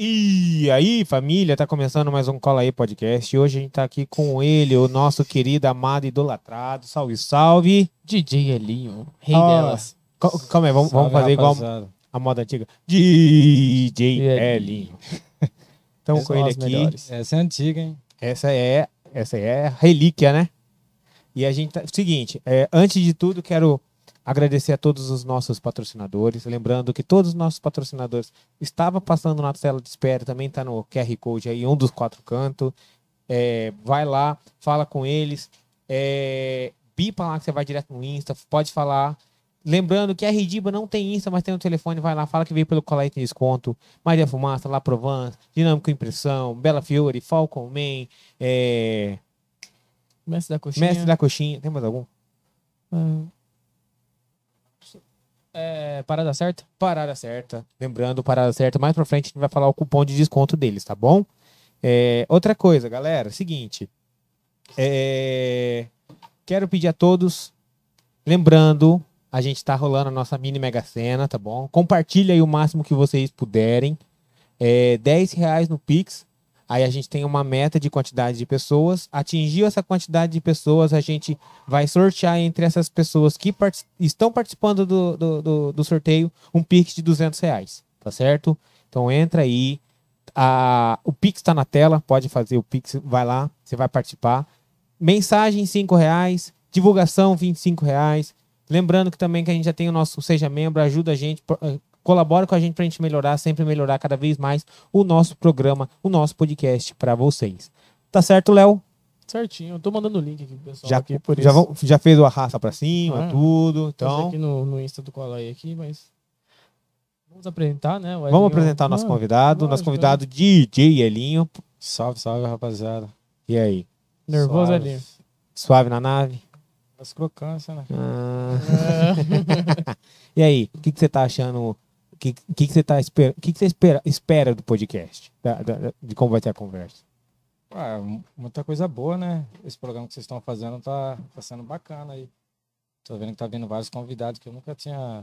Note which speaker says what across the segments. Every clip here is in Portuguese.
Speaker 1: E aí, família, tá começando mais um Cola aí Podcast. E hoje a gente tá aqui com ele, o nosso querido, amado, idolatrado. Salve, salve.
Speaker 2: DJ Elinho, rei
Speaker 1: Ó,
Speaker 2: delas.
Speaker 1: Cal- Calma aí, vamos, vamos fazer igual a moda antiga. DJ Elinho. Estamos com ele
Speaker 2: Nós
Speaker 1: aqui.
Speaker 2: melhores.
Speaker 3: Essa é antiga, hein?
Speaker 1: Essa é, essa é a relíquia, né? E a gente tá. Seguinte, é, antes de tudo, quero agradecer a todos os nossos patrocinadores. Lembrando que todos os nossos patrocinadores estava passando na tela de espera, também está no QR Code aí, um dos quatro cantos. É, vai lá, fala com eles. É, bipa lá que você vai direto no Insta, pode falar. Lembrando que a Ridiba não tem Insta, mas tem um telefone, vai lá, fala que veio pelo Colar e tem desconto. Maria Fumaça, La Provence, Dinâmico Impressão, Bela Fiore, Falcon Man, é,
Speaker 2: Mestre da coxinha.
Speaker 1: Mestre da Coxinha, tem mais algum?
Speaker 2: É, parada certa?
Speaker 1: Parada certa. Lembrando, parada certa, mais pra frente a gente vai falar o cupom de desconto deles, tá bom? É, outra coisa, galera, seguinte. É, quero pedir a todos, lembrando, a gente tá rolando a nossa mini mega sena, tá bom? Compartilha aí o máximo que vocês puderem. É, R$ 10 reais no Pix. Aí a gente tem uma meta de quantidade de pessoas. Atingiu essa quantidade de pessoas, a gente vai sortear entre essas pessoas que parti- estão participando do, do, do- do sorteio um Pix de 200 reais, tá certo? Então entra aí, a- o Pix tá na tela, pode fazer o Pix, vai lá, você vai participar. Mensagem 5 reais, divulgação 25 reais. Lembrando que também que a gente já tem o nosso Seja Membro, ajuda a gente, pro- eh, colabora com a gente pra gente melhorar, sempre melhorar cada vez mais o nosso programa, o nosso podcast pra vocês. Tá certo, Léo?
Speaker 2: Certinho, eu tô mandando o link aqui pro pessoal.
Speaker 1: Já,
Speaker 2: aqui, por
Speaker 1: já,
Speaker 2: isso.
Speaker 1: vão- já fez o arrasta pra cima,
Speaker 2: Ah,
Speaker 1: tudo.
Speaker 2: Fazer
Speaker 1: Então,
Speaker 2: aqui no, no Insta do Colai aqui, mas... Vamos apresentar, né? o Elinho.
Speaker 1: Vamos apresentar o nosso
Speaker 2: Ah,
Speaker 1: convidado, nosso
Speaker 2: lógico, né?
Speaker 1: convidado DJ Elinho.
Speaker 3: Salve, salve, rapaziada.
Speaker 1: E aí,
Speaker 2: Nervoso
Speaker 3: Suave.
Speaker 2: Elinho.
Speaker 1: suave na nave?
Speaker 3: As crocâncias, né?
Speaker 1: Ah,
Speaker 2: É,
Speaker 1: E aí, o que, que você tá achando? O que, o que, que você tá esper... o que, que você espera, espera do podcast? Da- da- da- de como vai ter a conversa?
Speaker 3: Ué, mu- Ah, muita coisa boa, né? Esse programa que vocês estão fazendo tá, tá sendo bacana aí. Tô vendo que tá vindo vários convidados que eu nunca tinha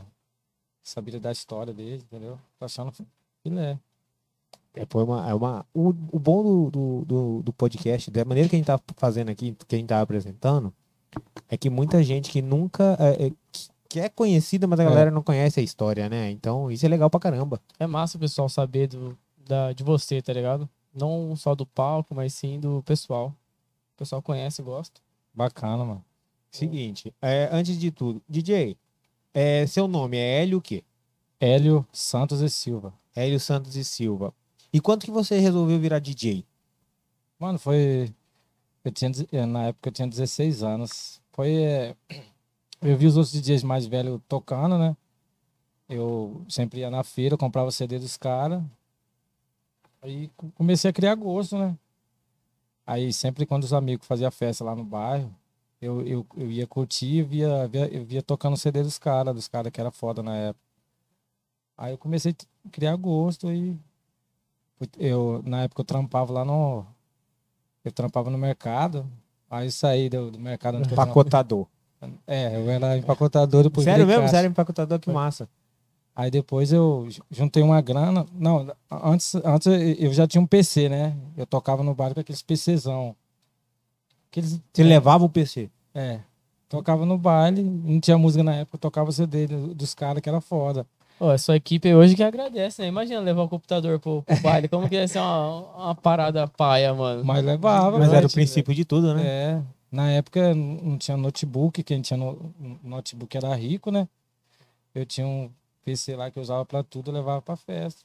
Speaker 3: sabido da história deles, entendeu? Tô achando filé.
Speaker 1: É, pô, é uma, é uma- o, o bom do, do, do- do podcast, da maneira que a gente tá fazendo aqui, que a gente tá apresentando, é que muita gente que nunca. É, é, que- que é conhecida, mas a
Speaker 3: É.
Speaker 1: galera não conhece a história, né? Então, isso é legal pra caramba.
Speaker 2: é massa o pessoal saber do, da, de você, tá ligado? Não só do palco, mas sim do pessoal. O pessoal conhece e gosta.
Speaker 3: Bacana, mano.
Speaker 1: Seguinte, é, antes de tudo, DJ, é, seu nome é Hélio o quê?
Speaker 3: Hélio Santos e Silva.
Speaker 1: Hélio Santos e Silva. E quando que você resolveu virar DJ?
Speaker 3: Mano, foi. Eu tinha, deze- eh, na época eu tinha 16 anos. Foi. eh, Eu vi os outros DJs mais velhos tocando, né? Eu sempre ia na feira, comprava CD dos caras. Aí co- comecei a criar gosto, né? Aí sempre quando os amigos faziam festa lá no bairro, eu, eu, eu ia curtir e via, via, eu via tocando CD dos caras, dos caras que era foda na época. Aí eu comecei a t- criar gosto e. fui- Eu, na época eu trampava lá no, eu trampava no mercado, aí eu saí do, do mercado. onde eu
Speaker 1: Empacotador.
Speaker 3: trampava. É, eu era empacotador. Depois
Speaker 1: Sério
Speaker 3: virei
Speaker 1: mesmo?
Speaker 3: caixa.
Speaker 1: Sério, empacotador, que massa.
Speaker 3: Aí depois eu ju- juntei uma grana. Não, antes, antes eu já tinha um PC, né? Eu tocava no bar com aqueles PCzão. Aqueles,
Speaker 1: Você levava o PC.
Speaker 3: é, tocava no baile, não tinha música na época, eu tocava CD do- dos caras que era foda.
Speaker 2: Pô, a sua equipe hoje que agradece, né? Imagina levar o computador pro, pro baile. Como que ia ser uma, uma parada paia, mano?
Speaker 3: Mas levava,
Speaker 1: Mas
Speaker 3: né?
Speaker 1: era o princípio de tudo, né?
Speaker 3: É, na época não não tinha notebook, quem tinha no, notebook era rico, né? Eu tinha um PC lá que eu usava pra tudo, eu levava pra festa.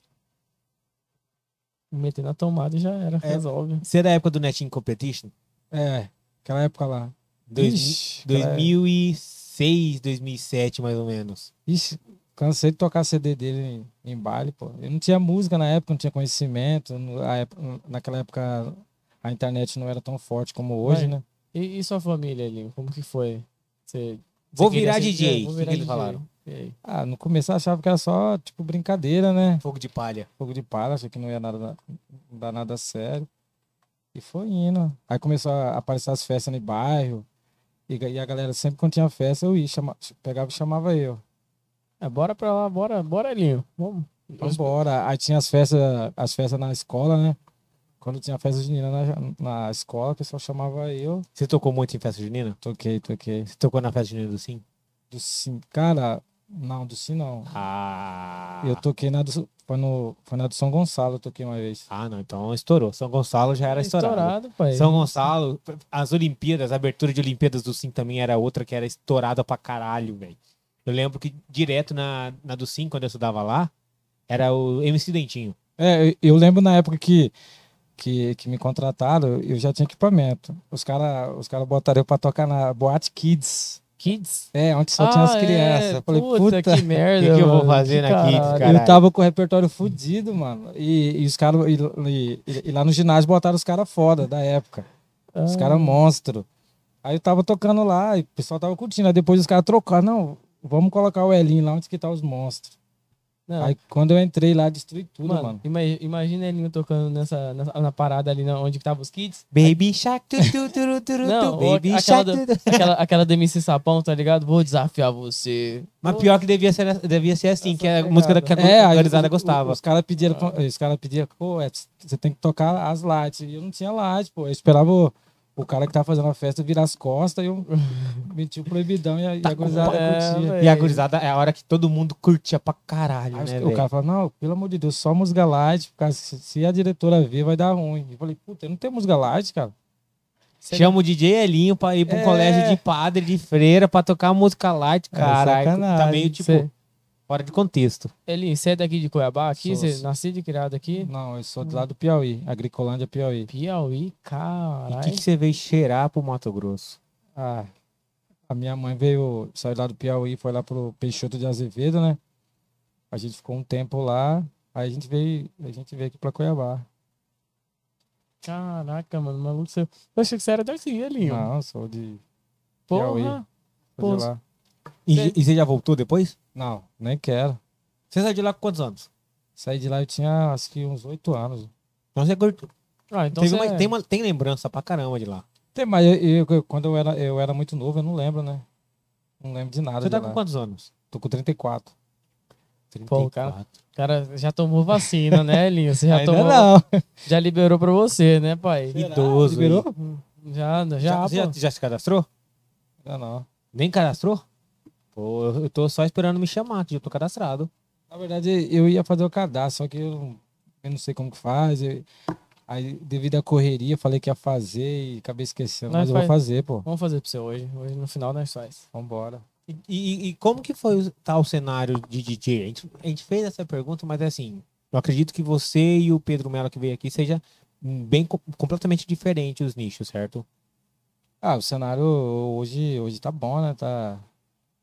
Speaker 2: Meter na tomada e já era,
Speaker 1: É.
Speaker 2: resolve.
Speaker 1: Você é da época do Netinho Competition?
Speaker 3: É, aquela época lá.
Speaker 1: Dois-
Speaker 3: Ixi, aquela-
Speaker 1: 2006, 2007, mais ou menos.
Speaker 3: Ixi, cansei de tocar CD dele em, em baile, pô. Eu não tinha música na época, não tinha conhecimento. no- a época- naquela época a internet não era tão forte como hoje,
Speaker 2: Vai.
Speaker 3: né?
Speaker 2: E, e sua família, Elinho? Como que foi? Você,
Speaker 1: Vou
Speaker 2: você queria
Speaker 1: virar
Speaker 2: ser é,
Speaker 1: DJ.
Speaker 2: Vou
Speaker 1: O que
Speaker 2: virar
Speaker 1: que eles
Speaker 2: DJ.
Speaker 1: falaram?
Speaker 2: E aí?
Speaker 3: Ah, no começo eu achava que era só, tipo, brincadeira, né?
Speaker 1: Fogo de palha.
Speaker 3: Fogo de palha, achei que não ia nada, não dar nada sério. E foi indo. Aí começou a aparecer as festas no bairro. E, ga- e a galera, sempre quando tinha festa, eu ia, chama, pegava e chamava eu.
Speaker 2: É, bora pra lá, bora, bora, Elinho. Vamos.
Speaker 3: Vambora. Aí tinha as festas, as festas na escola, né? Quando tinha festa junina na, na escola, o pessoal chamava eu.
Speaker 1: Você tocou muito em festa junina?
Speaker 3: Toquei, toquei.
Speaker 1: Você tocou na festa junina do Sim?
Speaker 3: Do sim, cara, não, do sim não.
Speaker 1: Ah.
Speaker 3: Eu toquei na do, foi no, foi na do São Gonçalo, eu toquei uma vez.
Speaker 1: Ah, não, então estourou. São Gonçalo já era estourado.
Speaker 2: tá Estourado, é pai.
Speaker 1: São Gonçalo, as Olimpíadas, a abertura de Olimpíadas do Sim também era outra que era estourada pra caralho, velho. Eu lembro que direto na, na do Sim, quando eu estudava lá, era o MC Dentinho.
Speaker 3: É, eu, eu lembro na época que, que, que me contrataram, eu já tinha equipamento. Os caras os cara botaram eu pra tocar na Boate Kids.
Speaker 2: Kids?
Speaker 3: É, onde só tinha as
Speaker 2: Ah, é.
Speaker 3: crianças. Eu Falei, puta,
Speaker 2: que merda.
Speaker 1: que que eu vou
Speaker 2: mano,
Speaker 1: fazer na Kids,
Speaker 2: caralho.
Speaker 1: cara? Caralho.
Speaker 3: Eu tava com o repertório fudido, mano. E, e os caras. E, e- e lá no ginásio botaram os caras foda da época. Os
Speaker 2: Ah.
Speaker 3: caras monstro. Aí eu tava tocando lá, e o pessoal tava curtindo. Aí depois os caras trocaram. Não, vamos colocar o Elinho lá onde que tá os monstros.
Speaker 2: Não,
Speaker 3: Aí quando eu entrei lá, destruí tudo,
Speaker 2: Ah. mano,
Speaker 3: mano.
Speaker 2: ima- Imagina ele me tocando nessa, nessa- na parada ali na- onde que tava os kids.
Speaker 1: Baby Shark, tu, tu, tu, tu, tu, tu,
Speaker 2: Não,
Speaker 1: Baby
Speaker 2: ou aquela
Speaker 1: Shark.
Speaker 2: do-
Speaker 1: tu, tu.
Speaker 2: Aquela, aquela do MC Sapão, tá ligado? Vou desafiar você.
Speaker 1: Mas pior que devia ser, devia ser assim, que a
Speaker 2: pegada.
Speaker 1: música da, que a
Speaker 3: É, aí
Speaker 1: organizada
Speaker 3: os-
Speaker 1: gostava.
Speaker 3: Os caras pediram, pra- os caras pediram, pô, Edson, você tem que tocar as lights. E eu não tinha light, pô. Eu esperava o, o cara que tava fazendo a festa virar as costas e eu meti o proibidão e a, e a gurizada
Speaker 2: É,
Speaker 3: curtia.
Speaker 2: velho.
Speaker 1: E a gurizada Tá é a hora que todo mundo curtia pra caralho,
Speaker 3: Aí os-
Speaker 1: né,
Speaker 3: o
Speaker 1: velho?
Speaker 3: cara falou, não, pelo amor de Deus, só música light, porque se, se a diretora ver, vai dar ruim. Eu falei, puta, eu não tenho música light, cara.
Speaker 1: Chama o DJ Elinho pra ir pra um
Speaker 3: É.
Speaker 1: colégio de padre, de freira, pra tocar música light, caralho.
Speaker 3: sacanagem.
Speaker 1: tá meio, tipo,
Speaker 2: Cê-
Speaker 1: fora de contexto.
Speaker 2: Elinho, você é daqui de Cuiabá? Aqui,
Speaker 3: Sou,
Speaker 2: você
Speaker 3: sou.
Speaker 2: nascido e criado aqui?
Speaker 3: Não, eu sou de lá do Piauí, Agricolândia Piauí.
Speaker 2: Piauí,
Speaker 1: E o
Speaker 2: caralho.
Speaker 1: que, que você veio cheirar pro Mato Grosso?
Speaker 3: Ah, a minha mãe veio, saiu lá do Piauí, foi lá pro Peixoto de Azevedo, né? A gente ficou um tempo lá, aí a gente veio, a gente veio aqui pra Cuiabá.
Speaker 2: Caraca, mano, maluco. Você... Eu achei que você era daqui, Elinho.
Speaker 3: Não, eu sou de, Piauí.
Speaker 2: Porra.
Speaker 3: sou de
Speaker 2: Pô,
Speaker 3: lá.
Speaker 1: E,
Speaker 2: Sei.
Speaker 1: e você já voltou depois?
Speaker 3: Não, nem quero.
Speaker 1: Você saiu de lá com quantos anos?
Speaker 3: Saí de lá eu tinha acho que uns oito anos.
Speaker 1: Então você curtiu.
Speaker 2: Ah, então
Speaker 1: Teve
Speaker 2: cê
Speaker 1: uma-
Speaker 2: é-
Speaker 1: tem, uma- tem lembrança pra caramba de lá.
Speaker 3: Tem, mas eu, eu- quando eu era, eu era muito novo, eu não lembro, né? Não lembro de nada
Speaker 1: Você
Speaker 3: de
Speaker 1: tá
Speaker 3: lá.
Speaker 1: com quantos anos?
Speaker 3: Tô com 34.
Speaker 2: Pô, cara, Cara, já tomou vacina, né, Elinho? Você já
Speaker 3: Ainda
Speaker 1: É
Speaker 2: tomou.
Speaker 3: não.
Speaker 2: Já liberou pra você, né, pai?
Speaker 1: Será? Idoso,
Speaker 3: Liberou?
Speaker 2: Já, já,
Speaker 1: Já, você já,
Speaker 2: pô.
Speaker 1: já se cadastrou?
Speaker 3: Ainda é não.
Speaker 1: Nem cadastrou? Pô, eu, eu tô só esperando me chamar, que eu tô cadastrado.
Speaker 3: Na verdade, eu ia fazer o cadastro, só que eu, não- eu não sei como que faz. eu- aí, devido à correria, falei que ia fazer e acabei esquecendo.
Speaker 2: Mas
Speaker 3: Mas, eu
Speaker 2: faz.
Speaker 3: vou fazer, pô.
Speaker 2: Vamos fazer pra você hoje. Hoje no final nós faz.
Speaker 3: Vambora.
Speaker 1: E, e- e como que foi o tal cenário de DJ? A gente, a gente fez essa pergunta, mas é assim, eu acredito que você e o Pedro Melo que veio aqui seja hum, bem co- completamente diferente os nichos, certo?
Speaker 3: Ah, o cenário hoje, hoje tá bom, né? Tá,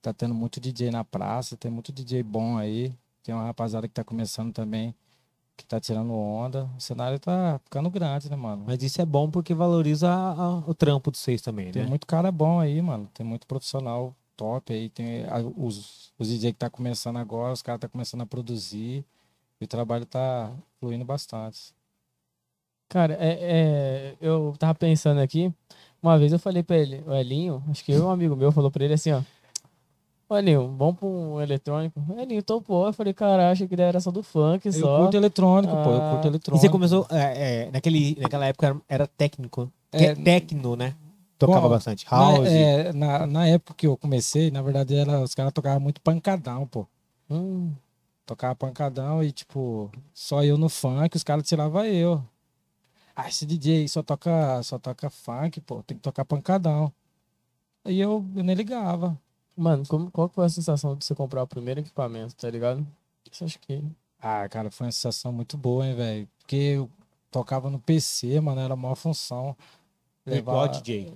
Speaker 3: tá tendo muito DJ na praça, tem muito DJ bom aí. Tem uma rapaziada que tá começando também, que tá tirando onda. O cenário tá ficando grande, né, mano?
Speaker 1: Mas isso é bom porque valoriza a- a- o trampo de vocês também,
Speaker 3: Tem um
Speaker 1: né?
Speaker 3: muito cara bom aí, mano. Tem muito profissional top aí. Tem a- os, os DJ que tá começando agora, os caras tá começando a produzir. E o trabalho tá fluindo bastante.
Speaker 2: Cara, é, é, eu tava pensando aqui. Uma vez eu falei pra ele, o Elinho, acho que eu, e um amigo meu falou pra ele assim, ó. "Ô, Elinho, vamos pra um eletrônico. Elinho, topou. Eu falei, cara, achei que ele era só do funk
Speaker 3: Eu
Speaker 2: só.
Speaker 3: curto eletrônico, pô. Eu
Speaker 2: Ah,
Speaker 3: curto
Speaker 1: E
Speaker 3: eletrônico.
Speaker 1: você começou, é, é, naquele, naquela época era, era técnico,
Speaker 3: É,
Speaker 1: é, tecno, né? Tocava
Speaker 3: Bom,
Speaker 1: bastante house.
Speaker 3: Na, é, na, na época que eu comecei, na verdade, era, os caras tocavam muito pancadão, pô.
Speaker 2: Hum,
Speaker 3: Tocava pancadão e, tipo, só eu no funk, os caras tiravam eu. Ah, esse DJ aí só toca, só toca funk, pô. Tem que tocar pancadão. Aí eu, eu nem ligava.
Speaker 2: mano, como, qual que foi a sensação de você comprar o primeiro equipamento, tá ligado? Isso acho que.
Speaker 3: Ah, cara, foi uma sensação muito boa, hein, velho? Porque eu tocava no PC, mano, era a maior função.
Speaker 1: Virtual
Speaker 3: Levar-
Speaker 1: DJ.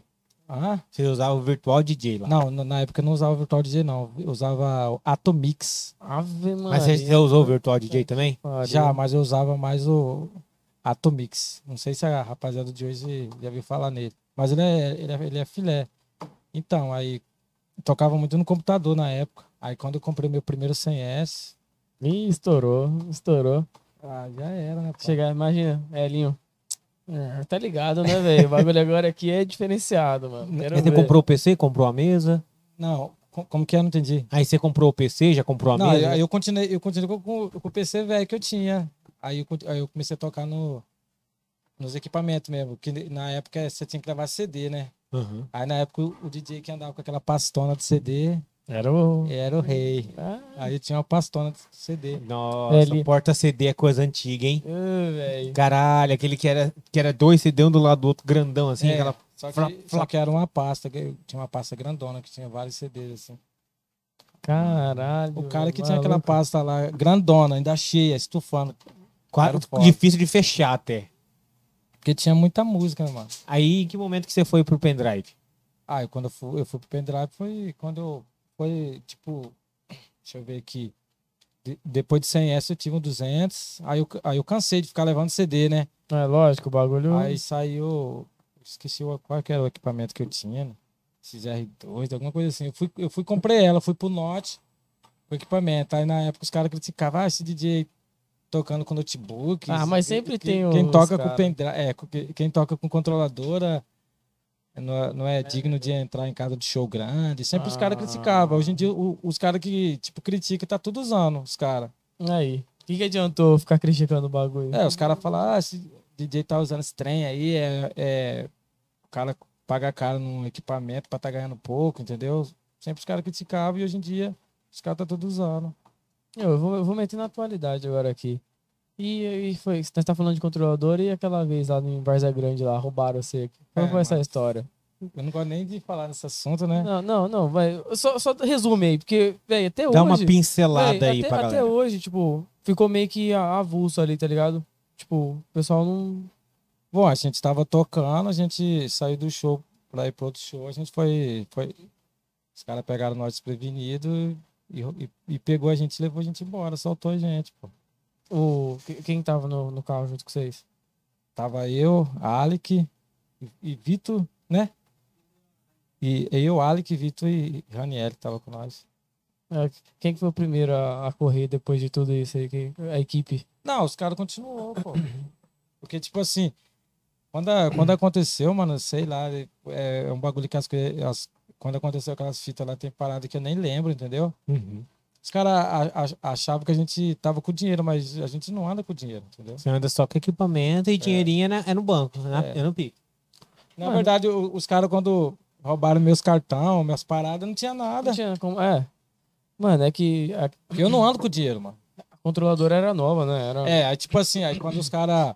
Speaker 3: Hã?
Speaker 1: Você usava o virtual DJ lá.
Speaker 3: é. Não, na- na época eu não usava o Virtual DJ, não. Eu usava o Atomix.
Speaker 2: Ave, mano.
Speaker 1: Mas você, você usou o virtual DJ também?
Speaker 3: Já, mas eu usava mais o Atomix. Não sei se a rapaziada de hoje já viu falar nele. Mas ele é, ele é, ele é filé. Então, aí eu tocava muito no computador na época. Aí quando eu comprei meu primeiro 100S,
Speaker 2: Ih, estourou, estourou.
Speaker 3: ah, já era, né? Pai?
Speaker 2: Chegar, imagina, Elinho. É, tá ligado, né, velho? O bagulho agora aqui é diferenciado, mano. Quero
Speaker 1: Aí você
Speaker 2: ver.
Speaker 1: comprou o PC, comprou a mesa.
Speaker 3: Não, co- como que é? Não entendi.
Speaker 1: Aí você comprou o PC, já comprou a
Speaker 3: Não,
Speaker 1: mesa?
Speaker 3: aí aí eu continuei, eu continuei com- com, com o PC velho que eu tinha. Aí eu, conti- aí eu comecei a tocar no, nos equipamentos mesmo. Que na época você tinha que levar CD, né?
Speaker 1: Aham.
Speaker 3: Aí na época o o DJ que andava com aquela pastona de CD
Speaker 2: Era o.
Speaker 3: era o rei.
Speaker 2: Ah,
Speaker 3: Aí eu tinha uma pastona de CD.
Speaker 1: Nossa,
Speaker 2: Ele-
Speaker 1: porta CD é coisa antiga, hein?
Speaker 2: ah, velho.
Speaker 1: Caralho, aquele que era, que era dois CD um do lado do outro, grandão assim,
Speaker 3: É,
Speaker 1: aquela
Speaker 3: só,
Speaker 1: fla-
Speaker 3: que, só que era uma pasta, que eu- tinha uma pasta grandona que tinha vários CDs assim.
Speaker 2: Caralho.
Speaker 3: O cara que
Speaker 2: velho,
Speaker 3: tinha aquela
Speaker 2: maluco.
Speaker 3: pasta lá, grandona, ainda cheia, estufando.
Speaker 1: quatro,
Speaker 3: foda.
Speaker 1: difícil de fechar até.
Speaker 3: Porque tinha muita música, né, mano?
Speaker 1: Aí, em que momento que você foi pro pendrive?
Speaker 3: Ah, e quando eu fui, eu fui pro pendrive foi quando eu. Foi tipo. Deixa eu ver aqui. De- depois de 100S eu tive um 200. Aí eu, ca- aí eu cansei de ficar levando CD, né?
Speaker 2: É lógico, o bagulho.
Speaker 3: Aí saiu. Esqueci o- qual que era o equipamento que eu tinha. Né? XR2, alguma coisa assim. Eu fui, eu fui comprei ela, fui pro norte com o equipamento. Aí na época os caras criticavam, ah, esse DJ tocando com notebook.
Speaker 2: Ah,
Speaker 3: isso
Speaker 2: mas
Speaker 3: aqui."
Speaker 2: sempre
Speaker 3: Quem-
Speaker 2: tem
Speaker 3: Quem
Speaker 2: os
Speaker 3: toca
Speaker 2: cara.
Speaker 3: com pendrive. É, com- que- quem toca com controladora não é, não é digno de entrar em casa de show grande. Sempre os caras
Speaker 2: Ah.
Speaker 3: criticavam. Hoje em dia, o- os caras que, tipo, critica, tá tudo usando os caras.
Speaker 2: Aí. O que, que adiantou ficar criticando o bagulho?
Speaker 3: É, os caras falam, ah, esse DJ tá usando esse trem aí, é, é- o cara paga caro num equipamento pra tá ganhando pouco, entendeu? Sempre os caras criticavam e hoje em dia os caras tá tudo usando.
Speaker 2: Eu vou, eu vou meter na atualidade agora aqui. E, e foi, você tá falando de controlador e aquela vez lá em Barza Grande lá, roubaram você. Como
Speaker 3: É,
Speaker 2: foi essa
Speaker 3: mas-
Speaker 2: história?
Speaker 3: Eu não gosto nem de falar nesse assunto, né?
Speaker 2: Não, não, não, vai. Só, só resume aí, porque, velho, até hoje.
Speaker 1: Dá uma pincelada
Speaker 2: véi,
Speaker 1: aí
Speaker 2: até,
Speaker 1: pra
Speaker 2: até
Speaker 1: galera.
Speaker 2: hoje, tipo, ficou meio que a- avulso ali, tá ligado? Tipo, o pessoal não.
Speaker 3: Bom, a gente tava tocando, a gente saiu do show pra ir pro outro show, a gente foi. foi... Os caras pegaram nós desprevenidos e, e, e pegou a gente, levou a gente embora, soltou a gente, pô.
Speaker 2: O, que- quem tava no, no carro junto com vocês?
Speaker 3: Tava eu, Alec e, e Vitor, né? E eu, Alec, Vitor e Raniel que tava com nós.
Speaker 2: É, Quem que foi o primeiro a, a correr depois de tudo isso aí? que- A equipe?
Speaker 3: Não, os caras continuou, pô. Porque, tipo assim, quando, a- quando aconteceu, mano, sei lá, é, é um bagulho que as, coi- as- Quando aconteceu aquelas fitas lá, tem parada que eu nem lembro, entendeu?
Speaker 1: Uhum.
Speaker 3: Os caras achavam que a gente tava com dinheiro, mas a gente não anda com dinheiro, entendeu?
Speaker 1: Você anda só com equipamento e dinheirinho é, na- é no banco, na- é. no pico.
Speaker 3: Na
Speaker 2: Mano.
Speaker 3: verdade, o- os caras, quando roubaram meus cartão, minhas paradas, não tinha nada.
Speaker 2: Não tinha como. É. Mano, é que a
Speaker 3: Eu não ando com dinheiro, mano.
Speaker 2: controladora era nova, né? Era...
Speaker 3: É, aí, tipo assim, aí quando os caras.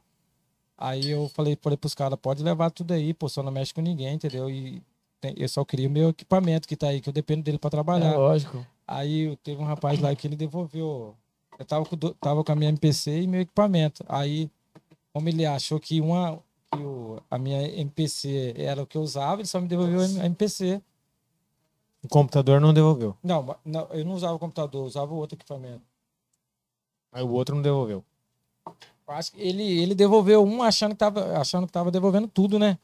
Speaker 3: Aí eu falei, falei pros caras, pode levar tudo aí, pô, só não mexe com ninguém, entendeu? E tem- eu só queria o meu equipamento que tá aí, que eu dependo dele pra
Speaker 2: É
Speaker 3: trabalhar.
Speaker 2: lógico.
Speaker 3: Aí teve um rapaz lá que ele devolveu. Eu tava com, do- tava com a minha MPC e meu equipamento. Aí, como ele achou que uma. Que o- a minha MPC era o que eu usava, ele só me devolveu a MPC.
Speaker 1: O computador não devolveu.
Speaker 3: Não, ma- não, eu não usava o computador, eu usava o outro equipamento.
Speaker 1: Aí o outro não devolveu.
Speaker 3: Eu acho que ele, ele devolveu um achando que, tava, achando que tava devolvendo tudo, né?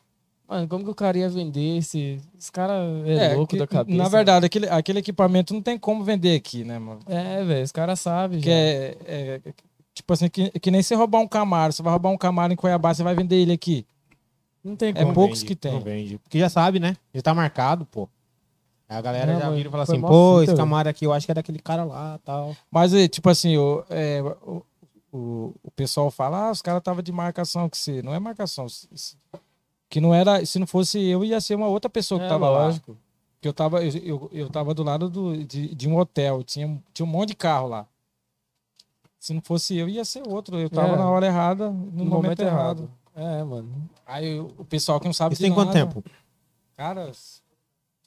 Speaker 2: Mano, como que o cara ia vender esse. Esse cara é,
Speaker 3: É,
Speaker 2: louco
Speaker 3: que-
Speaker 2: da cabeça. né?
Speaker 3: Na verdade, aquele, aquele equipamento não tem como vender aqui, né, mano?
Speaker 2: É, velho, os caras sabem.
Speaker 3: Que é, é- é- tipo assim, que, que nem você roubar um Camaro. Você vai roubar um Camaro em Cuiabá, você vai vender ele aqui.
Speaker 2: Não tem
Speaker 3: É
Speaker 2: como.
Speaker 1: Não
Speaker 3: poucos
Speaker 1: vende,
Speaker 3: que tem.
Speaker 1: Não vende. Porque já sabe, né? Já tá marcado, pô. Aí a galera
Speaker 2: Não,
Speaker 1: já
Speaker 2: mas
Speaker 1: vira e fala
Speaker 2: foi
Speaker 1: assim,
Speaker 2: mó
Speaker 1: pô,
Speaker 2: fita,
Speaker 1: esse
Speaker 2: velho.
Speaker 1: camarada aqui, eu acho que é daquele cara lá tal.
Speaker 3: Mas, é, tipo assim, o, é, o, o, o pessoal fala, ah, os caras estavam de marcação que você. Não é marcação. se- se- Que não era. Se não fosse eu, ia ser uma outra pessoa que
Speaker 2: É,
Speaker 3: tava lá.
Speaker 2: lógico.
Speaker 3: Que eu tava, eu, eu, eu tava do lado do, de, de um hotel, tinha, tinha um monte de carro lá. Se não fosse eu, ia ser outro. Eu tava
Speaker 2: É.
Speaker 3: na hora errada, no, momento, errado.
Speaker 2: É, mano.
Speaker 3: Aí o o pessoal que não sabe
Speaker 1: Isso
Speaker 3: de
Speaker 1: tem quanto
Speaker 3: nada,
Speaker 1: tempo?
Speaker 3: Cara, s-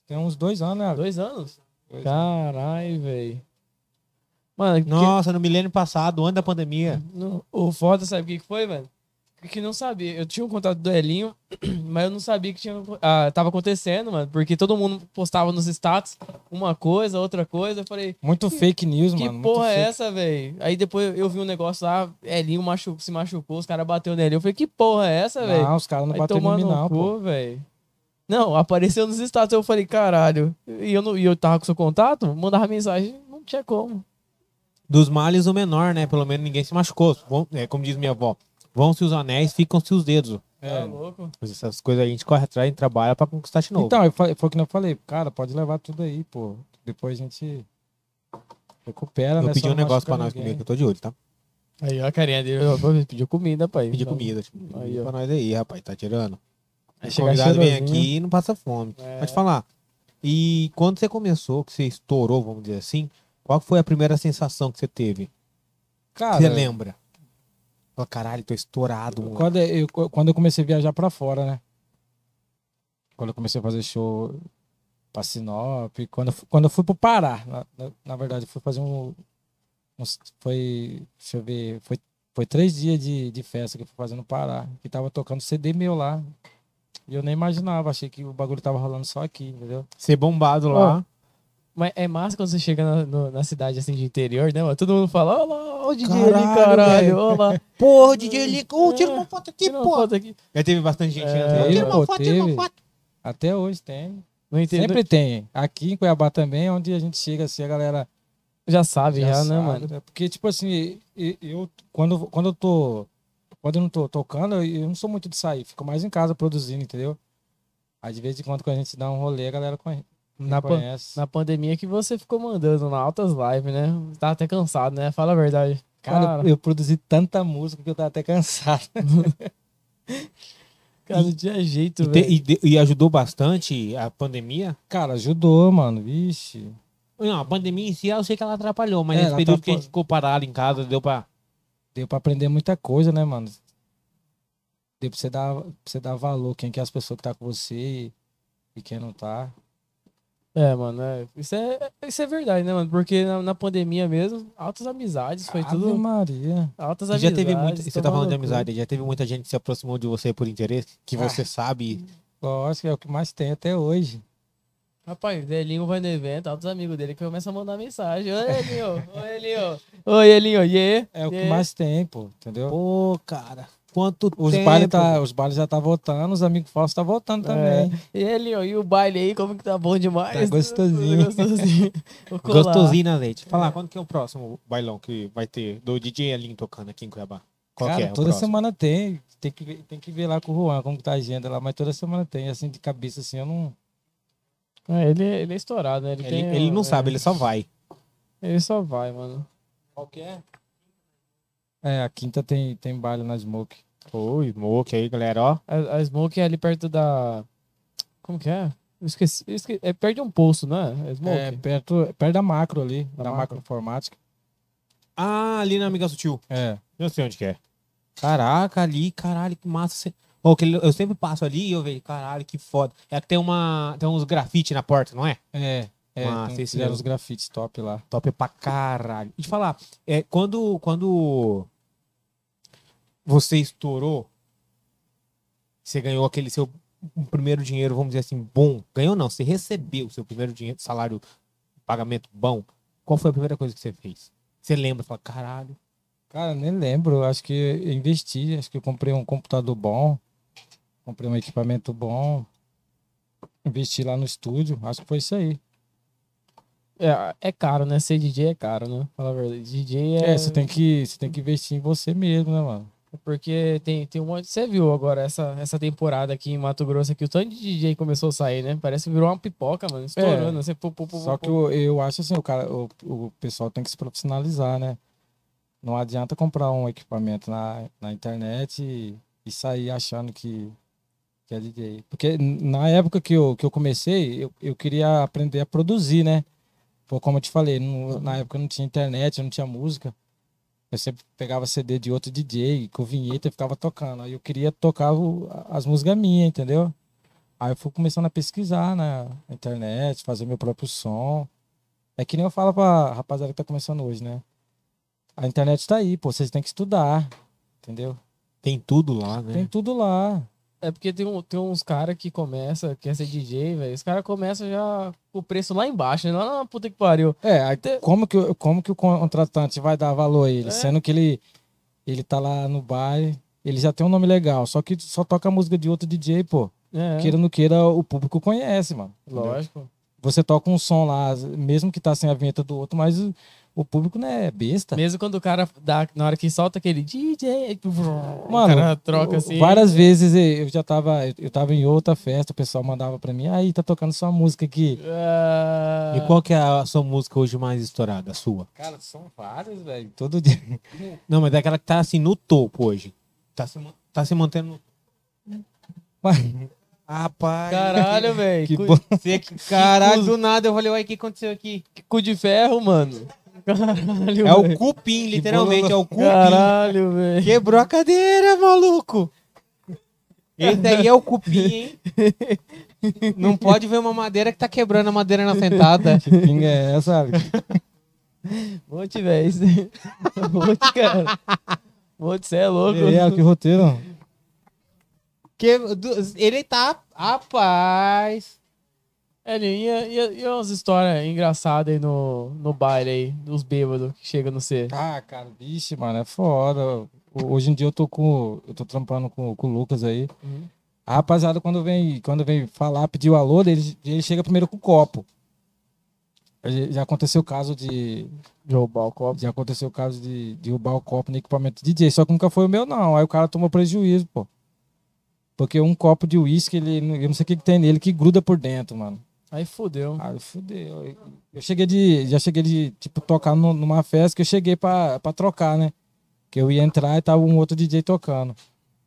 Speaker 3: tem uns dois anos, né?
Speaker 2: Dois anos?
Speaker 3: Dois anos.
Speaker 2: Caralho, velho. Mano, que-
Speaker 1: Nossa, no milênio passado, antes da pandemia.
Speaker 2: no- o foda, sabe o que que foi, mano? Que não sabia. Eu tinha um contato do Elinho, mas eu não sabia que tinha, ah, tava acontecendo, mano. Porque todo mundo postava nos status uma coisa, outra coisa. Eu falei,
Speaker 3: Muito fake news,
Speaker 2: Que
Speaker 3: mano. muito
Speaker 2: porra é
Speaker 3: fake.
Speaker 2: essa, velho? Aí depois eu vi um negócio lá, Elinho machu- se machucou, os caras bateu nele. Eu falei, que porra é essa, velho?
Speaker 3: Não, os caras não
Speaker 2: Vai
Speaker 3: bateram
Speaker 2: tomar
Speaker 3: em mim,
Speaker 2: no
Speaker 3: não, pô.
Speaker 2: cu, velho. Não, apareceu nos status, eu falei, caralho. E eu, não, e eu tava com seu contato, mandava mensagem, não tinha como.
Speaker 1: Dos males, o menor, né? Pelo menos ninguém se machucou. Vão- é, como diz minha avó, vão-se os anéis, ficam-se os dedos.
Speaker 2: Tá
Speaker 3: É.
Speaker 2: louco.
Speaker 1: Mas Essas coisas aí a gente corre atrás e trabalha pra conquistar de novo.
Speaker 3: Então, eu fa- foi o que eu falei, cara, pode levar tudo aí, pô. Depois a gente recupera,
Speaker 1: Eu
Speaker 3: né?
Speaker 1: pedi
Speaker 3: Só
Speaker 1: um
Speaker 3: não
Speaker 1: negócio
Speaker 3: machucar
Speaker 1: pra nós comer,
Speaker 3: ninguém.
Speaker 1: que eu tô de olho, tá?
Speaker 2: Aí, ó, a carinha dele. ó, pô, Pediu comida, pai.
Speaker 1: Pedir
Speaker 2: Então,
Speaker 1: comida, tipo, pedir
Speaker 2: Aí, ó.
Speaker 1: pra nós aí, rapaz, tá tirando.
Speaker 3: É
Speaker 2: Aí
Speaker 1: O
Speaker 2: chega
Speaker 1: convidado vem
Speaker 2: cheirosinho.
Speaker 1: aqui e não passa fome.
Speaker 2: É.
Speaker 1: Pode falar. E quando você começou, que você estourou, vamos dizer assim, qual foi a primeira sensação que você teve?
Speaker 3: Cara,
Speaker 1: você lembra? Fala, caralho, tô estourado, moleque.
Speaker 3: Quando é, eu, quando eu comecei a viajar pra fora, né? Quando eu comecei a fazer show pra Sinop, quando eu, fu- quando eu fui pro Pará, na, na, na verdade, eu fui fazer um, uns- Foi. Deixa eu ver. Foi, foi três dias de, de festa que eu fui fazer no Pará, que tava tocando CD meu lá. E eu nem imaginava, achei que o bagulho tava rolando só aqui, entendeu?
Speaker 1: Ser bombado lá.
Speaker 2: Mas é massa quando você chega na, no- na cidade assim de interior, né? mano? Todo mundo fala, ó lá, ó o DJ ali,
Speaker 1: Caralho,
Speaker 2: caralho,
Speaker 1: velho.
Speaker 2: ó lá.
Speaker 1: Porra, DJ Lico, ô, tira
Speaker 2: É.
Speaker 1: uma foto aqui,
Speaker 2: Tira uma
Speaker 1: porra.
Speaker 2: foto aqui.
Speaker 1: Já teve bastante gente,
Speaker 2: É,
Speaker 1: né? Tira
Speaker 3: pô,
Speaker 1: uma foto, tira uma
Speaker 3: teve.
Speaker 1: foto.
Speaker 3: Até hoje tem.
Speaker 2: No interior
Speaker 3: Sempre tem. Aqui em Cuiabá também, onde a gente chega assim, a galera.
Speaker 2: já sabe, já, né,
Speaker 3: sabe,
Speaker 2: mano?
Speaker 3: né? Porque, tipo assim, e- eu quando, quando eu tô. Quando eu não tô tocando, eu- eu não sou muito de sair, fico mais em casa produzindo, entendeu? Aí de vez em quando, quando a gente dá um rolê, a galera conhe-
Speaker 2: Na, pan-
Speaker 3: conhece.
Speaker 2: na pandemia que você ficou mandando na altas lives, né? Tava até cansado, né? Fala a verdade.
Speaker 3: Cara,
Speaker 2: Cara,
Speaker 3: eu- eu produzi tanta música que eu tava até cansado.
Speaker 2: cara, não tinha jeito,
Speaker 1: E, te-
Speaker 2: velho.
Speaker 1: e de- e ajudou bastante a pandemia?
Speaker 3: Cara, ajudou, mano, vixe.
Speaker 1: Não, a pandemia em si, eu sei que ela atrapalhou, mas
Speaker 3: É,
Speaker 1: nesse
Speaker 3: ela
Speaker 1: período que a
Speaker 3: atrapalhou.
Speaker 1: gente ficou parado em casa, deu pra...
Speaker 3: Deu pra aprender muita coisa, né, mano? Deu pra você dar, pra você dar valor, quem que é as pessoas que tá com você e, e quem não tá.
Speaker 2: É, mano, é- isso, é, isso é verdade, né, mano? Porque na, na pandemia mesmo, altas amizades,
Speaker 1: Ah,
Speaker 2: foi
Speaker 3: Ave
Speaker 2: tudo.
Speaker 3: Maria.
Speaker 2: Altas
Speaker 1: E já
Speaker 2: amizades.
Speaker 1: teve muita... Você tá
Speaker 2: tomar
Speaker 1: falando de
Speaker 2: no cu.
Speaker 1: amizade, já teve muita gente que se aproximou de você por interesse, que você sabe...
Speaker 3: Lógico, é o que mais tem até hoje.
Speaker 2: Rapaz, o Elinho vai no evento, altos amigos dele que começam a mandar mensagem. Oi, Elinho, oi, Elinho, oi, Elinho, yeah.
Speaker 3: É o que
Speaker 2: yeah.
Speaker 3: mais tem, pô, entendeu?
Speaker 1: Pô, cara, quanto
Speaker 3: Os
Speaker 1: tempo...
Speaker 3: bailes, tá, os bailes já tá voltando, os amigos falsos tá voltando também.
Speaker 2: E Elinho, e o baile aí, como que tá bom demais?
Speaker 3: Tá gostosinho.
Speaker 2: Tá gostosinho. Vou colar.
Speaker 1: Gostosinho na leite. Falar, quando que é o próximo bailão que vai ter do DJ Elin tocando aqui em Cuiabá? Qual
Speaker 3: Cara,
Speaker 1: que é o
Speaker 3: toda
Speaker 1: próximo?
Speaker 3: semana tem. Tem que, ver- tem que ver lá com o Juan como que tá a agenda lá, mas toda semana tem. Assim, de cabeça, assim, eu não.
Speaker 2: É, ele, ele é estourado, né? Ele,
Speaker 1: Ele,
Speaker 2: tem,
Speaker 1: ele não
Speaker 2: é,
Speaker 1: sabe, ele só vai.
Speaker 2: Ele só vai, mano.
Speaker 3: Qual que é? É, a quinta tem, tem baile na Smoke.
Speaker 1: Ô, Smoke aí, galera, ó.
Speaker 2: A, a Smoke é ali perto da. Como que é? Eu Esqueci, eu esque- É perto de um posto, né? É Smoke.
Speaker 3: É, perto, perto da macro ali, da,
Speaker 2: macro.
Speaker 3: macro informática.
Speaker 1: Ah, ali na Amiga Sutil.
Speaker 3: É.
Speaker 1: Eu sei onde que é. Caraca, ali, caralho, que massa. Você... Ô, aquele- eu sempre passo ali e eu vejo, caralho, que foda. É que tem, uma, tem uns grafite na porta, não é?
Speaker 3: É. É,
Speaker 1: Ah,
Speaker 3: tem-
Speaker 1: sei sim.
Speaker 3: fizeram os grafites top lá.
Speaker 1: Top é pra caralho. E te falar, é, quando, quando você estourou, você ganhou aquele seu primeiro dinheiro, vamos dizer assim, bom. Ganhou não, você recebeu seu primeiro dinheiro, salário, pagamento bom. Qual foi a primeira coisa que você fez? Você lembra, fala, caralho.
Speaker 3: Cara, nem lembro. eu Acho que eu investi. Acho que eu comprei um computador bom. Comprei um equipamento bom. Investi lá no estúdio. Acho que foi isso aí.
Speaker 2: É, é caro, né? Ser DJ é caro, né? Fala a verdade. DJ é.
Speaker 3: É, você tem que, você tem que investir em você mesmo, né, mano?
Speaker 2: Porque tem, tem um monte. Você viu agora essa, essa temporada aqui em Mato Grosso aqui, o tanto de DJ começou a sair, né? Parece que virou uma pipoca, mano. Estourando. assim, Você pu, pu, pu,
Speaker 3: É. Só
Speaker 2: pu,
Speaker 3: que eu, eu acho assim, o cara, o, o pessoal tem que se profissionalizar, né? Não adianta comprar um equipamento na, na internet e, e sair achando que, que é DJ. Porque na época que eu, que eu comecei, eu, eu queria aprender a produzir, né? Pô, como eu te falei, não- na época não tinha internet, não tinha música. Eu sempre pegava CD de outro DJ, com vinheta e ficava tocando. Aí eu queria tocar o- as músicas minhas, entendeu? Aí eu fui começando a pesquisar na internet, fazer meu próprio som. É que nem eu falo pra rapaziada que tá começando hoje, né? A internet tá aí, pô, vocês têm que estudar, entendeu?
Speaker 1: Tem tudo lá,
Speaker 3: Tem
Speaker 1: né?
Speaker 3: tudo lá.
Speaker 2: É porque tem, um, tem uns caras que começa, quer ser DJ, velho. Os caras começam já com o preço lá embaixo, né? Lá na puta que pariu.
Speaker 3: É, aí
Speaker 2: Tem-
Speaker 3: como que, o- como que o contratante vai dar valor a ele?
Speaker 2: É.
Speaker 3: Sendo que ele, ele tá lá no bar, ele já tem um nome legal, só que só toca a música de outro DJ, pô.
Speaker 2: É,
Speaker 3: Queira ou não queira, o público conhece, mano. entendeu?
Speaker 2: lógico.
Speaker 3: Você toca um som lá, mesmo que tá sem a vinheta do outro, mas o, O público não é besta.
Speaker 2: Mesmo quando o cara dá, na hora que solta aquele DJ, aí, o
Speaker 3: Mano,
Speaker 2: cara troca assim.
Speaker 3: Várias vezes eu já tava, eu tava em outra festa, o pessoal mandava pra mim, aí tá tocando sua música aqui.
Speaker 2: Ah,
Speaker 1: E qual que é a sua música hoje mais estourada, a sua?
Speaker 3: Cara, são vários, velho. Todo dia.
Speaker 1: Não, mas é aquela que tá assim no topo hoje. Tá se, man- tá se mantendo. Rapaz,
Speaker 2: Caralho, velho.
Speaker 3: Que
Speaker 2: Cu-
Speaker 3: bom.
Speaker 1: você que- Caralho, do nada eu falei, uai, o que aconteceu aqui?
Speaker 2: Cu de ferro, mano. Caralho,
Speaker 1: É o
Speaker 2: velho.
Speaker 1: cupim, literalmente, é o cupim.
Speaker 2: Caralho, velho.
Speaker 1: Quebrou a cadeira, maluco. Esse aí é o cupim, hein? Não pode ver uma madeira que tá quebrando a madeira na sentada.
Speaker 3: Que pinga é essa, sabe?
Speaker 2: Monte, velho. isso- Monte, cara. Monte, você é louco.
Speaker 3: É, que roteiro.
Speaker 1: Que, do- ele tá. Rapaz.
Speaker 2: Elinho, É, e, e, e umas histórias engraçadas aí no, no baile aí, dos bêbados que chegam no C.
Speaker 3: Ah, cara, vixe, mano, é foda. O- Hoje em dia eu tô com. Eu tô trampando com, com o Lucas aí.
Speaker 2: Uhum.
Speaker 3: A rapaziada, quando vem, quando vem falar, pedir o alô, ele, ele chega primeiro com o copo. Aí Já aconteceu o caso de.
Speaker 2: De roubar o copo.
Speaker 3: Já aconteceu o caso de de derrubar o copo no equipamento de DJ, só que nunca foi o meu, não. Aí o cara tomou prejuízo, pô. Porque um copo de uísque, ele, eu não sei o que, que tem nele, que gruda por dentro, mano.
Speaker 2: Aí fodeu.
Speaker 3: Aí fudeu. Eu cheguei de. Já cheguei de, tipo, tocar nu- numa festa que eu cheguei pra, pra trocar, né? Que eu ia entrar e tava um outro DJ tocando.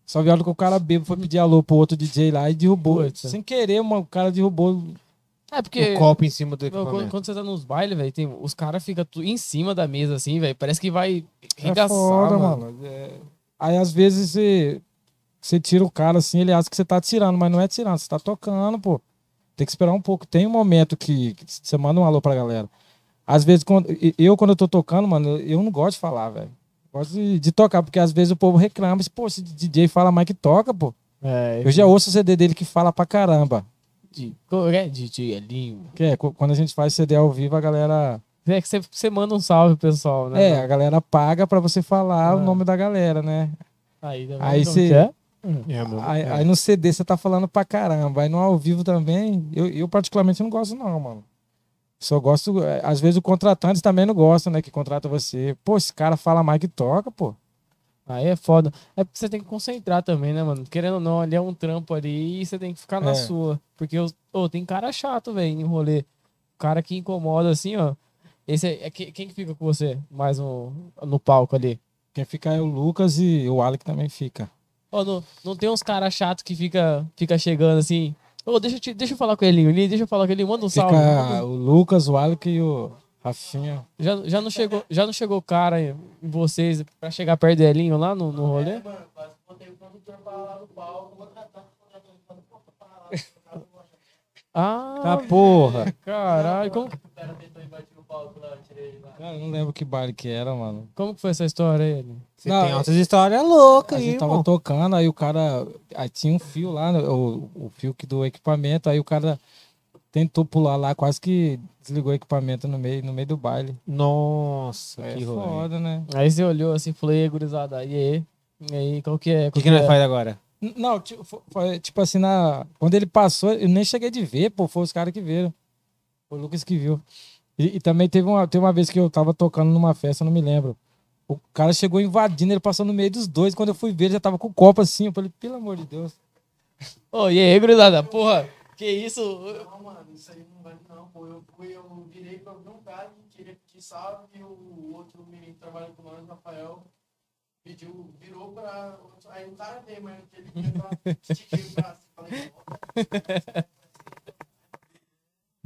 Speaker 3: Só vieram que o cara bêbado foi pedir alô pro outro DJ lá e derrubou.
Speaker 2: Puta.
Speaker 3: Sem querer, mano, o cara derrubou.
Speaker 2: É porque.
Speaker 1: O copo em cima do
Speaker 2: meu, quando,
Speaker 1: equipamento.
Speaker 2: quando você tá nos bailes, velho, tem- os caras ficam em cima da mesa, assim, velho. Parece que vai
Speaker 3: É
Speaker 2: regaçar,
Speaker 3: foda,
Speaker 2: mano.
Speaker 3: mano. É- Aí às vezes você, você tira o cara assim, ele acha que você tá tirando, mas não é tirando, você tá tocando, pô. Tem que esperar um pouco. Tem um momento que, que você manda um alô pra galera. Às vezes, quando, e- eu, quando eu tô tocando, mano, eu não gosto de falar, velho. Gosto de, de tocar, porque às vezes o povo reclama, diz, pô, esse DJ fala mais que toca, pô.
Speaker 2: É,
Speaker 3: Eu já ouço o CD dele que fala pra caramba.
Speaker 2: de, qual é, de, de Elinho.
Speaker 3: Que é, qu- quando a gente faz CD ao vivo, a galera.
Speaker 2: É que você, você manda um salve pro pessoal, né?
Speaker 3: É, a galera paga pra você falar
Speaker 2: Ah.
Speaker 3: o nome da galera, né?
Speaker 2: Aí, também
Speaker 3: Aí
Speaker 2: não
Speaker 3: você-
Speaker 2: quer.
Speaker 1: É, meu,
Speaker 3: Aí,
Speaker 1: é.
Speaker 3: aí no CD você tá falando pra caramba. Aí no ao vivo também, eu, eu particularmente não gosto, não, mano. Só gosto. é, Às vezes o contratante também não gosta, né? Que contrata você. Pô, esse cara fala mais que toca, pô.
Speaker 2: Aí é foda. É porque você tem que concentrar também, né, mano? Querendo ou não, ali é um trampo ali e você tem que ficar na
Speaker 3: É.
Speaker 2: sua. Porque os- ô, tem cara chato, velho, em rolê. Cara que incomoda assim, ó. Esse é, é que- quem que fica com você mais um, no palco ali?
Speaker 3: Quem fica é o Lucas e o Alec também fica.
Speaker 2: Ô, não, não tem uns cara chato que fica, fica chegando assim. Ô, deixa, eu te- deixa eu falar com o Elinho ali, deixa eu falar com ele, manda um salve.
Speaker 3: Fica o Lucas, o Alec e o Rafinha.
Speaker 2: Já, já, não chegou, já não chegou cara em vocês pra chegar perto do Elinho lá no, no rolê? Ah,
Speaker 3: Tá porra!
Speaker 2: caralho, como,
Speaker 3: Cara, eu não lembro que baile que era, mano.
Speaker 2: como que foi essa história aí? Elinho?
Speaker 1: Você
Speaker 3: Não,
Speaker 1: tem outras histórias loucas
Speaker 3: A
Speaker 1: aí,
Speaker 3: gente tava
Speaker 1: irmão.
Speaker 3: tocando, aí o cara. Aí tinha um fio lá, né, o, o fio que do equipamento, aí o cara tentou pular lá, quase que desligou o equipamento no meio, no meio do baile.
Speaker 1: Nossa,
Speaker 3: É
Speaker 1: que rolê.
Speaker 3: foda, né?
Speaker 2: Aí você olhou assim, falei, "Ei, gurizada, e aí? E aí, qual que é?
Speaker 1: O que,
Speaker 2: Qual
Speaker 1: que nós faz agora?
Speaker 3: N- Não, tipo, fo- foi, tipo assim, na, quando ele passou, eu nem cheguei de ver, pô, foi os caras que viram. Foi o Lucas que viu. E, e também teve uma, teve uma vez que eu tava tocando numa festa, eu não me lembro. O cara chegou invadindo, ele passou no meio dos dois. Quando eu fui ver, ele já tava com o copo assim. Eu falei, pelo amor de Deus.
Speaker 2: Ô, e aí, gurizada, porra, que isso?
Speaker 4: Não, mano, isso aí não vale não, pô. Eu fui, eu virei pra ver um cara que queria pedir salve e o outro menino que trabalha com nós, Rafael, pediu, virou pra. Aí o cara veio, mas ele queria dar estiquei o braço. Falei, ó,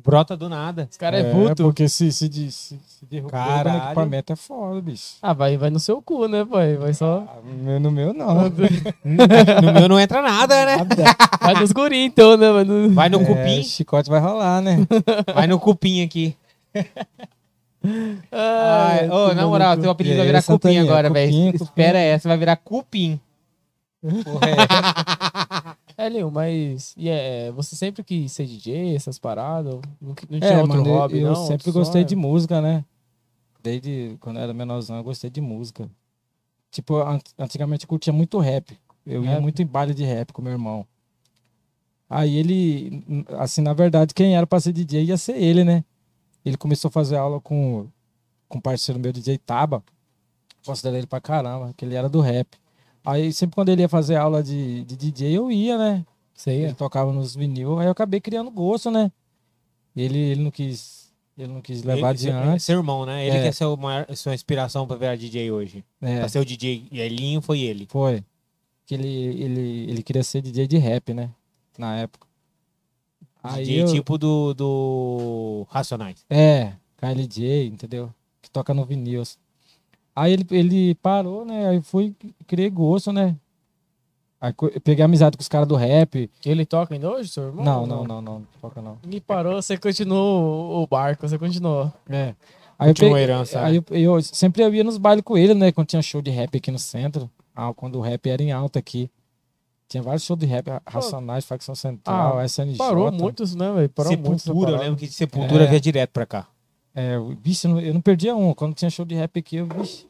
Speaker 1: Brota do nada.
Speaker 2: Os caras é, puto.
Speaker 3: porque se, se, de- se, se derrubar
Speaker 1: Caralho.
Speaker 3: o equipamento é foda, bicho.
Speaker 2: Ah, vai, vai no seu cu, né, pai? Vai só.
Speaker 3: Ah, no meu- no meu
Speaker 1: Tá
Speaker 3: não.
Speaker 1: No meu não entra nada, né?
Speaker 2: Vai nos guri, então, né, mano?
Speaker 1: Vai no
Speaker 3: É,
Speaker 1: cupim,
Speaker 3: chicote vai rolar, né?
Speaker 1: vai no cupim aqui.
Speaker 2: Ah,
Speaker 1: Ai, ô, na moral, teu apelido vai virar
Speaker 3: E aí,
Speaker 1: cupim
Speaker 3: Santaninha,
Speaker 1: agora,
Speaker 3: cupim,
Speaker 1: velho.
Speaker 3: cupim.
Speaker 1: Espera essa, vai virar cupim.
Speaker 2: É, Leon, mas e é, você sempre quis ser DJ, essas paradas? Não, não tinha outro
Speaker 3: É, mano, eu-
Speaker 2: hobby,
Speaker 3: eu,
Speaker 2: não? é.
Speaker 3: sempre
Speaker 2: Outro
Speaker 3: gostei
Speaker 2: sonho?
Speaker 3: de música, né? Desde quando eu era menorzão, eu gostei de música. Tipo, an- antigamente eu curtia muito rap. Eu ia
Speaker 2: Rap?
Speaker 3: muito em baile de rap com meu irmão. Aí ele, n- assim, na verdade, quem era pra ser DJ ia ser ele, né? Ele começou a fazer aula com com um parceiro meu, DJ Taba. Considero ele pra caramba, que ele era do rap. Aí sempre quando ele ia fazer aula de, de DJ, eu ia, né?
Speaker 2: Isso aí,
Speaker 3: Ele tocava nos vinil, aí eu acabei criando gosto, né? Ele, ele não quis. Ele não quis levar
Speaker 1: Ele-
Speaker 3: adiante.
Speaker 1: Seu irmão, né? Ele
Speaker 3: É.
Speaker 1: que é seu maior, sua inspiração pra virar DJ hoje.
Speaker 3: né?
Speaker 1: Pra ser o DJ Elinho, foi ele.
Speaker 3: Foi. Que ele, ele, ele queria ser DJ de rap, né? Na época. Aí
Speaker 1: DJ
Speaker 3: eu,
Speaker 1: tipo do, do Racionais.
Speaker 3: É, KLJ, entendeu? Que toca no vinil. assim. Aí ele, ele parou, né? Aí fui, criei gosto, né? Aí co- eu peguei amizade com os caras do rap.
Speaker 2: Ele toca ainda hoje, seu irmão?
Speaker 1: né?
Speaker 3: Não, não, não, não, não toca não.
Speaker 2: Ninguém parou, você continuou o barco, você continuou.
Speaker 3: É. Aí eu,
Speaker 1: Tinha um uma
Speaker 3: peguei-
Speaker 1: herança.
Speaker 3: aí eu, eu sempre eu ia nos bailes com ele, né? Quando tinha show de rap aqui no centro. Ah, quando o rap era em alta aqui. Tinha vários shows de rap, Racionais, Facção Central, SNJ.
Speaker 2: Ah, Parou muitos, né, velho? Parou muito. essa
Speaker 1: Sepultura, eu
Speaker 2: parada.
Speaker 1: lembro que de Sepultura
Speaker 3: É.
Speaker 1: via direto pra cá.
Speaker 3: É, eu- vixe, eu não- eu não perdia um. Quando tinha show de rap aqui, eu, vixe.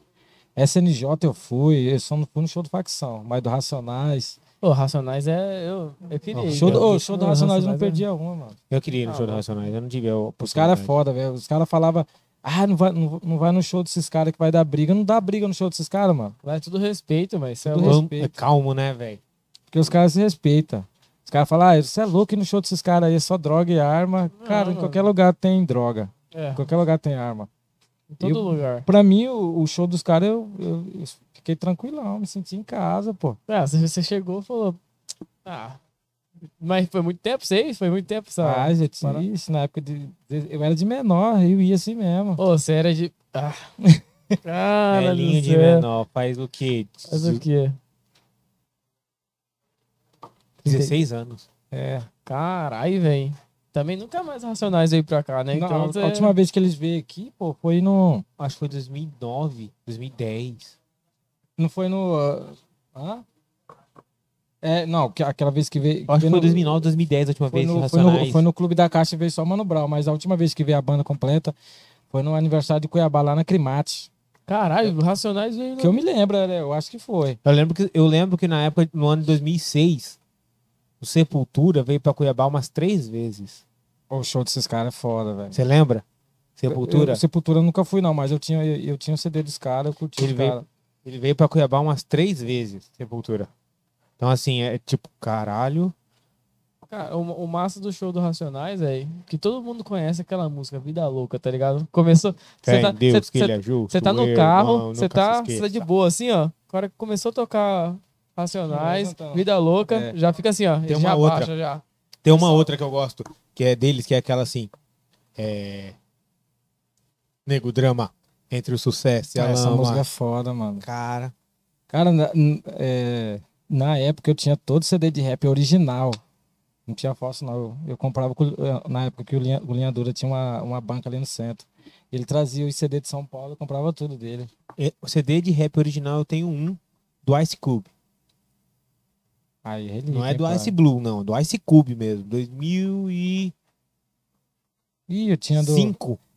Speaker 3: SNJ eu fui, eu só não fui no show do Facção, mas do Racionais.
Speaker 2: Ô, Racionais é. Eu, eu queria.
Speaker 3: Não, show do,
Speaker 2: cara.
Speaker 3: ô, show do
Speaker 2: Ô,
Speaker 3: Racionais eu não
Speaker 2: é-
Speaker 3: perdia um, mano.
Speaker 1: Eu queria ir no
Speaker 2: Ah,
Speaker 1: show do
Speaker 2: mano.
Speaker 1: Racionais, eu não tive a
Speaker 3: Os caras
Speaker 1: oportunidade.
Speaker 3: é foda, velho. Os caras falavam, ah, não vai, não, não vai no show desses caras que vai dar briga. Não dá briga no show desses caras, mano.
Speaker 2: Lá é tudo respeito, velho. Isso é
Speaker 3: Tudo
Speaker 2: louco.
Speaker 1: Vamos-
Speaker 3: respeito.
Speaker 1: Calmo, né, velho?
Speaker 3: Porque os caras se respeitam. Os caras falam, ah, você é louco ir no show desses caras aí, é só droga e arma. cara, em
Speaker 2: mano.
Speaker 3: qualquer lugar tem droga.
Speaker 2: É,
Speaker 3: Em qualquer lugar tem arma.
Speaker 2: em todo
Speaker 3: eu-
Speaker 2: lugar.
Speaker 3: Pra mim, o, o show dos caras, eu, eu- eu fiquei tranquilão, me senti em casa, pô.
Speaker 2: Ah, você, você chegou e falou. Ah. Mas foi muito tempo, vocês? Foi muito tempo,
Speaker 3: Ah,
Speaker 2: sabe?
Speaker 3: gente,
Speaker 2: Tá. para-
Speaker 3: isso, na época de, de- Eu era de menor, eu ia assim mesmo.
Speaker 2: Ô, você era de. Ah. Cara,
Speaker 1: É
Speaker 2: do
Speaker 1: linho de
Speaker 2: céu.
Speaker 1: menor, faz o quê?
Speaker 2: Mas o quê?
Speaker 1: 16 anos.
Speaker 3: É.
Speaker 2: Caralho, velho. Também nunca mais Racionais veio pra cá, né?
Speaker 3: Não,
Speaker 2: Então,
Speaker 3: a,
Speaker 2: você-
Speaker 3: a última vez que eles veio aqui, pô, foi no.
Speaker 1: Acho que foi 2009, 2010.
Speaker 3: Não foi no. ah, Hã? É, não, que- aquela vez que veio.
Speaker 1: Acho que foi
Speaker 3: no-
Speaker 1: 2009, 2010 a última
Speaker 3: Foi
Speaker 1: vez.
Speaker 3: no, foi,
Speaker 1: Racionais.
Speaker 3: no, foi no Clube da Caixa e veio só Mano Brown, mas a última vez que veio a banda completa foi no aniversário de Cuiabá, lá na Crimate.
Speaker 2: Caralho, Racionais veio.
Speaker 3: Que eu me lembro, né, eu acho que foi.
Speaker 1: Eu lembro que eu lembro que na época, no ano de 2006, o Sepultura veio pra Cuiabá umas três vezes.
Speaker 3: O show desses caras é foda, velho.
Speaker 1: Você lembra? Sepultura.
Speaker 3: Eu- Sepultura eu nunca fui, não, mas eu tinha, eu, eu tinha o CD dos caras, eu curti
Speaker 1: Ele
Speaker 3: os
Speaker 1: veio-
Speaker 3: caras.
Speaker 1: Ele veio pra Cuiabá umas três vezes, Sepultura. Então assim, é tipo, caralho.
Speaker 2: Cara, o, o massa do show do Racionais, velho, que todo mundo conhece aquela música, Vida Louca, tá ligado? Começou. Você
Speaker 1: Fé
Speaker 2: tá,
Speaker 1: em Deus,
Speaker 2: cê-
Speaker 1: que
Speaker 2: cê-
Speaker 1: ele é justo.
Speaker 2: cê tá no
Speaker 1: eu não-
Speaker 2: carro, você
Speaker 1: nunca
Speaker 2: tá,
Speaker 1: se
Speaker 2: cê tá de
Speaker 1: esqueça.
Speaker 2: boa, assim, ó. O cara que começou a tocar Racionais,
Speaker 3: Não, não, não.
Speaker 2: Vida Louca,
Speaker 3: É.
Speaker 2: já fica assim, ó. ele
Speaker 1: uma
Speaker 2: já
Speaker 1: outra.
Speaker 2: baixa, já.
Speaker 1: Tem uma outra que eu gosto, que é deles, que é aquela assim. É. Nego drama entre o sucesso e a
Speaker 3: Essa música é
Speaker 1: lama.
Speaker 3: foda, mano.
Speaker 1: Cara.
Speaker 3: Cara, na, n- é, na época eu tinha todo CD de rap original. Não tinha falso, não. Eu, eu comprava com- eh, na época que o Linha, o Linha Dura tinha uma, uma banca ali no centro. Ele trazia os CD de São Paulo, eu comprava tudo dele.
Speaker 1: é, O CD de rap original eu tenho um do Ice Cube.
Speaker 3: Aí, relíquia,
Speaker 1: Não é do
Speaker 3: hein,
Speaker 1: Ice
Speaker 3: cara.
Speaker 1: Blue, não. Do Ice Cube mesmo. 2005.
Speaker 3: Ih, eu tinha do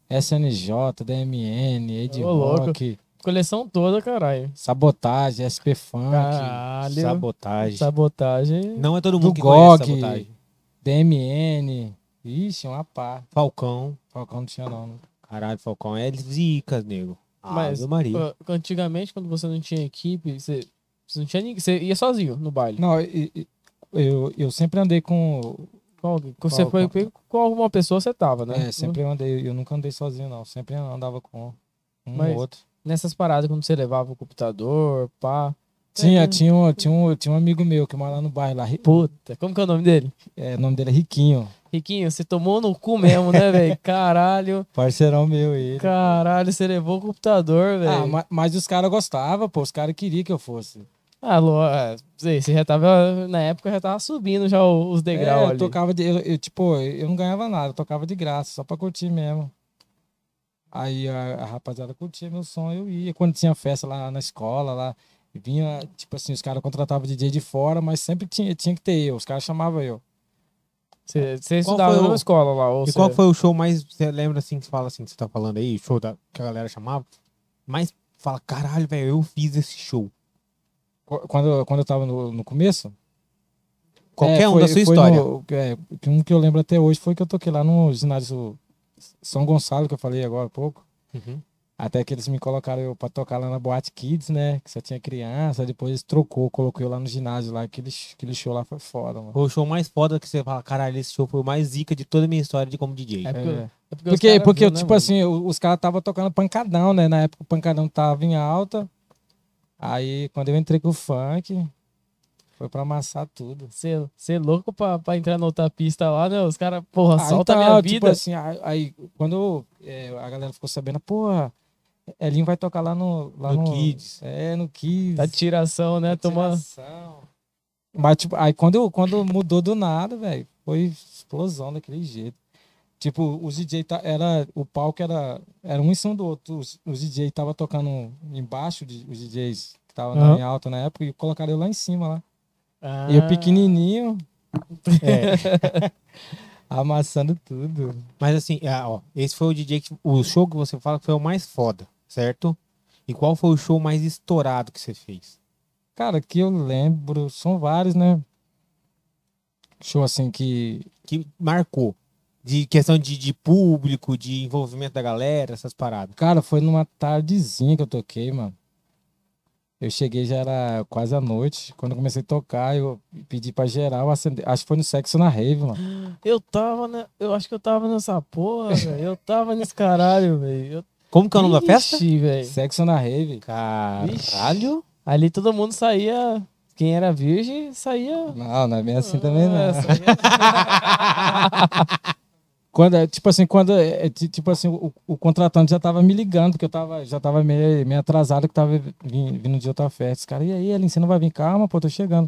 Speaker 3: SNJ, DMN, Ed
Speaker 2: Ô, louco.
Speaker 3: Rock,
Speaker 2: Coleção toda, caralho.
Speaker 3: Sabotagem, SP Funk,
Speaker 2: Caralho.
Speaker 1: Sabotagem.
Speaker 2: Sabotagem.
Speaker 1: Não é todo
Speaker 3: do
Speaker 1: mundo que
Speaker 3: GOG.
Speaker 1: conhece Sabotagem.
Speaker 3: DMN. Ixi, uma pá.
Speaker 1: Falcão.
Speaker 3: Falcão não tinha não. né?
Speaker 1: Caralho, Falcão. É zicas, nego. Ah,
Speaker 2: Mas,
Speaker 1: meu marido.
Speaker 2: pô, antigamente, quando você não tinha equipe, você, você não tinha ninguém. Você ia sozinho no baile.
Speaker 3: Não, e- e- eu, eu sempre andei com
Speaker 2: Qual, você
Speaker 3: Qual-
Speaker 2: foi
Speaker 3: qual-
Speaker 2: pego com alguma pessoa, você tava, né?
Speaker 3: É, sempre eu andei, eu nunca andei sozinho, não. Sempre andava com um
Speaker 2: Mas- é
Speaker 3: ou outro.
Speaker 2: Nessas paradas, quando você levava o computador, pá.
Speaker 3: Tinha,
Speaker 2: É,
Speaker 3: tinha, um, tinha, um, tinha um amigo meu que mora lá no bairro lá. Ri-
Speaker 2: Puta, como que é o nome dele?
Speaker 3: É, o nome dele é Riquinho.
Speaker 2: Riquinho, você tomou no cu mesmo, né, velho? Caralho,
Speaker 3: Parceirão meu ele.
Speaker 2: caralho, você levou o computador,
Speaker 3: Ah,
Speaker 2: velho.
Speaker 3: ma- mas os caras gostavam, pô. Os caras queriam que eu fosse.
Speaker 2: Ah, Lô, é, sei, você já tava, na época, já tava subindo já o- os degraus
Speaker 3: É, eu
Speaker 2: ali.
Speaker 3: tocava de. Eu, eu, tipo, eu não ganhava nada, eu tocava de graça, só pra curtir mesmo. Aí a, a rapaziada curtia meu som, eu ia. Quando tinha festa lá na escola, lá, vinha, tipo assim, os caras contratavam DJ de fora, mas sempre tinha, tinha que ter eu. Os caras chamavam eu.
Speaker 2: Você, você
Speaker 1: Qual
Speaker 2: estudava
Speaker 1: foi
Speaker 2: na
Speaker 1: o-
Speaker 2: mesma escola lá. Ou
Speaker 1: E
Speaker 2: você-
Speaker 1: qual foi o show mais. Você lembra assim que você fala assim que você tá falando aí? Show da, que a galera chamava? Mas fala, caralho, velho, eu fiz esse show.
Speaker 3: Qu- Quando, quando eu tava no, no começo,
Speaker 1: Qualquer
Speaker 3: É,
Speaker 1: um
Speaker 3: foi-
Speaker 1: da sua
Speaker 3: foi
Speaker 1: história.
Speaker 3: no- é, que um que eu lembro até hoje foi que eu toquei lá no ginásio São Gonçalo, que eu falei agora há pouco.
Speaker 1: Uhum.
Speaker 3: Até que eles me colocaram eu pra tocar lá na Boate Kids, né? Que só tinha criança. Depois trocou, colocou eu lá no ginásio lá. Aquele, aquele show lá foi foda, mano.
Speaker 1: O show mais foda que você fala, caralho, esse show foi o mais zica de toda a minha história de como DJ.
Speaker 2: É porque, é
Speaker 3: É.
Speaker 2: porque, os
Speaker 3: Porque,
Speaker 2: caras
Speaker 3: porque
Speaker 2: viu, né,
Speaker 3: tipo
Speaker 2: mano?
Speaker 3: assim, o- os caras estavam tocando pancadão, né? Na época o pancadão tava em alta. Aí, quando eu entrei com o funk, foi pra amassar tudo.
Speaker 2: Você é louco pra, pra entrar na outra pista lá, né? Os caras, porra,
Speaker 3: Ah,
Speaker 2: solta a
Speaker 3: então,
Speaker 2: minha
Speaker 3: Tipo
Speaker 2: vida.
Speaker 3: assim, aí, aí quando é, a galera ficou sabendo, porra, Elinho vai tocar lá no... Lá
Speaker 1: No Kids.
Speaker 3: É, no Kids.
Speaker 2: da tiração, né? Toma...
Speaker 3: Atiração. Mas, tipo, aí quando, quando mudou do nada, velho, foi explosão daquele jeito. Tipo, os DJ ta- era. O palco era, era um em cima do outro. Os, os DJ tava tocando embaixo, de, os DJs que estavam
Speaker 2: Aham.
Speaker 3: em alta na época, e colocaram eu lá em cima lá.
Speaker 2: Ah,
Speaker 3: E eu pequenininho,
Speaker 1: É.
Speaker 3: amassando tudo.
Speaker 1: Mas assim, ah, ó, esse foi o DJ que. O show que você fala que foi o mais foda, certo? E qual foi o show mais estourado que você fez?
Speaker 3: Cara, que eu lembro, são vários, né? Show assim que.
Speaker 1: Que marcou? De questão de, de público, de envolvimento da galera, essas paradas.
Speaker 3: Cara, foi numa tardezinha que eu toquei, mano. Eu cheguei, já era quase à noite. Quando eu comecei a tocar, eu pedi pra geral acender. Acho que foi no Sexo na Rave, mano.
Speaker 2: Eu tava, né? Eu acho que eu tava nessa porra, velho. Eu tava nesse caralho, velho. Eu...
Speaker 1: Como que é o nome da festa? é
Speaker 2: Ixi, velho.
Speaker 3: Sexo na Rave.
Speaker 1: Caralho!
Speaker 2: Ali todo mundo saía... Quem era virgem, saía...
Speaker 3: Não, não é bem assim também, não.
Speaker 2: Ah, saía-
Speaker 3: Quando, é, tipo assim, quando, é, é, ti- tipo assim, o, o contratante já tava me ligando, porque eu tava, já tava meio, meio atrasado, que tava vin- vindo de outra festa. Os caras, e aí, Aline, você não vai vir? Calma, pô, tô chegando.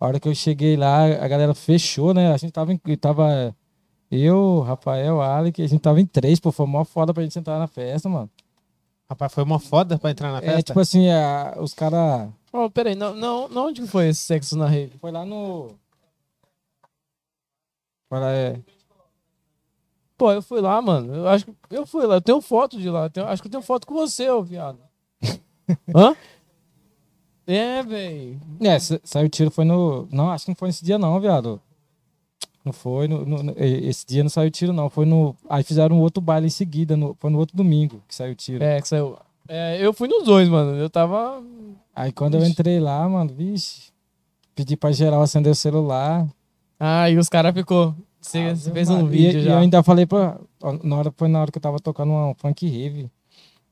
Speaker 3: A hora que eu cheguei lá, a galera fechou, né? A gente tava, em- tava eu, Rafael, Alec, a gente tava em três, pô, foi mó foda pra gente entrar na festa, mano.
Speaker 1: Rapaz, foi uma foda pra entrar na festa.
Speaker 3: É, tipo assim, a- os caras...
Speaker 2: Ô, peraí, não, não, não, onde que foi esse sexo na rave?
Speaker 3: Foi lá no... Foi lá, é...
Speaker 2: Pô, eu fui lá, mano. Eu acho que eu fui lá. Eu tenho foto de lá. Eu tenho- acho que eu tenho foto com você, ô viado. Hã? É, velho.
Speaker 3: É, sa- saiu tiro foi no. Não, acho que não foi nesse dia, não, viado. Não foi. no- no- no- e- esse dia não saiu tiro, não. Foi no. Aí fizeram um outro baile em seguida. no- foi no outro domingo que saiu tiro.
Speaker 2: É, que saiu. É, eu fui nos dois, mano. Eu tava.
Speaker 3: Aí quando eu
Speaker 2: Vixe.
Speaker 3: entrei lá, mano, vixe. Pedi pra geral acender o celular.
Speaker 2: Ah, e os caras ficou. Você você fez um
Speaker 3: Ave
Speaker 2: vídeo
Speaker 3: Ah, e, E eu
Speaker 2: já.
Speaker 3: ainda falei pra. Na hora, foi na hora que eu tava tocando uma funk rave.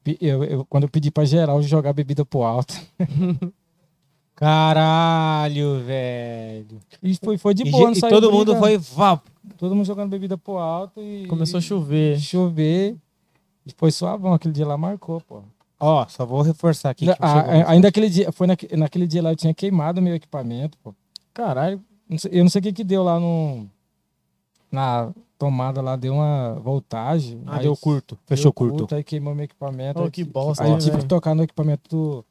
Speaker 3: Pe- Eu, eu- quando eu pedi pra geral jogar bebida pro alto.
Speaker 1: Caralho, velho.
Speaker 3: E foi, foi de
Speaker 1: E,
Speaker 3: boa, não
Speaker 1: ge- e
Speaker 3: Tipo saiu
Speaker 1: todo
Speaker 3: briga.
Speaker 1: mundo foi vapo.
Speaker 3: Todo mundo jogando bebida pro alto e.
Speaker 2: Começou a
Speaker 3: chover.
Speaker 2: chover.
Speaker 3: chover. E foi suavão, aquele dia lá marcou, pô.
Speaker 1: Ó, só vou reforçar aqui. Que
Speaker 3: Ah,
Speaker 1: chegou.
Speaker 3: ah, ainda aquele dia, foi naque- naquele dia lá eu tinha queimado meu equipamento, pô.
Speaker 2: Caralho.
Speaker 3: Não sei- eu não sei o que que deu lá no... Na tomada lá, deu uma voltagem.
Speaker 1: Ah,
Speaker 3: aí
Speaker 1: deu curto. Fechou curto.
Speaker 3: Aí queimou meu equipamento.
Speaker 2: Oh,
Speaker 3: aí
Speaker 2: que
Speaker 3: ti-
Speaker 2: bosta,
Speaker 3: Aí
Speaker 2: hein,
Speaker 3: tive que
Speaker 2: velho?
Speaker 3: tocar no equipamento do...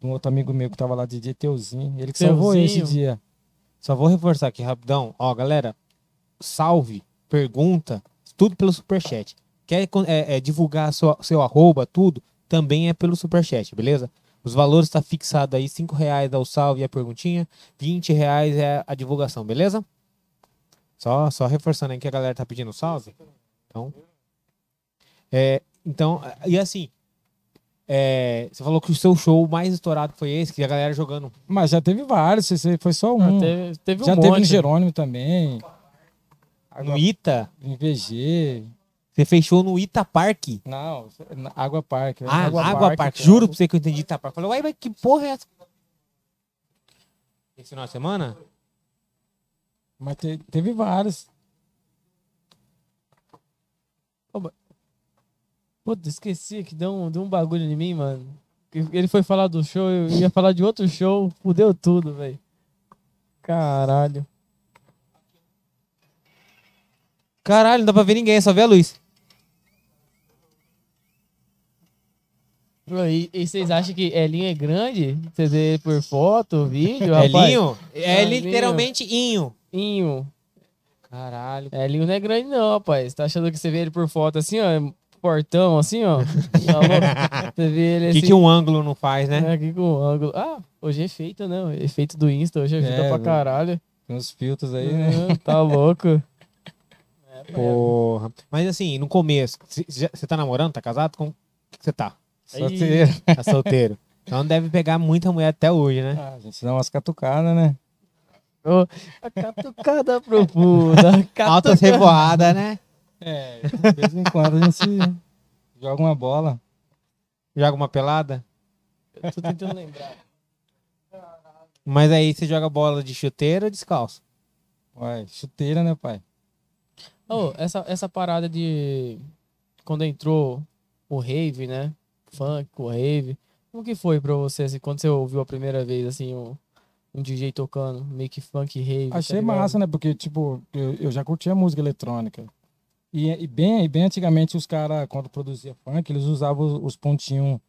Speaker 3: De um outro amigo meu que tava lá, DJ Teuzinho. Ele que salvou
Speaker 2: Teuzinho?
Speaker 3: esse dia.
Speaker 1: Só vou reforçar aqui rapidão. Ó, galera, salve, pergunta, tudo pelo superchat. Quer con- é, é, divulgar sua- seu arroba, tudo, também é pelo superchat, beleza? Os valores tá fixado aí, R$ 5 reais é o salve e a perguntinha, R$ 20 reais é a divulgação, beleza? Só, só reforçando aí que a galera tá pedindo salve. Então, é, então e assim, é, você falou que o seu show mais estourado foi esse, que a galera jogando
Speaker 3: Mas já teve vários, esse aí foi só um.
Speaker 2: Ah, teve, teve um
Speaker 3: já teve no
Speaker 2: monte.
Speaker 3: Jerônimo também.
Speaker 1: no
Speaker 3: Água,
Speaker 1: Ita.
Speaker 3: em VG.
Speaker 1: Você fechou no Ita Park.
Speaker 3: Não, na Água Parque. né?
Speaker 1: Ah, Água, Park.
Speaker 3: pô.
Speaker 1: Juro pra você que eu entendi Ita Park. Falei, uai, mas que porra é essa? Esse final de semana?
Speaker 3: Mas te- teve vários.
Speaker 2: Puta, esqueci que deu um, deu um bagulho em mim, mano. Que- Ele foi falar do show, eu ia falar de outro show. Fudeu tudo, velho. Caralho.
Speaker 1: Caralho, não dá pra ver ninguém, é só vê a luz.
Speaker 2: Pô, E e vocês acham que Elinho é grande? Vocês vê ele por foto, vídeo? rapaz?
Speaker 1: Elinho? É
Speaker 2: Elinho.
Speaker 1: literalmente Inho.
Speaker 2: Inho.
Speaker 1: Caralho.
Speaker 2: Elinho não é grande não, rapaz. Tá achando que você vê ele por foto assim, ó? Portão, assim, ó? Tá louco? você vê ele
Speaker 1: O
Speaker 2: assim...
Speaker 1: que, que um ângulo não faz, né?
Speaker 2: né, aqui com o ângulo. Ah, hoje é efeito, né? O Efeito do Insta, hoje é vida
Speaker 3: É,
Speaker 2: pra
Speaker 3: velho.
Speaker 2: caralho.
Speaker 3: Tem uns filtros
Speaker 1: É.
Speaker 3: aí, né?
Speaker 2: Hum, Tá louco.
Speaker 1: Porra. Mas assim, no começo, você já- você tá namorando, tá casado? Com... que você tá?
Speaker 3: Solteiro.
Speaker 1: Tá solteiro. Então deve pegar muita mulher até hoje, né?
Speaker 3: Ah, a gente dá umas catucadas, né?
Speaker 2: Ô, a catucada profunda. a Catucada.
Speaker 1: Alta revoada, né?
Speaker 3: É, de vez em quando a gente joga uma bola.
Speaker 1: Joga uma pelada.
Speaker 2: Eu tô tentando lembrar.
Speaker 1: Mas aí você joga bola de chuteiro ou descalço?
Speaker 3: Uai, chuteira, né, pai?
Speaker 2: Ô, essa, essa parada de. Quando entrou o rave, né? Funk, o rave. Como que foi pra você, assim, quando você ouviu a primeira vez, assim, o, um DJ tocando, meio que funk rave? tá
Speaker 3: Achei
Speaker 2: ligado?
Speaker 3: massa, né? Porque, tipo, eu, eu já curtia música eletrônica. E, e bem, e bem antigamente, os caras, quando produzia funk, eles usavam os, os pontinhos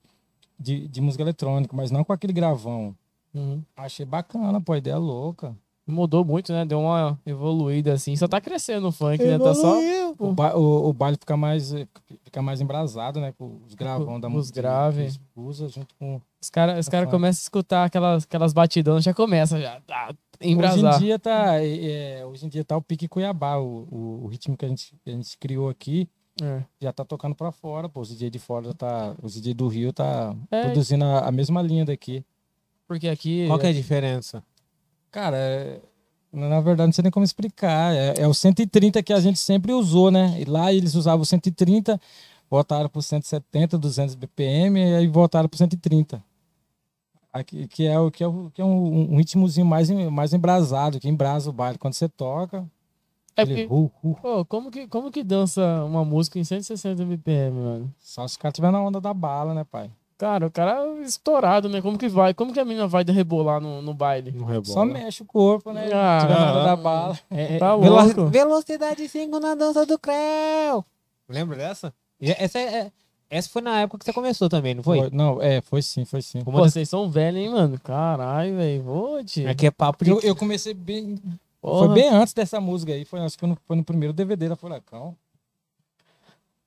Speaker 3: de, de música eletrônica, mas não com aquele gravão.
Speaker 2: Uhum.
Speaker 3: Achei bacana, pô, a ideia é louca.
Speaker 2: Mudou muito, né? Deu uma evoluída, assim. Só tá crescendo o funk, né? Tá só
Speaker 3: O, ba- o- o baile fica mais, eh, fica mais embrasado, né? Com os gravão da
Speaker 2: os
Speaker 3: música.
Speaker 2: grave.
Speaker 3: eles Usa junto com.
Speaker 2: Os caras os cara
Speaker 3: funk.
Speaker 2: começam a escutar aquelas, aquelas batidões, já começa já tá,
Speaker 3: Hoje em
Speaker 2: embrasar.
Speaker 3: dia tá, eh, eh, hoje em dia tá o pique Cuiabá, o, o- o ritmo que a gente, que a gente criou aqui
Speaker 2: É.
Speaker 3: já tá tocando pra fora, pô. Os DJ de fora já tá, os DJ do Rio tá
Speaker 2: É.
Speaker 3: produzindo a, a mesma linha daqui.
Speaker 2: Porque aqui
Speaker 1: Qual que é a diferença?
Speaker 3: Cara, é- na na verdade não sei nem como explicar. É, é o 130 que a gente sempre usou, né? E lá eles usavam o 130, voltaram pro 170, 200 BPM e aí voltaram pro 130. Aqui, que é o que é, o- que é um, um ritmozinho mais, em- mais embrasado, que embrasa o baile quando você toca.
Speaker 2: é
Speaker 3: aquele
Speaker 2: porque,
Speaker 3: ru, ru.
Speaker 2: pô, como que como que dança uma música em 160 BPM, mano?
Speaker 3: Só se o cara tiver na onda da bala, né, pai?
Speaker 2: Cara, o cara é estourado, né? Como que vai? Como que a menina vai de rebolar no, no baile?
Speaker 1: No rebola.
Speaker 3: Só mexe o corpo, né?
Speaker 2: Ah,
Speaker 3: tiver na onda
Speaker 2: ah,
Speaker 3: da bala.
Speaker 2: É, é- tá
Speaker 1: Velo-
Speaker 2: louco.
Speaker 1: Velocidade 5 na dança do Creu. Lembra dessa? E Essa, é- essa foi na época que você começou também, não foi?
Speaker 3: Não, é, foi sim, foi sim.
Speaker 2: Pô, vocês são velhos, hein, mano? Caralho, velho. Vou te.
Speaker 1: Aqui é papo de...
Speaker 3: Eu, eu comecei bem,
Speaker 2: Porra.
Speaker 3: Foi bem antes dessa música aí, foi, acho que no- foi no primeiro DVD da Furacão.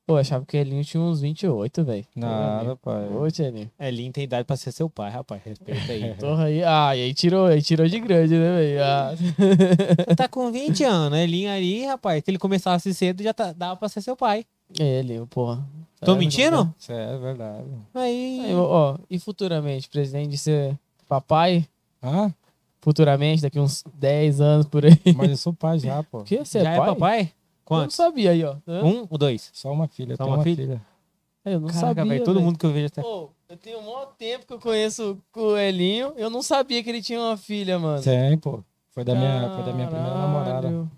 Speaker 2: Pô, achava que o Elinho tinha uns 28, velho.
Speaker 3: Tá Nada, pai.
Speaker 2: Ô, Elinho.
Speaker 1: É, Lin tem idade pra ser seu pai, rapaz. Respeita aí.
Speaker 2: Torra aí. Ah, e aí tirou, aí tirou de grande, né, velho? Ah.
Speaker 1: Você tá com 20 anos, é Lin aí, rapaz. Se ele começasse cedo, já tá- dava pra ser seu pai.
Speaker 2: É, Elinho, porra.
Speaker 1: Tô
Speaker 2: É,
Speaker 1: mentindo?
Speaker 3: Isso é verdade.
Speaker 2: Aí,
Speaker 1: Aí...
Speaker 2: ó, e futuramente, presidente de ser papai?
Speaker 3: Hã?
Speaker 2: Futuramente, daqui uns 10 anos por aí.
Speaker 3: Mas eu sou pai já, pô.
Speaker 2: O que? Você
Speaker 1: Já
Speaker 2: é pai?
Speaker 1: é papai?
Speaker 2: Eu não
Speaker 1: Quantos?
Speaker 2: sabia aí, ó. Hã?
Speaker 1: Um ou dois?
Speaker 3: Só uma filha,
Speaker 1: Só
Speaker 3: tem
Speaker 1: uma
Speaker 3: uma,
Speaker 1: filha?
Speaker 3: filha.
Speaker 2: Eu não
Speaker 1: Caraca,
Speaker 2: sabia,
Speaker 1: velho, todo
Speaker 2: velho.
Speaker 1: mundo que eu vejo até...
Speaker 2: Pô, eu tenho um maior tempo que eu conheço o Elinho. Eu não sabia que ele tinha uma filha, mano.
Speaker 3: Tem, pô. Foi da, minha, foi da minha primeira namorada.
Speaker 2: Caralho.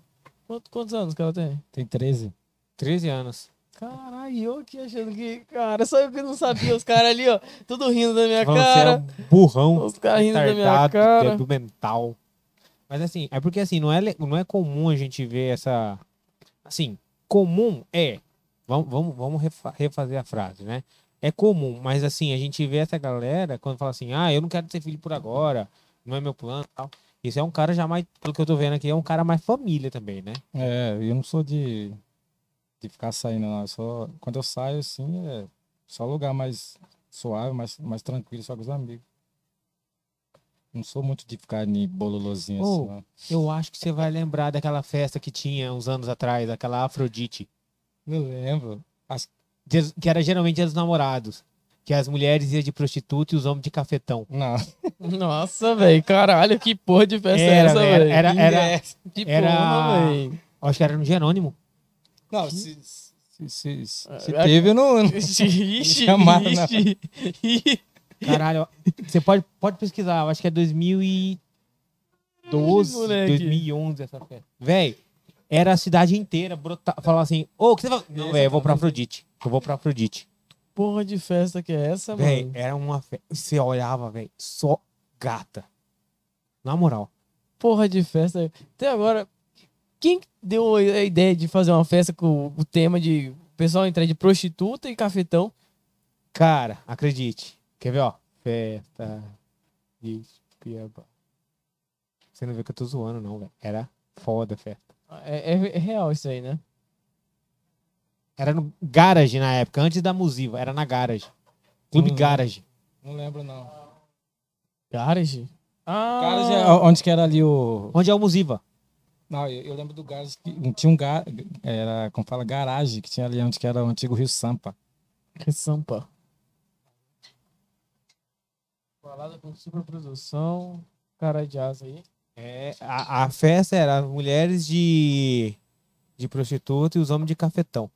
Speaker 2: Quanto- quantos anos que ela tem?
Speaker 3: Tem 13.
Speaker 1: 13 anos.
Speaker 2: Caralho, eu aqui achando que. Cara, só eu que não sabia. Os caras ali, ó, tudo rindo da minha
Speaker 1: Falando,
Speaker 2: cara.
Speaker 1: Você é um burrão,
Speaker 2: Os caras rindo da minha
Speaker 1: retardado,
Speaker 2: cara.
Speaker 1: do mental. Mas assim, é porque assim, não é, le- não é comum a gente ver essa... Assim, comum é... Vamos, vamos, vamos refa- refazer a frase, né? É comum, mas assim, a gente vê essa galera quando fala assim, ah, eu não quero ter filho por agora, não é meu plano e tal. Isso é um cara já mais, pelo que eu tô vendo aqui, é um cara mais família também, né?
Speaker 3: É, eu não sou de, de ficar saindo, não. Eu só, quando eu saio, assim, é só lugar mais suave, mais, mais tranquilo, só com os amigos. Não sou muito de ficar em bololozinho
Speaker 1: Ô,
Speaker 3: assim, não.
Speaker 1: Eu acho que você vai lembrar daquela festa que tinha uns anos atrás, aquela Afrodite,
Speaker 3: Não lembro.
Speaker 1: dia- que era geralmente dia dos namorados, que as mulheres iam de prostituta e os homens de cafetão.
Speaker 3: Não.
Speaker 2: Nossa, velho, caralho, que porra de festa é
Speaker 1: Era,
Speaker 2: essa,
Speaker 1: velho,
Speaker 2: velho?
Speaker 1: era-
Speaker 2: Que
Speaker 1: era-
Speaker 2: merda, Que
Speaker 1: era-
Speaker 2: porra, velho.
Speaker 1: Acho que era no Jerônimo.
Speaker 3: Não, se, se, se, se, se
Speaker 2: Ah,
Speaker 3: teve, eu não.
Speaker 2: Ixi, ixi,
Speaker 3: chamaram, não.
Speaker 2: ixi. ixi.
Speaker 1: Caralho, você pode, pode pesquisar, eu acho que é 2012,
Speaker 2: Ih, moleque.
Speaker 1: 2011 essa festa. Véi, era a cidade inteira brotar, falar assim, ô, o que você vai... Não, véi, eu
Speaker 2: tá
Speaker 1: vou pra Afrodite, eu vou pra Afrodite.
Speaker 2: Porra de festa que é essa,
Speaker 1: Véi,
Speaker 2: mano?
Speaker 1: era uma festa, você olhava, véi, só gata. Na moral.
Speaker 2: Porra de festa. Até agora, quem que deu a ideia de fazer uma festa com o tema de o pessoal entrar de prostituta e cafetão?
Speaker 1: Cara, acredite. Quer ver, ó? Festa de Piaba. Você não vê que eu tô zoando, não, velho. Era foda a festa.
Speaker 2: É, é- é real isso aí, né?
Speaker 1: Era no Garage na época, antes da Musiva. Era na Garage. Clube
Speaker 3: Uhum.
Speaker 1: Garage.
Speaker 3: Não lembro, não.
Speaker 2: Garage? Ah,
Speaker 3: Garage é o- onde que era ali o.
Speaker 1: Onde é o Musiva?
Speaker 3: Não, eu, eu lembro do Garage que tinha um gar... era, como fala, garagem que tinha ali onde que era o antigo Rio Sampa.
Speaker 2: Sampa. Balada com superprodução, cara de asa aí.
Speaker 1: É, a, a festa era mulheres de, de prostituta e os homens de cafetão.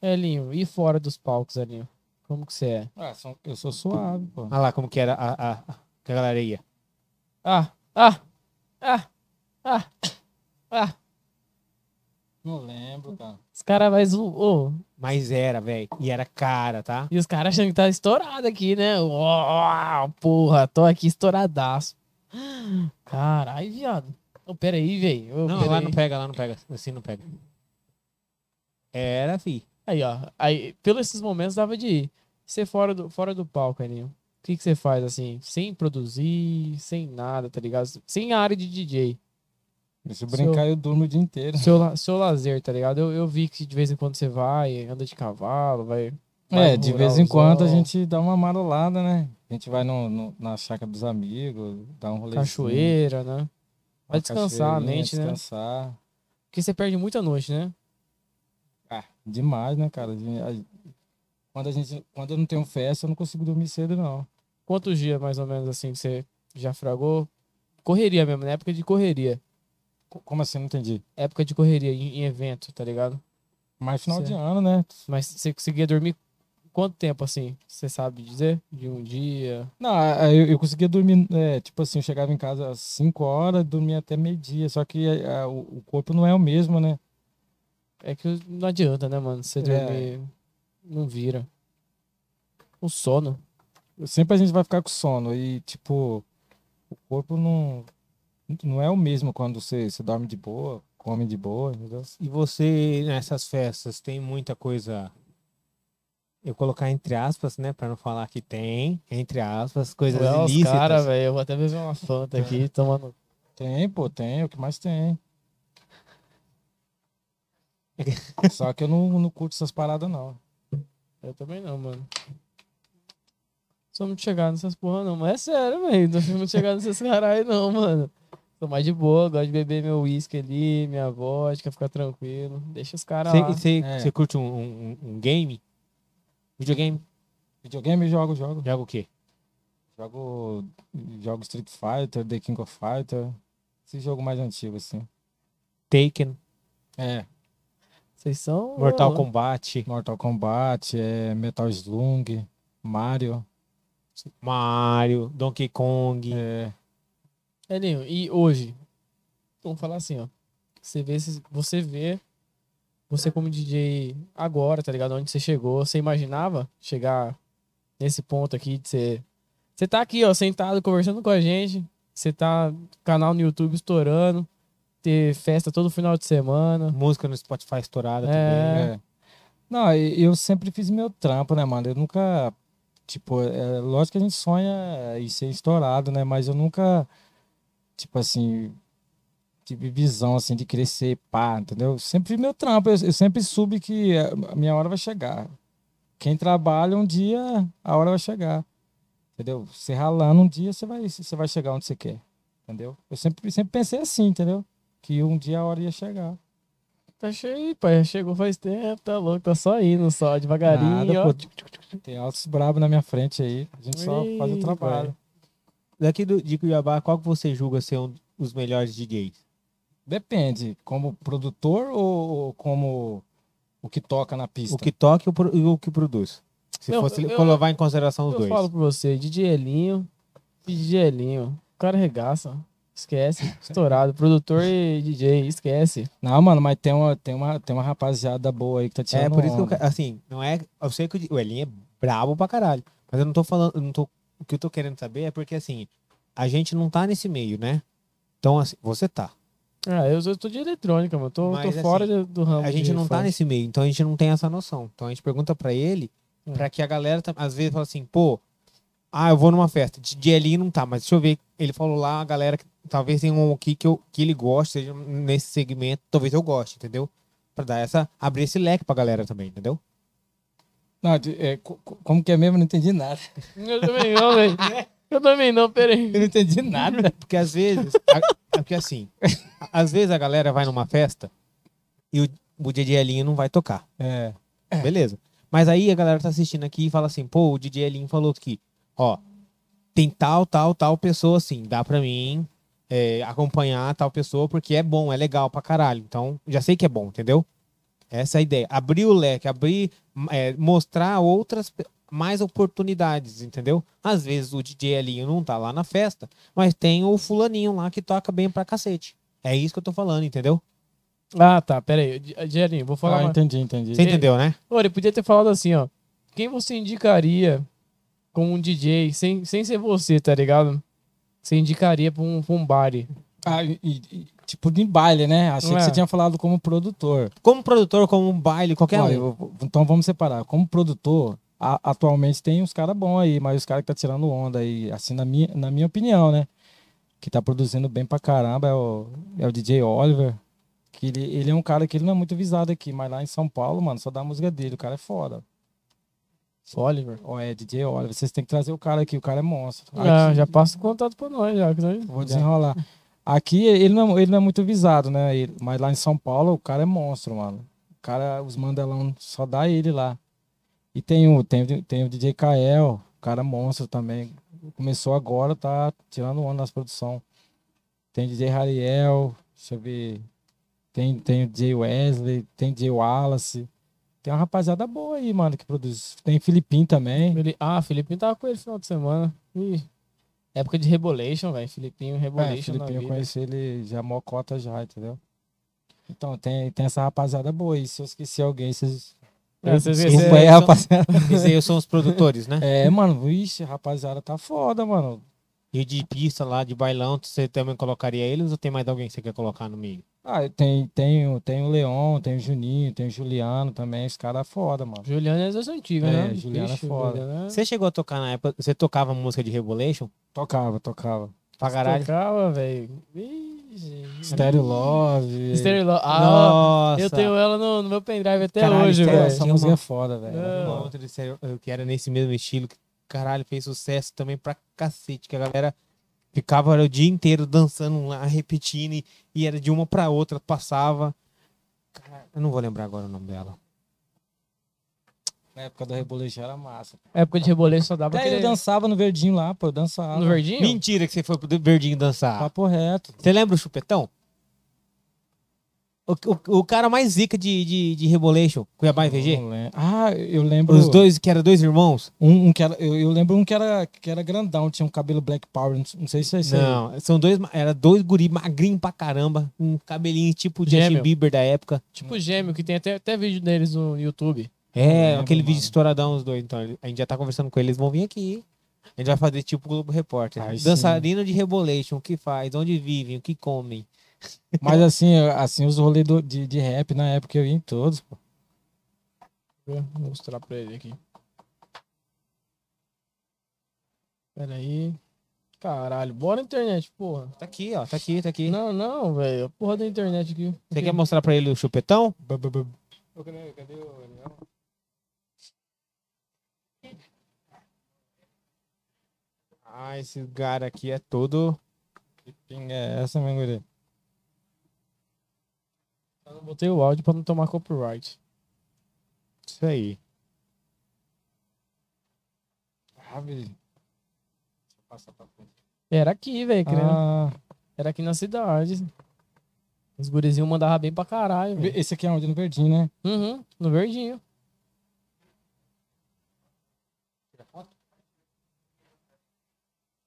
Speaker 2: Elinho, É, e fora dos palcos, Elinho? Como que você é?
Speaker 3: Ah, são- eu sou suave, pô.
Speaker 1: Olha lá como que era a, a, a, que a galera ia.
Speaker 2: Ah, ah, ah, ah, ah.
Speaker 3: Não lembro, cara.
Speaker 2: Os caras vai zo- ô,
Speaker 1: Mas era, velho. E era cara, tá?
Speaker 2: E os caras achando que tá estourado aqui, né? Uau, porra, tô aqui estouradaço. Caralho, viado. Ô, pera aí, velho. Ô,
Speaker 1: Não,
Speaker 2: pera
Speaker 1: lá
Speaker 2: aí.
Speaker 1: não pega, lá não pega. Assim não pega. Era, fi.
Speaker 2: Aí, ó. Aí, pelos esses momentos dava de ir. Você fora do, fora do palco, Elinho. O que que você faz, assim? Sem produzir, sem nada, tá ligado? Sem a área de DJ.
Speaker 3: Se eu brincar, eu durmo o dia inteiro.
Speaker 2: Seu, la- seu lazer, tá ligado? Eu, eu vi que de vez em quando você vai, anda de cavalo, vai... vai
Speaker 3: É,
Speaker 2: no
Speaker 3: de vez em
Speaker 2: ruralzão,
Speaker 3: quando a gente dá uma marolada, né? A gente vai no, no- na chácara dos amigos, dá um rolê.
Speaker 2: Cachoeira, né? Vai descansar a mente, né?
Speaker 3: descansar.
Speaker 2: Porque você perde muita noite, né?
Speaker 3: Ah, demais, né, cara? De- a- Quando, a gente, quando eu não tenho festa, eu não consigo dormir cedo, não.
Speaker 2: Quantos dias, mais ou menos, assim, que você já fragou? Correria mesmo, na época de correria.
Speaker 3: Co- Como assim? Não entendi.
Speaker 2: Época de correria, em, em evento, tá ligado?
Speaker 3: Mas final de
Speaker 2: Certo.
Speaker 3: ano, né?
Speaker 2: Mas você conseguia dormir quanto tempo, assim? Você sabe dizer? De um dia?
Speaker 3: Não, a- a- eu, eu conseguia dormir, é, tipo assim, eu chegava em casa às 5 horas, dormia até meio-dia, só que a- a- o o corpo não é o mesmo, né?
Speaker 2: É que não adianta, né, mano? Você
Speaker 3: É.
Speaker 2: dormir... Não vira. Um sono.
Speaker 3: Sempre a gente vai ficar com sono e, tipo, o corpo não, não é o mesmo quando você, você dorme de boa, come de boa, entendeu?
Speaker 1: E você, nessas festas, tem muita coisa. Eu colocar entre aspas, né? Pra não falar que tem. Entre aspas, coisas
Speaker 2: Ué, os
Speaker 1: ilícitas.
Speaker 2: cara, velho. Eu vou até beber uma Fanta aqui, tomando...
Speaker 3: Tem, pô, tem, é o que mais tem. Só que eu não, não curto essas paradas, não.
Speaker 2: Eu também não, mano. Sou muito chegado nessas porra, não. Mas é sério, velho. Não sou muito chegado nesses caralho, não, mano. Tô mais de boa, gosto de beber meu uísque ali, minha vodka, ficar tranquilo. Deixa os caras lá.
Speaker 1: Você
Speaker 3: É.
Speaker 1: você curte um, um- um game? Videogame?
Speaker 3: Videogame eu jogo, jogo.
Speaker 1: Joga o quê?
Speaker 3: Jogo, jogo Street Fighter, The King of Fighter. Esse jogo mais antigo, assim.
Speaker 1: Taken,
Speaker 3: É,
Speaker 2: Vocês são.
Speaker 1: Mortal
Speaker 2: ô,
Speaker 1: Kombat,
Speaker 3: Mortal Kombat, é Metal Slug, Mario.
Speaker 1: Mario, Donkey Kong.
Speaker 3: É,
Speaker 2: Elinho, É, e hoje? Vamos falar assim, ó. Você vê, esses- você vê você como DJ agora, tá ligado? Onde você chegou. Você imaginava chegar nesse ponto aqui de ser. Você tá aqui, ó, sentado conversando com a gente. Você tá canal no YouTube estourando. Ter festa todo final de semana.
Speaker 1: Música no Spotify estourada
Speaker 2: É.
Speaker 1: também.
Speaker 3: é. Não, e- eu sempre fiz meu trampo, né, mano? Eu nunca. Tipo, é lógico que a gente sonha em ser estourado, né? Mas eu nunca, tipo assim, tive visão, assim, de crescer, pá, entendeu? Eu sempre fiz meu trampo, eu, eu sempre soube que a minha hora vai chegar. Quem trabalha um dia, a hora vai chegar, entendeu? Você ralando um dia, você vai, você vai chegar onde você quer, entendeu? Eu sempre, sempre pensei assim, entendeu? Que um dia a hora ia chegar.
Speaker 2: Tá cheio, pai. Chegou faz tempo, tá louco, tá só indo, só devagarinho.
Speaker 3: Nada,
Speaker 2: ó.
Speaker 3: pô. Tem altos brabo na minha frente aí. A gente só faz o
Speaker 2: Ih,
Speaker 3: trabalho.
Speaker 1: Daqui do, de Cuiabá, qual que você julga ser um dos melhores DJs?
Speaker 3: Depende, como produtor ou ou como o que toca na pista?
Speaker 1: O que toca e o pro- e o que produz. Se
Speaker 2: Não,
Speaker 1: fosse
Speaker 2: eu-
Speaker 1: eu, levar em consideração os
Speaker 2: Eu
Speaker 1: dois.
Speaker 2: falo pra você, DJ Elinho, DJ Elinho, o cara regaça, esquece, estourado, produtor e DJ, esquece.
Speaker 3: Não, mano, mas tem uma, tem, uma, tem uma rapaziada boa aí que tá tirando
Speaker 1: É, por isso que eu,
Speaker 3: onda.
Speaker 1: ca- assim, não é. Eu sei que o Di- o Elinho é brabo pra caralho. Mas eu não tô falando. eu não tô, o que eu tô querendo saber é porque, assim, a gente não tá nesse meio, né? Então, assim, você tá.
Speaker 2: Ah, eu, eu tô de eletrônica, mano, tô,
Speaker 1: Mas,
Speaker 2: tô
Speaker 1: assim,
Speaker 2: fora do, do ramo.
Speaker 1: A gente
Speaker 2: de
Speaker 1: não tá
Speaker 2: funk.
Speaker 1: nesse meio, então a gente não tem essa noção. Então a gente pergunta pra ele,
Speaker 2: É.
Speaker 1: pra que a galera, tam- às vezes, fala assim, pô, ah, eu vou numa festa. DJ Elinho não tá, mas deixa eu ver. Ele falou lá, a galera, que talvez tenha um aqui que, eu, que ele goste, seja nesse segmento, talvez eu goste, entendeu? Pra dar essa. abrir esse leque pra galera também, entendeu?
Speaker 3: Não, de- é, co- co- como que é mesmo? Eu Não entendi nada.
Speaker 2: Eu também não, velho. Eu também não, peraí.
Speaker 3: Eu não entendi nada.
Speaker 1: Porque às vezes. a- é porque assim. a- Às vezes a galera vai numa festa e o, o DJ Elinho não vai tocar.
Speaker 3: É.
Speaker 1: Beleza. Mas aí a galera tá assistindo aqui e fala assim: pô, o DJ Elinho falou que, ó, tem tal, tal, tal pessoa, assim, dá pra mim é, acompanhar tal pessoa, porque é bom, é legal pra caralho. Então, já sei que é bom, entendeu? Essa é a ideia. Abrir o leque, abrir, é, mostrar outras, pe- mais oportunidades, entendeu? Às vezes o DJ Elinho não tá lá na festa, mas tem o fulaninho lá que toca bem pra cacete. É isso que eu tô falando, entendeu?
Speaker 2: Ah, tá, peraí. Gerinho, vou falar.
Speaker 3: Ah,
Speaker 1: então-
Speaker 2: uma-
Speaker 3: entendi, entendi.
Speaker 1: Você entendeu, né?
Speaker 2: Ô, ele podia ter falado assim, ó. Quem você indicaria como um DJ, sem, sem ser você, tá ligado? Você indicaria pra um, pra um baile.
Speaker 3: Ah, e- e- tipo de baile, né? Achei
Speaker 2: Não
Speaker 3: que
Speaker 2: é?
Speaker 3: você tinha falado como produtor.
Speaker 1: Como produtor, como um baile, qualquer
Speaker 3: Ó,
Speaker 1: um.
Speaker 3: eu- então vamos separar. Como produtor, a- atualmente tem uns caras bons aí, mas os caras que tá tirando onda aí, assim, na minha, na minha opinião, né? Que tá produzindo bem pra caramba é o, é o DJ Oliver. Que ele, ele é um cara que ele não é muito visado aqui, mas lá em São Paulo, mano, só dá a música dele. O cara é foda.
Speaker 2: Oliver.
Speaker 3: Ó, é DJ Oliver. Vocês têm que trazer o cara aqui, o cara é monstro.
Speaker 2: Ah,
Speaker 3: Aqui-
Speaker 2: já passa o contato pra nós, já. que nós-
Speaker 3: Vou
Speaker 2: já.
Speaker 3: desenrolar. Aqui ele não, ele não é muito visado, né? Ele- mas lá em São Paulo o cara é monstro, mano. O cara, os mandelão só dá ele lá. E tem o, tem, o- tem o DJ Kael, o cara é monstro também. Começou agora, tá tirando onda nas produções. Tem DJ Rariel, deixa eu ver. Tem, tem o DJ Wesley, tem DJ Wallace. Tem uma rapaziada boa aí, mano, que produz. Tem Filipim também.
Speaker 2: Ele... Ah, Filipinho tava com ele no final de semana. Ih. Época de Rebolation, velho. Filipinho,
Speaker 3: É,
Speaker 2: Rebolation na
Speaker 3: Filipinho, eu
Speaker 2: vida.
Speaker 3: conheci ele já mocota já, entendeu? Então, tem, tem essa rapaziada boa aí. Se eu esqueci alguém, vocês...
Speaker 2: É, vocês
Speaker 1: Desculpa
Speaker 2: esqueceram.
Speaker 3: Desculpa aí,
Speaker 1: só-
Speaker 3: rapaziada.
Speaker 1: Esses aí são os produtores, né?
Speaker 3: É, mano, ixi, a rapaziada tá foda, mano.
Speaker 1: E de pista lá, de bailão, você também colocaria eles ou tem mais alguém que você quer colocar no meio?
Speaker 3: Ah, tem, tem, o- tem o Leon, tem o Juninho, tem o Juliano também. Os caras foda, mano.
Speaker 2: Juliana é das antigas,
Speaker 3: É,
Speaker 2: né?
Speaker 3: Juliana é foda.
Speaker 2: Juliana é-
Speaker 1: Você chegou a tocar na época, você tocava música de Revolution?
Speaker 3: Tocava, tocava.
Speaker 1: Pra caralho.
Speaker 2: Tocava, velho. Ih, gente.
Speaker 3: Stereo Love.
Speaker 2: Stereo Love. Ah,
Speaker 1: Nossa!
Speaker 2: eu tenho ela no, no meu pendrive até
Speaker 1: Caralho,
Speaker 2: hoje,
Speaker 1: Stereo
Speaker 2: velho.
Speaker 3: Essa
Speaker 1: Tinha
Speaker 3: música
Speaker 1: uma-
Speaker 3: é foda, velho.
Speaker 2: É.
Speaker 1: Uma outra de série, eh, que era nesse mesmo estilo, que caralho, fez sucesso também pra cacete, que a galera ficava era, o dia inteiro dançando lá, repetindo, e, e era de uma pra outra, passava. Cara, eu não vou lembrar agora o nome dela.
Speaker 3: Na época do Rebolejão era massa.
Speaker 2: Época de reboleiro só dava
Speaker 3: Até eu
Speaker 2: aquele...
Speaker 3: dançava no Verdinho lá, pô. Eu dançava.
Speaker 2: No verdinho?
Speaker 1: Mentira que você foi pro Verdinho dançar.
Speaker 3: Papo reto.
Speaker 1: Você lembra o Chupetão? O, o, o cara mais zica de, de, de Rebolation, Cuiabá e VG.
Speaker 3: Não lembro. Ah, eu lembro...
Speaker 1: Os dois, que eram dois irmãos?
Speaker 3: Um, um que era, eu, eu lembro um que era, que era grandão, tinha um cabelo Black Power, não, não sei se é esse aí.
Speaker 1: Não, são dois, ma- era dois guri magrinho pra caramba, um cabelinho tipo de Justin
Speaker 2: Gêmeo.
Speaker 1: Bieber da época.
Speaker 2: Tipo gêmeo, que tem até, até vídeo deles no YouTube.
Speaker 1: É,
Speaker 3: lembro,
Speaker 1: aquele vídeo
Speaker 3: mano.
Speaker 1: estouradão os dois, então. A gente já tá conversando com eles, vão vir aqui. A gente vai fazer tipo Globo Repórter.
Speaker 3: Aí sim.
Speaker 1: Dançarino de Rebolation, o que faz, onde vivem, o que comem.
Speaker 3: Mas assim, eu- assim os rolês do- de, de rap na época eu ia em todos. pô.
Speaker 2: Vou mostrar pra ele aqui. Pera aí. Caralho, bora internet, porra.
Speaker 1: Tá aqui, ó, tá aqui, tá aqui.
Speaker 2: Não, não, velho. a Porra da internet aqui.
Speaker 1: Você quer mostrar pra ele o chupetão? Ah, esse cara aqui é todo.
Speaker 3: Que pinga é essa, meu guri?
Speaker 2: Eu não botei o áudio pra não tomar copyright.
Speaker 1: Isso aí.
Speaker 3: Ah, velho. Deixa eu passar pra frente.
Speaker 2: Era aqui, velho, querendo.
Speaker 3: Ah,
Speaker 2: Era aqui na cidade. Os gurizinhos mandavam bem pra caralho, velho.
Speaker 3: esse aqui é onde? No Verdinho, né?
Speaker 2: Uhum, no verdinho.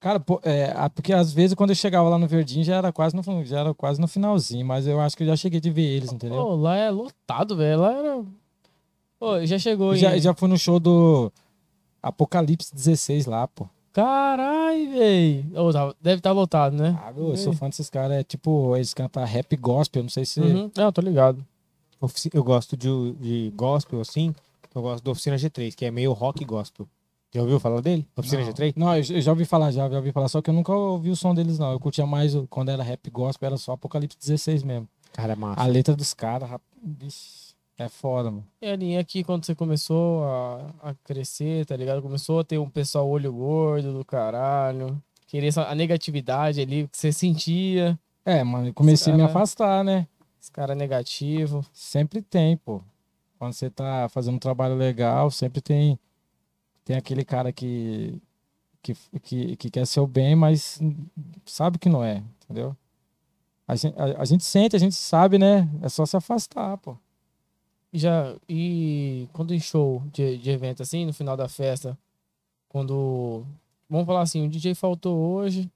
Speaker 3: Cara, pô, é, ah, porque às vezes quando eu chegava lá no Verdinho já era quase no, fin- já era quase no finalzinho, mas eu acho que eu já cheguei de ver eles, entendeu?
Speaker 2: Pô, lá é lotado, velho. Lá era. Pô, já chegou
Speaker 3: Eu
Speaker 2: em-
Speaker 3: já, já fui no show do Apocalipse 16 lá, pô.
Speaker 2: Carai, velho. tá- deve estar lotado, né?
Speaker 3: Ah, eu sou fã desses caras. É tipo, eles cantam rap gospel, não sei se.
Speaker 2: Uhum. Não, tô ligado.
Speaker 1: Ofici- Eu gosto de, de gospel assim. Eu gosto do Oficina G3, que é meio rock gospel. Já ouviu falar dele? Oficina
Speaker 3: não.
Speaker 1: G3?
Speaker 3: Não, eu, eu já ouvi falar, já, já ouvi falar, só que eu nunca ouvi o som deles, não. Eu curtia mais o- quando era rap gospel, era só Apocalipse 16 mesmo.
Speaker 1: Cara, é
Speaker 3: A
Speaker 1: massa.
Speaker 3: letra dos caras, rap- vixe, é foda, mano.
Speaker 2: E ali, aqui, quando você começou a, a crescer, tá ligado? Começou a ter um pessoal olho gordo do caralho. Querer essa, a negatividade ali que você sentia.
Speaker 3: É, mano, eu comecei a me
Speaker 2: Cara.
Speaker 3: afastar, né?
Speaker 2: Esse cara negativo.
Speaker 3: Sempre tem, pô. Quando você tá fazendo um trabalho legal, sempre tem tem aquele cara que que, que, que quer ser o bem, mas sabe que não é, entendeu? A gente, a, a gente sente, a gente sabe, né? É só se afastar, pô.
Speaker 2: Já, e quando em show de, de evento assim, no final da festa, quando. Vamos falar assim, o DJ faltou hoje,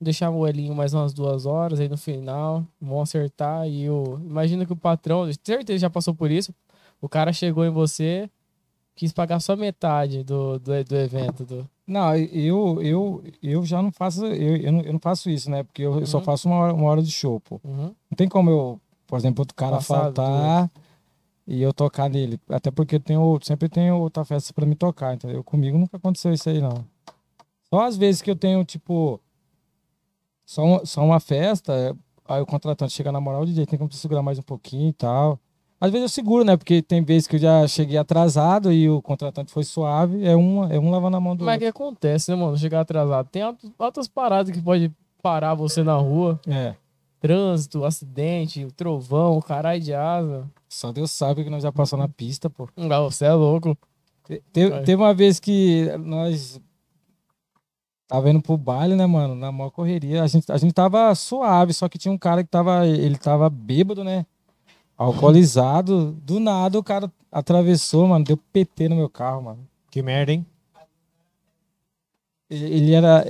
Speaker 2: deixar o Elinho mais umas duas horas aí no final, vão acertar e o. Imagina que o patrão, de certeza já passou por isso. O cara chegou em você, quis pagar só metade do, do, do evento. Do...
Speaker 3: Não, eu, eu, eu já não faço, eu, eu, não, eu não faço isso, né? Porque eu, eu só
Speaker 2: Uhum.
Speaker 3: faço uma hora, uma hora de show, pô.
Speaker 2: Uhum.
Speaker 3: Não tem como eu, por exemplo, outro cara
Speaker 2: Passar
Speaker 3: faltar e eu tocar nele. Até porque eu tenho, sempre tenho outra festa pra me tocar, entendeu? Comigo nunca aconteceu isso aí, não. Só às vezes que eu tenho, tipo, só, um- só uma festa, aí o contratante chega na moral, DJ, tem como você segurar mais um pouquinho e tal. Às vezes eu seguro, né? Porque tem vezes que eu já cheguei atrasado e o contratante foi suave, é um, é um lavando a mão do
Speaker 2: Mas é que acontece, né, mano? Chegar atrasado. Tem altos- altas paradas que pode parar você na rua.
Speaker 3: outro. É.
Speaker 2: Trânsito, acidente, trovão, caralho de asa.
Speaker 3: Só Deus sabe o que nós já passou na pista, pô.
Speaker 2: Ah, Você é louco.
Speaker 3: Te- Teve,
Speaker 2: Vai.
Speaker 3: teve uma vez que nós tava indo pro baile, né, mano? Na maior correria. A gente, a gente tava suave, só que tinha um cara que tava. Ele tava bêbado, né? Alcoolizado. Do nada o cara atravessou, mano. Deu PT no meu carro, mano.
Speaker 1: Que merda, hein?
Speaker 3: Ele, ele era.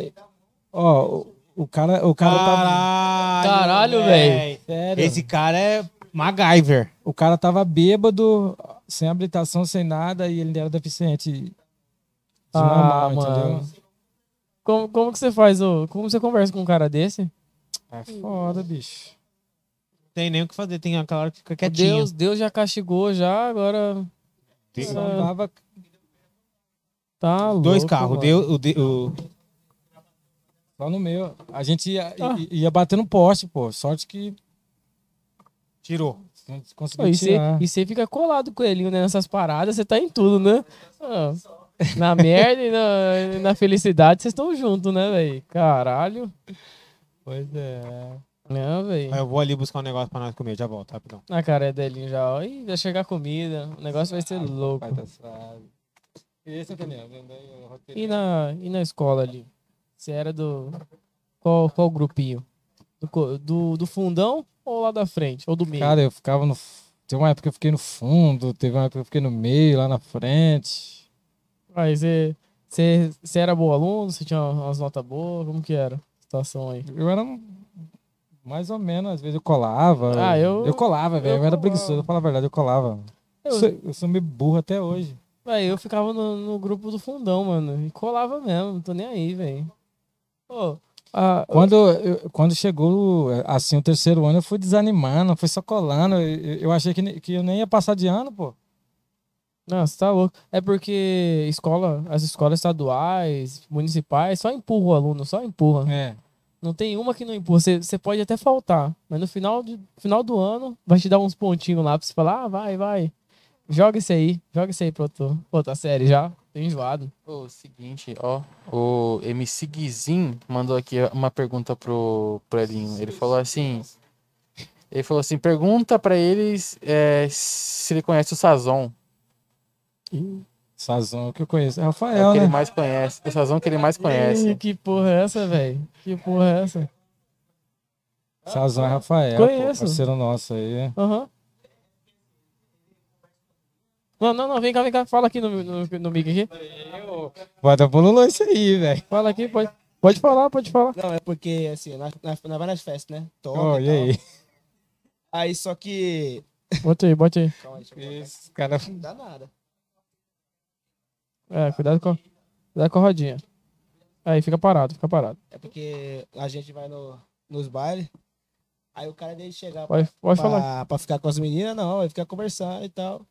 Speaker 3: Ó, o, o cara. O cara tava.
Speaker 1: Caralho,
Speaker 2: Caralho,
Speaker 3: É.
Speaker 1: véi.
Speaker 3: Sério.
Speaker 1: Esse cara é MacGyver.
Speaker 3: O cara tava bêbado, sem habilitação, sem nada, e ele era deficiente. De
Speaker 2: Ah,
Speaker 3: normal,
Speaker 2: mano.
Speaker 3: entendeu?
Speaker 2: Como, como que você faz, ô? Como você conversa com um cara desse?
Speaker 3: É foda, bicho.
Speaker 1: Tem nem o que fazer, tem aquela hora que fica quietinho.
Speaker 2: Deus, Deus já castigou, já, agora
Speaker 1: Tem-
Speaker 3: Só dava
Speaker 2: tá louco.
Speaker 1: Dois carros,
Speaker 2: mano.
Speaker 1: Deus, o, de- o-
Speaker 3: Só no meu. A gente ia,
Speaker 2: Ah.
Speaker 3: i- ia bater no poste, pô. Sorte que
Speaker 1: tirou.
Speaker 3: a gente
Speaker 2: Pô,
Speaker 3: conseguiu
Speaker 2: E você-
Speaker 3: tirar.
Speaker 2: e você fica colado com ele né, nessas paradas, você tá em tudo, né? Ah, na merda e na, e na felicidade, vocês estão juntos, né, velho? Caralho.
Speaker 3: Pois é.
Speaker 2: Não,
Speaker 1: Aí
Speaker 2: velho.
Speaker 1: eu vou ali buscar um negócio pra nós comer, já volto, rapidão.
Speaker 2: Na cara dele já, ó. Ih, vai chegar comida. O negócio vai
Speaker 1: Ah,
Speaker 2: ser louco.
Speaker 3: Pai da sabe. Esse é o Daniel. Daniel, o roteiro.
Speaker 2: E na, e na escola ali? Você era do. Qual, qual grupinho? Do, co- do, do fundão ou lá da frente? Ou do meio?
Speaker 3: Cara, eu ficava no. f- Teve uma época que eu fiquei no fundo, teve uma época que eu fiquei no meio, lá na frente.
Speaker 2: Aí você, você, você era bom aluno? Você tinha umas notas boas? Como que era a situação aí?
Speaker 3: Eu era um- mais ou menos, às vezes eu colava.
Speaker 2: Ah, eu-
Speaker 3: Eu colava, velho.
Speaker 2: eu
Speaker 3: Eu, era
Speaker 2: colava.
Speaker 3: preguiçoso, pra falar a verdade, eu colava. Eu,
Speaker 2: Eu-
Speaker 3: sou, eu sou meio burro até hoje.
Speaker 2: Véi, eu ficava no, no grupo do fundão, mano. E colava mesmo, não tô nem aí, velho. Pô, a-
Speaker 3: Quando, eu- quando chegou assim o terceiro ano, eu fui desanimando, fui só colando. Eu, eu- eu achei que, ne- que eu nem ia passar de ano, pô.
Speaker 2: Não, você tá louco. É porque escola, as escolas estaduais, municipais, só empurra o aluno, só empurra.
Speaker 3: É.
Speaker 2: Não tem uma que não empurra. Você, você pode até faltar, mas no final, de, final do ano vai te dar uns pontinhos lá pra você falar, ah, vai, vai. Joga esse aí, joga esse aí pro outro, pra outra série já. Tô enjoado.
Speaker 5: O seguinte, ó, o MC Guizin mandou aqui uma pergunta pro, pro Elinho. Ele falou assim, ele falou assim, pergunta pra eles é, se ele conhece o Sazon,
Speaker 3: Sazon, que eu conheço. É
Speaker 5: é o
Speaker 3: Rafael,
Speaker 5: que ele
Speaker 3: né?
Speaker 5: mais conhece, o Sazon que ele mais
Speaker 2: Ih,
Speaker 5: conhece.
Speaker 2: Que porra é essa, velho? Que porra é essa?
Speaker 3: Sazon é Rafael.
Speaker 2: Conheço.
Speaker 3: Pô, parceiro nosso aí.
Speaker 2: Aham. Não, não, não, vem cá, vem cá. Fala aqui no, no, no mic aqui.
Speaker 3: Vai dar bololô isso aí, velho.
Speaker 2: Fala aqui, pode, pode falar, pode falar.
Speaker 6: Não, é porque, assim, nós, nós, nós vai nas festas, né? Toca
Speaker 3: Ó, Oh,
Speaker 6: e
Speaker 3: e
Speaker 6: tal.
Speaker 3: aí?
Speaker 6: Aí só que.
Speaker 2: Bote aí, bote aí.
Speaker 6: Calma aí, deixa eu colocar aqui.
Speaker 3: Esse cara.
Speaker 6: Não dá nada.
Speaker 2: É, cuidado com, cuidado com a rodinha. Aí, fica parado, fica parado.
Speaker 6: É porque a gente vai no, nos bailes. Aí o cara dele chegar pra,
Speaker 2: Pode, pode falar.
Speaker 6: pra, pra ficar com as meninas, não, vai ficar conversando e tal.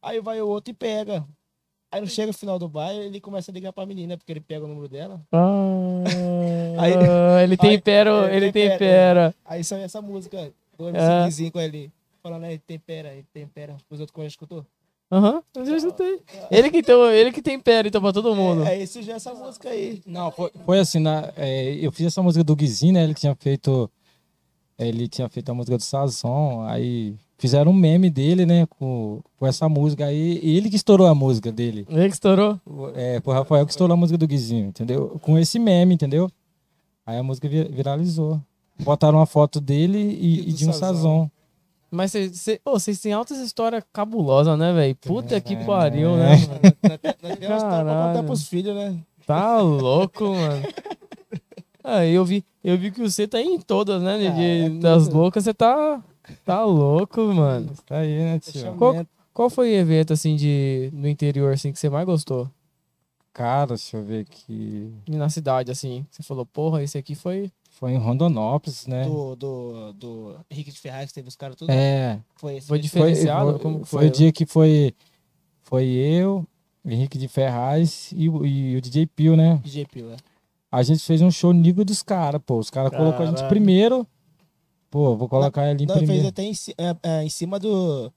Speaker 6: Aí vai o outro e pega. Aí não chega o final do baile, ele começa a ligar pra menina, porque ele pega o número dela.
Speaker 2: Ah,
Speaker 6: Aí-
Speaker 2: ele tem
Speaker 6: aí-
Speaker 2: império,
Speaker 6: ele
Speaker 2: ele
Speaker 6: tem
Speaker 2: tem
Speaker 6: império.
Speaker 2: império.
Speaker 6: Aí sai essa música do
Speaker 2: É.
Speaker 6: MCzinho com ele. Falando aí, tempera, aí, tempera. Os outros que já escutou?
Speaker 2: Aham, eu já escutei. Ele que tem, ele que tem império, então, pra todo mundo.
Speaker 6: É, aí surgiu essa música aí.
Speaker 3: Não, foi, foi assim, na, é, eu fiz essa música do Guizinho, né? Ele tinha feito. Ele tinha feito a música do Sazon, aí Fizeram um meme dele, né? Com, com essa música aí. E ele que estourou a música dele.
Speaker 2: Ele que estourou.
Speaker 3: É, foi o Rafael que estourou a música do Guizinho, entendeu? Com esse meme, entendeu? Aí a música vi- viralizou. Botaram uma foto dele e,
Speaker 6: E
Speaker 3: e
Speaker 6: do
Speaker 3: de um
Speaker 6: Sazão.
Speaker 3: sazão.
Speaker 2: Mas cê- cê- ô, vocês têm altas histórias cabulosas, né, velho? Puta que
Speaker 3: É.
Speaker 2: pariu, né? mano?
Speaker 6: Nós temos história pra contar
Speaker 2: Caralho.
Speaker 6: pros filhos, né?
Speaker 2: Tá louco, mano. Ah, eu vi, eu vi que você tá em todas, né?
Speaker 6: Ah,
Speaker 2: De,
Speaker 6: é
Speaker 2: de- das loucas, você tá. Tá louco, mano.
Speaker 3: Tá aí, né, tio?
Speaker 2: Qual, qual foi o evento, assim, de, do interior, assim, que você mais gostou?
Speaker 3: Cara, deixa eu ver aqui.
Speaker 2: E na cidade, assim, que você falou, porra, esse aqui foi.
Speaker 3: Foi em Rondonópolis, né?
Speaker 6: Do, do, do Henrique de Ferraz, que teve os caras tudo.
Speaker 3: É.
Speaker 6: Foi esse.
Speaker 2: Foi
Speaker 6: mesmo.
Speaker 3: Foi,
Speaker 2: diferenciado?
Speaker 3: foi-
Speaker 2: como que
Speaker 3: foi o dia que foi, foi eu, Henrique de Ferraz e, o- e o DJ Pio, né?
Speaker 6: DJ Pila.
Speaker 3: A gente fez um show nível dos caras, pô. Os caras colocou a gente
Speaker 6: Caralho.
Speaker 3: primeiro. Pô, vou colocar ele em
Speaker 6: Não, fez
Speaker 3: primeiro.
Speaker 6: até em, ci- é, é, em cima do,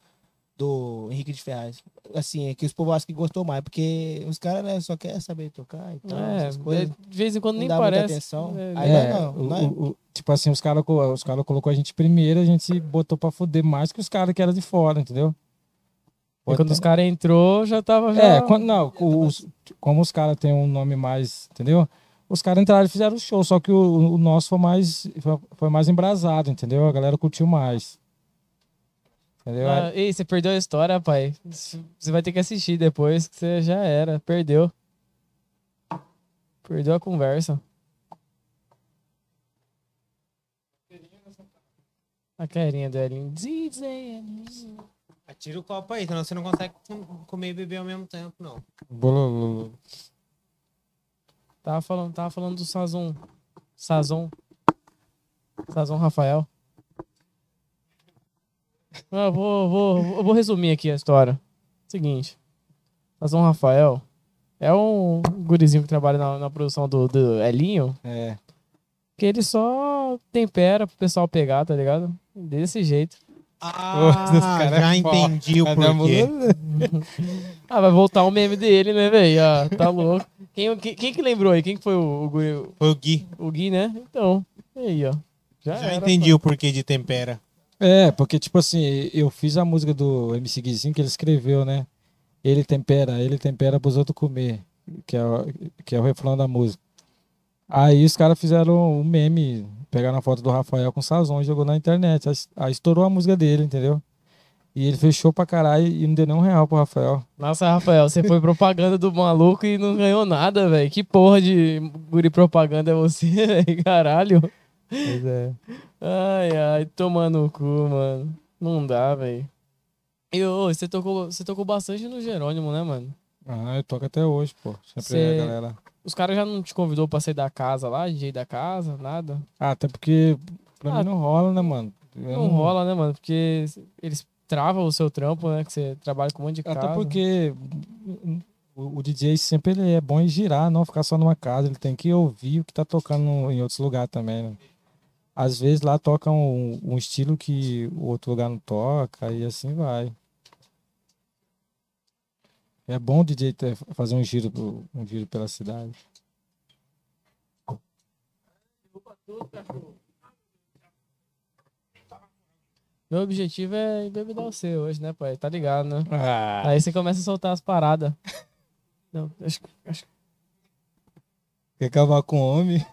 Speaker 6: do Henrique de Ferraz. Assim, é que os povos acham que gostou mais, porque os caras né, só querem saber tocar e tal,
Speaker 2: É,
Speaker 6: Então, essas coisas.
Speaker 2: de vez em quando
Speaker 6: Não
Speaker 2: nem
Speaker 6: dá muita
Speaker 2: parece.
Speaker 6: atenção.
Speaker 2: É,
Speaker 6: Aí
Speaker 3: É,
Speaker 6: não, não,
Speaker 3: o-
Speaker 6: não.
Speaker 3: o- o- tipo assim, os caras os cara colocou a gente primeiro, a gente botou pra foder mais que os caras que eram de fora, entendeu?
Speaker 2: Aí quando os caras entrou, já tava. Já...
Speaker 3: É, quando, não, os- como os caras têm um nome mais, entendeu? Os caras entraram e fizeram o show, só que o, o nosso foi mais, foi, foi mais embrasado, entendeu? A galera curtiu mais. Entendeu?
Speaker 2: Ah, ei, você perdeu a história, pai. Você vai ter que assistir depois, que você já era. Perdeu. Perdeu a conversa. A carinha do Elinho. Dizem, Elinho.
Speaker 1: Atira o copo aí, senão você não consegue com- comer e beber ao mesmo tempo, não.
Speaker 3: Bolololo.
Speaker 2: Tava falando, tava falando do Sazon. Sazon. Sazon Rafael. Ah, Eu vou, vou, eu vou resumir aqui a história. Seguinte. Sazon Rafael é um gurizinho que trabalha na, na produção do, do Elinho,
Speaker 3: É,
Speaker 2: que ele só tempera pro pessoal pegar, tá ligado? Desse jeito.
Speaker 1: Ah, já entendi o porquê.
Speaker 2: Ah, vai voltar o meme dele, né, velho? Ah, tá louco. Quem, quem, quem que lembrou aí? Quem que foi o, o, guri-
Speaker 1: Foi o Gui.
Speaker 2: o Gui, né? Então, aí, ó. Já,
Speaker 1: Já
Speaker 2: era,
Speaker 1: entendi o porquê de tempera.
Speaker 3: É, porque, tipo assim, eu fiz a música do MC Guizinho que ele escreveu, né? Ele tempera, ele tempera pros outros comer, que é, o- que é o refrão da música. Aí os caras fizeram um meme, pegaram a foto do Rafael com o Sazon e jogou na internet. Aí, aí estourou a música dele, entendeu? E ele fechou pra caralho e não deu nem um real pro Rafael.
Speaker 2: Nossa, Rafael, você foi propaganda do maluco e não ganhou nada, velho. Que porra de guri propaganda é você, velho? Caralho.
Speaker 3: Pois é.
Speaker 2: Ai, ai, toma no cu, mano. Não dá, velho. E ô, você tocou, você tocou bastante no Jerônimo, né, mano?
Speaker 3: Ah, eu toco até hoje, pô. Sempre
Speaker 2: Cê-
Speaker 3: a galera.
Speaker 2: Os caras já não te convidou pra sair da casa lá, DJ da casa, nada.
Speaker 3: Ah, até porque pra
Speaker 2: Ah,
Speaker 3: mim não rola, né, mano? Eu
Speaker 2: Não rola, né, mano? Porque eles travam o seu trampo, né? Que você trabalha com um monte de casa.
Speaker 3: Até porque o, o DJ sempre ele é bom em girar, não ficar só numa casa. Ele tem que ouvir o que tá tocando no- em outros lugares também, né? Às vezes lá toca um, um estilo que o outro lugar não toca e assim vai. É bom o DJ ter- fazer um giro, pro- um giro pela cidade.
Speaker 2: Meu objetivo é embebedar o seu hoje, né, pai? Tá ligado, né?
Speaker 3: Ah,
Speaker 2: Aí você começa a soltar as paradas. Não, acho que. acho que-
Speaker 3: quer acabar com o homem?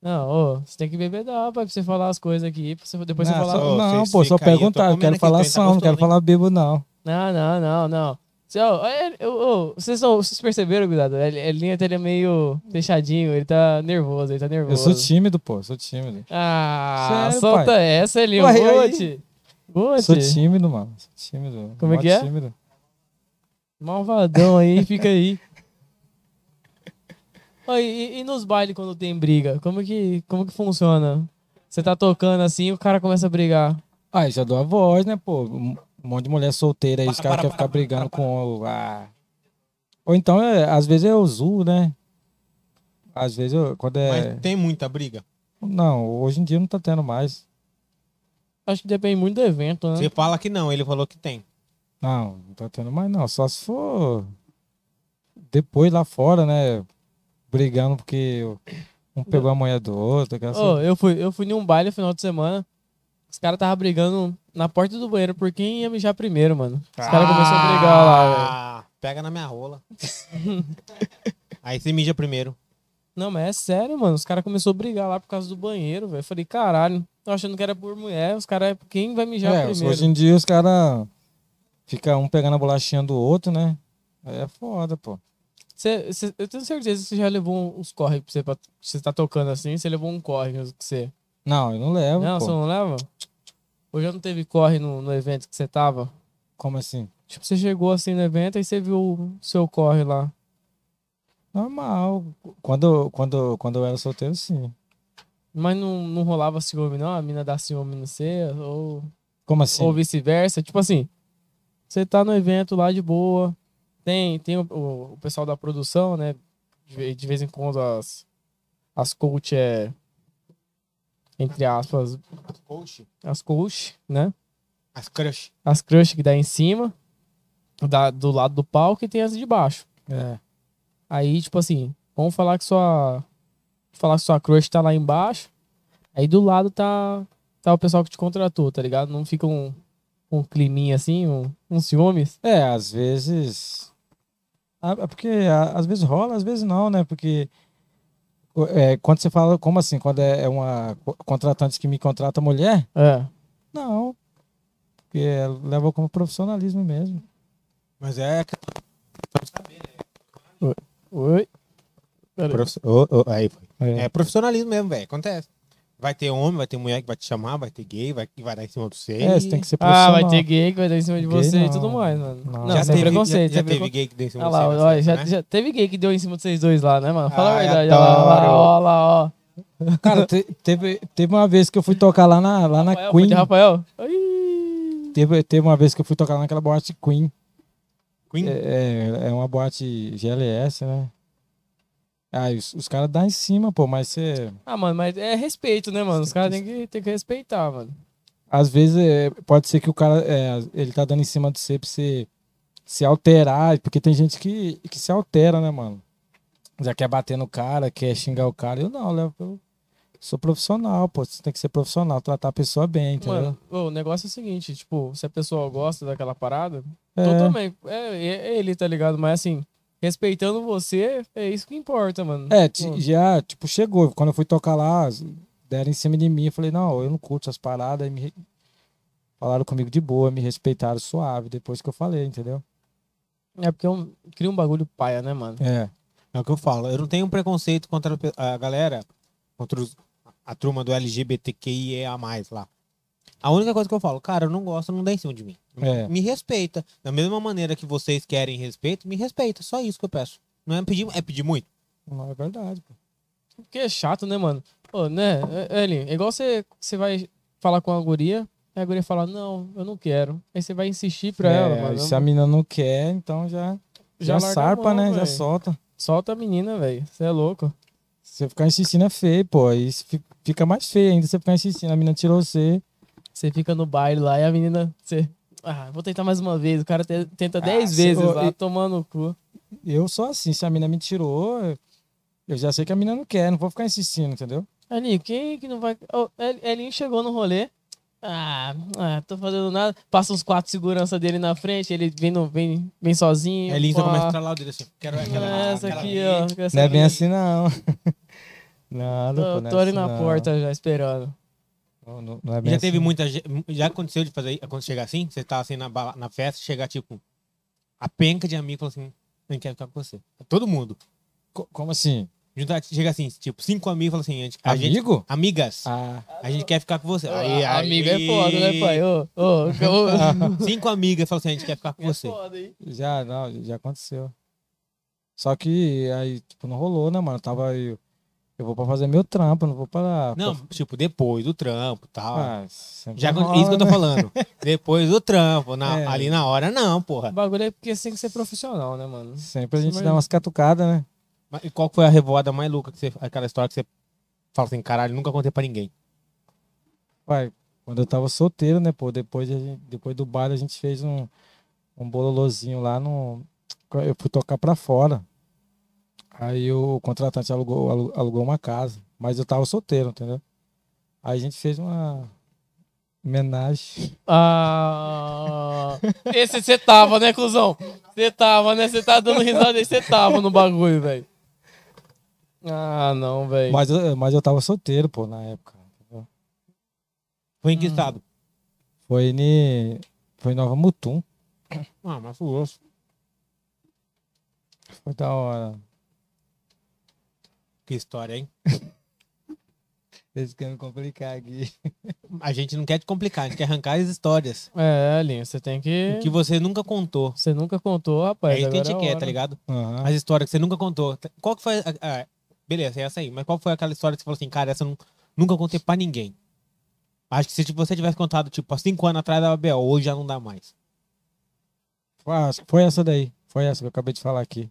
Speaker 2: Não, ô, você tem que bebedar, pai, pra você falar as coisas aqui. Pra você, depois você
Speaker 3: não,
Speaker 2: falar.
Speaker 3: Ah, só- não,
Speaker 1: Vocês
Speaker 3: pô, só
Speaker 1: ficam aí, eu tô
Speaker 3: perguntar. Eu
Speaker 1: comendo
Speaker 3: quero
Speaker 1: aqui,
Speaker 3: falar
Speaker 1: tá
Speaker 3: só, não
Speaker 1: gostoso,
Speaker 3: quero
Speaker 1: hein?
Speaker 3: falar bebo, não.
Speaker 2: Não, não, não, não. Você, ó, é- eu- ô, vocês, são, vocês perceberam, cuidado? Ele, ele até ele é meio fechadinho, ele tá nervoso, ele tá
Speaker 3: Eu sou
Speaker 2: nervoso.
Speaker 3: tímido, pô, sou tímido.
Speaker 2: Ah,
Speaker 3: Sério,
Speaker 2: solta
Speaker 3: pai?
Speaker 2: essa, Elinho.
Speaker 3: Ué, e aí?
Speaker 2: Bote.
Speaker 3: Sou
Speaker 2: Bote.
Speaker 3: tímido, mano. Sou tímido.
Speaker 2: Como é
Speaker 3: Mó
Speaker 2: que é?
Speaker 3: Tímido.
Speaker 2: Malvadão aí, fica aí. Ó, e, e- e nos bailes quando tem briga? Como que, como que funciona? Você tá tocando assim e o cara começa a brigar.
Speaker 3: Ah, eu já dou a voz, né, pô? Um monte de mulher solteira aí, os caras querem ficar brigando com o. Ah. Ou então, é, às vezes eu zoo, né? Às vezes eu. Quando é.
Speaker 1: Mas tem muita briga.
Speaker 3: Não, hoje em dia não tá tendo mais.
Speaker 2: Acho que depende muito do evento, né?
Speaker 1: Você fala que não, ele falou que tem.
Speaker 3: Não, não tá tendo mais, não. Só se for. Depois lá fora, né? Brigando porque Um pegou a mulher do outro, aquela assim.
Speaker 2: Ô, eu fui, eu fui num baile no final de semana. Os caras tava brigando na porta do banheiro por quem ia mijar primeiro, mano. Os
Speaker 3: Ah.
Speaker 2: caras começaram a brigar lá, velho.
Speaker 1: Ah, Pega na minha rola. Aí você mija primeiro.
Speaker 2: Não, mas é sério, mano. Os caras começaram a brigar lá por causa do banheiro, velho. Eu Falei, caralho, tô achando que era por mulher. Os caras, quem vai mijar
Speaker 3: É,
Speaker 2: primeiro?
Speaker 3: hoje em dia os caras ficam um pegando a bolachinha do outro, né? Aí É foda, pô.
Speaker 2: Cê- cê- eu tenho certeza que você já levou um, uns corre pra você, pra, você tá tocando assim, você levou um corre que você.
Speaker 3: Não, eu não levo,
Speaker 2: não,
Speaker 3: pô.
Speaker 2: você não leva? Hoje não teve corre no, no evento que você tava?
Speaker 3: Como assim?
Speaker 2: Tipo, você chegou assim no evento e você viu o seu corre lá.
Speaker 3: Normal. Quando, quando, quando eu era solteiro, sim.
Speaker 2: Mas não, não rolava ciúme, não? A mina dá ciúme no você, ou,
Speaker 3: Como assim?
Speaker 2: ou vice-versa. Tipo assim, você tá no evento lá de boa, tem, tem o, o- o pessoal da produção, né? De, ve- de vez em quando as, as coach é, entre aspas,
Speaker 1: Coach.
Speaker 2: as coach, né?
Speaker 1: As crush.
Speaker 2: As crush que dá em cima, da, do lado do palco e tem as de baixo.
Speaker 3: É.
Speaker 2: Aí, tipo assim, vamos falar que sua. Falar que sua crush tá lá embaixo. Aí do lado tá, tá o pessoal que te contratou, tá ligado? Não fica um, um climinha assim, um, um ciúmes.
Speaker 3: É, às vezes. Ah, é porque a- às vezes rola, às vezes não, né? Porque o- é, quando você fala, como assim? Quando é é uma co- contratante que me contrata mulher?
Speaker 2: É.
Speaker 3: Não. Porque é- leva como profissionalismo mesmo.
Speaker 1: Mas é.
Speaker 2: Oi? Pera aí.
Speaker 1: Prof... ô, ô, aí foi.
Speaker 3: É.
Speaker 1: É profissionalismo mesmo, velho. Acontece. Vai ter homem, vai ter mulher que vai te chamar, vai ter gay, vai, que vai dar em cima do você.
Speaker 3: É, você tem que ser
Speaker 2: Ah,
Speaker 3: profissional.
Speaker 2: vai ter gay que vai dar em cima de
Speaker 3: Gay
Speaker 2: você e
Speaker 3: não.
Speaker 2: tudo mais, mano. Não,
Speaker 3: Não. é
Speaker 1: já
Speaker 2: sem
Speaker 1: teve,
Speaker 2: preconceito.
Speaker 1: já, já
Speaker 2: sem
Speaker 1: teve
Speaker 2: preconceito.
Speaker 1: gay que deu em cima
Speaker 2: Olha
Speaker 1: de
Speaker 2: lá,
Speaker 1: você.
Speaker 2: ó,
Speaker 1: né? Ah, é
Speaker 2: já, já teve gay que deu em cima de vocês dois lá, né, mano? Fala a
Speaker 1: Ai,
Speaker 2: verdade. Olha lá, olha lá, olha lá, ó.
Speaker 3: Cara, te- teve, teve uma vez que eu fui tocar lá na, lá na
Speaker 2: Rafael, foi
Speaker 3: Queen.
Speaker 2: de Rafael? Ai.
Speaker 3: Teve, teve uma vez que eu fui tocar lá naquela boate Queen.
Speaker 1: Queen?
Speaker 3: É, é uma boate GLS, né? Aí os, os caras dão em cima, pô, mas você.
Speaker 2: Ah, mano, mas é respeito, né, mano? Os caras têm que, tem que respeitar, mano.
Speaker 3: Às vezes é, pode ser que o cara. é, ele tá dando em cima de você pra você se alterar, porque tem gente que, que se altera, né, mano? Já quer bater no cara, quer xingar o cara. Eu não, eu levo pelo. Sou profissional, pô. Você tem que ser profissional, tratar a pessoa bem, entendeu?
Speaker 2: Mano, ô, o negócio é o seguinte, tipo, se a pessoa gosta daquela parada,
Speaker 3: É.
Speaker 2: tu também. É, é- é ele, tá ligado? Mas assim, respeitando você, é isso que importa, mano.
Speaker 3: É, ti-
Speaker 2: Pô.
Speaker 3: já, tipo, chegou. Quando eu fui tocar lá, as- deram em cima de mim. Eu falei, não, eu não curto essas paradas. e me re- Falaram comigo de boa, me respeitaram suave depois que eu falei, entendeu?
Speaker 2: É porque é um- cria um bagulho paia, né, mano?
Speaker 3: É.
Speaker 1: É o que eu falo. Eu não tenho preconceito contra a- a galera, contra os- a turma do LGBTQIA+, lá. A única coisa que eu falo, cara, eu não gosto, não dá em cima de mim.
Speaker 3: É.
Speaker 1: Me respeita. Da mesma maneira que vocês querem respeito, me respeita. Só isso que eu peço. Não é pedir, é pedir muito.
Speaker 3: Não, é verdade. pô.
Speaker 2: Porque é chato, né, mano? Pô, né, é- é, Eli, é igual você, você vai falar com a guria, aí a guria fala, não, eu não quero. Aí você vai insistir pra
Speaker 3: É,
Speaker 2: ela, mano.
Speaker 3: se a menina não quer, então já, já,
Speaker 2: larga a
Speaker 3: sarpa,
Speaker 2: mão,
Speaker 3: né? Já
Speaker 2: véi.
Speaker 3: solta.
Speaker 2: Solta a menina, velho. Você é louco.
Speaker 3: Se você ficar insistindo é feio, pô. Aí se fi- fica mais feio ainda se você ficar insistindo. A menina tirou você.
Speaker 2: Você fica no baile lá e a menina. Você. Ah, vou tentar mais uma vez. O cara te- tenta 10
Speaker 3: se-
Speaker 2: vezes
Speaker 3: ô,
Speaker 2: lá,
Speaker 3: Ah, e-
Speaker 2: tomando o cu.
Speaker 3: Eu sou assim, se a menina me tirou, eu já sei que a menina não quer, não vou ficar insistindo, entendeu?
Speaker 2: Elinho, quem que não vai. Ô, El- Elinho chegou no rolê. Ah, ah, tô fazendo nada. Passa uns quatro segurança dele na frente, ele vem, no, vem, vem sozinho.
Speaker 1: É
Speaker 3: tá
Speaker 1: lindo, você
Speaker 2: pá. É,
Speaker 1: começa a estralar o dedo assim. Quero aquela...
Speaker 2: Essa
Speaker 1: aquela
Speaker 2: aqui,
Speaker 1: ali.
Speaker 2: ó. Essa
Speaker 3: Não é bem
Speaker 2: aqui.
Speaker 3: assim, não. Nada, pô,
Speaker 2: Tô,
Speaker 3: não é
Speaker 2: tô ali
Speaker 3: assim,
Speaker 2: na
Speaker 3: não.
Speaker 2: porta já esperando.
Speaker 3: Não, não- não é
Speaker 1: Já
Speaker 3: bem
Speaker 1: teve
Speaker 3: assim.
Speaker 1: muita... ge- Já aconteceu de fazer... Quando chegar assim, você tá assim na, bala, na festa, chegar tipo... A penca de amigo fala assim... Não quero ficar com você. Todo mundo.
Speaker 3: Co- Como assim?
Speaker 1: Juntar, chega assim, tipo, cinco amigos falam assim... A gente, a gente-
Speaker 3: Amigo?
Speaker 1: amigas.
Speaker 3: Ah,
Speaker 1: A gente quer ficar com você. Aí,
Speaker 2: Ah, amigo
Speaker 1: aí-
Speaker 2: é foda, né, pai? Ô, ô,
Speaker 3: Ah,
Speaker 2: ô.
Speaker 1: Cinco amigas falam assim: a gente quer ficar com você.
Speaker 2: É foda, hein?
Speaker 3: já, não, já aconteceu. Só que aí, tipo, não rolou, né, mano? Tava aí. Eu, eu vou pra fazer meu trampo, não vou pra.
Speaker 1: Não, tipo, depois do trampo e tal.
Speaker 3: Ah, sempre
Speaker 1: Já,
Speaker 3: rola,
Speaker 1: acon- isso que eu tô
Speaker 3: né?
Speaker 1: falando. depois do trampo. na-
Speaker 3: É.
Speaker 1: Ali na hora, não, porra.
Speaker 2: O bagulho é porque você tem que ser profissional, né, mano?
Speaker 3: Sempre a
Speaker 2: Isso
Speaker 3: gente
Speaker 2: mesmo.
Speaker 3: dá umas catucadas, né?
Speaker 1: Mas e qual foi a revoada mais louca que você. Aquela história que você fala assim: caralho, nunca contei pra ninguém.
Speaker 3: Vai, quando eu tava solteiro, né, pô, depois, a gente- depois do baile a gente fez um, um bololozinho lá no. Eu fui tocar pra fora. Aí o contratante alugou, alu- alugou uma casa, mas eu tava solteiro, entendeu? Aí a gente fez uma homenagem.
Speaker 2: Ah, esse você tava, né, cuzão? Você tava, né? Você tá dando risada aí, você tava no bagulho, velho. Ah, não, velho.
Speaker 3: Mas, eu- mas eu tava solteiro, pô, na época. entendeu?
Speaker 1: Foi em que estado?
Speaker 3: Foi, em foi em Nova Mutum.
Speaker 1: Ah, mas foi grosso.
Speaker 3: Foi da hora.
Speaker 1: Que história, hein?
Speaker 3: Eles querem me complicar aqui.
Speaker 1: A gente não quer te complicar, a gente quer arrancar as histórias.
Speaker 2: É, Linho, você tem que.
Speaker 1: O que você nunca contou.
Speaker 2: Você nunca contou, rapaz.
Speaker 1: é isso que a
Speaker 2: agora
Speaker 1: gente
Speaker 2: é
Speaker 1: quer,
Speaker 2: hora.
Speaker 1: tá ligado?
Speaker 3: Aham.
Speaker 1: As histórias que você nunca contou. Qual que foi. a- ah, beleza, é essa aí. Mas qual foi aquela história que você falou assim, cara, essa eu nu- nunca contei pra ninguém? Acho que se tipo, você tivesse contado, tipo, há cinco anos atrás da BO, hoje já não dá mais.
Speaker 3: Ah, acho que foi essa daí. Foi essa que eu acabei de falar aqui.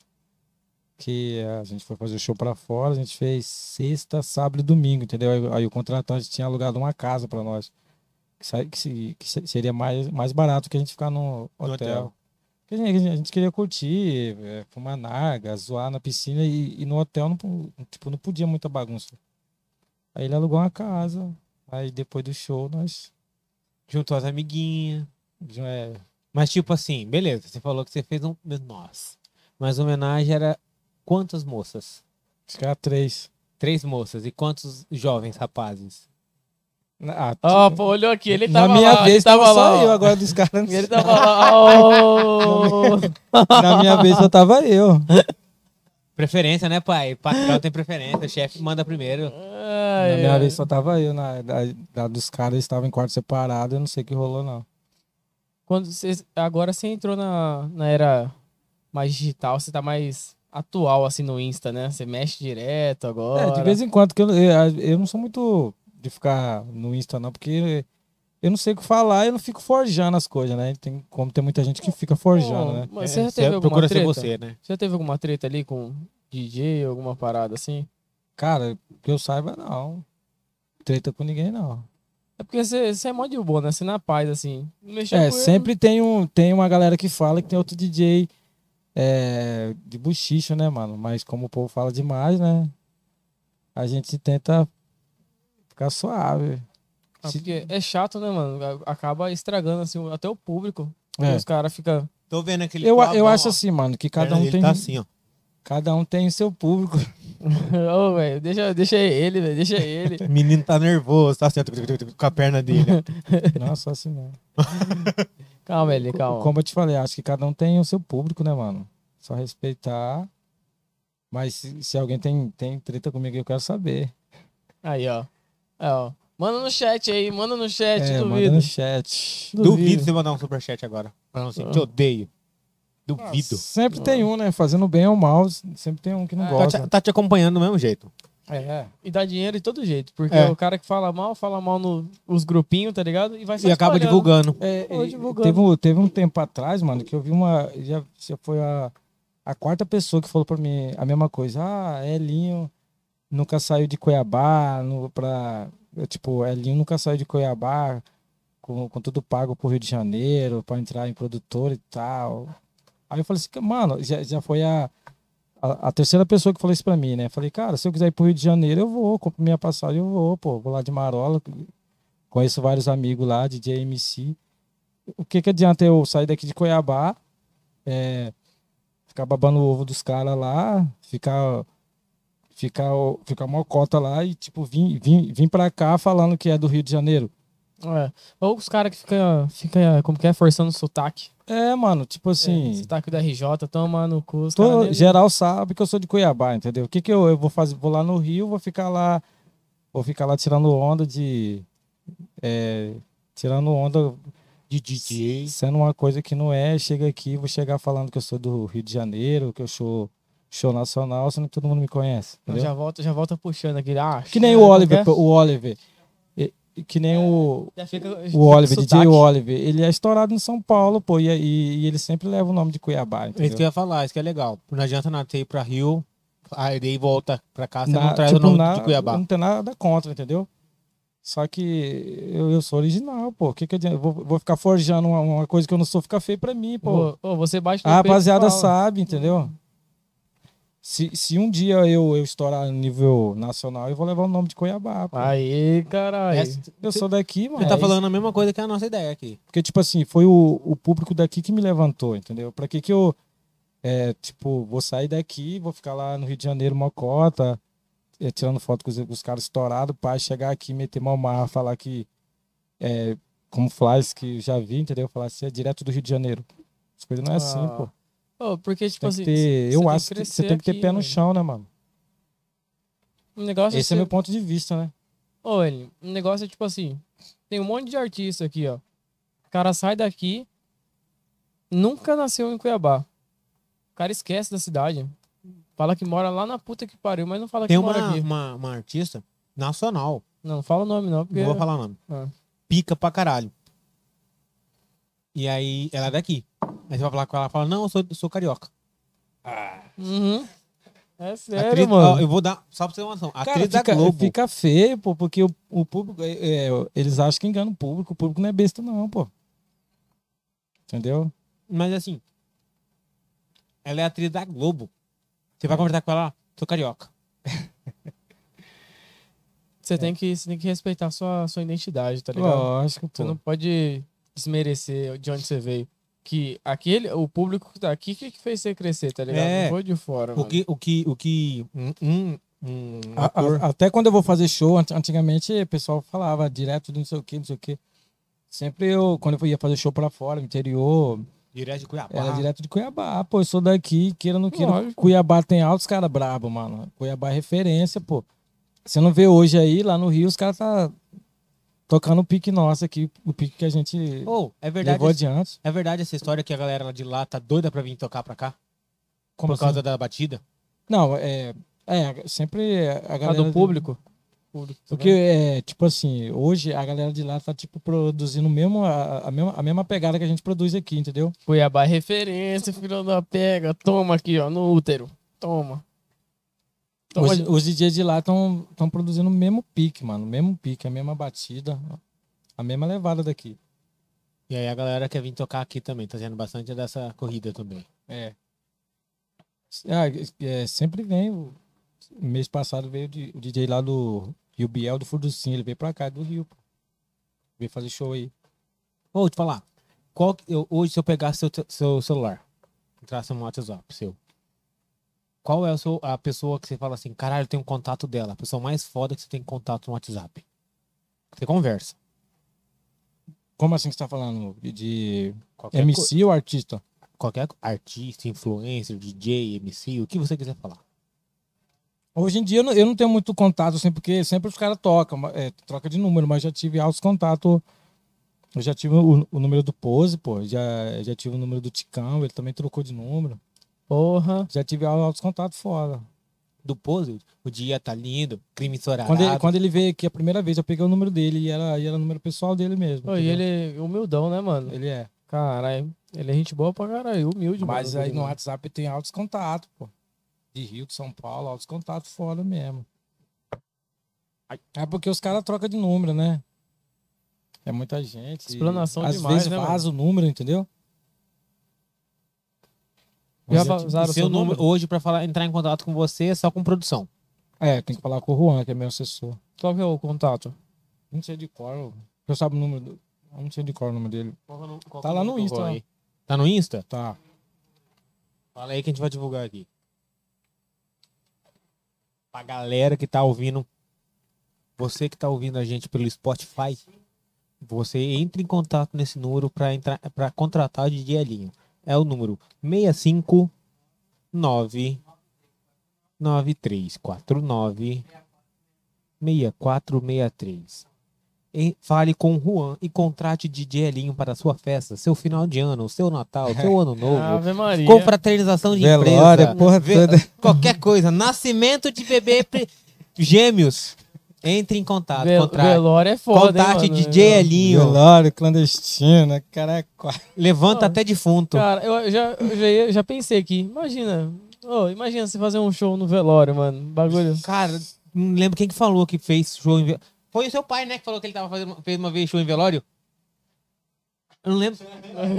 Speaker 3: Que a gente foi fazer o show pra fora, a gente fez sexta, sábado e domingo, entendeu? Aí, aí o contratante tinha alugado uma casa pra nós. Que, sai- que se- que se- seria mais, mais barato que a gente ficar no hotel.
Speaker 1: No hotel.
Speaker 3: Porque a, gente, a gente queria curtir, é, fumar naga, zoar na piscina e, e no hotel não, po- tipo, não podia muita bagunça. Aí ele alugou uma casa. Aí depois do show nós.
Speaker 1: Juntou as amiguinhas.
Speaker 3: é,
Speaker 1: Mas, tipo assim, beleza, você falou que você fez um. Nossa. Mas a homenagem era quantas moças?
Speaker 3: ficar três.
Speaker 1: Três moças. E quantos jovens rapazes?
Speaker 3: Ah,
Speaker 2: Ó, pô, olhou aqui, ele tava
Speaker 3: Na minha
Speaker 2: lá,
Speaker 3: vez
Speaker 2: ele tava
Speaker 3: tava
Speaker 2: lá.
Speaker 3: só eu,
Speaker 2: ó.
Speaker 3: agora dos caras.
Speaker 2: Ele tava lá. ó.
Speaker 3: Na minha vez só tava eu.
Speaker 1: Preferência, né, pai? Patrão tem preferência, chefe manda primeiro.
Speaker 2: Ai,
Speaker 3: Na minha
Speaker 2: ai.
Speaker 3: vez só tava eu. Na, da- da dos caras estava em quarto separado, eu não sei o que rolou, não.
Speaker 2: Quando você, agora você entrou na, na era mais digital, você tá mais atual assim no Insta, né? Você mexe direto agora.
Speaker 3: É, de vez em quando, que eu, eu, eu não sou muito de ficar no Insta, não, porque eu não sei o que falar, eu não fico forjando as coisas, né? Tem, como tem muita gente que fica forjando, né?
Speaker 2: Mas você
Speaker 1: É,
Speaker 2: já teve alguma
Speaker 1: procura ser
Speaker 2: treta?
Speaker 1: você, né?
Speaker 2: Já teve alguma treta ali com DJ, alguma parada assim?
Speaker 3: Cara, que eu saiba, não. Treta com ninguém, não.
Speaker 2: É porque você, você é mó de boa, né? Você é na paz, assim. Não mexeu com
Speaker 3: É,
Speaker 2: ele,
Speaker 3: sempre tem, um, tem uma galera que fala que tem outro DJ é, de bochicho, né, mano? Mas como o povo fala demais, né? A gente tenta ficar suave.
Speaker 2: Ah, porque é chato, né, mano? A- Acaba estragando, assim, o- até o público.
Speaker 3: É.
Speaker 2: Os caras ficam...
Speaker 1: Tô vendo aquele.
Speaker 3: Eu,
Speaker 1: coabão,
Speaker 3: eu acho
Speaker 1: ó.
Speaker 3: assim, mano, que cada um
Speaker 1: Ele
Speaker 3: tem,
Speaker 1: Tá assim, ó.
Speaker 3: cada um tem o seu público.
Speaker 2: Ô, velho, deixa, deixa ele, velho, deixa ele.
Speaker 1: O menino tá nervoso, tá assim, ó, tuc, tuc, tuc, com a perna dele.
Speaker 3: Não, só assim mesmo.
Speaker 2: Calma, ele, calma.
Speaker 3: Como eu te falei, acho que cada um tem o seu público, né, mano? Só respeitar. Mas se, se alguém tem, tem treta comigo, eu quero saber.
Speaker 2: Aí, ó. É, ó. Manda no chat aí, manda no chat,
Speaker 3: É, manda
Speaker 2: duvido.
Speaker 3: no chat.
Speaker 1: Duvido. Duvido você mandar um superchat agora. Falando assim, te odeio. Duvido.
Speaker 3: Sempre
Speaker 2: Tá
Speaker 3: tem um, né? Fazendo bem ou mal, sempre tem um que
Speaker 2: É.
Speaker 3: não
Speaker 1: Tá
Speaker 3: gosta.
Speaker 1: te, tá te acompanhando do mesmo jeito.
Speaker 3: É,
Speaker 2: E dá dinheiro de todo jeito. Porque
Speaker 1: É.
Speaker 2: o cara que fala mal, fala mal nos grupinhos, tá ligado? E vai
Speaker 1: E
Speaker 2: se
Speaker 1: acaba
Speaker 2: espalhando.
Speaker 1: divulgando.
Speaker 3: é,
Speaker 2: Ou
Speaker 3: e-
Speaker 2: divulgando.
Speaker 3: teve, um- teve um tempo atrás, mano, que eu vi uma. Já, já foi a, a quarta pessoa que falou pra mim a mesma coisa. Ah, Elinho nunca saiu de Cuiabá, no, pra, eu, tipo, Elinho nunca saiu de Cuiabá, com, com tudo pago pro Rio de Janeiro, pra entrar em produtor e tal. Aí eu falei assim, mano, já, já foi a, a, a terceira pessoa que falou isso pra mim, né? Falei, cara, se eu quiser ir pro Rio de Janeiro, eu vou, compro minha passagem, eu vou, pô, vou lá de Marola. Conheço vários amigos lá, DJ MC o que, que adianta eu sair daqui de Cuiabá, é, ficar babando o ovo dos caras lá, ficar ficar ficar mocota lá e tipo vim vim vim para cá falando que é do Rio de Janeiro.
Speaker 2: É. Ou os caras que ficam, fica, como que é, forçando o sotaque.
Speaker 3: É, mano, tipo
Speaker 2: É,
Speaker 3: assim,
Speaker 2: sotaque do RJ, toma no cu. os
Speaker 3: Todo-
Speaker 2: cara nem-
Speaker 3: geral sabe que eu sou de Cuiabá, entendeu? O que que eu, eu vou fazer? Vou lá no Rio, vou ficar lá, vou ficar lá tirando onda de é, tirando onda
Speaker 1: De DJ.
Speaker 3: sendo uma coisa que não é, chega aqui, vou chegar falando que eu sou do Rio de Janeiro, que eu sou show nacional, sendo que todo mundo me conhece.
Speaker 2: Não,
Speaker 3: entendeu?
Speaker 2: já volta, já volta puxando aqui. Ah,
Speaker 3: Que nem o
Speaker 2: como
Speaker 3: Oliver,
Speaker 2: que
Speaker 3: pô,
Speaker 2: é?
Speaker 3: o Oliver. E- e Que nem o,
Speaker 2: Já fica- fica
Speaker 3: o Oliver, DJ
Speaker 2: É, sotaque.
Speaker 3: Oliver. Ele é estourado em São Paulo, pô, e, e- e ele sempre leva o nome de Cuiabá.
Speaker 1: É isso
Speaker 3: Entendeu?
Speaker 1: que eu ia falar, isso que é legal. Não adianta nada ter ir pra Rio, aí daí volta pra cá, você
Speaker 3: Na-
Speaker 1: não traz
Speaker 3: tipo,
Speaker 1: o nome
Speaker 3: na-
Speaker 1: de Cuiabá.
Speaker 3: eu Não tem nada contra, entendeu? Só que eu, eu sou original, pô. O que, que adianta? Eu vou, vou ficar forjando uma, uma coisa que eu não sou, fica feio pra mim, pô. Ah,
Speaker 2: Pô, ô, você baixa no
Speaker 3: A
Speaker 2: peito e
Speaker 3: rapaziada
Speaker 2: fala.
Speaker 3: sabe, entendeu? Se, se um dia eu, eu estourar no nível nacional, eu vou levar o nome de Cuiabá. pô.
Speaker 2: Aí, caralho.
Speaker 3: eu sou daqui, mano.
Speaker 1: Você Ah, tá falando a mesma coisa que a nossa ideia aqui.
Speaker 3: Porque, tipo assim, foi o, o público daqui que me levantou, entendeu? Pra que que eu, é, tipo, vou sair daqui, vou ficar lá no Rio de Janeiro, mocota, é, tirando foto com os, com os caras estourados, pra chegar aqui, meter mal marra, falar que, é, como flies que eu já vi, entendeu? Falar assim, é direto do Rio de Janeiro. As coisas não é assim,
Speaker 2: Ah,
Speaker 3: pô.
Speaker 2: Ô, porque, tipo
Speaker 3: Tem
Speaker 2: assim,
Speaker 3: que ter,
Speaker 2: você
Speaker 3: eu
Speaker 2: tem que
Speaker 3: acho que você
Speaker 2: crescer
Speaker 3: tem que ter
Speaker 2: aqui,
Speaker 3: pé no
Speaker 2: mano.
Speaker 3: chão, né, mano?
Speaker 2: um negócio
Speaker 3: Esse é meu ponto de vista, né?
Speaker 2: Olha, o negócio é tipo assim: tem um monte de artista aqui, ó. O cara sai daqui, nunca nasceu em Cuiabá. O cara esquece da cidade. Fala que mora lá na puta que pariu, mas não fala
Speaker 1: Tem
Speaker 2: que
Speaker 1: uma,
Speaker 2: mora aqui.
Speaker 1: uma, uma artista nacional,
Speaker 2: Não, não fala o nome, não, porque.
Speaker 3: É.
Speaker 1: não vou falar o nome.
Speaker 2: Ah.
Speaker 1: Pica pra caralho. E aí, ela é daqui. Aí você vai falar com ela e fala, não, eu sou, eu sou carioca.
Speaker 2: Uhum. É sério,
Speaker 1: Atriz-
Speaker 2: mano.
Speaker 1: ó, eu vou dar, só pra você ter uma noção, a
Speaker 3: Cara,
Speaker 1: atriz da
Speaker 3: fica,
Speaker 1: Globo.
Speaker 3: fica feio, pô, porque o, o público, é, é, eles acham que engana o público, o público não é besta, não, pô. Entendeu?
Speaker 1: Mas assim, ela é atriz da Globo. Você vai conversar com ela, sou carioca.
Speaker 2: Você, tem que, você tem que respeitar a sua, sua identidade, tá ligado?
Speaker 3: Lógico,
Speaker 2: Você
Speaker 3: pô.
Speaker 2: não pode desmerecer de onde você veio. Que aquele, o público que tá aqui que que fez você crescer, tá ligado?
Speaker 1: É.
Speaker 2: Não foi de fora.
Speaker 1: O
Speaker 2: mano.
Speaker 1: que, o que, o que um, um, um
Speaker 3: A- a-
Speaker 1: ator-
Speaker 3: até quando eu vou fazer show, ant- antigamente o pessoal falava direto do não sei o que, não sei o que. Sempre eu, quando eu ia fazer show pra fora, no interior,
Speaker 1: direto de Cuiabá.
Speaker 3: era direto de Cuiabá, pô. Eu sou daqui, queira ou não queira.
Speaker 2: Lógico.
Speaker 3: Cuiabá tem altos caras brabo, mano. Cuiabá é referência, pô. Você não vê hoje aí, lá no Rio, os caras tá tocando o pique nosso aqui, o pique que a gente
Speaker 1: Ô, é verdade,
Speaker 3: levou adiante.
Speaker 1: é verdade essa história que a galera lá de lá tá doida pra vir tocar pra cá?
Speaker 3: Como assim?
Speaker 1: por causa da batida?
Speaker 3: Não, é. É, sempre a
Speaker 2: Ah,
Speaker 3: galera.
Speaker 2: do público? Público, tá
Speaker 3: Porque,
Speaker 1: né?
Speaker 3: é, tipo assim, hoje a galera de lá tá, tipo, produzindo mesmo a, a, mesma, a mesma pegada que a gente produz aqui, entendeu?
Speaker 2: Cuiabá é referência, filho da pega. Toma aqui, ó, no útero. Toma.
Speaker 1: Então,
Speaker 2: Toma
Speaker 3: Os, os DJs de lá estão tão produzindo o mesmo pique, mano. O mesmo pique, a mesma batida, a mesma levada daqui.
Speaker 1: E aí a galera quer vir tocar aqui também, tá sendo bastante dessa corrida também.
Speaker 3: É. Ah, é, sempre vem. o- Mês passado veio de- o DJ lá do Rio Biel, do Furducim. Ele veio pra cá, é do Rio. pô. Veio fazer show aí.
Speaker 1: Ô, te falar, qual que- eu- hoje se eu pegar seu, te- seu celular, entrasse no WhatsApp seu, qual é o seu- a pessoa que você fala assim, caralho, eu tenho contato dela, a pessoa mais foda que você tem contato no WhatsApp? Você conversa.
Speaker 3: Como assim que você tá falando? De, de
Speaker 1: Qualquer, co-
Speaker 3: MC ou artista?
Speaker 1: qualquer artista, influencer, DJ, MC, o que você quiser falar.
Speaker 3: Hoje em dia eu não, eu não tenho muito contato, assim, porque sempre os caras tocam, ma- é, troca de número, mas já tive altos contatos. Eu já tive o, o número do Pose, pô, já, já tive o número do Ticão, ele também trocou de número.
Speaker 2: Porra.
Speaker 3: Já tive al- altos contatos fora.
Speaker 1: Do Pose, o dia tá lindo, crime ensolarado.
Speaker 3: Quando ele, quando ele veio aqui a primeira vez, eu peguei o número dele e era, e era o número pessoal dele mesmo.
Speaker 2: Ô, e
Speaker 3: entendeu?
Speaker 2: ele é humildão, né, mano?
Speaker 3: ele é.
Speaker 2: Caralho. Ele é gente boa pra caralho, humilde,
Speaker 3: Mas
Speaker 2: mano.
Speaker 3: aí é no WhatsApp tem altos contatos, pô. De Rio, de São Paulo, altos contatos fora mesmo. É porque os caras trocam de número, né? É muita gente. e
Speaker 2: Explanação
Speaker 3: Às
Speaker 2: demais,
Speaker 3: vezes
Speaker 2: né,
Speaker 3: vaza o número, entendeu?
Speaker 2: Já
Speaker 3: Mas é eu
Speaker 2: vazaram
Speaker 1: seu
Speaker 2: seu
Speaker 1: número,
Speaker 2: número?
Speaker 1: hoje pra falar, entrar em contato com você é só com produção.
Speaker 3: te- É, tem que falar com o Juan, que é meu assessor.
Speaker 2: Qual que é o contato?
Speaker 3: Não sei de cor. eu- Eu sabe o número do... eu Não sei de cor o número dele.
Speaker 1: é
Speaker 3: Tá lá no Insta, ó.
Speaker 1: Tá no Insta?
Speaker 3: Tá.
Speaker 1: Fala aí que a gente vai divulgar aqui. Pra galera que tá ouvindo, você que tá ouvindo a gente pelo Spotify, você entra em contato nesse número pra, entrar, pra contratar o DJ Elinho. É o número 659 9349 6463. E Fale com o Juan e contrate DJ Elinho para a sua festa, seu final de ano, seu Natal, seu Ano Novo,
Speaker 2: Ave Maria.
Speaker 1: Confraternização de
Speaker 3: Velório,
Speaker 1: empresa.
Speaker 3: porra toda.
Speaker 1: Qualquer coisa. Nascimento de bebê pre- gêmeos. Entre em contato.
Speaker 2: Vel-
Speaker 1: contrate.
Speaker 2: Velório é foda,
Speaker 1: Contate
Speaker 2: hein, mano?
Speaker 3: é
Speaker 1: DJ Elinho.
Speaker 3: Velório, clandestina, caraca.
Speaker 1: Levanta
Speaker 2: Não.
Speaker 1: até defunto.
Speaker 2: Cara, eu já, eu já, ia- já pensei aqui. Imagina. Ô, imagina você fazer um show no velório, mano. Bagulho.
Speaker 1: Cara, não lembro quem que falou que fez show em velório. Foi o seu pai, né, que falou que ele tava fazendo, fez uma vez show em velório? Eu não lembro.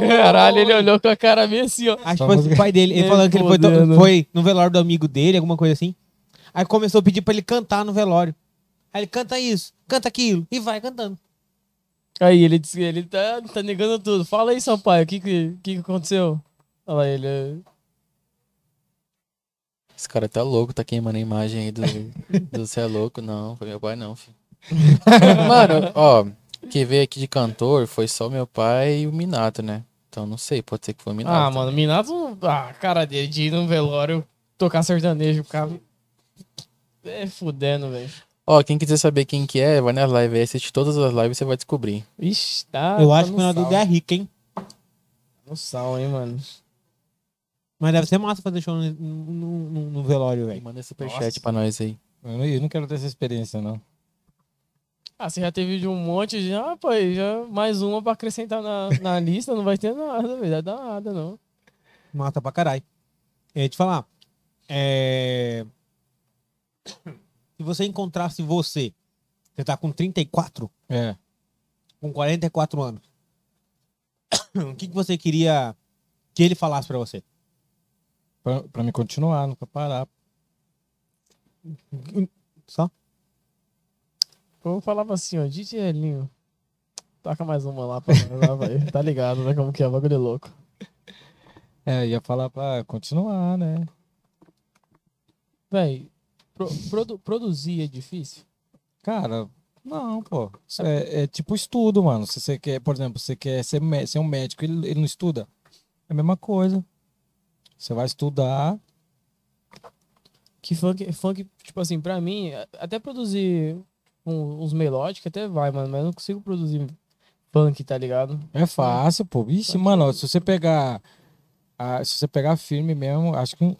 Speaker 2: Caralho, ele olhou com a cara meio assim, ó.
Speaker 1: Acho que foi o pai dele. Ele
Speaker 2: Nem
Speaker 1: falando que ele foi,
Speaker 2: É fodendo.
Speaker 1: foi no velório do amigo dele, alguma coisa assim. Aí começou a pedir pra ele cantar no velório. Aí ele canta isso, canta aquilo, e vai cantando.
Speaker 2: Aí ele disse que ele tá, tá negando tudo. Fala aí, Sampaio, o que, que, o que que aconteceu? Olha lá ele. é,
Speaker 5: Esse cara tá louco, tá queimando a imagem aí do, do Cê é Louco. Não, foi meu pai não, filho. Mano, ó, que veio aqui de cantor foi só meu pai e o Minato, né? Então não sei, pode ser que foi o Minato.
Speaker 2: Ah, mano, Minato. Ah, cara dele de ir num velório tocar sertanejo, cara. É fudendo, velho.
Speaker 5: Ó, quem quiser saber quem que é, vai nas lives aí, assiste todas as lives, você vai descobrir.
Speaker 2: Ixi, tá.
Speaker 1: eu
Speaker 2: tá
Speaker 1: acho que o
Speaker 2: no
Speaker 1: final
Speaker 2: sal,
Speaker 1: dele é rico, hein?
Speaker 2: No sal, hein, mano.
Speaker 1: Mas deve ser massa fazer show no, no- no- no velório,
Speaker 5: E
Speaker 1: velho.
Speaker 5: manda superchat pra nós aí.
Speaker 3: Eu não, eu não quero ter essa experiência, não.
Speaker 2: Ah, você já teve de um monte de. Ah, pai, já mais uma pra acrescentar na, na lista, não vai ter nada, velho. Vai dar nada, não.
Speaker 1: Mata pra caralho. Eu ia te falar. é, Se você encontrasse você, você tá com 34,
Speaker 3: É.
Speaker 1: com 44 anos. O que, que você queria que ele falasse pra você?
Speaker 3: Pra, pra me continuar, nunca parar.
Speaker 1: Só?
Speaker 2: Eu falava assim, ó, DJ Elinho. Toca mais uma lá pra nós, lá, vai. Tá ligado, né? Como que é? O bagulho é louco.
Speaker 3: É, ia falar pra continuar, né?
Speaker 2: Véi, pro- produ- produzir é difícil?
Speaker 3: Cara, não, pô. Isso É, é tipo estudo, mano. Se você quer, por exemplo, você quer ser, mé- ser um médico, ele, ele não estuda. É a mesma coisa. Você vai estudar.
Speaker 2: Que funk, funk, tipo assim, pra mim, a- até produzir um- uns melódicos até vai, mano, mas eu não consigo produzir funk, tá ligado?
Speaker 3: É fácil, pô. Ixi, mano, se você pegar. a- se você pegar firme mesmo, acho que um-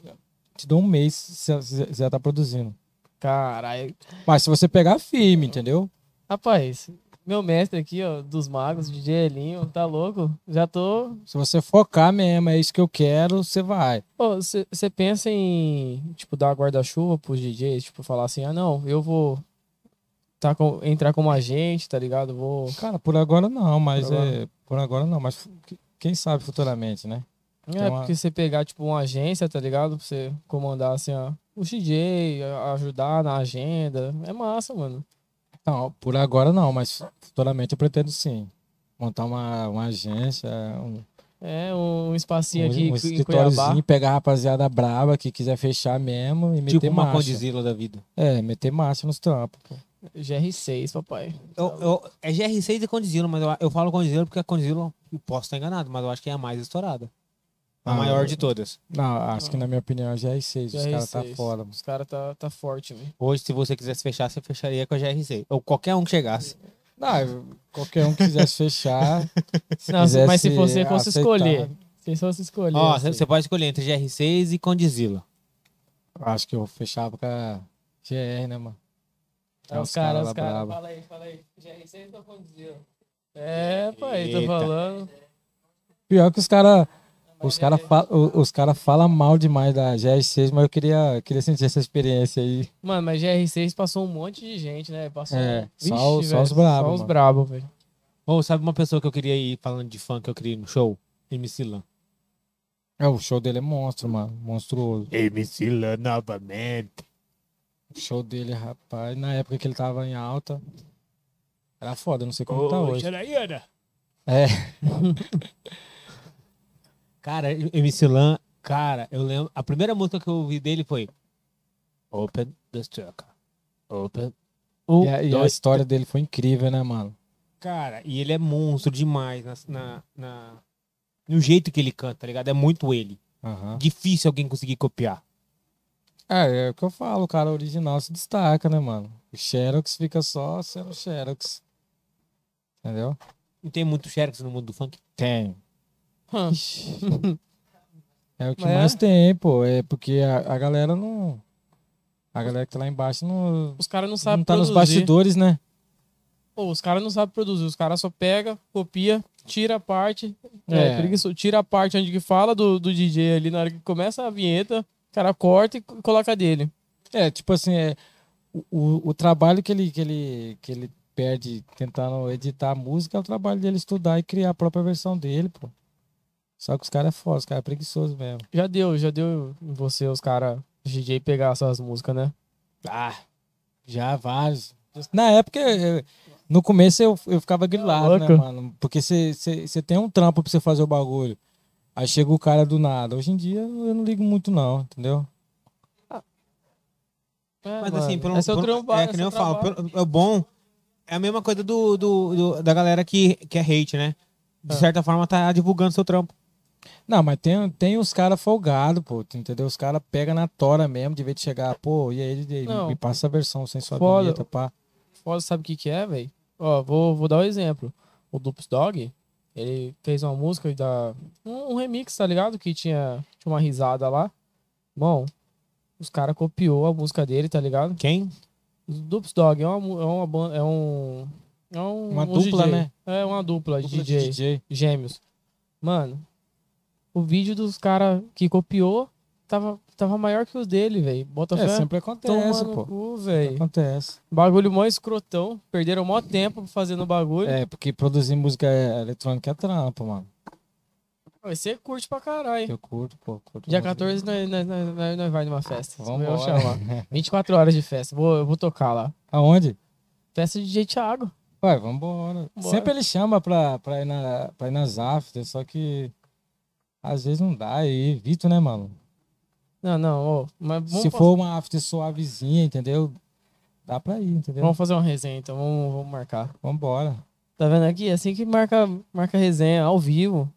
Speaker 3: te dou um mês, você você já tá produzindo.
Speaker 2: Caralho.
Speaker 3: Mas se você pegar firme, entendeu?
Speaker 2: Rapaz, meu mestre aqui, ó, dos magos, DJ Elinho, tá louco? Já tô.
Speaker 3: Se você focar mesmo, é isso que eu quero, você vai.
Speaker 2: Você pensa em, tipo, dar guarda-chuva pros DJs, tipo, falar assim, ah, não, eu vou tá com, entrar como agente, tá ligado? Vou.
Speaker 3: Cara, por agora não, mas
Speaker 2: Por agora.
Speaker 3: é. Por agora não, mas fu- que- quem sabe futuramente, né?
Speaker 2: É,
Speaker 3: uma-
Speaker 2: porque você pegar, tipo, uma agência, tá ligado? Pra você comandar, assim, ó, o DJ, a- ajudar na agenda. É massa, mano.
Speaker 3: Não, por agora não, mas futuramente eu pretendo sim. Montar uma, uma agência, um,
Speaker 2: É um espacinho
Speaker 3: um-
Speaker 2: aqui
Speaker 3: um
Speaker 2: em Cu- em Cuiabá.
Speaker 3: escritóriozinho, pegar a rapaziada braba que quiser fechar mesmo e meter
Speaker 1: tipo uma
Speaker 3: marcha.
Speaker 1: condizila da vida.
Speaker 3: É, meter marcha nos trampos. pô.
Speaker 2: GR6, papai.
Speaker 1: Eu, eu- é GR6 e Condizila, mas eu, eu falo Condizila porque a Condizila, eu posso estar enganado, mas eu acho que é a mais estourada. A
Speaker 3: Ah,
Speaker 1: maior de todas.
Speaker 3: Não, acho
Speaker 2: Ah.
Speaker 3: que na minha opinião já é R6, os caras tá
Speaker 2: GR6.
Speaker 3: fora. mano.
Speaker 2: Os caras tá, tá forte, velho.
Speaker 1: Hoje, se você quisesse fechar, você fecharia com a GR6. Ou qualquer um que chegasse.
Speaker 3: Não, eu- qualquer um que quisesse fechar.
Speaker 2: Não,
Speaker 3: quisesse
Speaker 2: mas se você fosse
Speaker 3: aceitar.
Speaker 2: escolher. Se fosse escolher.
Speaker 1: Ó,
Speaker 2: assim,
Speaker 1: você pode escolher entre GR6 e Condizila.
Speaker 3: Acho que eu fechava com a GR, né, mano?
Speaker 2: aí os
Speaker 3: É, os cara
Speaker 2: caras, os
Speaker 3: lá
Speaker 2: caras.
Speaker 3: brabo.
Speaker 2: Fala aí, fala aí. GR6 tá conduzindo. É, pai, tô
Speaker 1: Eita.
Speaker 2: falando.
Speaker 3: Pior que os caras. Os caras falam os cara fala mal demais da GR6, mas eu queria, queria sentir essa experiência aí.
Speaker 2: Mano, mas GR6 passou um monte de gente, né? Passou.
Speaker 3: É,
Speaker 2: Vixe,
Speaker 3: só os- só
Speaker 2: velho,
Speaker 3: os brabo,
Speaker 2: Só os
Speaker 3: mano.
Speaker 2: brabo, velho.
Speaker 1: Ou sabe uma pessoa que eu queria ir falando de fã que eu queria ir no show? MC Lan.
Speaker 3: É, o show dele é monstro, mano. Monstruoso.
Speaker 1: MC Lan novamente.
Speaker 3: O show dele, rapaz, na época que ele tava em alta. Era foda, não sei como tá hoje. É.
Speaker 1: Cara, MC Lan, cara, eu lembro. A primeira música que eu ouvi dele foi Open the Strucker. Open. Um,
Speaker 3: E a, e a
Speaker 1: dois,
Speaker 3: história dele foi incrível, né, mano?
Speaker 1: Cara, e ele é monstro demais na, na, na- no jeito que ele canta, tá ligado? É muito ele.
Speaker 3: Aham.
Speaker 1: Difícil alguém conseguir copiar.
Speaker 3: É, é o que eu falo, o cara original se destaca, né, mano? O Xerox fica só sendo Xerox. Entendeu?
Speaker 1: Não tem muito Xerox no mundo do funk.
Speaker 3: Tem.
Speaker 2: Hum.
Speaker 3: É o que
Speaker 2: Mas é?
Speaker 3: mais tem, pô. É porque a, a galera não. A galera que tá lá embaixo não.
Speaker 2: Os caras não sabem
Speaker 3: Não tá nos
Speaker 2: produzir.
Speaker 3: bastidores, né?
Speaker 2: Pô, os caras não sabem produzir. Os caras só pega, copia, tira a parte. É.
Speaker 3: É.
Speaker 2: preguiçoso. tira a parte onde que fala do, do DJ ali na hora que começa a vinheta. O cara corta e co- coloca dele.
Speaker 3: É, tipo assim, é, o, o, o trabalho que ele, que, ele, que ele perde tentando editar a música, é o trabalho dele estudar e criar a própria versão dele, pô. Só que os caras é foda, os caras é preguiçoso mesmo.
Speaker 2: Já deu, já deu em você, os caras, DJ, pegar suas músicas, né?
Speaker 3: Ah, já vários. Na época, eu- no começo eu, eu ficava grilado, né,
Speaker 2: louco.
Speaker 3: mano? Porque você tem um trampo pra você fazer o bagulho. Aí chega o cara do nada. Hoje em dia eu não ligo muito, não, entendeu?
Speaker 2: É,
Speaker 1: Mas
Speaker 2: mano,
Speaker 1: assim, pelo
Speaker 2: é seu
Speaker 1: pelo-
Speaker 2: trabalho,
Speaker 1: É que nem
Speaker 2: seu
Speaker 1: eu falo,
Speaker 2: trabalho.
Speaker 1: pelo- é o bom. É a mesma coisa do, do- do- da galera que, que é hate, né? De
Speaker 2: É.
Speaker 1: certa forma, tá divulgando seu trampo.
Speaker 3: Não, mas tem, tem os caras folgados, pô, tu entendeu? Os caras pegam na tora mesmo, de vez de chegar, pô, e aí, DJ,
Speaker 2: Não.
Speaker 3: me passa a versão sem sua
Speaker 2: Foda.
Speaker 3: vinheta, pá.
Speaker 2: Foda, sabe o que que é, velho? Ó, vou, vou dar um exemplo. O Dupes Dog, ele fez uma música da... Um, um remix, tá ligado? Que tinha, tinha uma risada lá. Bom, os caras copiou a música dele, tá ligado?
Speaker 1: Quem?
Speaker 2: Os Dupes Dog é uma, mu- é uma banda... É um... É um,
Speaker 3: Uma
Speaker 2: um
Speaker 3: dupla,
Speaker 2: DJ.
Speaker 3: né?
Speaker 2: É uma dupla,
Speaker 3: Dupla
Speaker 2: de DJ. Gêmeos. Mano, o vídeo dos caras que copiou tava, tava maior que os dele, velho. Bota
Speaker 3: É,
Speaker 2: fé.
Speaker 3: sempre acontece,
Speaker 2: Tomar no
Speaker 3: pô.
Speaker 2: cu, velho.
Speaker 3: Acontece.
Speaker 2: Bagulho mó escrotão. Perderam mó tempo fazendo bagulho.
Speaker 3: É, porque produzir música eletrônica é trampo, mano.
Speaker 2: Mas Você curte é pra caralho.
Speaker 3: Eu curto, pô. Curto
Speaker 2: Dia
Speaker 3: música.
Speaker 2: 14 nós, nós, nós, nós, nós vai numa festa.
Speaker 3: Vambora.
Speaker 2: Eu chamar. 24 horas de festa. Vou, eu vou tocar lá.
Speaker 3: Aonde?
Speaker 2: Festa de DJ Thiago.
Speaker 3: Ué, vambora.
Speaker 2: Bora.
Speaker 3: Sempre ele chama pra, pra, ir na, pra ir nas afters, só que às vezes não dá, e evito, né, mano?
Speaker 2: Não, não, ô, mas vamos,
Speaker 3: Se
Speaker 2: fa-
Speaker 3: for uma after suavezinha, entendeu? Dá pra ir, entendeu?
Speaker 2: vamos fazer uma resenha, então vamos, vamos marcar.
Speaker 3: Vambora.
Speaker 2: Tá vendo aqui? É Assim que marca, marca resenha, ao vivo.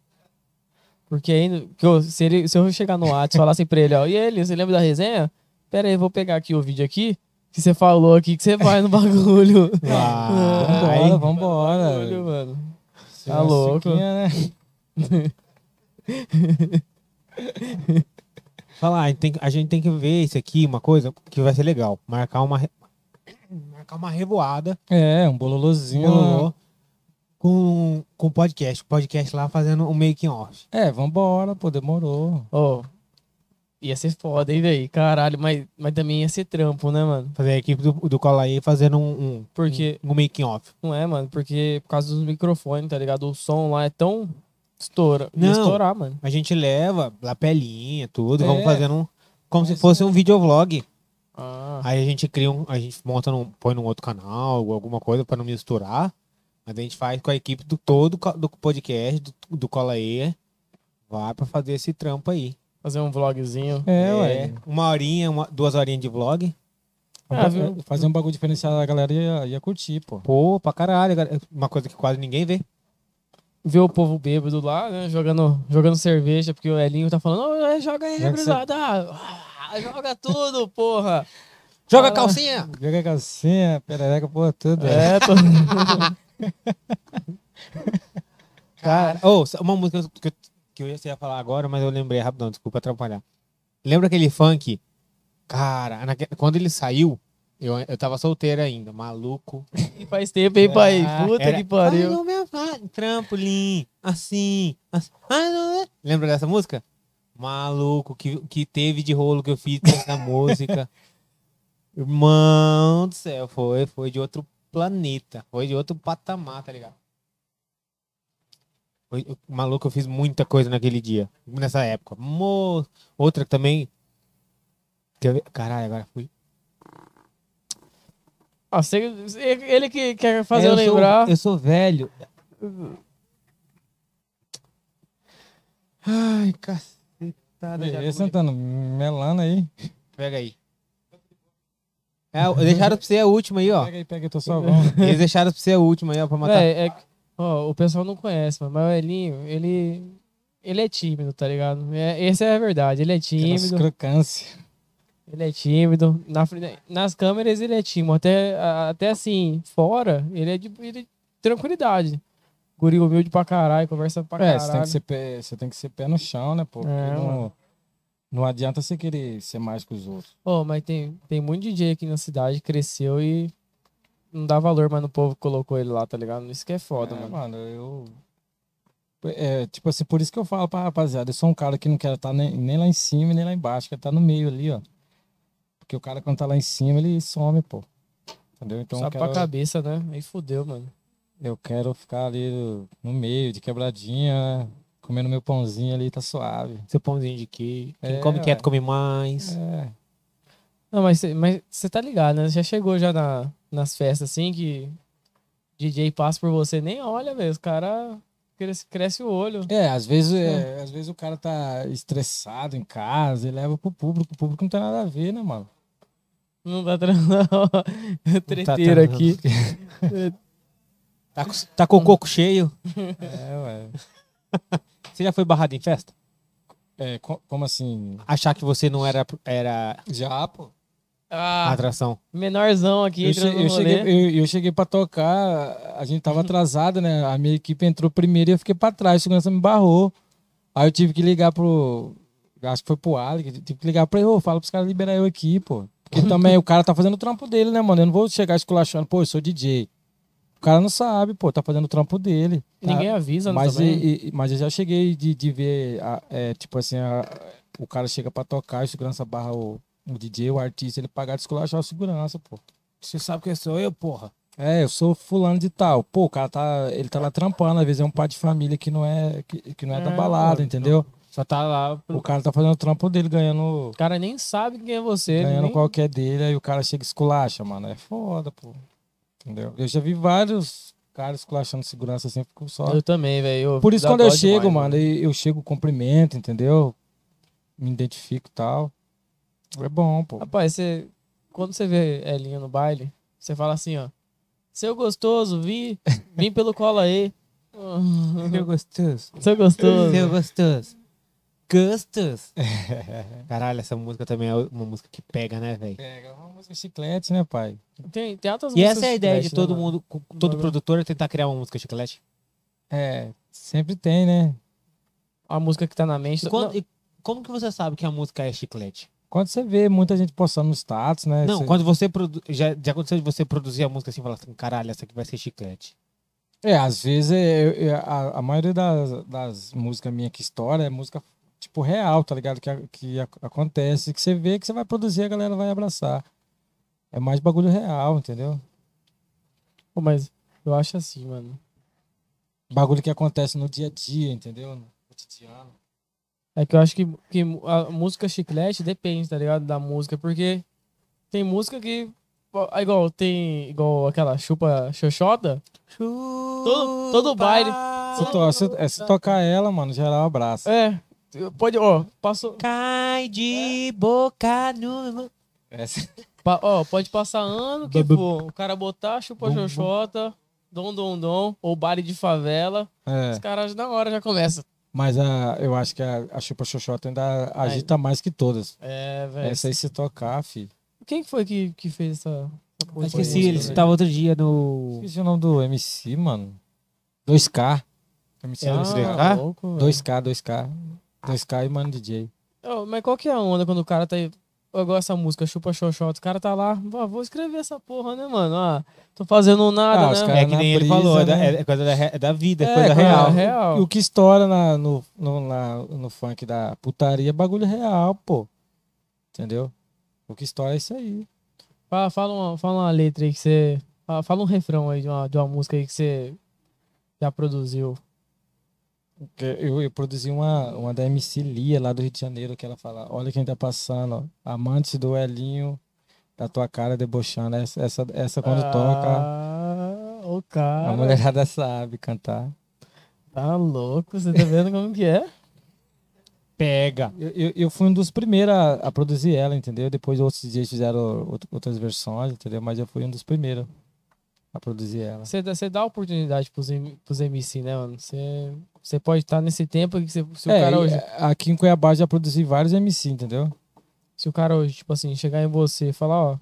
Speaker 2: Porque aí, que eu- se, ele, se eu chegar no WhatsApp e falar assim pra ele, ó, e ele, você lembra da resenha? Pera aí, eu vou pegar aqui o vídeo aqui, que você falou aqui que você vai no bagulho.
Speaker 1: É. Ah,
Speaker 3: Vambora, vambora.
Speaker 2: Bagulho, mano.
Speaker 3: Você
Speaker 2: Tá
Speaker 3: é uma
Speaker 2: louco.
Speaker 3: Chiquinha, né?
Speaker 1: Falar, ah, a gente, tem, que- a gente tem que ver isso aqui, uma coisa que vai ser legal. Marcar uma, re- marcar uma revoada,
Speaker 3: É, um
Speaker 1: um
Speaker 3: bololozinho.
Speaker 1: bololô, com, com podcast. Podcast lá fazendo um making-off.
Speaker 3: É, vambora, pô, demorou.
Speaker 2: Ó, ia ser foda, hein, velho? Caralho, mas, mas também ia ser trampo, né, mano?
Speaker 1: Fazer a equipe do, do Cola aí fazendo um, um,
Speaker 2: Porque,
Speaker 1: um making-off.
Speaker 2: não é, mano, porque por causa dos microfones, tá ligado? O som lá é tão... Estoura.
Speaker 1: Não.
Speaker 2: Ia estourar, mano.
Speaker 1: A gente leva lapelinha, tudo,
Speaker 3: É.
Speaker 1: vamos fazendo um. Como se
Speaker 3: Mas é.
Speaker 1: fosse um videovlog.
Speaker 2: Ah,
Speaker 1: Aí a gente cria um. A gente monta num. põe num outro canal, ou alguma coisa pra não misturar. Mas a gente faz com a equipe do todo co- do podcast, do, do Cola E. Vai pra fazer esse trampo aí.
Speaker 2: fazer um vlogzinho.
Speaker 3: É, ué.
Speaker 1: Uma horinha, uma- duas horinhas de vlog.
Speaker 2: Ah, viu?
Speaker 3: Fazer um bagulho diferenciado, a galera ia, ia curtir, pô.
Speaker 1: Pô, pra caralho. cara. Uma coisa que quase ninguém vê.
Speaker 2: ver o povo bêbado lá, né? Jogando, jogando cerveja, porque o Elinho tá falando, "Ô, é, joga aí,
Speaker 3: Joga
Speaker 2: gurizada. Ah, joga tudo, porra.
Speaker 1: Joga
Speaker 2: Ah.
Speaker 1: calcinha!
Speaker 3: Joga calcinha, perereca, pô, tudo.
Speaker 2: É, tô...
Speaker 1: Cara, ou uma música que eu, que eu ia você ia falar agora, mas eu lembrei rapidão, desculpa atrapalhar. Lembra aquele funk? Cara, naque- quando ele saiu, eu, eu tava solteiro ainda, maluco.
Speaker 2: E faz tempo, hein, pai?
Speaker 6: É.
Speaker 2: Puta
Speaker 1: Era,
Speaker 2: que
Speaker 1: "Ai,
Speaker 2: pariu.
Speaker 1: no meu fa- trampolim, assim, assim, ai, no meu-" Lembra dessa música? Maluco, que, que teve de rolo que eu fiz nessa música. Irmão do céu, foi, foi de outro planeta, foi de outro patamar, tá ligado? Foi- eu- maluco, eu fiz muita coisa naquele dia, nessa época. Mo- outra que também. Quer ver? Caralho, agora fui.
Speaker 2: Ah, você- ele que quer fazer
Speaker 1: É,
Speaker 2: eu
Speaker 1: sou-
Speaker 2: lembrar.
Speaker 1: eu sou velho. Ai, cacetada. já
Speaker 3: Beleza,
Speaker 1: fui.
Speaker 3: sentando, melana aí.
Speaker 1: Pega aí. É, deixaram pra você a última aí, ó.
Speaker 3: Pega aí, pega aí, tô salvando.
Speaker 1: Eles deixaram pra você a última aí, ó, pra
Speaker 3: tá-
Speaker 1: matar.
Speaker 2: Véi, é que- ó, o pessoal não conhece, mano, mas o Elinho, ele... Ele é tímido, tá ligado? É, essa é a verdade. Ele é
Speaker 3: Pelas
Speaker 2: tímido.
Speaker 3: crocância.
Speaker 2: Ele é tímido. Na frente- nas câmeras ele é tímido. Até, a- até assim, fora, ele é de, ele, tranquilidade. Guri humilde pra caralho, conversa pra
Speaker 3: É,
Speaker 2: caralho.
Speaker 3: você tem, que ser pé, você tem que ser pé no chão, né, pô? Porque
Speaker 2: É,
Speaker 3: não,
Speaker 2: mano.
Speaker 3: não adianta você querer ser mais que os outros.
Speaker 2: Ô, mas tem, tem muito DJ aqui na cidade, cresceu e não dá valor, mas o povo que colocou ele lá, tá ligado? Isso que é foda,
Speaker 3: É,
Speaker 2: mano.
Speaker 3: mano, eu. É, tipo assim, por isso que eu falo pra rapaziada, eu sou um cara que não quero estar nem, nem lá em cima, tá nem lá embaixo, quero estar no meio ali, ó. Porque o cara, quando tá lá em cima, ele some, pô. Entendeu? Então
Speaker 2: Só
Speaker 3: eu
Speaker 2: pra
Speaker 3: quero,
Speaker 2: cabeça, né? Aí fudeu, mano.
Speaker 3: eu quero ficar ali no meio, de quebradinha, né? comendo meu pãozinho ali, tá suave.
Speaker 1: Seu pãozinho de queijo. Quem
Speaker 3: É,
Speaker 1: come
Speaker 3: ué.
Speaker 1: quieto come mais.
Speaker 3: É,
Speaker 2: Não, mas você mas você tá ligado, né? Já chegou já na, nas festas assim que DJ passa por você, nem olha mesmo. O cara cresce, cresce o olho.
Speaker 3: É, às vezes, é, às vezes o cara tá estressado em casa e leva pro público. O público não tem nada a ver, né, mano?
Speaker 2: Não tá transando. Treteiro
Speaker 1: transando.
Speaker 2: aqui.
Speaker 1: Tá, com- tá com o coco cheio.
Speaker 3: É, ué.
Speaker 1: Você já foi barrado em festa?
Speaker 3: É, co- como assim?
Speaker 1: Achar que você não era, era
Speaker 3: Já, pô.
Speaker 2: Ah,
Speaker 1: atração.
Speaker 2: menorzão aqui.
Speaker 3: Eu,
Speaker 2: entrando
Speaker 3: che-
Speaker 2: no
Speaker 3: eu cheguei,
Speaker 2: rolê. Uhum.
Speaker 3: eu, eu cheguei pra tocar, a gente tava atrasado, né? A minha equipe entrou primeiro e eu fiquei pra trás, o segurança me barrou. Aí eu tive que ligar pro. Acho que foi pro Alec, tive que ligar pra ele, ô, fala pros caras liberar eu aqui, pô. Porque também o cara tá fazendo o trampo dele, né, mano? Eu não vou chegar esculachando, pô, eu sou DJ. O cara não sabe, pô, tá fazendo o trampo dele. Tá-
Speaker 2: Ninguém avisa, não
Speaker 3: mas,
Speaker 2: também.
Speaker 3: e- e- mas eu já cheguei de, de ver, a- é, tipo assim, a- o cara chega pra tocar, o segurança barra o, o DJ, o artista, ele pagar de esculachar o segurança, pô.
Speaker 1: Você sabe quem sou eu, porra.
Speaker 3: É, eu sou fulano de tal. Pô, o cara tá. Ele tá lá trampando, às vezes é um pai de família que não é, que, que não é da
Speaker 2: É,
Speaker 3: balada,
Speaker 2: pô,
Speaker 3: entendeu?
Speaker 1: Só tá lá.
Speaker 3: O cara tá fazendo o trampo dele, ganhando,
Speaker 2: O cara nem sabe quem é você. ele
Speaker 3: ganhando
Speaker 2: nem-
Speaker 3: qualquer dele, aí o cara chega e esculacha, mano. É foda, pô. Entendeu? Eu já vi vários caras esculachando segurança assim, fico só.
Speaker 2: Eu também, velho.
Speaker 3: Por isso,
Speaker 2: dá
Speaker 3: quando eu
Speaker 2: dó
Speaker 3: chego,
Speaker 2: demais,
Speaker 3: mano, eu eu chego, cumprimento, entendeu? Me identifico e tal. É bom, pô.
Speaker 2: Rapaz, você, quando você vê Elinho no baile, você fala assim, ó. Seu gostoso, vi, vim pelo colo aí.
Speaker 1: Meu gostoso.
Speaker 2: Seu gostoso.
Speaker 1: Seu gostoso. Gostoso. Caralho, essa música também é uma música que pega, né, velho?
Speaker 3: É uma música chiclete, né, pai?
Speaker 2: Tem, tem altas
Speaker 1: E
Speaker 2: músicas
Speaker 1: essa é a ideia de
Speaker 2: trash, né,
Speaker 1: todo
Speaker 2: mano?
Speaker 1: mundo, co- todo
Speaker 2: Bagulho.
Speaker 1: produtor é tentar criar uma música chiclete.
Speaker 3: É, sempre tem, né?
Speaker 2: A música que tá na mente.
Speaker 1: E quando- e como que você sabe que a música é chiclete?
Speaker 3: Quando você vê muita gente postando no status, né?
Speaker 1: Não,
Speaker 3: Você-
Speaker 1: quando você produ... já, já aconteceu de você produzir a música assim e falar assim, caralho, essa aqui vai ser chiclete.
Speaker 3: É, às vezes é, é, a, a maioria das, das músicas minhas que estoura é música, tipo, real, tá ligado? Que, a- que a- acontece, que você vê que você vai produzir, a galera vai abraçar. É mais bagulho real, entendeu?
Speaker 2: Pô, mas eu acho assim, mano.
Speaker 3: Bagulho que acontece no dia a dia, entendeu? No cotidiano.
Speaker 2: É que eu acho que, que a música chiclete depende, tá ligado? Da música, porque tem música que. ó, é Igual, tem. Igual aquela chupa xoxota. Todo, todo baile.
Speaker 3: Se, to- se- é, se tocar ela, mano, um geral abraça.
Speaker 2: É. Pode, ó, passou.
Speaker 1: Cai de boca no.
Speaker 3: Essa-
Speaker 2: Pa- ó, pode passar ano que for. O cara botar chupa xoxota, dom dom dom, ou baile de favela.
Speaker 3: É.
Speaker 2: Os caras na hora já começa.
Speaker 3: Mas a, eu acho que a, a Chupa Xoxota ainda agita mais que todas.
Speaker 2: É, velho.
Speaker 3: Essa aí se tocar, filho.
Speaker 2: Quem que foi que, que fez essa. essa
Speaker 1: Eu
Speaker 2: coisa?
Speaker 1: esqueci, tá-
Speaker 2: Foi
Speaker 1: ele
Speaker 2: música,
Speaker 1: estava outro dia no.
Speaker 3: Esqueci é o nome do MC, mano. 2K. MC
Speaker 1: É,
Speaker 3: não,
Speaker 1: MC
Speaker 2: velho?
Speaker 1: Ah,
Speaker 2: Tá louco, velho.
Speaker 3: 2K, 2K. 2K e Mano DJ.
Speaker 2: Ô, mas qual que é a onda quando o cara tá aí. Eu gosto dessa música, chupa xoxota. O cara tá lá, "Vó, vou escrever essa porra, né, mano? Ah, tô fazendo nada,
Speaker 3: Ah, os
Speaker 2: né?
Speaker 3: cara
Speaker 1: é que
Speaker 3: na
Speaker 1: nem ele
Speaker 3: brisa,
Speaker 1: falou, é da-
Speaker 3: né?
Speaker 1: é, coisa da, re- é da vida, é,
Speaker 3: É,
Speaker 1: coisa
Speaker 3: coisa
Speaker 1: real.
Speaker 2: É real.
Speaker 3: E o que estoura na- no, no, na- no funk da putaria é bagulho real, pô. Entendeu? O que estoura é isso aí.
Speaker 2: Fala, fala, uma, fala uma letra aí que você. Fala, fala um refrão aí de uma, de uma música aí que você já produziu.
Speaker 3: Que Eu, eu produzi uma, uma da MC Lia lá do Rio de Janeiro, que ela fala, olha quem tá passando, ó, amante do Elinho, da tua cara debochando. Essa, essa, essa quando toca,
Speaker 2: Ah, o
Speaker 3: a
Speaker 2: cara
Speaker 3: mulherada sabe cantar.
Speaker 2: tá louco, você tá vendo como que é?
Speaker 1: Pega.
Speaker 3: Eu, eu, eu fui um dos primeiros a, a produzir ela, entendeu? Depois outros DJs fizeram out- outras versões, entendeu? Mas eu fui um dos primeiros a produzir ela.
Speaker 2: Você, dá- você dá oportunidade pros, M- pros MC, né, mano? Você, você pode estar nesse tempo que você, se o
Speaker 3: É,
Speaker 2: cara
Speaker 3: e,
Speaker 2: hoje.
Speaker 3: é, aqui em Cuiabá já produzi vários MC, entendeu?
Speaker 2: Se o cara hoje, tipo assim, chegar em você e falar, ó,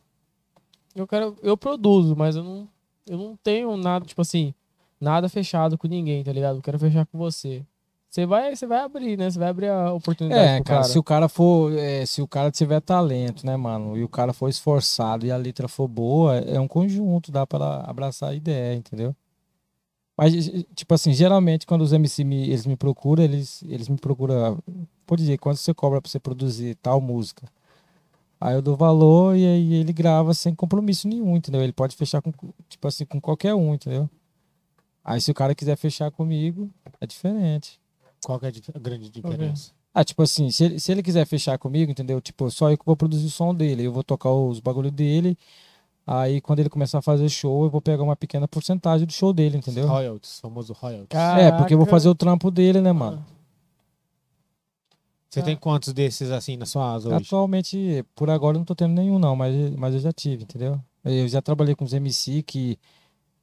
Speaker 2: eu quero. Eu produzo, mas eu não, eu não tenho nada, tipo assim, nada fechado com ninguém, tá ligado? Eu quero fechar com você. Você vai, você vai abrir, né? Você vai abrir a oportunidade
Speaker 3: É,
Speaker 2: pro
Speaker 3: cara,
Speaker 2: cara.
Speaker 3: se o cara for, é, se o cara tiver talento, né, mano, e o cara for esforçado e a letra for boa, é um conjunto, dá para abraçar a ideia, entendeu? Mas e, tipo assim, geralmente quando os MC me, eles me procuram, eles eles me procuram, pode dizer, quando você cobra para você produzir tal música? Aí eu dou valor e aí ele grava sem compromisso nenhum, entendeu? Ele pode fechar com, tipo assim, com qualquer um, entendeu? Aí se o cara quiser fechar comigo, é diferente.
Speaker 1: Qual que é a dif- a grande diferença?
Speaker 3: Ah, tipo assim, se ele, se ele quiser fechar comigo, entendeu? Tipo, só eu que vou produzir o som dele, eu vou tocar os bagulho dele. Aí quando ele começar a fazer show, eu vou pegar uma pequena porcentagem do show dele, entendeu?
Speaker 1: Royalties, famoso royalties.
Speaker 3: É, porque eu vou fazer o trampo dele, né, mano?
Speaker 1: Você tem quantos desses assim na sua asa hoje?
Speaker 3: Atualmente, por agora, eu não tô tendo nenhum, não, mas, mas eu já tive, entendeu? Eu já trabalhei com os MC que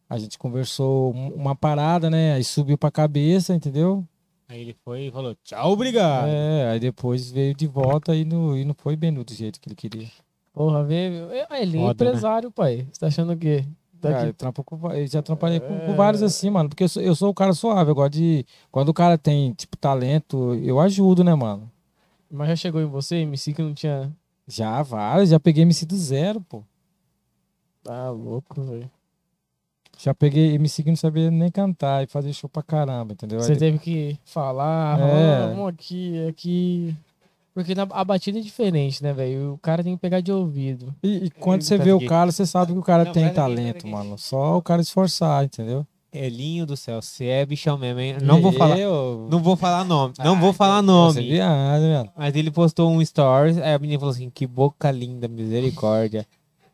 Speaker 3: a gente conversou um- uma parada, né? Aí subiu pra cabeça, entendeu?
Speaker 1: Aí ele foi e falou, tchau, obrigado.
Speaker 3: É, aí depois veio de volta e não, e não foi bem do jeito que ele queria.
Speaker 2: Porra, veio. É, Ele é
Speaker 1: Foda, né?
Speaker 2: empresário, pai. Você tá achando o quê? Tá É.
Speaker 3: Cara, eu,
Speaker 2: aqui.
Speaker 3: trampo com va- eu já trabalhei com, com vários assim, mano, porque eu sou, eu sou o cara suave, eu gosto de... Quando o cara tem, tipo, talento, eu ajudo, né, mano?
Speaker 2: Mas já chegou em você, MC, que não tinha.
Speaker 3: Já, vários, já peguei MC do zero, pô.
Speaker 2: Tá louco, velho.
Speaker 3: Já peguei MC que não sabia nem cantar e fazer show pra caramba, entendeu? Aí
Speaker 2: Você teve que falar,
Speaker 3: É.
Speaker 2: "Ah, vamos aqui, aqui. Porque na- a batida é diferente, né, velho? O cara tem que pegar de ouvido.
Speaker 3: E, e quando
Speaker 2: tá
Speaker 3: você vê o cara, você sabe que o cara
Speaker 1: Não, é
Speaker 3: tem
Speaker 1: pera aqui, pera
Speaker 3: talento,
Speaker 1: aqui.
Speaker 3: mano. Só o cara esforçar, entendeu?
Speaker 1: Elinho do céu, você é Ah, então bichão mesmo, hein? Não vou falar,
Speaker 3: Eu,
Speaker 1: não vou falar nome, não vou falar
Speaker 3: você
Speaker 1: nome.
Speaker 3: viaja, né, mano?
Speaker 1: Mas ele postou um stories, aí a menina falou assim, que boca linda, misericórdia.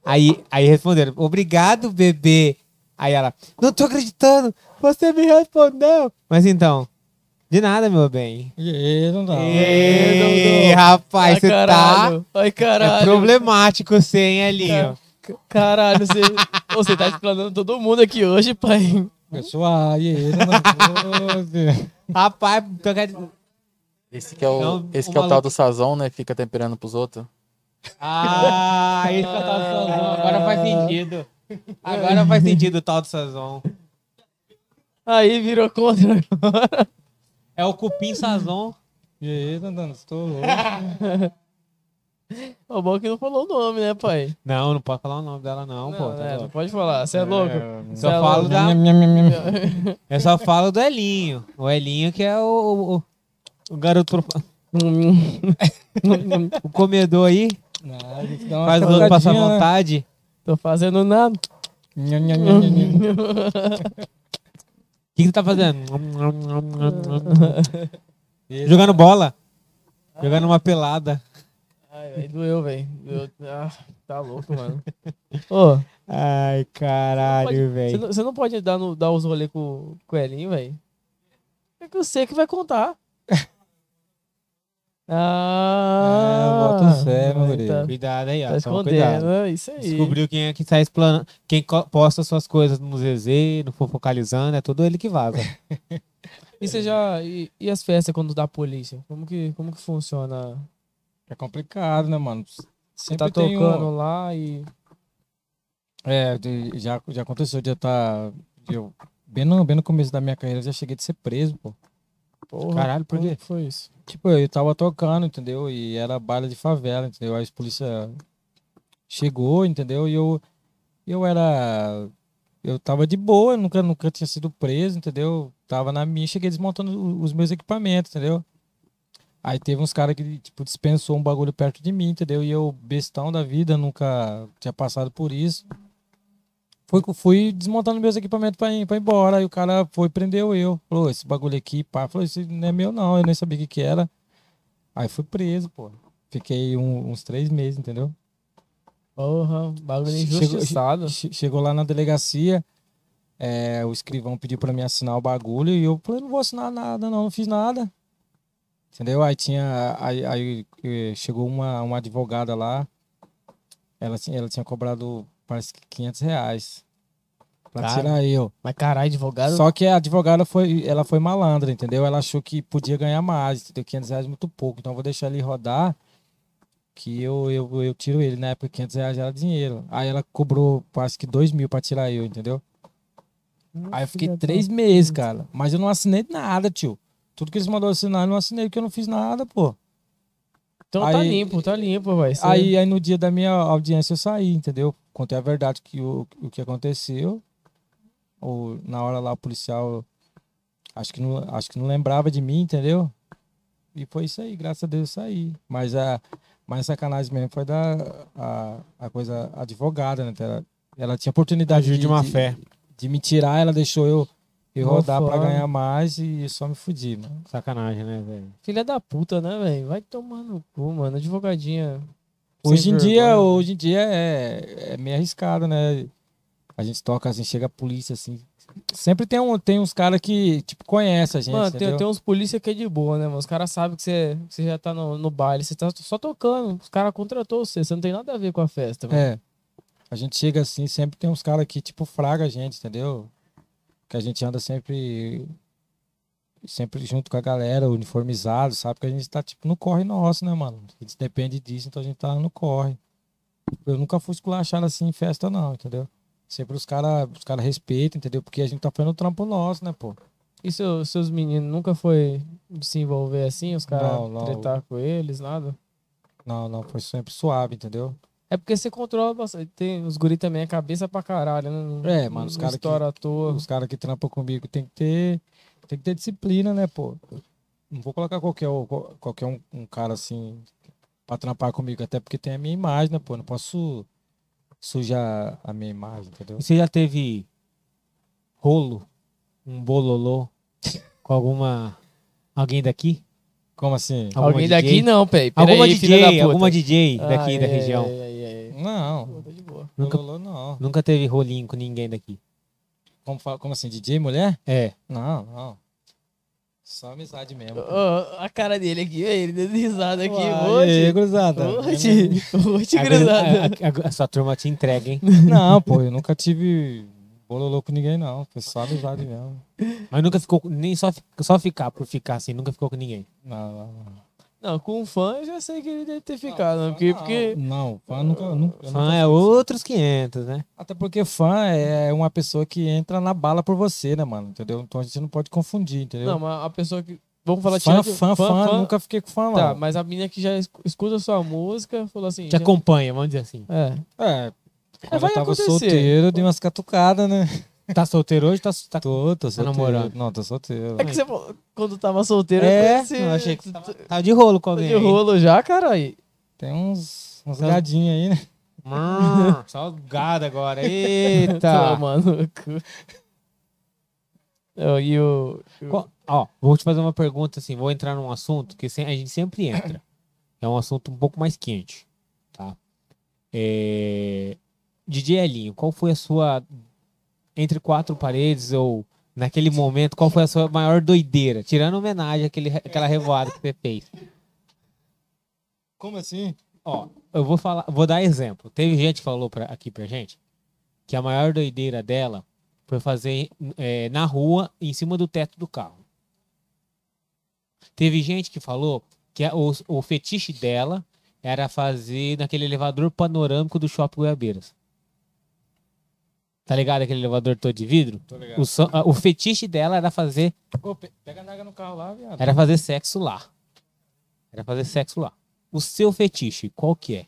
Speaker 1: Aí, aí responderam, obrigado, bebê. Aí ela, não tô acreditando, você me respondeu. Mas então, de nada, meu bem.
Speaker 3: E- não dá.
Speaker 1: Ei, rapaz, você tá
Speaker 2: Ah. caralho. Ai,
Speaker 1: é
Speaker 2: caralho. Tá.
Speaker 1: problemático você, hein, Elinho?
Speaker 2: Caralho, você, Ô, você tá explanando todo mundo aqui hoje, pai.
Speaker 3: Pessoal, e aí, não dá.
Speaker 1: Rapaz, então pior que-
Speaker 5: Esse que é o,
Speaker 1: Então,
Speaker 5: esse
Speaker 1: o
Speaker 5: que é o tal
Speaker 1: maluco-
Speaker 5: do sazão, né? Fica temperando pros outros.
Speaker 1: Ah, isso que eu tava falando.
Speaker 2: Ah.
Speaker 1: Agora faz sentido. Agora faz sentido o tal do Sazon.
Speaker 2: Aí virou contra.
Speaker 1: É o cupim Sazon.
Speaker 3: E aí, não dá, estou louco.
Speaker 2: O bom que não falou o nome, né, pai?
Speaker 1: Não, não pode falar o nome dela, não, pô. tá
Speaker 2: né, não
Speaker 1: louco.
Speaker 2: pode falar, você é louco. Você
Speaker 1: Só
Speaker 2: é
Speaker 1: falo
Speaker 2: louco.
Speaker 1: da-
Speaker 3: Não,
Speaker 1: Eu só falo do Elinho. O Elinho que é o, o, o garoto, pro- o comedor aí.
Speaker 3: a gente dá uma
Speaker 1: Faz o outro
Speaker 3: trocadinha,
Speaker 1: passar
Speaker 3: né?
Speaker 1: vontade.
Speaker 2: Tô fazendo nada.
Speaker 3: Nham, nham, nham, nham, nham.
Speaker 1: O que, que você tá fazendo?
Speaker 3: E aí,
Speaker 1: Jogando bola. Jogando uma pelada.
Speaker 2: Ai, velho, doeu, velho. Doeu. Ah, tá louco, mano. Ô,
Speaker 1: Ai, caralho,
Speaker 2: você
Speaker 1: velho.
Speaker 2: não, você não pode dar, no, dar os rolês com, com o Elinho, velho? É que eu sei que vai contar. Ah,
Speaker 3: É, bota fé, meu
Speaker 2: aí
Speaker 3: guri.
Speaker 2: tá,
Speaker 1: Cuidado aí, ó.
Speaker 2: tá
Speaker 1: toma
Speaker 2: escondendo,
Speaker 1: cuidado.
Speaker 2: né? isso aí.
Speaker 1: Descobriu quem é que tá explanando. Quem co- posta suas coisas no ZZ, no Fofocalizando, é todo ele que vaza.
Speaker 2: E você já. E, e as festas quando dá polícia? Como que, como que funciona?
Speaker 3: É complicado, né, mano?
Speaker 2: Você
Speaker 3: Sempre
Speaker 2: tá
Speaker 3: tem um-
Speaker 2: tocando lá e.
Speaker 3: É, de- já, já aconteceu de eu estar. Eu, bem, no, bem no começo da minha carreira, eu já cheguei de ser preso, pô.
Speaker 2: Porra,
Speaker 3: Caralho, por
Speaker 2: como
Speaker 3: quê?
Speaker 2: que Foi isso.
Speaker 3: Tipo, eu tava tocando, entendeu? E era baile de favela, entendeu? Aí a polícia chegou, entendeu? E eu, eu era. Eu tava de boa, eu nunca, nunca tinha sido preso, entendeu? Tava na minha, cheguei desmontando o- os meus equipamentos, entendeu? Aí teve uns caras que, tipo, dispensou um bagulho perto de mim, entendeu? E eu, bestão da vida, nunca tinha passado por isso. Fui, fui desmontando meus equipamentos pra ir, pra ir embora. Aí o cara foi e prendeu eu. Falou, esse bagulho aqui, pá. Falou, isso não é meu não, eu nem sabia o que que era. Aí fui preso, pô. Fiquei um- uns três meses, entendeu?
Speaker 2: Porra, bagulho
Speaker 3: Chegou-
Speaker 2: injustiçado.
Speaker 3: Che- Chegou lá na delegacia, é, o escrivão pediu pra mim assinar o bagulho e eu falei, não vou assinar nada, não, não fiz nada. Entendeu? Aí tinha. Aí, aí, eh, chegou uma, uma advogada lá, ela, tinha- ela tinha cobrado, parece que 500 reais. Pra
Speaker 2: Cara.
Speaker 3: tirar eu.
Speaker 2: Mas caralho, advogado.
Speaker 3: Só que a advogada foi, ela foi malandra, entendeu? Ela achou que podia ganhar mais, entendeu? 500 reais é muito pouco, então eu vou deixar ele rodar, que eu, eu, eu tiro ele. Na época, 500 reais era dinheiro. Aí ela cobrou, acho que 2 mil pra tirar eu, entendeu? Aí eu fiquei três meses, cara. Mas eu não assinei nada, tio. Tudo que eles mandaram assinar, eu não assinei, porque eu não fiz nada, pô.
Speaker 2: Então tá
Speaker 3: Aí-
Speaker 2: limpo, tá limpo, vai. Você-
Speaker 3: Aí, aí no dia da minha audiência eu saí, entendeu? Contei a verdade que o, o que aconteceu. Ou na hora lá o policial acho que não, acho que não lembrava de mim, entendeu? E foi isso aí, graças a Deus eu saí. Mas a Mas sacanagem mesmo foi da a, a coisa advogada, né? Ela, ela tinha oportunidade
Speaker 1: Agir de uma fé.
Speaker 3: de me tirar, ela deixou eu, eu
Speaker 2: Boa
Speaker 3: rodar pra
Speaker 2: forma.
Speaker 3: ganhar mais e só me fudi, mano.
Speaker 1: Sacanagem, né, velho?
Speaker 2: é Filha da puta, né, velho? Vai tomar no cu, mano. Advogadinha. sem
Speaker 3: Hoje em dia,
Speaker 2: vergonha. né?
Speaker 3: hoje em dia é, é meio arriscado, né? A gente toca assim, chega a polícia assim. Sempre tem, um, tem uns caras que, tipo, conhece a gente,
Speaker 2: É, Mano, tem,
Speaker 3: entendeu?
Speaker 2: tem uns polícia que é de boa, né, mano? Os caras sabem que você, que você já tá no, no baile, você tá só tocando. Os caras contratou você, você não tem nada a ver com a festa, mano.
Speaker 3: É. A gente chega assim, sempre tem uns caras que, tipo, fraga a gente, entendeu? Que a gente anda sempre. Sempre junto com a galera, uniformizado, sabe? Que a gente tá, tipo, no corre nosso, né, mano? A gente depende disso, então a gente tá no corre. Eu nunca fui esculachado assim em festa, não, entendeu? Sempre os caras os cara respeitam, entendeu? Porque a gente tá fazendo o trampo nosso, né, pô?
Speaker 2: E seu- seus meninos nunca foi se envolver assim, os
Speaker 3: Não, não.
Speaker 2: caras tretar com eles, nada?
Speaker 3: Não, não, foi sempre suave, entendeu?
Speaker 2: É porque você controla bastante. Tem os guri também, é cabeça pra caralho, né? Não-
Speaker 3: É, mano, os
Speaker 2: não
Speaker 3: cara que-
Speaker 2: estoura à toa.
Speaker 3: Os caras que trampam comigo tem que ter, tem que ter disciplina, né, pô? Não vou colocar qualquer, o- qual- qualquer um, um cara assim pra trampar comigo, até porque tem a minha imagem, né, pô? Não posso sujar a minha imagem, entendeu?
Speaker 1: Você já teve rolo, um bololô com alguma. Alguém daqui?
Speaker 3: Como assim?
Speaker 1: Alguma
Speaker 2: Alguém
Speaker 1: DJ?
Speaker 2: daqui não, peraí. peraí,
Speaker 1: alguma
Speaker 2: filha
Speaker 1: DJ,
Speaker 2: da puta. Ah, é,
Speaker 1: alguma DJ daqui
Speaker 2: Ai,
Speaker 1: da
Speaker 2: ai,
Speaker 1: região.
Speaker 2: ai, ai, ai.
Speaker 3: Não,
Speaker 2: Tá de boa.
Speaker 1: Nunca-
Speaker 3: bololô não.
Speaker 1: Nunca teve rolinho com ninguém daqui.
Speaker 3: Como, fa- como assim, DJ mulher?
Speaker 1: É.
Speaker 3: Não, não. Só amizade mesmo. pô.
Speaker 2: Ó, a cara dele aqui, velho, dando risada aqui.
Speaker 3: Uai, é. e aí,
Speaker 2: hoje.
Speaker 3: gurizada?
Speaker 2: Hoje. Hoje, grudado.
Speaker 1: Agora- é, a- a- a- a sua turma te entrega, hein?
Speaker 3: Não, pô, eu nunca tive bololô com ninguém, não. Foi só amizade mesmo.
Speaker 1: Mas nunca ficou, com- nem só, fi- só ficar por ficar assim, nunca ficou com ninguém.
Speaker 3: Não, não, não.
Speaker 2: Não, com um fã eu já sei que ele deve ter ficado, né?
Speaker 3: Fã
Speaker 2: Porque,
Speaker 3: não,
Speaker 2: porque
Speaker 3: Não, fã nunca. eu nunca- eu
Speaker 1: Fã
Speaker 3: nunca-
Speaker 1: é outros 500, né?
Speaker 3: Até porque fã é uma pessoa que entra na bala por você, né, mano? Entendeu? Então a gente não pode confundir, entendeu?
Speaker 2: Não, mas a pessoa que. Vamos falar
Speaker 3: fã,
Speaker 2: tirando-
Speaker 3: fã, fã, nunca fiquei com fã,
Speaker 2: Tá,
Speaker 3: não.
Speaker 2: mas a menina que já es- escuta sua música falou assim.
Speaker 1: Te
Speaker 2: já-
Speaker 1: acompanha, vamos dizer assim.
Speaker 2: É.
Speaker 3: É, quando
Speaker 2: vai
Speaker 3: eu tava
Speaker 2: acontecer.
Speaker 3: solteiro, eu dei umas catucadas, né?
Speaker 1: Tá solteiro hoje, tá, tá
Speaker 3: Tô, tô solteiro.
Speaker 1: namorando?
Speaker 3: Não, tô solteiro.
Speaker 2: É que você falou- quando tava solteiro,
Speaker 1: É,
Speaker 2: você,
Speaker 1: eu achei
Speaker 2: que tava
Speaker 1: Tá de rolo com alguém.
Speaker 2: de rolo já, caralho.
Speaker 3: Tem uns, uns
Speaker 1: Tá-
Speaker 3: gadinhos aí, né?
Speaker 1: Hum, só gado agora.
Speaker 2: Tá,
Speaker 1: Eita.
Speaker 2: maluco. Não, E o.
Speaker 1: Qual- Ó, vou te fazer uma pergunta assim, vou entrar num assunto que se- a gente sempre entra. É um assunto um pouco mais quente, tá? É... DJ Elinho, qual foi a sua entre quatro paredes ou naquele momento, qual foi a sua maior doideira? Tirando homenagem àquele, àquela revoada que você fez.
Speaker 3: Como assim?
Speaker 1: Ó, eu vou falar, vou dar exemplo. Teve gente que falou pra, aqui pra gente que a maior doideira dela foi fazer eh, na rua, em cima do teto do carro. Teve gente que falou que a- o, o fetiche dela era fazer naquele elevador panorâmico do Shopping Goiabeiras. Tá ligado aquele elevador todo de vidro?
Speaker 3: Tô ligado.
Speaker 1: O, so- a- o fetiche dela era fazer,
Speaker 3: Ô, pe- pega a naga no carro lá, viado.
Speaker 1: era fazer sexo lá. Era fazer sexo lá. O seu fetiche, qual que é?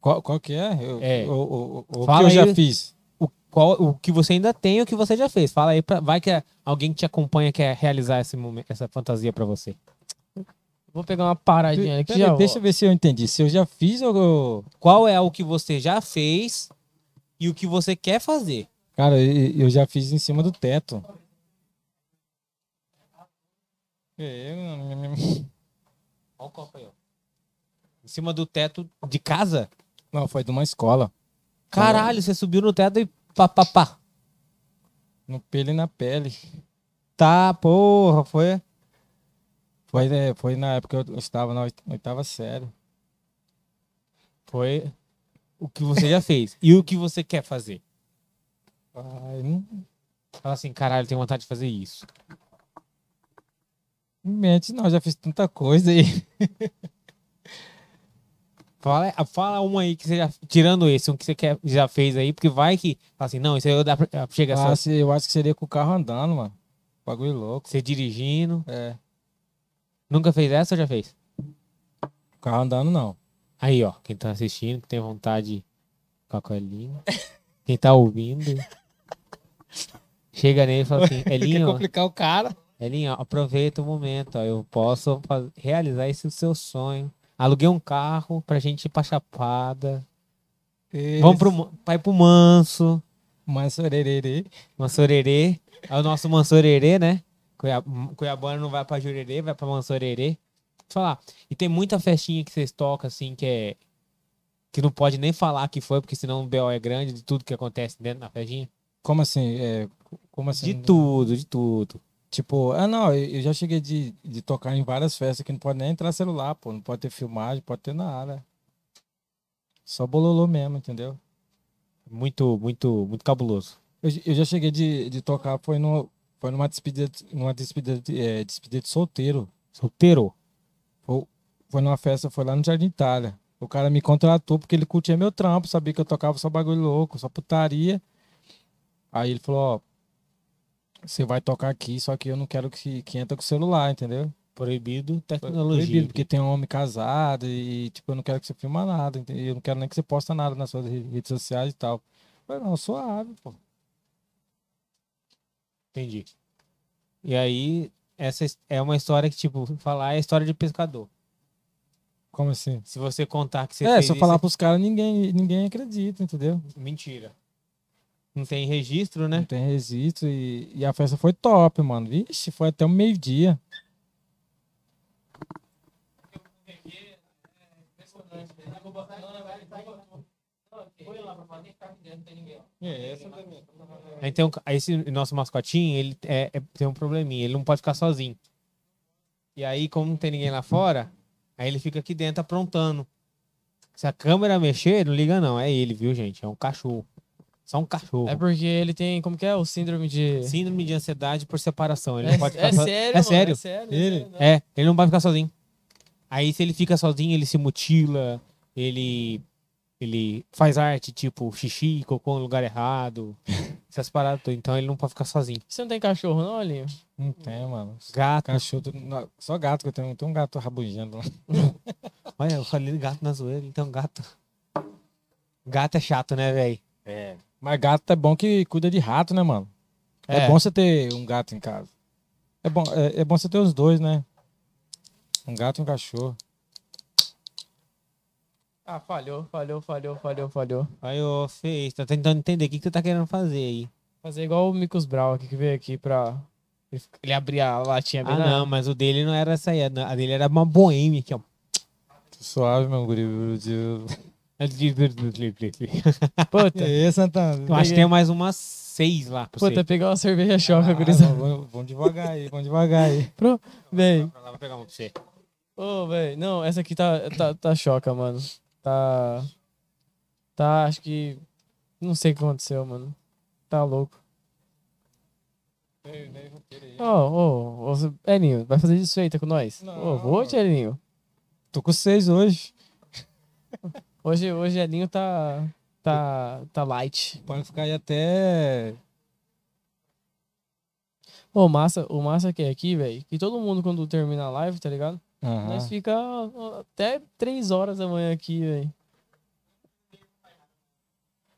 Speaker 3: Qual, qual que é? Eu,
Speaker 1: É.
Speaker 3: O, o, o, o que
Speaker 1: Fala
Speaker 3: eu
Speaker 1: aí.
Speaker 3: já fiz?
Speaker 1: o, qual, o que você ainda tem e o que você já fez. Fala aí, pra, vai que a- alguém que te acompanha quer realizar esse momento, essa fantasia pra você.
Speaker 2: Vou pegar uma paradinha aqui.
Speaker 3: Peraí,
Speaker 2: Já
Speaker 3: deixa
Speaker 2: deixa
Speaker 3: eu ver se eu entendi. Se eu já fiz ou. eu-
Speaker 1: Qual é o que você já fez e o que você quer fazer?
Speaker 3: Cara, e- e- eu já fiz em cima do teto. Eu não-
Speaker 1: Olha o copo aí, ó. Tá Em cima do teto de casa?
Speaker 3: Não, foi de uma escola.
Speaker 1: Caralho, você subiu no teto e pá, pá, pá.
Speaker 3: No pelo e na pele.
Speaker 1: Tá, porra, foi.
Speaker 3: Foi, né, foi na época que eu estava na oit- oitava série.
Speaker 1: Foi o que você já fez e o que você quer fazer.
Speaker 3: Ai, não
Speaker 1: Fala assim, caralho, tenho vontade de fazer isso.
Speaker 3: me mente não, já fiz tanta coisa aí.
Speaker 1: Fala, fala uma aí que você já. Tirando esse, um que você quer, já fez aí, porque vai que. Fala assim, não, isso aí eu dá pra, chega só
Speaker 3: Ah, se- eu acho que seria com o carro andando, mano. Bagulho louco.
Speaker 1: Você dirigindo.
Speaker 3: É,
Speaker 1: Nunca fez essa ou já fez?
Speaker 3: carro andando não.
Speaker 1: Aí, ó. Quem tá assistindo, que tem vontade com a colinha. Quem tá ouvindo. Chega nele e fala assim,
Speaker 3: Quer
Speaker 1: Elinho,
Speaker 3: complicar o cara?
Speaker 1: Elinho, ó, aproveita o momento, ó, eu posso fa- realizar esse seu sonho Aluguei um carro pra gente ir pra Chapada.
Speaker 3: Eles-
Speaker 1: Vamos pro, Man- vai pro Manso,
Speaker 3: Mansorererê.
Speaker 1: Mansorerê. É o nosso Mansorerê, né? Cuiab Cuiabano não vai pra Jurerê, vai pra Mansorerê. Deixa eu falar. E tem muita festinha que vocês tocam, assim, que é. Que não pode nem falar que foi, porque senão o BO é grande de tudo que acontece dentro da festinha.
Speaker 3: Como assim? É, como assim?
Speaker 1: De tudo, de tudo.
Speaker 3: Tipo, ah, não, eu eu já cheguei de, de tocar em várias festas que não pode nem entrar celular, pô. Não pode ter filmagem, pode ter nada. Só bololô mesmo, entendeu?
Speaker 1: Muito, muito, muito cabuloso.
Speaker 3: Eu, j- eu já cheguei de, de tocar, foi, no, foi numa despedida, numa despedida, de- é, despedida de solteiro.
Speaker 1: Solteiro.
Speaker 3: Foi numa festa, foi lá no Jardim Itália. O cara me contratou porque ele curtia meu trampo, sabia que eu tocava só bagulho louco, só putaria. Aí ele falou, ó, você vai tocar aqui, só que eu não quero que, que entra com o celular, entendeu?
Speaker 1: Proibido tecnologia.
Speaker 3: Proibido, porque tem homem casado e, tipo, eu não quero que você filma nada, entende? eu não quero nem que você posta nada nas suas re- redes sociais e tal. Mas não, suave, pô.
Speaker 1: Entendi. E aí, essa his- é uma história que, tipo, falar é história de pescador.
Speaker 3: Como assim?
Speaker 1: Se você contar que você
Speaker 3: é,
Speaker 1: fez
Speaker 3: se eu
Speaker 1: isso,
Speaker 3: falar pros caras, ninguém, ninguém acredita, entendeu?
Speaker 1: mentira. Não tem registro,
Speaker 3: Não
Speaker 1: né?
Speaker 3: tem registro e, e a festa foi top, mano. Vixe, foi até o meio-dia.
Speaker 1: Então, esse nosso mascotinho, ele é, é- tem um probleminha. Ele não pode ficar sozinho. E aí, como não tem ninguém lá fora, aí ele fica aqui dentro aprontando. Se a câmera mexer, não liga não. É ele, viu, gente? É um cachorro. Só um cachorro.
Speaker 2: É porque ele tem, como que é? O síndrome de.
Speaker 1: Síndrome de ansiedade por separação. Ele
Speaker 2: É,
Speaker 1: não pode ficar
Speaker 2: é
Speaker 1: so-
Speaker 2: sério,
Speaker 1: É
Speaker 2: mano,
Speaker 1: sério.
Speaker 2: É sério.
Speaker 3: Ele?
Speaker 2: sério, não.
Speaker 1: É, ele não vai ficar sozinho. Aí se ele fica sozinho, ele se mutila, ele ele faz arte, tipo xixi, cocô no lugar errado, essas paradas, todas. então ele não pode ficar sozinho.
Speaker 2: Você não tem cachorro, não, Alinho?
Speaker 3: Não tem, mano.
Speaker 1: Gato,
Speaker 3: Cachorro, tudo- não, só gato que eu tenho. Tem um gato rabugento lá.
Speaker 1: olha, eu falei gato na zoeira, então gato. Gato é chato, né, velho?
Speaker 3: Mas gato é bom que cuida de rato, né, mano? É,
Speaker 1: É.
Speaker 3: bom você ter um gato em casa. É bom, é, é bom você ter os dois, né? Um gato e um cachorro.
Speaker 2: Ah, falhou, falhou, falhou, falhou, falhou.
Speaker 1: Aí ô, fez, tá tentando entender o que, que você tá querendo fazer aí.
Speaker 2: Fazer igual o Micos Brau aqui que veio aqui pra. ele fica- Ele abrir a latinha bem
Speaker 1: Ah,
Speaker 2: na-
Speaker 1: não, mas o dele não era essa aí, a dele era uma boêmia aqui, ó.
Speaker 3: Suave, meu guri. E
Speaker 2: Puta,
Speaker 3: aí, Santana?
Speaker 1: Eu acho que tem mais umas seis lá pra você.
Speaker 2: puta, pegar uma cerveja choca,
Speaker 3: Ah,
Speaker 2: gurizada.
Speaker 3: vamos, vamos devagar aí, vamos devagar aí.
Speaker 2: Véi,
Speaker 1: Vou pegar uma pra você.
Speaker 2: ô, véi. Não, essa aqui tá, tá, tá choca, mano. Tá. Tá, acho que. Não sei o que aconteceu, mano. Tá louco. Ô, ô, ô, Elinho, vai fazer desfeita com nós? Ô,
Speaker 3: Não.
Speaker 2: vou, tia Elinho.
Speaker 3: Tô com seis hoje.
Speaker 2: Hoje, hoje Elinho tá. Tá. Tá light.
Speaker 3: Pode ficar aí até.
Speaker 2: Ô, massa, o massa que é aqui, velho, que todo mundo quando termina a live, tá ligado?
Speaker 3: Aham.
Speaker 2: Nós fica ó, até 3 horas da manhã aqui, velho.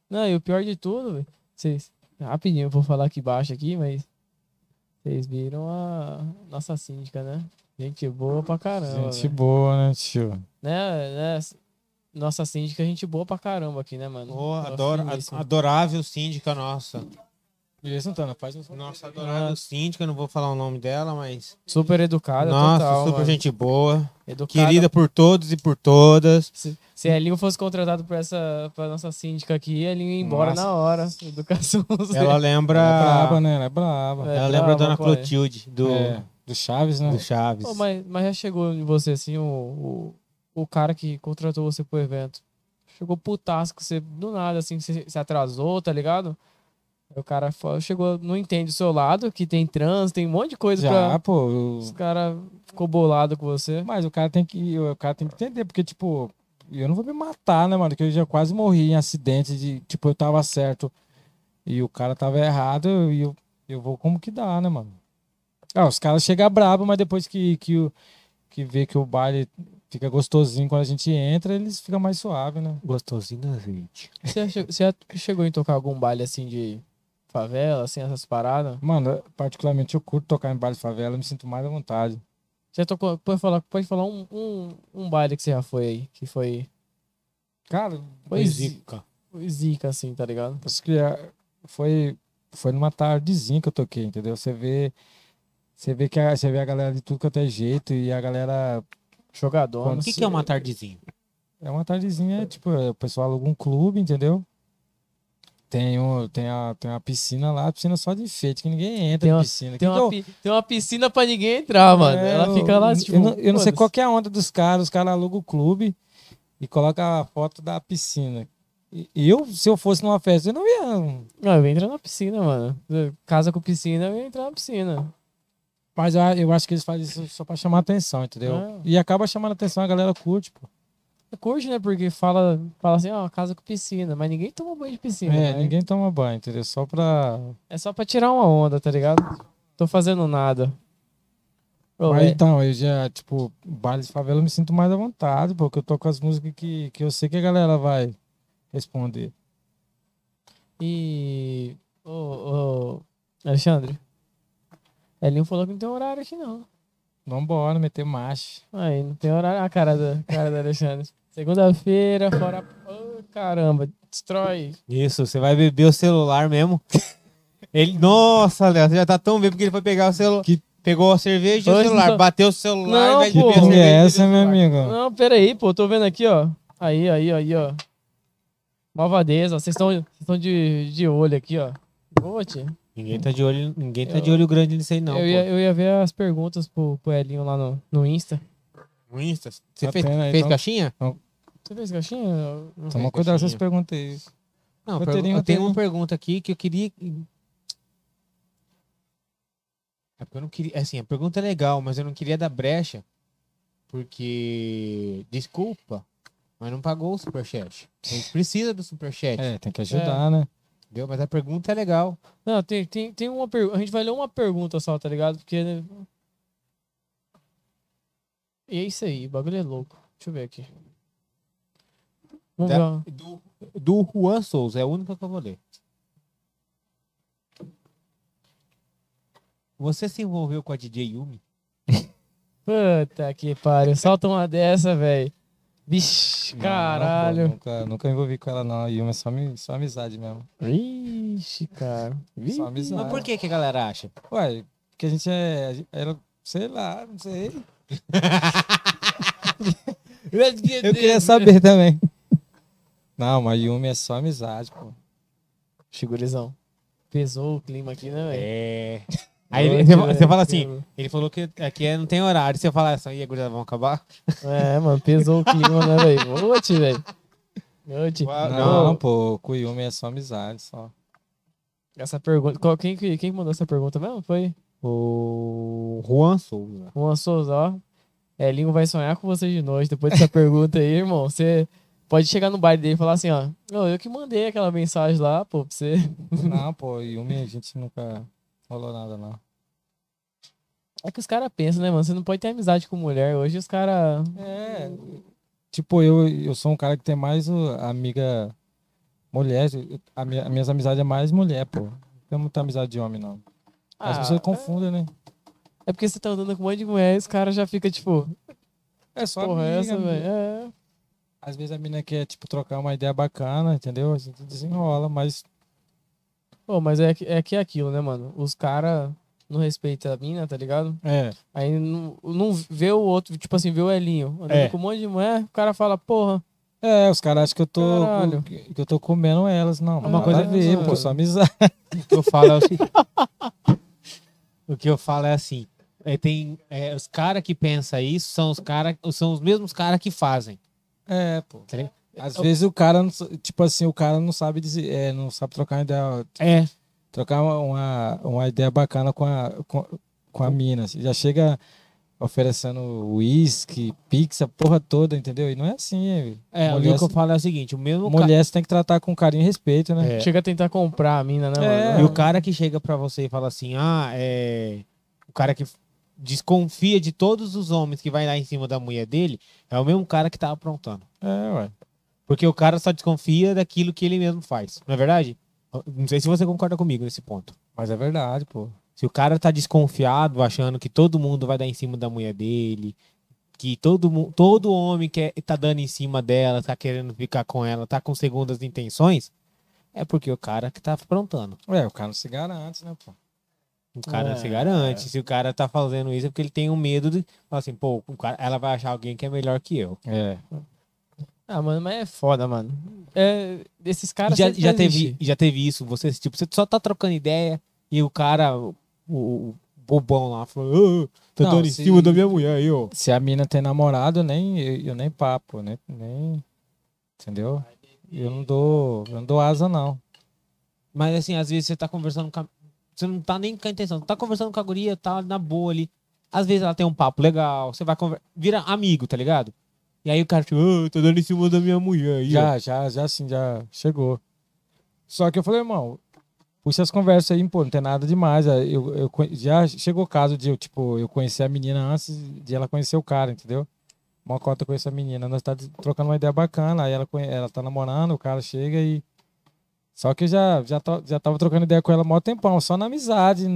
Speaker 2: Não, e o pior de tudo, velho, vocês. Rapidinho, eu vou falar aqui baixo aqui, mas. Vocês viram a nossa síndica, né? Gente boa pra caramba.
Speaker 3: Gente
Speaker 2: velho.
Speaker 3: boa, né, tio?
Speaker 2: Né, né? Nossa síndica, gente boa pra caramba aqui, né, mano?
Speaker 1: Oh,
Speaker 2: Nossa,
Speaker 1: adoro,
Speaker 2: finíssima.
Speaker 1: a- adorável síndica nossa.
Speaker 3: E aí, Santana, faz um uns.
Speaker 1: Nossa, adorável síndica, não vou falar o nome dela, mas.
Speaker 2: Super educada,
Speaker 1: nossa,
Speaker 2: total.
Speaker 1: super
Speaker 2: mano.
Speaker 1: gente boa.
Speaker 2: Educada.
Speaker 1: Querida por todos e por todas.
Speaker 2: Se, se Elinho fosse contratado pra essa pra nossa síndica aqui, Elinho ia embora
Speaker 3: Nossa.
Speaker 2: na hora. Educação. zero.
Speaker 1: Ela lembra.
Speaker 3: Ela é braba, né? Ela é braba.
Speaker 2: É,
Speaker 1: Ela lembra a
Speaker 2: brava,
Speaker 1: Dona
Speaker 2: qual é?
Speaker 1: Clotilde, do,
Speaker 3: É, do Chaves, né?
Speaker 1: do Chaves.
Speaker 2: Ô, mas, mas já chegou em você, assim, o, o, o cara que contratou você pro evento. Chegou putaço com você do nada, assim, você se atrasou, tá ligado? Aí O cara fa- chegou, não entende o seu lado, que tem trans, tem um monte de coisa
Speaker 3: Já,
Speaker 2: pra.
Speaker 3: pô. eu-
Speaker 2: Os cara ficou bolado com você.
Speaker 3: Mas o cara tem que, o cara tem que entender, porque, tipo, eu não vou me matar, né, mano? Que eu já quase morri em acidente de, tipo, eu tava certo e o cara tava errado, e eu, eu vou como que dá, né, mano? Ah, os caras chegam brabo, mas depois que, que, o- que vê que o baile fica gostosinho quando a gente entra, eles ficam mais suave, né?
Speaker 1: Gostosinho da gente.
Speaker 2: Você já, che- você já chegou em tocar algum baile assim de favela, assim, essas paradas?
Speaker 3: Mano, particularmente eu curto tocar em baile de favela, eu me sinto mais à vontade.
Speaker 2: Já tocou. Pode falar, pode falar um, um, um baile que você já foi aí. Que foi.
Speaker 3: Cara,
Speaker 2: Foi zica. Foi zica, assim, tá ligado?
Speaker 3: Acho que ah, foi, foi numa tardezinha que eu toquei, entendeu? Você vê, você vê que a, você vê a galera de tudo quanto é jeito e a galera.
Speaker 2: Jogador.
Speaker 7: O que, que é uma tardezinha?
Speaker 3: É uma tardezinha, é, tipo, é, o pessoal aluga um clube, entendeu? Tem, um, tem, a, tem uma piscina lá, piscina só de enfeite, que ninguém entra
Speaker 2: Tem
Speaker 3: na
Speaker 2: uma-
Speaker 3: piscina.
Speaker 2: Tem
Speaker 3: Quem que
Speaker 2: uma,
Speaker 3: eu-
Speaker 2: pi- tem uma piscina pra ninguém entrar, mano.
Speaker 3: Então, É,
Speaker 2: Ela fica lá,
Speaker 3: eu-
Speaker 2: tipo.
Speaker 3: Eu não, eu não sei
Speaker 2: foda-se.
Speaker 3: qual que é a onda dos caras. Os caras alugam o clube e colocam a foto da piscina. E Eu, se eu fosse numa festa, eu não ia.
Speaker 2: Não, eu ia entrar na piscina, mano. Casa com piscina, eu ia entrar na piscina.
Speaker 3: Mas eu, eu acho que eles fazem isso só pra chamar atenção, entendeu?
Speaker 2: É.
Speaker 3: E acaba chamando atenção, a galera curte, pô.
Speaker 2: Curte, né? Porque fala, fala assim, ó, casa com piscina. Mas ninguém toma banho de piscina.
Speaker 3: É,
Speaker 2: né?
Speaker 3: ninguém toma banho, entendeu? Só pra.
Speaker 2: É só pra tirar uma onda, tá ligado? Tô fazendo nada. Ô,
Speaker 3: Mas
Speaker 2: é-
Speaker 3: então, eu já, tipo, baile de favela eu me sinto mais à vontade, pô, porque eu tô com as músicas que, que eu sei que a galera vai responder.
Speaker 2: E. Ô, ô. Alexandre. Elinho falou que não tem horário aqui, não.
Speaker 3: Vambora, meter marcha.
Speaker 2: Aí, não tem horário. A cara da, cara da Alexandre. Segunda-feira, fora. Ô, caramba, destrói.
Speaker 1: Isso, você vai beber o celular mesmo. Ele, nossa, Léo, você já tá tão bem porque ele foi pegar o celular. Pegou a cerveja e o
Speaker 2: Hoje
Speaker 1: celular,
Speaker 2: não-
Speaker 1: bateu o celular
Speaker 2: Não,
Speaker 1: e vai beber
Speaker 2: pô.
Speaker 1: a
Speaker 2: Você
Speaker 3: Como
Speaker 1: cerveja.
Speaker 3: é
Speaker 1: e
Speaker 3: essa,
Speaker 1: beber o
Speaker 3: meu
Speaker 1: celular.
Speaker 3: amigo?
Speaker 2: Não, pera aí, pô, tô vendo aqui, ó. Aí, aí, aí, ó. Malvadeza, ó. vocês estão vocês estão de, de olho aqui, ó. Boa, tia.
Speaker 1: Ninguém tá de olho, ninguém tá
Speaker 2: Eu-
Speaker 1: de olho grande nisso aí não,
Speaker 2: eu, ia, eu ia ver as perguntas pro, pro Elinho lá no, no Insta.
Speaker 1: pô. No Insta, você
Speaker 3: Tá
Speaker 1: fez,
Speaker 3: tendo aí,
Speaker 1: fez
Speaker 3: então.
Speaker 1: caixinha?
Speaker 2: Você fez caixinha?
Speaker 1: Não
Speaker 3: Toma
Speaker 1: fez
Speaker 3: cuidado com
Speaker 1: caixinha.
Speaker 3: essas perguntas aí.
Speaker 1: Não,
Speaker 3: Eu
Speaker 1: pergu-
Speaker 3: teria-
Speaker 1: eu tenho
Speaker 3: eu teria-
Speaker 1: uma pergunta aqui que eu queria. É porque eu não queria. Assim, a pergunta é legal, mas eu não queria dar brecha. Porque. Desculpa, mas não pagou o superchat. A gente precisa do superchat.
Speaker 3: É, tem que ajudar, né?
Speaker 1: Entendeu? Mas a pergunta é legal.
Speaker 2: Não, tem, tem, tem uma pergunta. A gente vai ler uma pergunta só, tá ligado? Porque. né? E é isso aí, o bagulho é louco. Deixa eu ver aqui. Vamos
Speaker 1: Tá.
Speaker 2: ver. ó.
Speaker 1: Do, do Juan Souza, é a única que eu vou ler. Você se envolveu com a DJ Yumi?
Speaker 2: Puta que pariu. Solta uma dessa, velho. Vixe,
Speaker 3: Não,
Speaker 2: caralho.
Speaker 3: não, pô, nunca, nunca envolvi com ela, não. A Yuma é só, ami- só amizade mesmo.
Speaker 2: Vixe, cara. Vixe.
Speaker 3: Só amizade.
Speaker 1: Mas por que, que a galera acha?
Speaker 3: Ué, porque a gente é. a gente- Era, sei lá, não sei. Eu queria saber também. Não, mas Yumi é só amizade, pô.
Speaker 2: Figurizão. Pesou o clima aqui, né, velho?
Speaker 1: É. Aí ele- você, você fala assim, ele falou que aqui é- não tem horário. Você fala assim, e a gurizada vão acabar?
Speaker 2: É, mano, pesou o clima, né, velho? Ote, velho. Ote.
Speaker 3: Não, pô, com Yumi é só amizade, só.
Speaker 2: Essa pergunta. Qual, quem, que- quem que mandou essa pergunta mesmo? Foi
Speaker 1: O Juan Souza.
Speaker 2: Juan Souza, ó. Elinho vai sonhar com você de noite. Depois dessa pergunta aí, irmão. Você pode chegar no baile dele e falar assim, ó. "Ô, eu que mandei aquela mensagem lá, pô, pra você.
Speaker 3: Não, pô, Yumi a gente nunca rolou nada, não.
Speaker 2: É que os caras pensam, né, mano? Você não pode ter amizade com mulher. Hoje os caras.
Speaker 3: É. Tipo, eu, eu sou um cara que tem mais o- amiga mulher. eu- A minha, as minhas amizades é mais mulher, pô. Não tem muita amizade de homem, não.
Speaker 2: ah,
Speaker 3: As pessoas confundem, né?
Speaker 2: É porque você tá andando com um monte de mulher e os caras já ficam, tipo,
Speaker 3: É só
Speaker 2: porra, é
Speaker 3: amiga,
Speaker 2: essa,
Speaker 3: amiga.
Speaker 2: velho. É.
Speaker 3: Às vezes a mina quer, tipo, trocar uma ideia bacana, entendeu? A gente desenrola, mas
Speaker 2: Pô, mas é, que- é que é aquilo, né, mano? Os caras não respeitam a mina, tá ligado?
Speaker 3: é,
Speaker 2: Aí não, não vê o outro, tipo assim, vê o Elinho andando
Speaker 3: É.
Speaker 2: com um monte de mulher, o cara fala, porra,
Speaker 3: é, os caras acham que eu tô
Speaker 2: Caralho.
Speaker 3: que que eu tô comendo elas, não.
Speaker 2: É
Speaker 3: uma coisa a ver,
Speaker 2: mano.
Speaker 3: pô, só amizade.
Speaker 1: O que eu falo é o seguinte. o que eu falo é assim. é, tem, é, os caras que pensam isso são os, cara, são os mesmos caras que fazem.
Speaker 3: É, pô.
Speaker 1: Tá ligado?
Speaker 3: Às vezes o cara, não sa- tipo assim, o cara não sabe dizer, é, não sabe trocar uma ideia,
Speaker 1: É.
Speaker 3: trocar uma, uma, uma ideia bacana com a com, com a mina, assim. já chega oferecendo uísque, pizza, porra toda, entendeu? E não é assim, é,
Speaker 1: é o
Speaker 3: mulher,
Speaker 1: que eu falo é o seguinte: o mesmo cara.
Speaker 3: mulher você tem que tratar com carinho e respeito, né?
Speaker 1: É.
Speaker 2: chega a tentar comprar a mina, né,
Speaker 3: É.
Speaker 2: mano?
Speaker 1: E o cara que chega pra você e fala assim, ah, é. O cara que desconfia de todos os homens que vai lá em cima da mulher dele é o mesmo cara que tá aprontando.
Speaker 3: É, ué.
Speaker 1: Porque o cara só desconfia daquilo que ele mesmo faz, não é verdade? Não sei se você concorda comigo nesse ponto.
Speaker 3: Mas é verdade, pô.
Speaker 1: Se o cara tá desconfiado, achando que todo mundo vai dar em cima da mulher dele, que todo, mu- todo homem quer, tá dando em cima dela, tá querendo ficar com ela, tá com segundas intenções, é porque o cara que tá afrontando.
Speaker 3: Ué, É, o cara não se garante, né, pô?
Speaker 1: O cara não se
Speaker 2: É.
Speaker 1: garante. Se o cara tá fazendo isso, é porque ele tem um medo de. Fala assim, pô, o cara, ela vai achar alguém que é melhor que eu.
Speaker 3: É.
Speaker 2: Ah, mano, mas é foda, mano. É, esses caras.
Speaker 1: já,
Speaker 2: sempre
Speaker 1: já
Speaker 2: vão
Speaker 1: teve,
Speaker 2: existir.
Speaker 1: já teve isso. Você, tipo, você só tá trocando ideia e o cara, o, o bobão lá, falou, "Ah, tá
Speaker 3: Não,
Speaker 1: dando em
Speaker 3: se-
Speaker 1: cima da minha mulher aí, ó.
Speaker 3: Se a mina tem namorado, eu nem, eu, eu nem papo, né? Nem. Entendeu? Eu não dou. Eu não dou asa, não.
Speaker 1: Mas assim, às vezes você tá conversando com a... Você não tá nem com a intenção. Tá conversando com a guria, tá na boa ali. Às vezes ela tem um papo legal, você vai conversar. Vira amigo, tá ligado? E aí o cara, tipo, "Ah, tá dando em cima da minha mulher aí, ó."
Speaker 3: Já, já, já sim, já chegou. Só que eu falei, irmão, puxa as conversas aí, pô, não tem nada demais. Aí Eu, eu, conhe- já chegou o caso de eu, tipo, eu conhecer a menina antes de ela conhecer o cara, entendeu? Uma cota com essa menina, nós tá des- trocando uma ideia bacana, aí ela, conhe- ela tá namorando, o cara chega e. Só que eu já, já, ta- já tava trocando ideia com ela há mó tempão, só na amizade.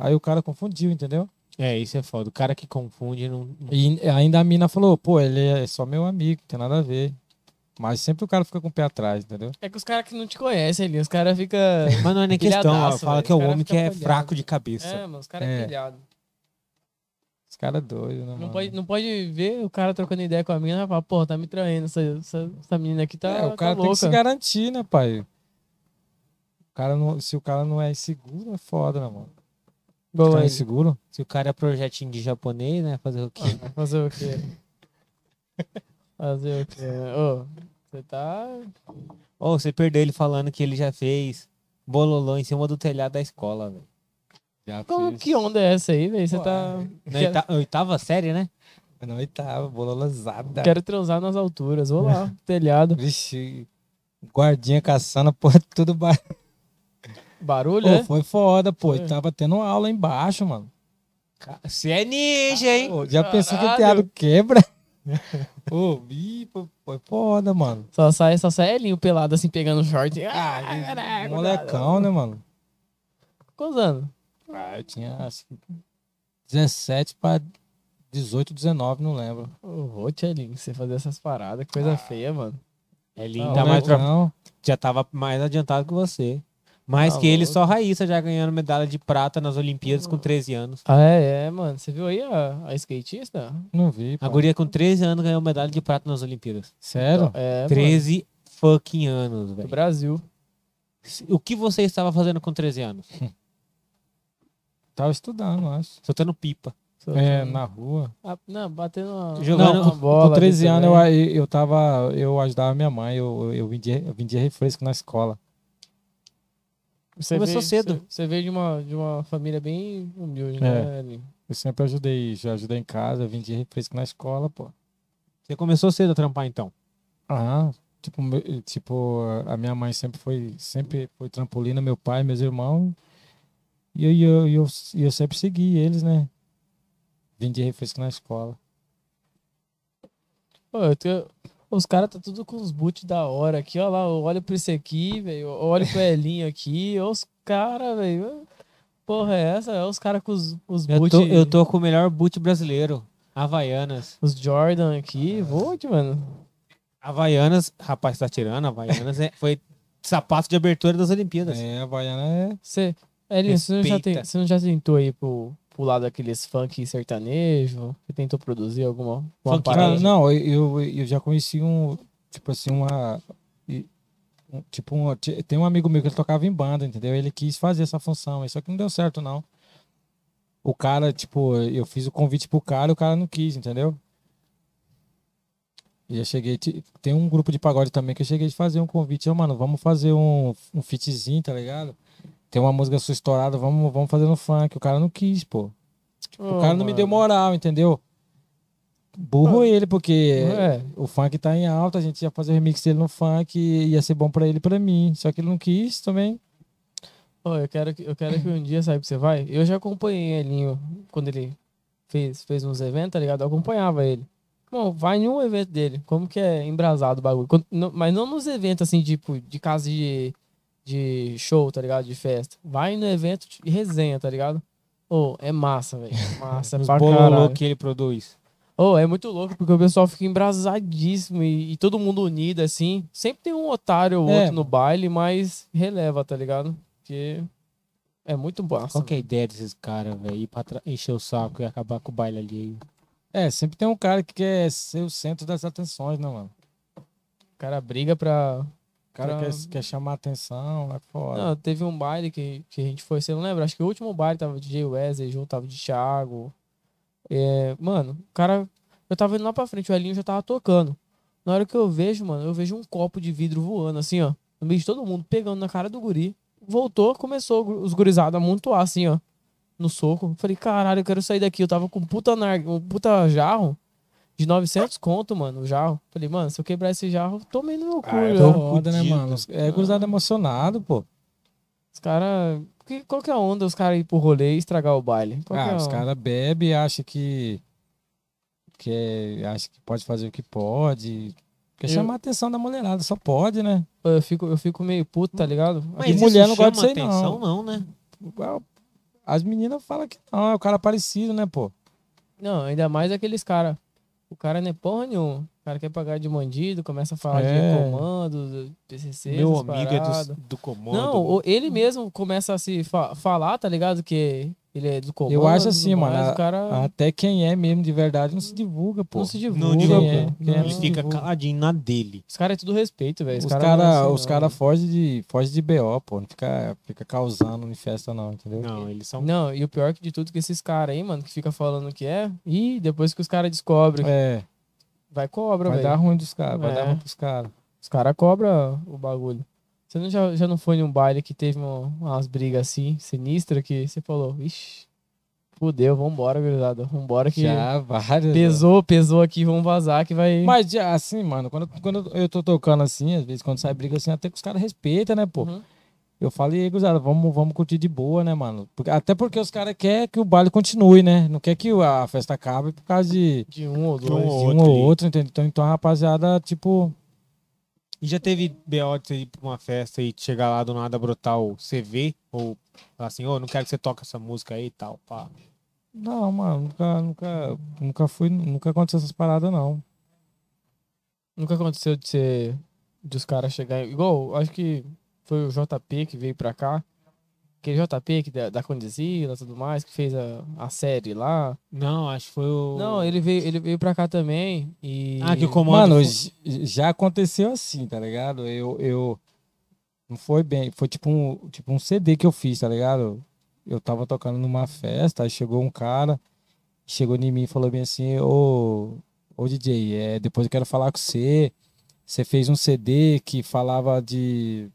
Speaker 3: Aí o cara confundiu, entendeu?
Speaker 1: É, isso é foda. O cara que confunde não. não-
Speaker 3: E ainda a mina falou, pô, ele é só meu amigo, não tem nada a ver. Mas sempre o cara fica com o pé atrás, entendeu?
Speaker 2: É que os caras que não te conhecem ali, os caras ficam.
Speaker 1: Mas não é nem questão,
Speaker 2: Pilhadaço,
Speaker 1: ela fala
Speaker 2: velho.
Speaker 1: que é o
Speaker 2: Esse cara
Speaker 1: homem que
Speaker 2: fica
Speaker 1: é
Speaker 2: pilhado.
Speaker 1: fraco de cabeça.
Speaker 2: É, mano, os caras
Speaker 3: É.
Speaker 2: é pilhado.
Speaker 3: Os caras doidos,
Speaker 1: Tá
Speaker 3: né?
Speaker 2: Não
Speaker 3: mano?
Speaker 2: pode, não pode ver o cara trocando ideia com a mina e falar, pô, tá me traindo, essa, essa, essa menina aqui tá,
Speaker 3: É, o
Speaker 2: tá
Speaker 3: cara tem
Speaker 2: louca.
Speaker 3: que se garantir, né, pai? O cara não, se o cara não é inseguro, é foda, né, mano? O
Speaker 2: Igual
Speaker 3: cara é
Speaker 2: aí.
Speaker 3: inseguro?
Speaker 1: Se o cara é projetinho de japonês, né? Fazer o quê?
Speaker 2: Fazer o quê? Fazer o quê? Ô, você tá...
Speaker 1: Ou você perdeu ele falando que ele já fez bololô em cima do telhado da escola, velho.
Speaker 3: Já
Speaker 2: Como, que onda é essa aí, velho? Você
Speaker 3: Ué.
Speaker 2: tá...
Speaker 1: Na
Speaker 2: Quero-
Speaker 1: oita- oitava série, né?
Speaker 3: Na oitava, bololasada.
Speaker 2: Quero transar nas alturas, vou lá, telhado.
Speaker 3: Vixe, guardinha caçando, porra, tudo baixo.
Speaker 2: Barulho,
Speaker 3: Pô,
Speaker 2: né?
Speaker 3: foi foda, pô.
Speaker 2: Foi.
Speaker 3: E tava tendo aula embaixo, mano.
Speaker 1: Você é ninja, hein?
Speaker 3: Pô, já pensou que o teatro quebra? Ô, ih, foi- foi foda, mano.
Speaker 2: Só sai, só sai Elinho pelado, assim, pegando short. Ah,
Speaker 3: Ah,
Speaker 2: caraca,
Speaker 3: molecão, né, mano?
Speaker 2: Quantos anos?
Speaker 3: Ah, eu tinha acho que 17 pra 18, 19, não lembro.
Speaker 2: Ô, ô, tia Elinho, você fazer essas paradas, que coisa feia, mano.
Speaker 1: É lindo,
Speaker 2: Não,
Speaker 1: tá
Speaker 2: né?
Speaker 1: mais pra-
Speaker 3: Não.
Speaker 1: já tava mais adiantado que você. Mais
Speaker 2: Tá
Speaker 1: que ele,
Speaker 2: louco.
Speaker 1: só Raíssa já ganhando medalha de prata nas Olimpíadas com 13 anos.
Speaker 2: Ah, é, é, mano. Você viu aí a, a skatista?
Speaker 3: Não vi.
Speaker 1: A
Speaker 3: pô.
Speaker 1: guria com 13 anos ganhou medalha de prata nas Olimpíadas.
Speaker 3: Sério?
Speaker 2: É, mano,
Speaker 1: 13 fucking anos,
Speaker 2: do
Speaker 1: velho.
Speaker 2: Brasil.
Speaker 1: O que você estava fazendo com 13 anos?
Speaker 3: Tava estudando, acho.
Speaker 1: Soltando pipa.
Speaker 2: Tá
Speaker 3: É, na rua.
Speaker 2: Ah, não, batendo uma,
Speaker 1: Jogando-
Speaker 2: uma bola. né?
Speaker 3: Com 13
Speaker 2: ali
Speaker 3: anos
Speaker 2: também.
Speaker 3: eu, eu tava. Eu ajudava minha mãe, eu, eu, vendia, eu vendia refresco na escola.
Speaker 2: Você
Speaker 1: Começou
Speaker 2: veio-
Speaker 1: cedo.
Speaker 2: Você, você veio de uma, de uma família bem humilde, né? Elinho?
Speaker 3: Eu sempre ajudei, já ajudei em casa, eu vendia refresco na escola, pô.
Speaker 1: Você começou cedo a trampar, então.
Speaker 3: Ah, tipo, meu- tipo, a minha mãe sempre foi, sempre foi trampolina, meu pai, meus irmãos. E eu, e eu, e eu, e eu sempre segui eles, né? Vendia refresco na escola.
Speaker 2: Pô, eu tenho- Os caras tá tudo com os boots da hora aqui, ó lá. Eu olho pra esse aqui, velho. eu Olho pro Elinho aqui. ó Os caras, velho. Porra, é essa? É os caras com os, os
Speaker 1: Eu
Speaker 2: boot,
Speaker 1: tô, eu tô com o melhor boot brasileiro. Havaianas.
Speaker 2: os Jordan aqui. Boot, mano.
Speaker 1: Havaianas, rapaz, tá tirando. Havaianas é- foi sapato de abertura das Olimpíadas.
Speaker 3: É, a Baiana é.
Speaker 2: Você, Elinho, você não, já
Speaker 1: Respeita.
Speaker 2: tem, você não já tentou ir pro, pro lado daqueles funk sertanejo? Você tentou produzir alguma, alguma
Speaker 1: Funk
Speaker 2: parada?
Speaker 3: Cara, não, eu, eu- eu já conheci um, tipo assim, uma. e- um- tipo, um, ti- tem um amigo meu que ele tocava em banda, entendeu? Ele quis fazer essa função, aí, só que não deu certo, não. O cara, tipo, eu fiz o convite pro cara e o cara não quis, entendeu? E eu cheguei. ti- Tem um grupo de pagode também que eu cheguei de fazer um convite. Eu, mano, vamos fazer um, um fitzinho, tá ligado? Tem uma música sua estourada, vamos, vamos fazer no funk. O cara não quis, pô. O
Speaker 2: Ô,
Speaker 3: cara
Speaker 2: Tipo,
Speaker 3: não me
Speaker 2: mano.
Speaker 3: deu moral, entendeu? Burro ele, porque
Speaker 2: É.
Speaker 3: o funk tá em alta, a gente ia fazer o remix dele no funk, e ia ser bom pra ele e pra mim. Só que ele não quis também.
Speaker 2: Ô, eu quero que, eu quero que um dia, sabe, que você vai. Eu já acompanhei Elinho quando ele fez, fez uns eventos, tá ligado? Eu acompanhava ele. Bom, vai em um evento dele. Como que é embrasado o bagulho? Quando- não- mas não nos eventos assim, tipo, de casa de, de show, tá ligado? De festa. Vai no evento de resenha, tá ligado? Ô, é massa, velho. Massa
Speaker 8: Os
Speaker 2: pra
Speaker 8: bololô
Speaker 2: caralho.
Speaker 8: que ele produz.
Speaker 2: Oh, é muito louco, porque o pessoal fica embrasadíssimo e, e todo mundo unido, assim. Sempre tem um otário ou
Speaker 3: É,
Speaker 2: outro no baile, mas releva, tá ligado? Porque é muito massa.
Speaker 8: Qual que é a ideia desses caras, velho? Ir pra tra- encher o saco e acabar com o baile alheio.
Speaker 3: É, sempre tem um cara que quer ser o centro das atenções, né, mano?
Speaker 2: O cara briga pra.
Speaker 3: O cara
Speaker 2: Pra-
Speaker 3: quer, quer chamar atenção, é foda.
Speaker 2: Não, teve um baile que, que a gente foi, você não lembra? Acho que o último baile tava DJ Wesley junto, tava de Thiago. É, mano, o cara. Eu tava indo lá pra frente, o Elinho já tava tocando. Na hora que eu vejo, mano, eu vejo um copo de vidro voando, assim, ó. No meio de todo mundo, pegando na cara do guri. Voltou, começou gu- os gurizados a amontoar, assim, ó. No soco. Eu Falei, caralho, eu quero sair daqui. Eu tava com um puta, nar... um puta jarro de 900 conto, mano, o jarro. Falei, mano, se eu quebrar esse jarro, eu tomei no meu cu,
Speaker 3: é
Speaker 2: já.
Speaker 3: foda, né, mano? Os- É gurizada emocionado, pô.
Speaker 2: Os caras. Qual que é a onda os caras ir pro rolê e estragar o baile? Qual que é
Speaker 3: Ah,
Speaker 2: a
Speaker 3: os
Speaker 2: onda?
Speaker 3: caras bebem e acham que, que é- acha que pode fazer o que pode. Quer
Speaker 2: Eu-
Speaker 3: chamar a atenção da mulherada, só pode, né?
Speaker 2: Eu fico, eu fico meio puto, tá ligado?
Speaker 3: Mas isso mulher não gosta chama disso aí,
Speaker 8: atenção,
Speaker 3: atenção,
Speaker 8: não, né?
Speaker 3: Igual- As meninas falam que não, é o cara parecido, né, pô?
Speaker 2: Não, ainda mais aqueles caras. O cara não é porra nenhuma. O cara quer pagar de bandido, começa a falar
Speaker 3: É.
Speaker 2: de comando, do PCC,
Speaker 8: Meu
Speaker 2: essas
Speaker 8: amigo é
Speaker 2: paradas.
Speaker 8: do, do comando.
Speaker 2: Não, o- ele mesmo começa a se fa- falar, tá ligado? Que ele é do comando.
Speaker 3: acho
Speaker 2: e tudo
Speaker 3: assim, mano,
Speaker 2: mais,
Speaker 3: a-
Speaker 2: O cara
Speaker 3: Até quem é mesmo de verdade não se divulga, pô.
Speaker 2: não se divulga.
Speaker 8: Não divulga.
Speaker 2: é.
Speaker 3: Quem é
Speaker 8: Ele
Speaker 3: mesmo
Speaker 8: fica
Speaker 3: divulga.
Speaker 8: caladinho na dele.
Speaker 2: Os caras é tudo respeito, velho.
Speaker 3: Os
Speaker 2: cara não é
Speaker 3: caras
Speaker 2: assim,
Speaker 3: os
Speaker 2: não.
Speaker 3: cara fogem de, foge de BO, pô. Não fica, fica causando em festa, não, entendeu?
Speaker 8: Não, eles
Speaker 3: Então,
Speaker 8: são.
Speaker 2: Não, e o pior de tudo é que esses caras aí, mano, que fica falando que é, e depois que os caras descobrem,
Speaker 3: É,
Speaker 2: vai cobra,
Speaker 3: vai dar
Speaker 2: velho.
Speaker 3: ruim dos caras, vai
Speaker 2: É.
Speaker 3: dar ruim pros caras.
Speaker 2: Os caras cobram o bagulho. Você não, já, já não foi num baile que teve uma- umas brigas assim, sinistra, que você falou, ixi, fudeu, vambora, gurizada, vambora que
Speaker 3: Já, várias.
Speaker 2: pesou, pesou aqui, vamos vazar que vai...
Speaker 3: Mas já, assim, mano, quando, quando eu tô tocando assim, às vezes quando sai briga assim, até que os caras respeitam, né, pô?
Speaker 2: Uhum.
Speaker 3: Eu falo, e aí, gurizada, vamos, vamos curtir de boa, né, mano? Porque- até porque os caras querem que o baile continue, né? Não quer que a festa acabe por causa de,
Speaker 2: De um ou
Speaker 3: de
Speaker 2: dois.
Speaker 3: um ou
Speaker 8: outro
Speaker 3: outro,
Speaker 8: ali.
Speaker 3: entendeu? Então, então a rapaziada, tipo,
Speaker 8: E já teve BO de você ir pra uma festa e chegar lá do nada brotar o CV? Ou falar assim, ô, não quero que você toque essa música aí e tal, pá.
Speaker 3: não, mano, nunca, nunca, nunca fui, nunca aconteceu essas paradas, não.
Speaker 2: Nunca aconteceu de ser. de os caras chegarem. Igual, acho que foi o JP que veio pra cá. Aquele JP que da, da Condizila e tudo mais, que fez a, a série lá.
Speaker 8: Não, acho que foi o.
Speaker 2: Não, ele veio, ele veio pra cá também. E.
Speaker 8: Ah, que o comando.
Speaker 3: Mano, j- já aconteceu assim, tá ligado? Eu, eu não foi bem, foi tipo um, tipo um CD que eu fiz, tá ligado? Eu tava tocando numa festa, aí chegou um cara, chegou em mim e falou bem assim, ô, ô DJ, é, depois eu quero falar com você. Você fez um CD que falava de,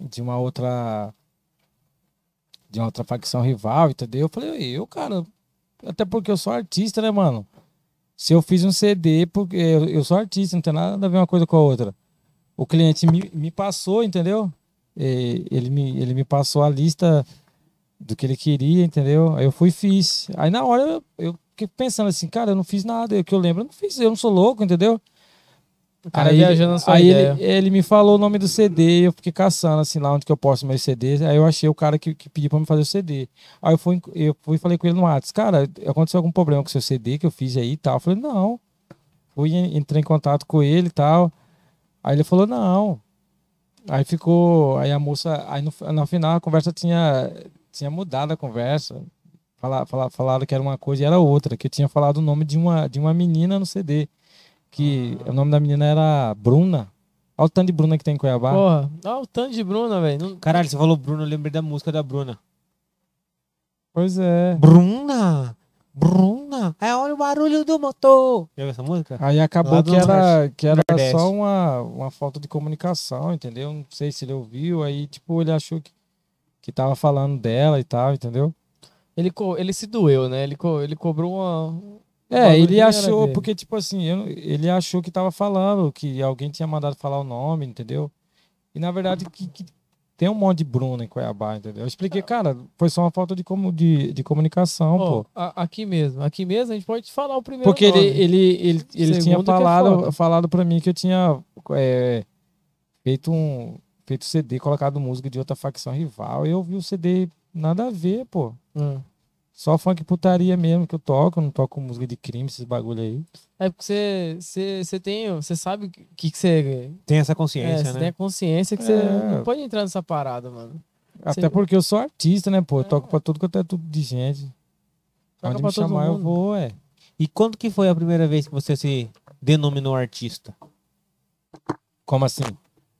Speaker 3: de uma outra. De uma outra facção rival, entendeu? Eu falei, eu, cara, até porque eu sou artista, né, mano? Se eu fiz um CD, porque eu, eu sou artista, não tem nada a ver uma coisa com a outra. O cliente me, me passou, entendeu? E ele, me, ele me passou a lista do que ele queria, entendeu? Aí eu fui e fiz. Aí na hora eu, eu fiquei pensando assim, cara, eu não fiz nada, eu que eu lembro, eu não fiz, eu não sou louco, entendeu?
Speaker 2: o cara
Speaker 3: aí,
Speaker 2: viajando na sua
Speaker 3: aí
Speaker 2: ideia.
Speaker 3: ele, ele me falou o nome do CD, eu fiquei caçando assim lá onde que eu posto meus CDs, aí eu achei o cara que, que pediu pra me fazer o CD. Aí eu fui, eu fui e falei com ele no WhatsApp, cara, aconteceu algum problema com o seu CD que eu fiz aí e tal? Eu falei, não. Fui, entrei em contato com ele e tal. Aí ele falou, não. Aí ficou, aí a moça, aí no, no final a conversa tinha, tinha mudado a conversa. Fala, fala, falaram que era uma coisa e era outra, que eu tinha falado o nome de uma, de uma menina no CD. Que
Speaker 8: Ah.
Speaker 3: o nome da menina era Bruna. Olha o tanto de Bruna que tem em Cuiabá.
Speaker 2: Porra, olha o tanto de Bruna, velho. Não-
Speaker 8: Caralho, você falou Bruno, eu lembrei da música da Bruna.
Speaker 3: Pois é.
Speaker 8: Bruna! Bruna! É, olha o barulho do motor! Já viu essa música?
Speaker 3: Aí acabou
Speaker 8: Lá
Speaker 3: que
Speaker 8: do
Speaker 3: era, que era
Speaker 8: Nordeste.
Speaker 3: só uma, uma falta de comunicação, entendeu? Não sei se ele ouviu, aí tipo, ele achou que, que tava falando dela e tal, entendeu?
Speaker 2: Ele, co- ele se doeu, né? Ele, co- ele cobrou uma.
Speaker 3: É,
Speaker 2: bagulho que
Speaker 3: ele
Speaker 2: não era
Speaker 3: achou,
Speaker 2: dele.
Speaker 3: porque, tipo assim, eu- ele achou que tava falando, que alguém tinha mandado falar o nome, entendeu? E na verdade, que, que tem um monte de Bruno em Cuiabá, entendeu? Eu expliquei, cara, foi só uma falta de, como, de, de comunicação,
Speaker 2: É. Ó,
Speaker 3: pô.
Speaker 2: a- aqui mesmo. Aqui mesmo a gente pode falar o primeiro.
Speaker 3: Porque ele,
Speaker 2: nome.
Speaker 3: ele, ele, ele
Speaker 2: Segundo
Speaker 3: tinha
Speaker 2: que é
Speaker 3: falado,
Speaker 2: foda.
Speaker 3: falado pra mim que eu tinha é, feito um feito CD, colocado música de outra facção rival, e eu vi o CD nada a ver, pô.
Speaker 2: Hum.
Speaker 3: Só funk putaria mesmo que eu toco, eu não toco música de crime, esses bagulho aí.
Speaker 2: É porque você, você, você tem, você sabe o que que você
Speaker 1: Tem essa
Speaker 2: é,
Speaker 1: consciência,
Speaker 2: você
Speaker 1: né?
Speaker 2: tem a consciência que você
Speaker 3: É.
Speaker 2: não pode entrar nessa parada, mano.
Speaker 3: Até
Speaker 2: Sim.
Speaker 3: porque eu sou artista, né, pô? Eu toco pra tudo quanto é tudo de gente.
Speaker 2: Toca
Speaker 3: Onde
Speaker 2: pra
Speaker 3: me
Speaker 2: todo
Speaker 3: chamar eu
Speaker 2: mundo.
Speaker 3: vou, é.
Speaker 1: E quando que foi a primeira vez que você se denominou artista?
Speaker 3: Como assim?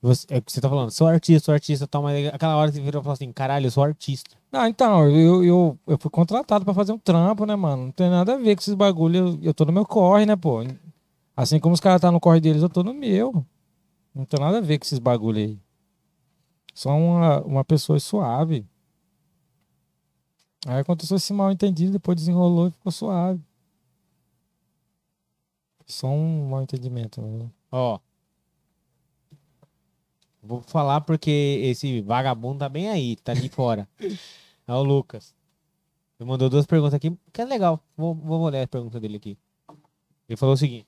Speaker 1: Você, é o que você tá falando, sou artista, sou artista, tal, mas aquela hora que você virou e falou assim, caralho, eu sou artista.
Speaker 3: Não, então, eu, eu, eu fui contratado pra fazer um trampo, né, mano? Não tem nada a ver com esses bagulho. Eu, eu tô no meu corre, né, pô? Assim como os caras tá no corre deles, eu tô no meu. Não tem nada a ver com esses bagulho aí. Só uma, uma pessoa suave. Aí aconteceu esse mal entendido, depois desenrolou e ficou suave. Só um mal entendimento. né?
Speaker 1: Ó. Vou falar porque esse vagabundo tá bem aí, tá ali fora. É o Lucas. Ele mandou duas perguntas aqui, que é legal. Vou, vou olhar a pergunta dele aqui. Ele falou o seguinte.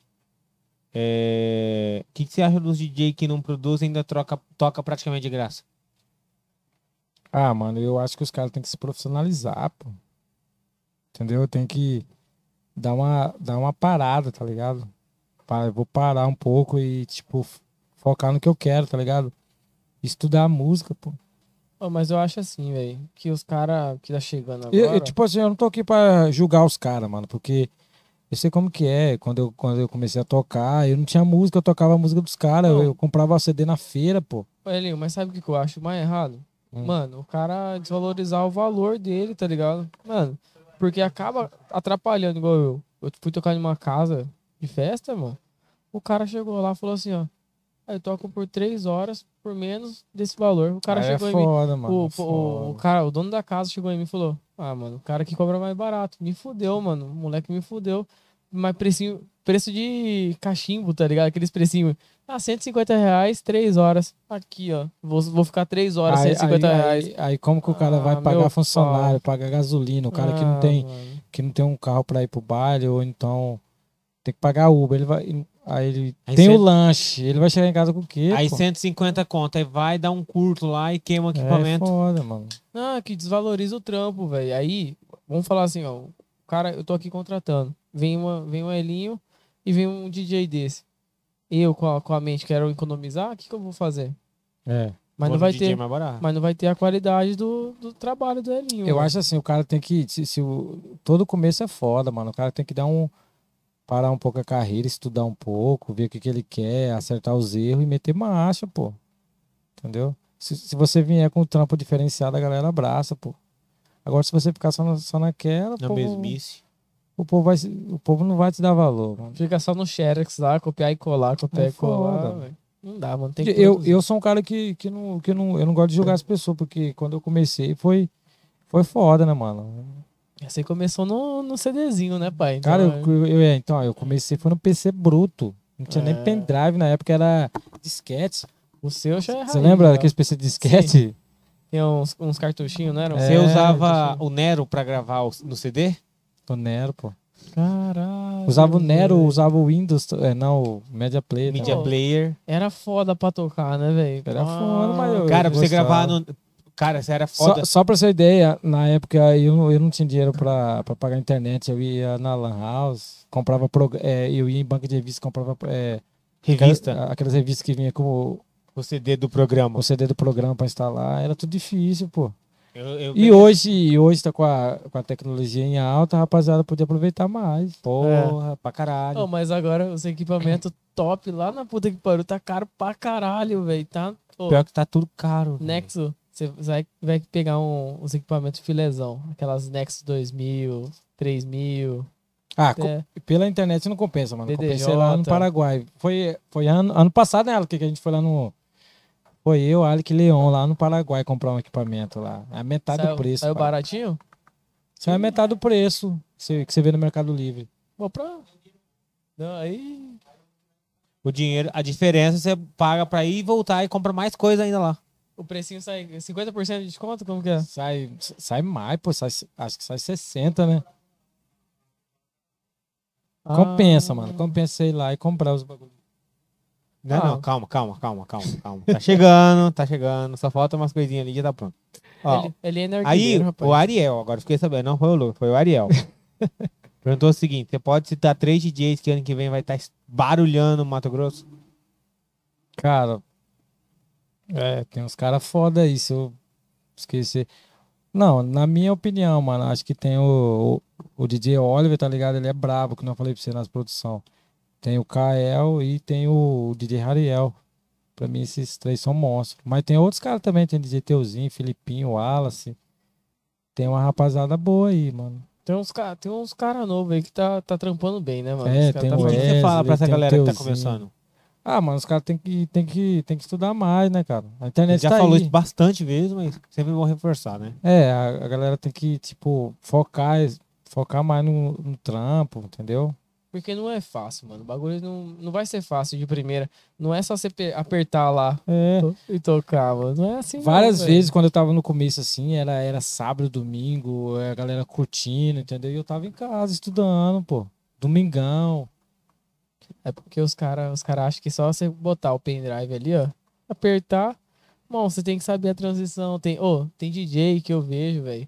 Speaker 1: é, O que, que você acha dos DJ que não produzem e ainda troca, toca praticamente de graça?
Speaker 3: Ah, mano, eu acho que os caras têm que se profissionalizar, pô. Entendeu? Tem que dar uma, dar uma parada, tá ligado? Pa- eu Vou parar um pouco e, tipo, f- focar no que eu quero, tá ligado? Estudar a música, pô.
Speaker 2: Pô, mas eu acho assim, velho, que os caras que tá chegando agora.
Speaker 3: Eu- eu, tipo assim, eu não tô aqui pra julgar os caras, mano, porque eu sei como que é. Quando eu, quando eu comecei a tocar, eu não tinha música, eu tocava a música dos caras. Eu,
Speaker 2: Não.
Speaker 3: eu comprava CD na feira, pô.
Speaker 2: Ô, Elinho, mas sabe o que que eu acho mais errado?
Speaker 3: Hum.
Speaker 2: Mano, o cara desvalorizar o valor dele, tá ligado? Mano, porque acaba atrapalhando, igual eu. Eu fui tocar numa casa de festa, mano. O cara chegou lá e falou assim, ó. "Ah, Eu toco por três horas por menos desse valor. O cara
Speaker 3: Aí
Speaker 2: chegou
Speaker 3: é
Speaker 2: em mim.
Speaker 3: foda, mano.
Speaker 2: O,
Speaker 3: é
Speaker 2: o- o,
Speaker 3: foda.
Speaker 2: cara, o dono da casa chegou em mim e falou: Ah, mano, o cara que cobra mais barato. Me fudeu, mano. O moleque me fudeu. Mas precinho, preço de cachimbo, tá ligado? Aqueles precinhos. Ah, 150 reais, 3 horas. Aqui, ó. Vou, vou ficar 3 horas, 150 reais.
Speaker 3: Aí, aí como que o cara
Speaker 2: Ah,
Speaker 3: vai
Speaker 2: meu
Speaker 3: pagar funcionário, pagar gasolina, o cara que não
Speaker 2: Ah,
Speaker 3: tem
Speaker 2: mano.
Speaker 3: que não tem um carro pra ir pro baile ou então tem que pagar Uber, ele vai aí ele
Speaker 1: Aí
Speaker 3: tem
Speaker 1: cê-
Speaker 3: o lanche, ele vai chegar em casa com o quê?
Speaker 1: Aí
Speaker 3: pô?
Speaker 1: 150 conta, aí vai dar um curto lá e queima o
Speaker 3: é
Speaker 1: equipamento.
Speaker 3: foda, mano.
Speaker 2: Ah, que desvaloriza o trampo, velho. Aí, vamos falar assim, ó. O cara, eu tô aqui contratando. Vem, uma, vem um Elinho e vem um DJ desse. Eu, com a, com a mente, quero economizar. O que, que eu vou fazer?
Speaker 3: É.
Speaker 1: Bota
Speaker 2: Mas não
Speaker 1: o
Speaker 2: vai
Speaker 1: DJ
Speaker 2: ter.
Speaker 1: mais barato.
Speaker 2: Ah. Mas não vai ter a qualidade do, do trabalho do Elinho. né?
Speaker 1: Uhum.
Speaker 3: Eu
Speaker 2: mano.
Speaker 3: acho assim, o cara tem que se, se o, todo começo é foda, mano. O cara tem que dar um parar um pouco a carreira, estudar um pouco, ver o que que ele quer, acertar os erros e meter marcha, pô. Entendeu? Se, se você vier com um trampo diferenciado, a galera abraça, pô. Agora, se você ficar só, na, só naquela,
Speaker 1: Na
Speaker 3: pô,
Speaker 1: mesmice.
Speaker 3: o povo, vai, se- o povo não vai te dar valor, mano.
Speaker 2: Fica só no Xerox lá, copiar e colar, copiar
Speaker 3: É
Speaker 2: e colar.
Speaker 3: foda.
Speaker 2: velho. Não dá, mano. Tem que
Speaker 3: Eu,
Speaker 2: produzir.
Speaker 3: eu sou um cara que, que, não, que não, eu não gosto de
Speaker 1: É.
Speaker 3: julgar as pessoas, porque quando eu comecei foi, foi foda, né, mano?
Speaker 2: Você assim começou no, no CDzinho, né, pai? Então,
Speaker 3: Cara,
Speaker 2: é-
Speaker 3: eu, eu, é, então, eu comecei foi no PC bruto. Não tinha
Speaker 2: É.
Speaker 3: nem pendrive, na época era disquete.
Speaker 2: o seu já é
Speaker 3: Você
Speaker 2: raiz,
Speaker 3: lembra
Speaker 2: né?
Speaker 3: daqueles PC de disquete?
Speaker 2: Tem uns, uns cartuchinhos, né?
Speaker 1: Você usava o Nero pra gravar o- no CD?
Speaker 3: O Nero, pô.
Speaker 2: Caralho.
Speaker 3: Usava o Nero,
Speaker 2: velho.
Speaker 3: usava o Windows, é, não, o Media Player. né?
Speaker 1: Uhum. Media
Speaker 2: Pô,
Speaker 1: Player.
Speaker 2: Era foda pra tocar, né, velho?
Speaker 3: Era foda, mas eu-
Speaker 1: Cara, pra você
Speaker 3: gostava.
Speaker 1: gravar no. Cara, você era
Speaker 3: Só,
Speaker 1: foda.
Speaker 3: só pra ser ideia, na época eu, eu não tinha dinheiro pra, pra pagar a internet, eu ia na Lan House, comprava, prog- é, eu ia em banca de revista, comprava é,
Speaker 1: Revista.
Speaker 3: aquelas, aquelas revistas que vinha com o,
Speaker 1: O CD do programa.
Speaker 3: o CD do programa pra instalar, era tudo difícil, pô.
Speaker 1: Eu, eu-
Speaker 3: E hoje, e hoje tá com a, com a tecnologia em alta, a rapaziada podia aproveitar mais.
Speaker 2: É.
Speaker 1: Porra, pra caralho.
Speaker 2: Não, mas agora os equipamentos top lá na puta que pariu tá caro pra caralho, velho. Tá. Ô,
Speaker 1: Pior que tá tudo caro. velho.
Speaker 2: Nexo, você vai, vai pegar um, uns equipamentos filezão. Aquelas Nexo 2000, 3000.
Speaker 3: Ah, co-
Speaker 2: Até...
Speaker 3: pela internet não compensa, mano.
Speaker 2: DDJ.
Speaker 3: Compensei lá no Paraguai. Foi, foi ano, ano passado, né, Alec, que a gente foi lá no. Foi eu, Alec e Leon, lá no Paraguai comprar um equipamento lá. É a metade
Speaker 2: saiu,
Speaker 3: do preço.
Speaker 2: Saiu
Speaker 3: cara.
Speaker 2: baratinho?
Speaker 3: Isso é a metade do preço que você- que você vê no Mercado Livre.
Speaker 2: Vou pra. Não, aí.
Speaker 1: O dinheiro, a diferença você paga pra ir e voltar e compra mais coisa ainda lá.
Speaker 2: O precinho sai 50% de desconto? Como que é?
Speaker 3: Sai, sai mais, pô. sai- acho que sai 60, né? Compensa,
Speaker 2: Ah,
Speaker 3: mano. Compensa ir lá e comprar os bagulhos.
Speaker 1: Não,
Speaker 2: Ah.
Speaker 1: não, calma, calma, calma, calma, calma. Tá chegando, tá chegando. Só falta umas coisinhas ali e já tá pronto. Ó,
Speaker 2: Ele, ele é
Speaker 1: Aí,
Speaker 2: narguileiro, rapaz.
Speaker 1: o Ariel, agora fiquei sabendo, não foi o Lu, foi o Ariel. Perguntou o seguinte: você pode citar três DJs que ano que vem vai estar barulhando o Mato Grosso?
Speaker 3: Cara, é, tem uns caras foda aí, se eu esquecer. Não, na minha opinião, mano, acho que tem o, o, o DJ Oliver, tá ligado? Ele é brabo, que não falei pra você nas produções. Tem o Kael e tem o, DJ Rariel. Pra mim, esses três são monstros. Mas tem outros caras também, tem DJ Teuzinho, Filipinho, Wallace. Tem uma rapazada boa aí, mano.
Speaker 2: Tem uns caras tem uns cara novos aí que tá, tá trampando bem, né, mano?
Speaker 3: É,
Speaker 2: Os cara
Speaker 3: tem
Speaker 2: tá
Speaker 3: o
Speaker 1: O que
Speaker 2: fazendo-
Speaker 1: que você fala pra
Speaker 3: Wesley,
Speaker 1: essa
Speaker 3: tem o
Speaker 1: galera que tá
Speaker 3: Teuzinho.
Speaker 1: começando?
Speaker 3: Ah, mano, os caras tem que, tem, que, tem que estudar mais, né, cara? A
Speaker 1: A
Speaker 3: internet
Speaker 1: gente já
Speaker 3: tá
Speaker 1: falou
Speaker 3: aí.
Speaker 1: isso bastante vezes, mas sempre vou reforçar, né?
Speaker 3: É, a, a galera tem que, tipo, focar, focar mais no, no trampo, entendeu?
Speaker 2: Porque não é fácil, mano. O bagulho não, não vai ser fácil de primeira. Não é só você pe- apertar lá
Speaker 3: É.
Speaker 2: e tocar, mano. Não é assim, não,
Speaker 3: Várias
Speaker 2: velho.
Speaker 3: vezes, quando eu tava no começo, assim, era, era sábado, domingo, é, a galera curtindo, entendeu? E eu tava em casa estudando, pô. Domingão.
Speaker 2: É porque os caras os cara acham que só você botar o pendrive ali, ó, apertar. Mano, você tem que saber a transição. Tem, ô, tem DJ que eu vejo, velho.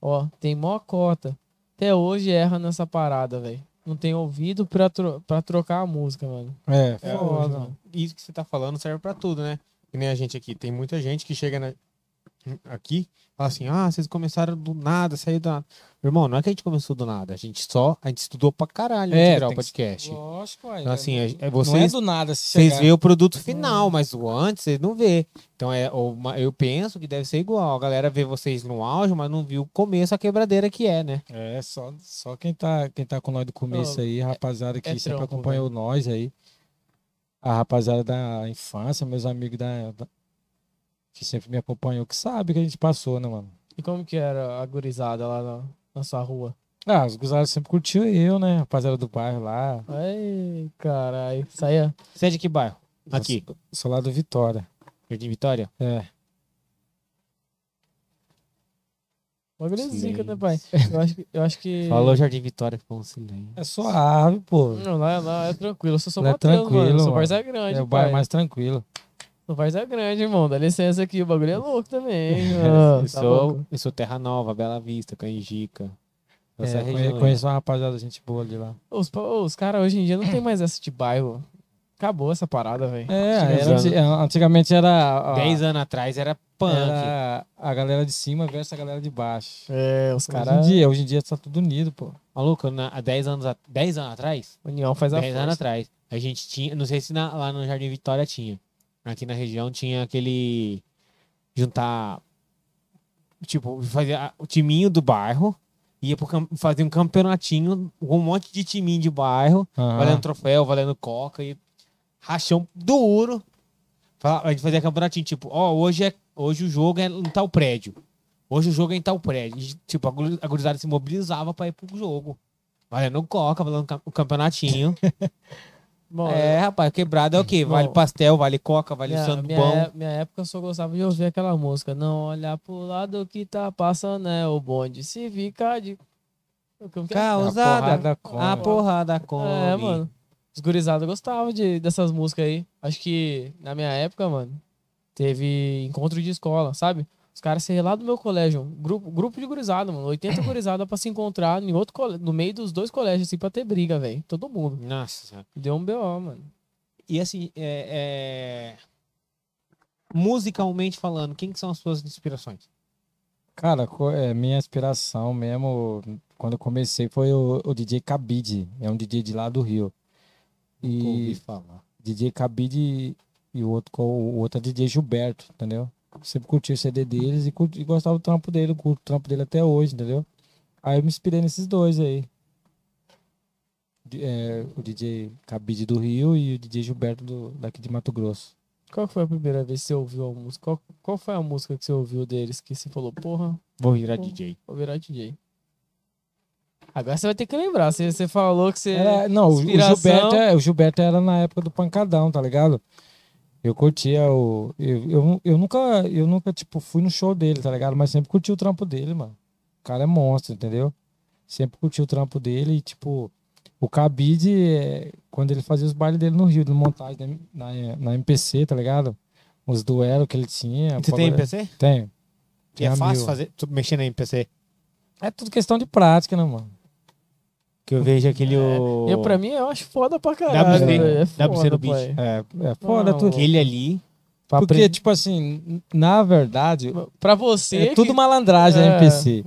Speaker 2: Ó, tem mó cota. Até hoje erra nessa parada, velho. Não tem ouvido pra, tro pra trocar a música, mano.
Speaker 3: É,
Speaker 1: É,
Speaker 3: foda.
Speaker 1: hoje, mano. Isso que você tá falando serve pra tudo, né? Que nem a gente aqui. Tem muita gente que chega na- aqui fala assim: ah, vocês começaram do nada, saiu do nada. Irmão, não é que a gente começou do nada, a gente só, a gente estudou pra caralho antes
Speaker 3: É,
Speaker 1: de virar o
Speaker 3: tem que-
Speaker 1: podcast.
Speaker 3: Lógico,
Speaker 1: Então, assim, é, é
Speaker 3: Não é
Speaker 1: vocês
Speaker 3: do nada se
Speaker 1: Vocês
Speaker 3: chegar.
Speaker 1: veem o produto final, mas o antes vocês não vê. Então é uma- eu penso que deve ser igual. A galera vê vocês no auge, mas não viu o começo, a quebradeira que é, né?
Speaker 3: É, só, só quem tá, quem tá com nós do começo
Speaker 2: Ô,
Speaker 3: aí, rapaziada que
Speaker 2: é
Speaker 3: sempre
Speaker 2: trampo,
Speaker 3: acompanhou nós aí. A rapaziada da infância, meus amigos da, da- que sempre me acompanhou, que sabe que a gente passou, né, mano?
Speaker 2: E como que era a gurizada lá na, na sua rua?
Speaker 3: Ah, os gusados sempre curtiu eu, né? Rapaziada do bairro lá,
Speaker 2: Ai, caralho. Saia.
Speaker 1: Você é de que bairro? Aqui.
Speaker 3: sou lá do Vitória.
Speaker 1: Jardim Vitória?
Speaker 3: É.
Speaker 2: Bagulho zica,
Speaker 1: Silêncio.
Speaker 2: né, pai? Eu acho que. Eu acho que...
Speaker 1: Falou Jardim Vitória, ficou um silêncio.
Speaker 3: É suave, pô.
Speaker 2: Não, lá, lá é tranquilo. Eu sou São
Speaker 3: Lá é
Speaker 2: Mateus, mano.
Speaker 3: tranquilo,
Speaker 2: Eu sou
Speaker 3: mano.
Speaker 2: Varza Grande,
Speaker 3: É o
Speaker 2: pai.
Speaker 3: bairro mais tranquilo.
Speaker 2: Não faz a é grande, irmão. Dá licença aqui, o bagulho é louco também. hein,
Speaker 1: Eu,
Speaker 2: mano. Tá louco.
Speaker 1: sou, eu sou Terra Nova, Bela Vista, Canjica. Essa
Speaker 3: É,
Speaker 1: região
Speaker 3: conhe-
Speaker 1: aí.
Speaker 3: conheço uma rapaziada, gente boa ali lá.
Speaker 2: Os, pa- os caras hoje em dia não tem mais essa de bairro. Acabou essa parada, velho.
Speaker 3: É,
Speaker 1: era anti-
Speaker 3: antigamente era.
Speaker 1: Dez anos atrás era punk.
Speaker 3: Era a galera de cima versus a galera de baixo.
Speaker 2: É, os
Speaker 3: Hoje, em
Speaker 2: caras.
Speaker 3: dia, hoje em dia tá tudo unido, pô.
Speaker 1: Maluco, na- há 10 anos, a- 10 anos atrás?
Speaker 2: União faz a
Speaker 1: 10 anos
Speaker 2: força.
Speaker 1: atrás. A gente tinha, não sei se na- lá no Jardim Vitória tinha. Aqui na região tinha aquele juntar tipo, fazer a- o timinho do bairro, ia pro cam- fazer um campeonatinho com um monte de timinho de bairro,
Speaker 2: Ah.
Speaker 1: valendo troféu, valendo coca e rachão duro. Fala- A gente fazia campeonatinho, tipo, ó, hoje é hoje o jogo é em tal prédio. Hoje o jogo é em tal prédio. E, tipo, a guri- a gurizada se mobilizava pra ir pro jogo. Valendo coca, valendo cam- o campeonatinho.
Speaker 2: Bom,
Speaker 1: É, rapaz, quebrado é o quê? Vale
Speaker 2: Bom.
Speaker 1: pastel, vale coca, vale
Speaker 2: minha, minha,
Speaker 1: sandubão.
Speaker 2: é- minha época eu só gostava de ouvir aquela música. Não olhar pro lado que tá passando, é o bonde. Se fica de. Como que é?
Speaker 1: Causada.
Speaker 3: A porrada come.
Speaker 1: A Ah, porrada com.
Speaker 2: É, mano. Os gurizados gostavam de, dessas músicas aí. Acho que na minha época, mano, teve encontro de escola, sabe? Os caras saíram lá do meu colégio, um grupo, grupo de gurizada, mano. 80 gurizada pra se encontrar em outro cole... no meio dos dois colégios, assim, pra ter briga, velho. Todo mundo.
Speaker 1: Nossa senhora.
Speaker 2: Deu um BO, mano.
Speaker 1: E assim, é, é, musicalmente falando, quem que são as suas inspirações?
Speaker 3: Cara, co- é, minha inspiração mesmo, quando eu comecei, foi o, o DJ Cabide. É um DJ de lá do Rio. E
Speaker 1: Ouvi falar.
Speaker 3: DJ Cabide e o outro, co- o outro é DJ Gilberto, entendeu? Sempre curti o CD deles e, curti, e gostava do trampo dele, eu curto o trampo dele até hoje, entendeu? Aí eu me inspirei nesses dois aí. De- é, o DJ Cabide do Rio e o DJ Gilberto do, daqui de Mato Grosso.
Speaker 2: Qual que foi a primeira vez que você ouviu a música? Qual, qual foi a música que você ouviu deles que você falou, porra,
Speaker 1: Vou virar DJ.
Speaker 2: vou virar DJ? Agora você vai ter que lembrar. Você, você falou que você.
Speaker 3: Era- não, o- o
Speaker 2: inspiração.
Speaker 3: Gilberto, é- o Gilberto era na época do pancadão, tá ligado? Eu curtia o. Eu, eu, nu- eu nunca, eu nunca, tipo, fui no show dele, tá ligado? Mas sempre curti o trampo dele, mano. O cara é monstro, entendeu? Sempre curti o trampo dele e, tipo, o Cabide, é, quando ele fazia os bailes dele no né, Rio, de montagem na, na, na MPC, tá ligado? Os duelos que ele tinha.
Speaker 1: Você tem
Speaker 3: pagode-
Speaker 1: PC? E
Speaker 3: Tenho.
Speaker 1: é
Speaker 3: Tinha
Speaker 1: fácil
Speaker 3: mil.
Speaker 1: fazer, tu mexendo em PC.
Speaker 3: É tudo questão de prática, né, mano?
Speaker 1: Que eu vejo aquele. o-
Speaker 2: E pra mim eu acho foda pra caralho.
Speaker 1: WC,
Speaker 2: velho. é foda,
Speaker 1: WC É. no beat.
Speaker 2: pai.
Speaker 3: É, é foda
Speaker 2: Não,
Speaker 3: tudo.
Speaker 1: Aquele ali. pra
Speaker 3: Porque,
Speaker 1: aprender-
Speaker 3: tipo assim, na verdade,
Speaker 2: Pra você.
Speaker 3: é tudo
Speaker 2: que...
Speaker 3: malandragem
Speaker 2: É.
Speaker 3: a MPC.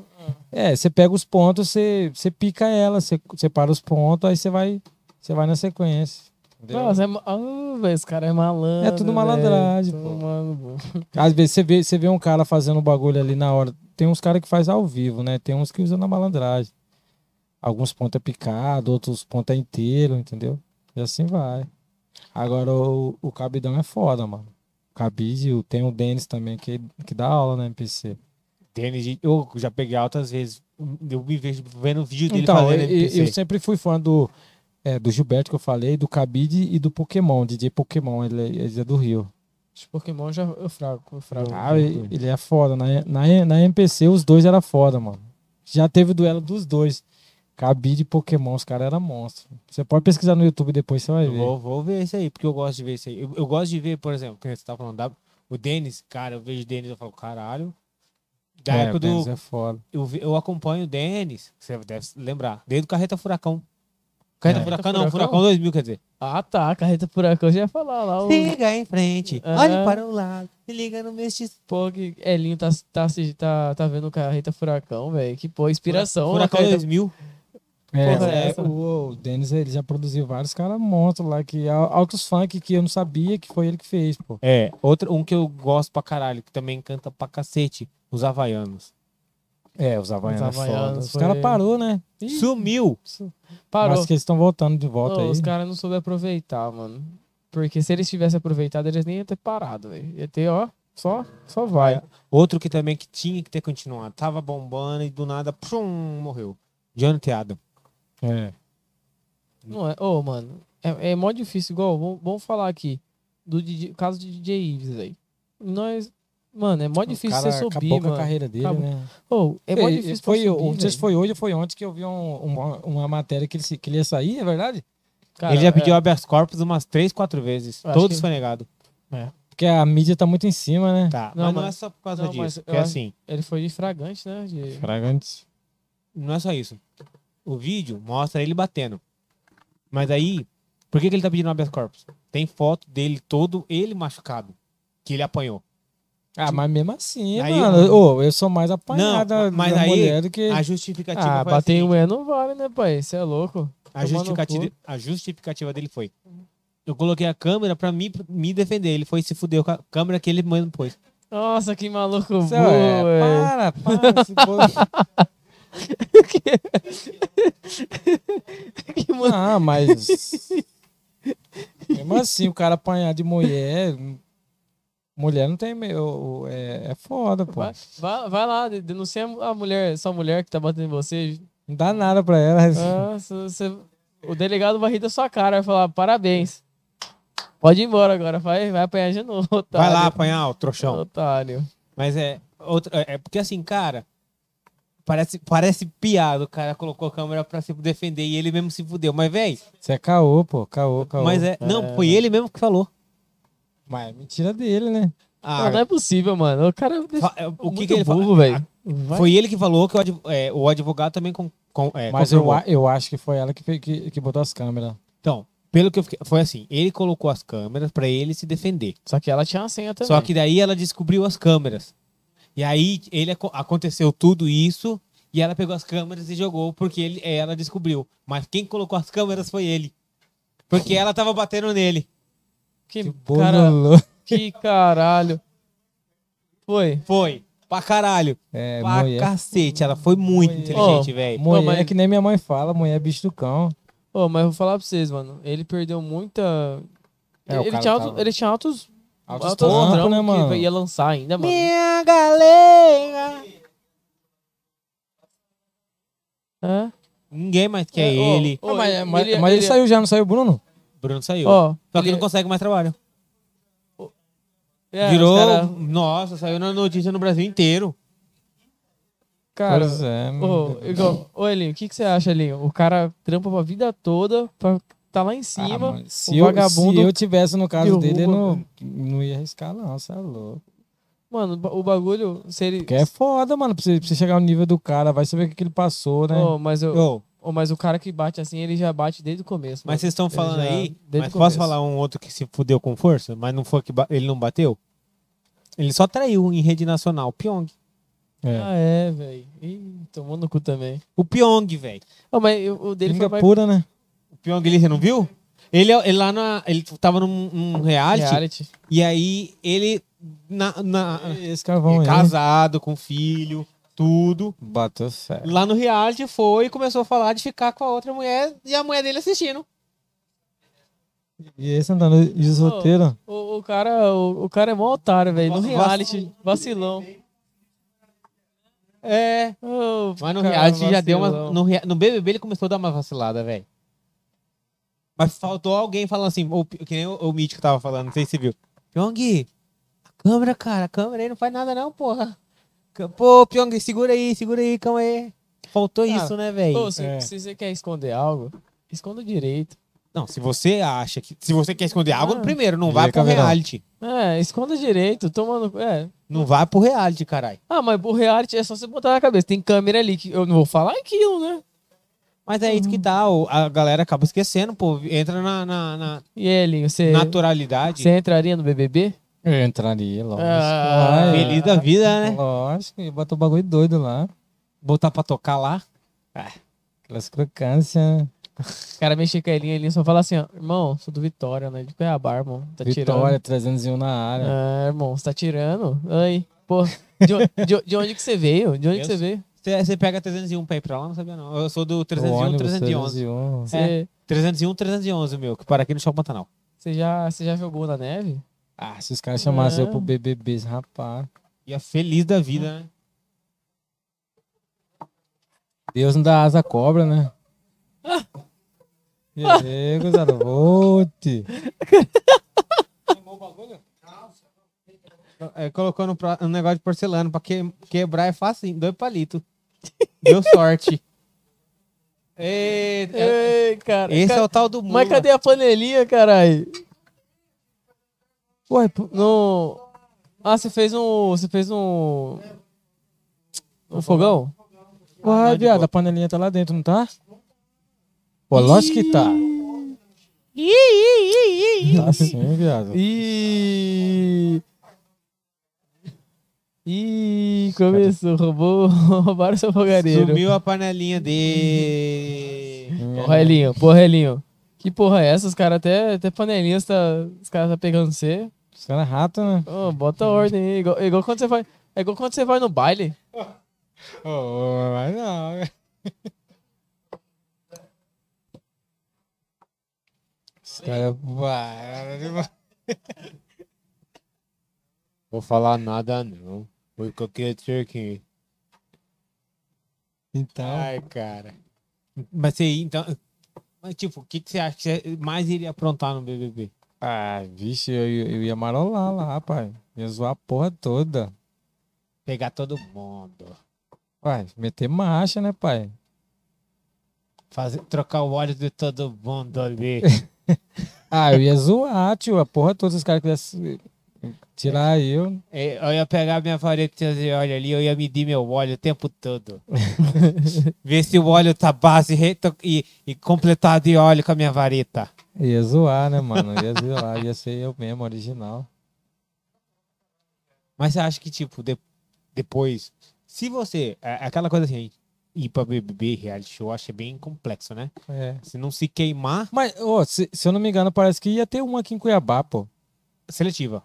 Speaker 3: É, você pega os pontos, você, você pica ela, você separa os pontos, aí você vai, você vai na sequência. entendeu?
Speaker 2: Nossa, é... ma- Ah, velho, esse cara é malandro.
Speaker 3: É tudo
Speaker 2: velho.
Speaker 3: malandragem,
Speaker 2: Tudo
Speaker 3: pô.
Speaker 2: malandro, pô.
Speaker 3: Às vezes você vê, você vê um cara fazendo um bagulho ali na hora. Tem uns caras que faz ao vivo, né? Tem uns que usam na malandragem. Alguns pontos é picado, outros pontos é inteiro, entendeu? E assim vai. Agora o, o cabidão é foda, mano. O cabide, o- tem o Denis também, que, que dá aula né, na MPC.
Speaker 1: Tênis de- Eu já peguei altas vezes. Eu me vejo vendo vídeo dele
Speaker 3: Então,
Speaker 1: fazendo
Speaker 3: eu,
Speaker 1: NPC.
Speaker 3: eu sempre fui fã do, é, do Gilberto que eu falei, do Cabide e do Pokémon, DJ Pokémon, ele, é- ele é do Rio.
Speaker 2: Os Pokémon já. Eu frago, eu frago.
Speaker 3: Ah, e- ele é foda. Na, na, na MPC, os dois era foda, mano. Já teve duelo dos dois. Cabide e Pokémon, os caras eram monstros. Você pode pesquisar no YouTube depois, você vai
Speaker 1: Eu
Speaker 3: ver.
Speaker 1: Vou, vou ver isso aí, porque eu gosto de ver isso aí. Eu, eu gosto de ver, por exemplo, que você tá falando, da, o Denis, cara, eu vejo o Denis, eu falo, caralho. Da
Speaker 3: é,
Speaker 1: época
Speaker 3: o Denis
Speaker 1: do.
Speaker 3: é foda.
Speaker 1: Eu, vi- eu acompanho o Denis, você deve se lembrar, desde o Carreta Furacão. Carreta
Speaker 3: É.
Speaker 1: Furacão não,
Speaker 2: Carreta Furacão?
Speaker 1: Furacão 2000, quer dizer.
Speaker 2: Ah, tá. Carreta Furacão já ia falar lá. O...
Speaker 8: Uhum. Siga em frente,
Speaker 1: Uhum.
Speaker 8: olhe
Speaker 2: É.
Speaker 8: para o lado, e liga no meu X.
Speaker 2: Pô, que Elinho tá, tá, se- tá, tá vendo o Carreta Furacão, velho. Que pô, inspiração. né,
Speaker 1: Furacão
Speaker 2: Carreta-
Speaker 1: 2000.
Speaker 3: É,
Speaker 2: Porra,
Speaker 3: é,
Speaker 2: essa.
Speaker 3: o, o Denis ele já produziu vários caras monstros lá, que é altos funk que eu não sabia que foi ele que fez, pô.
Speaker 1: É, outro, um que eu gosto pra caralho, que também canta pra cacete, os Havaianos.
Speaker 3: É, os Havaianos.
Speaker 2: Os
Speaker 3: Os,
Speaker 2: Havaianos
Speaker 3: os
Speaker 2: foi-
Speaker 3: caras parou, né? Ih,
Speaker 1: Sumiu!
Speaker 2: Parou.
Speaker 3: Mas que eles estão voltando de
Speaker 2: Ô,
Speaker 3: volta aí.
Speaker 2: Os caras não souberam aproveitar, mano. Porque se eles tivessem aproveitado, eles nem iam ter parado, velho. Ia ter, ó, só, só vai.
Speaker 1: Outro que também que tinha que ter continuado. Tava bombando e do nada, pum, morreu. Jonathan Adam.
Speaker 3: É.
Speaker 2: Não é, ô, mano, é, é mó difícil, igual, vamos, vamos falar aqui, do DJ, caso de DJ Ives, velho. Nós, mano, é mó difícil
Speaker 3: o cara
Speaker 2: você subir,
Speaker 3: acabou com
Speaker 2: mano.
Speaker 3: a carreira dele,
Speaker 2: Acabou.
Speaker 3: né?
Speaker 2: Ô, é mó
Speaker 3: E- e
Speaker 2: difícil né?
Speaker 3: foi,
Speaker 2: pra subir,
Speaker 3: o- Não sei se
Speaker 2: velho.
Speaker 3: foi hoje ou foi ontem que eu vi um- uma, uma matéria que ele, se- que ele ia sair, é verdade?
Speaker 2: Cara,
Speaker 1: ele já
Speaker 2: é,
Speaker 1: pediu habeas corpus umas três, quatro vezes.
Speaker 2: Eu acho
Speaker 1: Todos
Speaker 2: que-
Speaker 1: foi negado.
Speaker 3: Porque a mídia tá muito em cima, né?
Speaker 1: Tá,
Speaker 2: Não,
Speaker 1: mas não
Speaker 2: mas-
Speaker 1: é só por causa
Speaker 2: não, mas
Speaker 1: disso.
Speaker 2: eu
Speaker 1: Porque
Speaker 2: acho-
Speaker 1: assim,
Speaker 2: Ele foi de fragante, né? De...
Speaker 3: Fragantes.
Speaker 1: não é só isso. O vídeo mostra ele batendo. Mas aí, por que, que ele tá pedindo habeas corpus? Tem foto dele todo, ele machucado. Que ele apanhou.
Speaker 3: Ah, mas mesmo assim,
Speaker 1: Aí-
Speaker 3: mano. Ô, eu sou mais apanhado
Speaker 1: Não,
Speaker 3: da,
Speaker 1: mas
Speaker 3: da
Speaker 1: aí-
Speaker 3: mulher do que.
Speaker 1: A justificativa
Speaker 2: Ah,
Speaker 1: foi a
Speaker 2: bater em
Speaker 1: seguinte,
Speaker 2: mulher não vale, né, pai? Você é louco.
Speaker 1: a,
Speaker 2: tomar no
Speaker 1: justificativa, a justificativa dele foi. Eu coloquei a câmera pra me, me defender. Ele foi e se fudeu com a câmera que ele mesmo pôs.
Speaker 2: Nossa, que maluco bom,
Speaker 3: Cê, é,
Speaker 2: velho.
Speaker 3: para, para. se for-
Speaker 2: Que mano-
Speaker 3: Ah, mas. mesmo assim, o cara apanhar de mulher. Mulher não tem. meio- o- É, é foda, pô.
Speaker 2: Vai, vai, vai lá, de- denuncia a mulher, sua mulher que tá batendo em você.
Speaker 3: Não dá nada pra ela.
Speaker 2: Ah, se você- o delegado vai rir da sua cara, vai falar, parabéns. Pode ir embora agora, vai, vai apanhar de novo, tá otário.
Speaker 1: Vai lá apanhar, o trouxão.
Speaker 2: Otário.
Speaker 1: Mas é, outra, é porque assim, cara, parece, parece piada. O cara colocou a câmera pra se defender e ele mesmo se fudeu. Mas, véi,
Speaker 3: Você é caô, pô. Caô, caô.
Speaker 1: mas é. Não, foi ele mesmo que falou.
Speaker 3: Mas é mentira dele, né?
Speaker 2: Não, não
Speaker 1: Ah,
Speaker 2: é possível, mano. O cara
Speaker 1: fa- é, o que,
Speaker 2: muito
Speaker 1: que ele falou?
Speaker 2: burro, velho. Vai-
Speaker 1: Foi ele que falou que o, adv- é, o advogado também com, com- é,
Speaker 3: Mas eu,
Speaker 1: confirmou.
Speaker 3: a- eu acho que foi ela que, fe- que, que botou as câmeras.
Speaker 1: Então, pelo que eu fiquei. Foi assim, ele colocou as câmeras pra ele se defender.
Speaker 2: Só que ela tinha uma senha também.
Speaker 1: Só que daí ela descobriu as câmeras. E aí ele aco- aconteceu tudo isso e ela pegou as câmeras e jogou porque ele, é, ela descobriu. Mas quem colocou as câmeras foi ele. Porque ela tava batendo nele.
Speaker 2: Que, cara,
Speaker 3: Bololô.
Speaker 2: que caralho. Foi.
Speaker 1: Foi. Pra caralho.
Speaker 3: É,
Speaker 1: pra
Speaker 3: mulher.
Speaker 1: cacete. Ela foi muito
Speaker 3: Mulher.
Speaker 1: inteligente, velho.
Speaker 3: Mulher
Speaker 2: Ô, mas-
Speaker 3: é que nem minha mãe fala, mulher é bicho do cão.
Speaker 2: Ô, mas eu vou falar pra vocês, mano. Ele perdeu muita.
Speaker 3: É, o
Speaker 2: ele,
Speaker 3: cara
Speaker 2: tinha alto-
Speaker 3: tava-
Speaker 2: ele tinha altos.
Speaker 3: Altos
Speaker 2: altos
Speaker 3: trampos,
Speaker 2: trampos
Speaker 3: né, mano?
Speaker 2: Que ia lançar ainda, mano.
Speaker 8: Minha galera.
Speaker 2: Hã?
Speaker 1: Ninguém mais quer
Speaker 2: É, ô,
Speaker 1: ele. Ah,
Speaker 2: ô,
Speaker 3: mas, mas- mas ele,
Speaker 2: ele- é-
Speaker 3: saiu já, não saiu, Bruno?
Speaker 1: Bruno saiu.
Speaker 2: Ó,
Speaker 1: Só que
Speaker 2: ele-
Speaker 1: não consegue mais trabalho.
Speaker 2: é, os
Speaker 1: Virou.
Speaker 2: cara-
Speaker 1: Nossa, saiu na notícia no Brasil inteiro.
Speaker 2: Cara,
Speaker 3: pois é,
Speaker 2: ô,
Speaker 3: mano.
Speaker 2: igual, ô Elinho, o que, que você acha, Elinho? O cara trampa pra vida toda pra tá lá em
Speaker 3: Ah,
Speaker 2: cima.
Speaker 3: mano, se, eu,
Speaker 2: vagabundo
Speaker 3: se eu tivesse no caso
Speaker 2: derruba.
Speaker 3: dele, eu não, não ia arriscar, não, você é louco.
Speaker 2: Mano, ba- o bagulho, se ele.
Speaker 3: Porque é foda, mano, pra você, pra você chegar no nível do cara, vai saber o que, que ele passou, né?
Speaker 2: Ô, mas, o,
Speaker 1: Ô,
Speaker 2: ô, mas o cara que bate assim, ele já bate desde o começo.
Speaker 1: mas vocês estão falando
Speaker 2: já-
Speaker 1: aí. Mas
Speaker 2: desde o
Speaker 1: posso
Speaker 2: começo.
Speaker 1: falar um outro que se fudeu com força, mas não foi que ba- ele não bateu? Ele só traiu em rede nacional. O Pyong. um-
Speaker 3: É.
Speaker 2: Ah, é, velho. Ih, tomou no cu também.
Speaker 1: O Pyong, velho.
Speaker 2: Ô, mas o, o dele
Speaker 3: Língua
Speaker 2: foi mais
Speaker 3: pura, né?
Speaker 1: O Pyong, ele, você não viu? Ele, é- ele lá na. Ele tava num, num reality,
Speaker 2: reality.
Speaker 1: E aí ele. Na, na-
Speaker 2: Ah.
Speaker 1: é
Speaker 3: Esse carvão aí.
Speaker 1: casado, com filho, tudo.
Speaker 3: Bateu certo.
Speaker 1: Lá no reality foi e começou a falar de ficar com a outra mulher e a mulher dele assistindo.
Speaker 3: E esse andando de solteiro.
Speaker 2: O, o cara, o, o cara é mó otário, velho. No
Speaker 1: Vac-
Speaker 2: reality, vacilão.
Speaker 1: É.
Speaker 2: Ô,
Speaker 1: Mas no
Speaker 2: cara,
Speaker 1: reality já deu uma.
Speaker 2: vacilão.
Speaker 1: No, rea- no BBB ele começou a dar uma vacilada, velho. Mas faltou alguém falando assim, ou, que nem o, o Mítico tava falando, não sei se você viu. Pyong, a câmera, cara, a câmera aí não faz nada não, porra. Cã- Pô, Pyong, segura aí, segura aí, calma aí. Faltou
Speaker 2: Cara,
Speaker 1: isso, né, velho?
Speaker 2: Ô, se,
Speaker 3: É.
Speaker 2: se você quer esconder algo, esconda direito.
Speaker 1: Não, se você acha que. Se você quer esconder algo,
Speaker 2: Ah.
Speaker 1: primeiro, não
Speaker 3: E
Speaker 1: vai
Speaker 3: aí,
Speaker 1: pro
Speaker 3: Caveirão?
Speaker 1: reality.
Speaker 2: É, esconda direito, tomando. É.
Speaker 1: Não vai pro reality, caralho.
Speaker 2: Ah, mas o reality é só você botar na cabeça. Tem câmera ali que eu não vou falar aquilo, né?
Speaker 1: Mas é isso que dá, o- a galera acaba esquecendo, pô. Entra na, na- na
Speaker 2: E ele, você.
Speaker 1: naturalidade.
Speaker 2: Você entraria no BBB?
Speaker 3: Eu entraria, lógico.
Speaker 2: Ah,
Speaker 3: Ué,
Speaker 1: Feliz da vida, né?
Speaker 3: Lógico, e bota o bagulho doido lá.
Speaker 1: Botar pra tocar lá.
Speaker 3: Aquelas crocâncias.
Speaker 2: O cara mexe com a Elinha, a Elinha só fala assim, ó, irmão, sou do Vitória, né? De Cuiabá, irmão. Tá tirando.
Speaker 3: Vitória, 301 na
Speaker 1: né?
Speaker 3: área.
Speaker 2: É, irmão, você tá tirando. Ai, pô. De, on- de on- de onde que você veio? De onde que
Speaker 1: Eu
Speaker 2: você veio?
Speaker 1: Você pega 301 pra ir pra lá, não sabia não. Eu sou do
Speaker 3: o
Speaker 1: 301,
Speaker 3: ônibus,
Speaker 1: 311.
Speaker 3: 301.
Speaker 2: Você,
Speaker 1: 301, 311, meu, que para aqui no Shopping Pantanal.
Speaker 2: você já, você já jogou na neve?
Speaker 3: Ah, se os caras chamassem
Speaker 2: É.
Speaker 3: eu pro BBB, rapaz.
Speaker 1: E é feliz da vida, né?
Speaker 3: Deus não dá asa à cobra, né? E aí, gozada, volte.
Speaker 1: É, colocou no pro- um negócio de porcelana pra que- quebrar é facinho, dois palitos. Deu sorte. Eita.
Speaker 2: Ei, cara.
Speaker 1: Esse
Speaker 2: cara,
Speaker 1: é o tal do mundo.
Speaker 2: É. Mas cadê a panelinha, caralho?
Speaker 3: Ué, pô,
Speaker 2: No... Ah, você fez um... Você fez um... Um fogão?
Speaker 3: ué, viado, a panelinha tá lá dentro, não tá? Pô, lógico que tá. Tá sim, viado.
Speaker 2: Ih... Ih, começou, roubou, roubaram seu fogareiro.
Speaker 1: Sumiu a panelinha dele.
Speaker 2: Porra, Elinho, porra, Elinho. Que porra é essa? Os caras até, até panelinhas, tá, os caras tá pegando você.
Speaker 3: Os caras é rato, né?
Speaker 2: Ô, bota ordem aí, igual, igual quando você vai. É igual quando você vai no baile.
Speaker 3: Ô, ô, mas não, né? Os caras. vai-
Speaker 1: Vou falar nada não. Foi o que eu queria dizer aqui.
Speaker 3: Então.
Speaker 1: Ai, cara. Mas você, então... Mas, tipo, o que, que você acha que você mais iria aprontar no BBB?
Speaker 3: Ah, vixe, eu, eu ia marolar lá, rapaz. Ia zoar a porra toda.
Speaker 1: Pegar todo mundo.
Speaker 3: Uai, meter marcha, né, pai?
Speaker 1: Fazer, trocar o óleo de todo mundo ali.
Speaker 3: Ah, eu ia zoar, tio. A porra toda, se os caras quisessem tirar eu.
Speaker 1: É, Eu ia pegar minha vareta de óleo ali, eu ia medir meu óleo o tempo todo. Ver se o óleo tá base reto e, e completado de óleo com a minha vareta.
Speaker 3: Ia zoar, né, mano? Ia zoar, ia ser eu mesmo, original.
Speaker 1: Mas você acha que, tipo, de- depois. Se você. é- é Aquela coisa assim, ir pra BBB, reality show, eu acho que é bem complexo, né?
Speaker 3: É.
Speaker 1: Se não se queimar,
Speaker 3: Mas, ô, se, se eu não me engano, parece que ia ter um aqui em Cuiabá, pô.
Speaker 1: seletiva.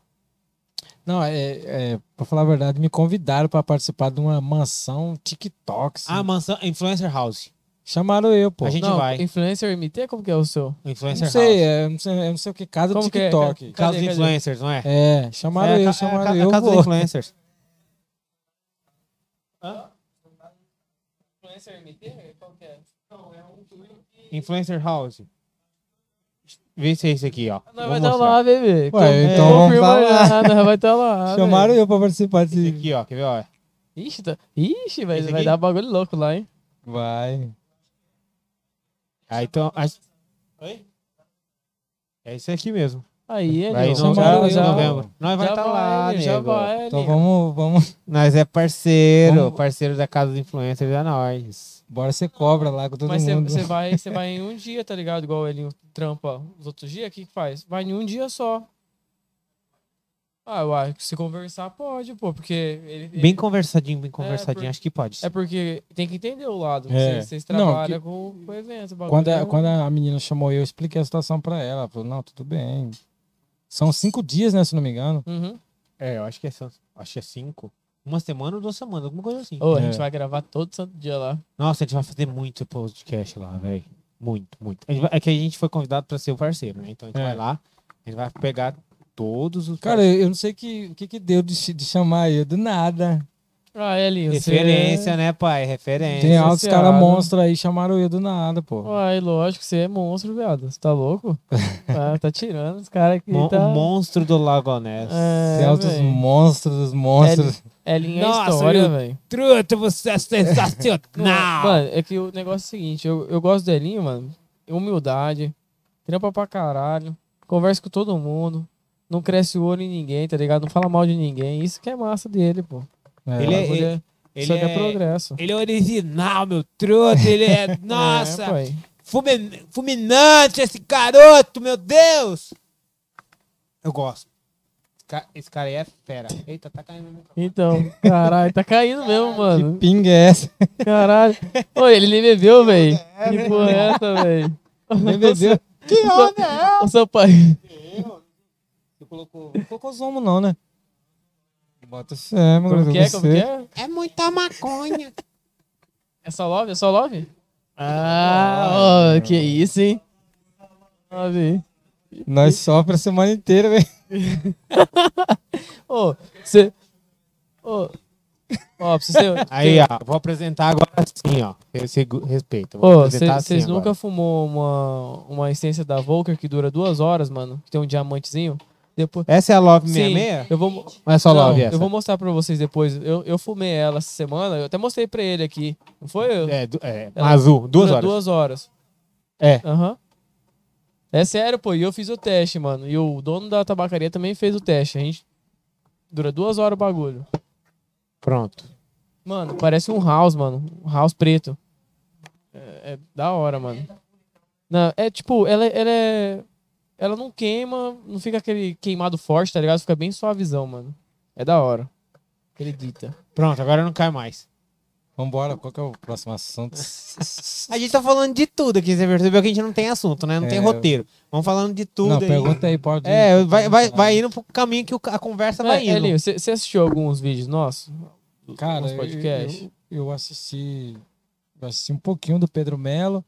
Speaker 3: Não, é, é, pra falar a verdade, me convidaram pra participar de uma mansão TikTok. assim.
Speaker 1: Ah, mansão. Influencer House.
Speaker 3: Chamaram eu, pô.
Speaker 1: A gente
Speaker 2: Não,
Speaker 1: vai.
Speaker 2: Influencer MT, como que é o seu?
Speaker 1: Influencer
Speaker 3: Não sei,
Speaker 1: House.
Speaker 3: é, não sei, eu não sei o que, casa do
Speaker 2: Como que é?
Speaker 3: TikTok.
Speaker 2: Ca-
Speaker 1: Casa
Speaker 2: Cadê,
Speaker 1: dos
Speaker 2: cadê?
Speaker 1: influencers, não é?
Speaker 3: É, chamaram
Speaker 1: É,
Speaker 3: eu,
Speaker 1: ca-
Speaker 3: chamaram
Speaker 1: é ca-
Speaker 3: eu.
Speaker 1: é casa dos
Speaker 3: vou.
Speaker 1: influencers.
Speaker 2: Influencer MT? Qual que é?
Speaker 1: Influencer House. Vê se é esse aqui, ó.
Speaker 2: Nós
Speaker 1: Vou
Speaker 2: vai estar
Speaker 1: mostrar.
Speaker 2: lá, bebê.
Speaker 3: Ué, então vamos
Speaker 2: confirma
Speaker 3: falar.
Speaker 2: lá, nós vai estar
Speaker 1: é.
Speaker 2: lá.
Speaker 3: Chamaram
Speaker 2: velho.
Speaker 3: eu pra participar
Speaker 1: Esse
Speaker 3: desse.
Speaker 1: aqui, ó. Quer ver, ó?
Speaker 2: Ixi, tá... Ixi vai,
Speaker 1: Esse
Speaker 2: vai
Speaker 1: aqui?
Speaker 2: dar bagulho louco lá, hein?
Speaker 3: Vai.
Speaker 1: Ah, então. a- É esse aqui mesmo.
Speaker 2: Aí,
Speaker 1: Vai
Speaker 2: Elinho,
Speaker 1: em
Speaker 3: Você
Speaker 1: no-
Speaker 3: manda
Speaker 1: já,
Speaker 3: aí,
Speaker 1: já,
Speaker 3: ó.
Speaker 1: novembro. Nós vai
Speaker 2: já
Speaker 1: estar lá,
Speaker 2: Elinho, já
Speaker 1: nego.
Speaker 2: vai,
Speaker 1: é
Speaker 3: Então
Speaker 2: Elinho.
Speaker 3: vamos, vamos.
Speaker 1: Nós é parceiro,
Speaker 3: Vamos-
Speaker 1: parceiro da Casa dos Influencers da nós.
Speaker 3: Bora ser cobra lá com todo
Speaker 2: Mas
Speaker 3: mundo.
Speaker 2: você vai, cê vai em um dia, tá ligado? Igual o Elinho trampa os outros dias, o que que faz? Vai em um dia só. Ah, eu acho que se conversar pode, pô, porque ele, ele-
Speaker 1: Bem conversadinho, bem conversadinho,
Speaker 2: É. por-
Speaker 1: acho que pode.
Speaker 2: É porque tem que entender o lado.
Speaker 3: É.
Speaker 2: Vocês, vocês
Speaker 3: Não,
Speaker 2: trabalham com, com o evento. o bagulho
Speaker 3: Quando
Speaker 2: é
Speaker 3: a,
Speaker 2: um-
Speaker 3: quando a menina chamou eu, eu expliquei a situação pra ela. Ela falou, não, tudo bem. São cinco dias, né, se não me engano.
Speaker 2: Uhum.
Speaker 1: É, eu acho que é, só- acho que é cinco. Uma semana ou duas semanas, alguma coisa assim.
Speaker 2: Ô, a
Speaker 3: É.
Speaker 2: gente vai gravar todo santo dia lá.
Speaker 1: Nossa, a gente vai fazer muito podcast lá, velho. Muito, muito. A gente vai- É que a gente foi convidado pra ser o parceiro, né? Então a gente
Speaker 3: É.
Speaker 1: vai lá, a gente vai pegar todos os.
Speaker 3: Cara, eu eu não sei o que, o que, que deu de, chi- de chamar eu, do nada.
Speaker 2: Ah, Elinho, você...
Speaker 1: referência, né, pai? Referência.
Speaker 3: Tem altos
Speaker 2: associado.
Speaker 3: caras monstros aí, chamaram eu do nada, pô.
Speaker 2: Uai, lógico, você é monstro, viado. Você tá louco? ah, tá tirando os caras que
Speaker 1: Mon-
Speaker 2: tá...
Speaker 1: O monstro do Lagonés.
Speaker 2: É,
Speaker 3: Tem altos
Speaker 2: véi.
Speaker 3: monstros dos monstros.
Speaker 2: Elinho é
Speaker 1: Nossa,
Speaker 2: história,
Speaker 1: eu-
Speaker 2: velho.
Speaker 1: Truta, você é sensacional!
Speaker 2: Mano, é que o negócio é o seguinte, eu, eu gosto do Elinho, mano. Humildade, trampa pra caralho, conversa com todo mundo, não cresce o olho em ninguém, tá ligado? Não fala mal de ninguém. Isso que é massa dele, pô.
Speaker 3: É,
Speaker 1: Ele é-
Speaker 2: Bagulho
Speaker 1: ele,
Speaker 2: só que é
Speaker 1: é,
Speaker 2: progresso.
Speaker 1: ele é original, meu truta. Ele é.
Speaker 2: É,
Speaker 1: Nossa!
Speaker 2: pai.
Speaker 1: fumin- fulminante esse garoto, meu Deus! Eu gosto. Esse ca- Esse cara aí é fera. Eita, tá caindo no microfone.
Speaker 2: Então, caralho, tá caindo mesmo, mano.
Speaker 3: Que pinga é essa?
Speaker 2: Caralho. Ô, ele nem bebeu, velho. Que porra é essa, velho?
Speaker 3: Nem bebeu.
Speaker 1: né? Que onda é?
Speaker 2: Ô, seu pai.
Speaker 3: Não colocou, não colocou zomo, não, né? Bota fé, meu
Speaker 2: Como que é?
Speaker 3: garoto,
Speaker 2: Como que
Speaker 3: você.
Speaker 2: é?
Speaker 1: É muita maconha.
Speaker 2: É só love? É só love? Ah, ó, que isso, hein? Love.
Speaker 3: Nós sofre a semana inteira, velho.
Speaker 2: Ô, você. Ô. Ó, pra você.
Speaker 1: Aí, ó, vou apresentar agora assim, ó. Esse gu- respeito. Vou
Speaker 2: Ô,
Speaker 1: apresentar assim
Speaker 2: vocês
Speaker 1: agora.
Speaker 2: nunca fumou uma, uma essência da Volker que dura duas horas, mano? Que tem um diamantezinho? Depois.
Speaker 1: Essa é a Love
Speaker 2: Sim,
Speaker 1: 66?
Speaker 2: eu vou.
Speaker 1: Ou é só
Speaker 2: Não,
Speaker 1: Love essa?
Speaker 2: Eu vou mostrar pra vocês depois. Eu, eu fumei ela essa semana, eu até mostrei pra ele aqui. Não foi? Eu?
Speaker 1: É, du- é,
Speaker 2: Ela-
Speaker 1: azul, duas
Speaker 2: Dura
Speaker 1: horas.
Speaker 2: Duas horas.
Speaker 1: É.
Speaker 2: Aham. É sério, pô. E eu fiz o teste, mano. E o dono da tabacaria também fez o teste. A gente. Dura duas horas o bagulho.
Speaker 1: Pronto.
Speaker 2: Mano, parece um house, mano. Um house preto. É, é da hora, mano. Não, é tipo, ela, ela é. Ela não queima, não fica aquele queimado forte, tá ligado? Fica bem suavizão, mano. É da hora. Acredita.
Speaker 1: Pronto, agora não cai mais.
Speaker 3: Vambora, qual que é o próximo assunto?
Speaker 1: A gente tá falando de tudo aqui. Você percebeu que a gente não tem assunto, né? Não tem
Speaker 3: É.
Speaker 1: roteiro. Vamos falando de tudo
Speaker 3: não,
Speaker 1: aí.
Speaker 3: pergunta aí, pode.
Speaker 1: É, vai, vai, vai indo pro caminho que o ca- a conversa vai
Speaker 2: É,
Speaker 1: indo.
Speaker 2: Elinho, você assistiu alguns vídeos nossos?
Speaker 3: Cara,
Speaker 2: Uns
Speaker 3: eu-
Speaker 2: podcast.
Speaker 3: Eu, eu assisti. Eu assisti um pouquinho do Pedro Melo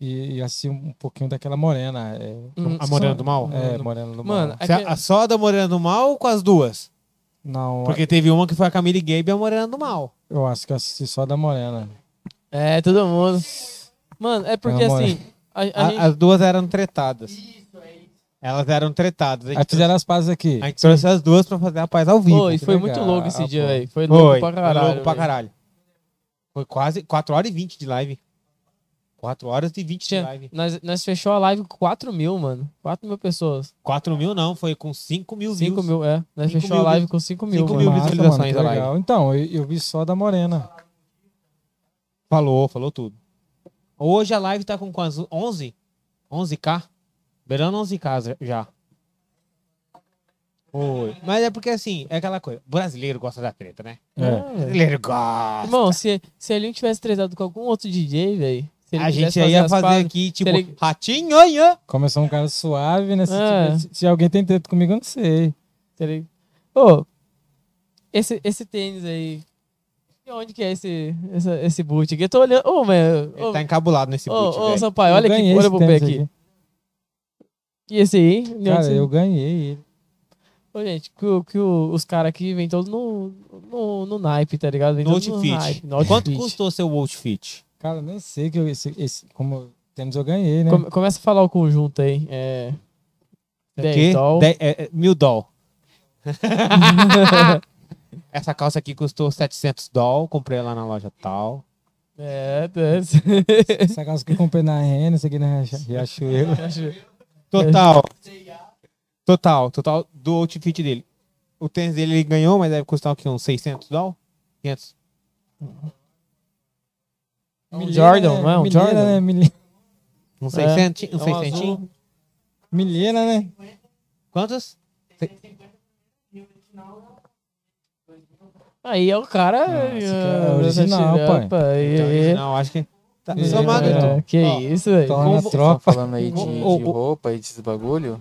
Speaker 3: e, e assisti um pouquinho daquela Morena. É,
Speaker 2: Hum,
Speaker 1: a Morena do Mal?
Speaker 3: é, Morena do Mal.
Speaker 2: Mano,
Speaker 1: Você-
Speaker 2: aquele-
Speaker 1: a- Só a da Morena do Mal ou com as duas?
Speaker 3: Não,
Speaker 1: Porque teve uma que foi a Camille Gabe e a Morena do Mal.
Speaker 3: eu acho que eu assisti só da Morena.
Speaker 2: é, todo mundo. Mano, é porque
Speaker 3: É, amor.
Speaker 2: assim. A, a
Speaker 1: A-
Speaker 2: gente-
Speaker 1: As duas eram tretadas. Elas eram tretadas. A
Speaker 3: Aí
Speaker 1: gente,
Speaker 3: fizeram as pazes aqui.
Speaker 1: a gente trouxe as duas pra fazer a paz ao vivo.
Speaker 2: Ô, e
Speaker 3: que
Speaker 2: foi muito
Speaker 3: legal,
Speaker 2: louco esse dia,
Speaker 3: pô.
Speaker 2: velho. Foi
Speaker 1: Foi,
Speaker 2: louco
Speaker 1: ah, foi
Speaker 2: pra caralho.
Speaker 1: louco pra
Speaker 2: velho.
Speaker 1: caralho. Foi quase 4 horas e 20 de live. 4 horas e 20 de
Speaker 2: Tinha-
Speaker 1: live.
Speaker 2: Nós, nós fechou a live com 4 mil, mano. 4 mil pessoas.
Speaker 1: 4 mil não, foi com 5 mil
Speaker 2: 5
Speaker 1: views.
Speaker 2: mil, é. Nós
Speaker 1: Cinco
Speaker 2: fechou a
Speaker 1: mil
Speaker 2: live
Speaker 1: views.
Speaker 2: com 5 mil,
Speaker 1: Cinco
Speaker 2: mano.
Speaker 1: mil
Speaker 3: Massa,
Speaker 1: visualizações
Speaker 3: mano, que
Speaker 1: da live.
Speaker 3: legal. Então, eu, eu vi só da Morena.
Speaker 1: Falou, falou tudo. Hoje a live tá com quantos? 11? 11k? Beirando 11k já. Foi. Mas é porque assim, é aquela coisa. Brasileiro gosta da treta, né?
Speaker 3: É.
Speaker 2: É, velho.
Speaker 1: Brasileiro gosta.
Speaker 2: Irmão, se, se ele não tivesse tretado com algum outro DJ, velho. se ele
Speaker 1: A gente
Speaker 2: quisesse
Speaker 1: ia
Speaker 2: as
Speaker 1: fazer
Speaker 2: paradas-
Speaker 1: aqui, tipo,
Speaker 2: ele-
Speaker 1: ratinho, anhã.
Speaker 3: Começou um cara suave, né? Se,
Speaker 2: É.
Speaker 3: tiver- se- se alguém tem treta comigo, eu não sei.
Speaker 2: se ele- Ô, esse, esse tênis aí. De onde que é esse, essa- esse boot aqui? Eu tô olhando. Ô, velho.
Speaker 1: Ele
Speaker 2: Ô,
Speaker 1: tá encabulado nesse
Speaker 2: ô,
Speaker 1: boot,
Speaker 2: ô,
Speaker 1: velho.
Speaker 2: Sampaio,
Speaker 3: Eu
Speaker 2: olha aqui.
Speaker 3: ganhei
Speaker 2: Olha
Speaker 3: esse
Speaker 2: pro pé
Speaker 3: tênis
Speaker 2: aqui. E esse aí? De onde
Speaker 3: Cara,
Speaker 2: você-
Speaker 3: eu ganhei ele.
Speaker 2: Ô, gente, que, o- que o- os caras aqui vêm todos no, no, no naipe, tá ligado? Vem
Speaker 1: No
Speaker 2: todos
Speaker 1: outfit.
Speaker 2: naipe, no outfit.
Speaker 1: Quanto custou seu outfit?
Speaker 3: Cara, eu nem sei que eu, esse, esse, como tênis eu ganhei, né?
Speaker 2: Come- começa a falar o conjunto aí. É.
Speaker 1: Quê?
Speaker 2: Dentol.
Speaker 1: Dez- é, é, mil doll. Essa calça aqui custou 700 doll. Comprei lá na loja tal.
Speaker 2: É, dez.
Speaker 3: né? Essa calça que eu comprei na Renner, essa aqui na Riachuelo.
Speaker 1: Total. Total, total do outfit dele. O tênis dele ele ganhou, mas deve custar o quê? Uns 600 dólares? 500.
Speaker 2: É um Jordan, não é? Um
Speaker 3: milheira,
Speaker 2: Jordan?
Speaker 3: Né? Mil-
Speaker 1: Uns
Speaker 2: É,
Speaker 1: 600? Uns
Speaker 2: é um
Speaker 1: 600?
Speaker 2: azul.
Speaker 3: Milheira, né?
Speaker 1: Quantos?
Speaker 2: Aí é o cara.
Speaker 3: Nossa, que é
Speaker 2: ah,
Speaker 3: original,
Speaker 2: tá tirando,
Speaker 3: pai.
Speaker 2: pai, e-
Speaker 1: Então, Não, acho que. Tá,
Speaker 2: e-
Speaker 1: somado,
Speaker 2: é,
Speaker 1: então.
Speaker 2: Que
Speaker 1: Ó,
Speaker 2: isso, velho.
Speaker 3: Torna
Speaker 1: Como-
Speaker 5: Só
Speaker 3: tropa.
Speaker 5: falando aí de,
Speaker 1: O-
Speaker 5: de
Speaker 1: o- o-
Speaker 5: roupa e desses bagulho,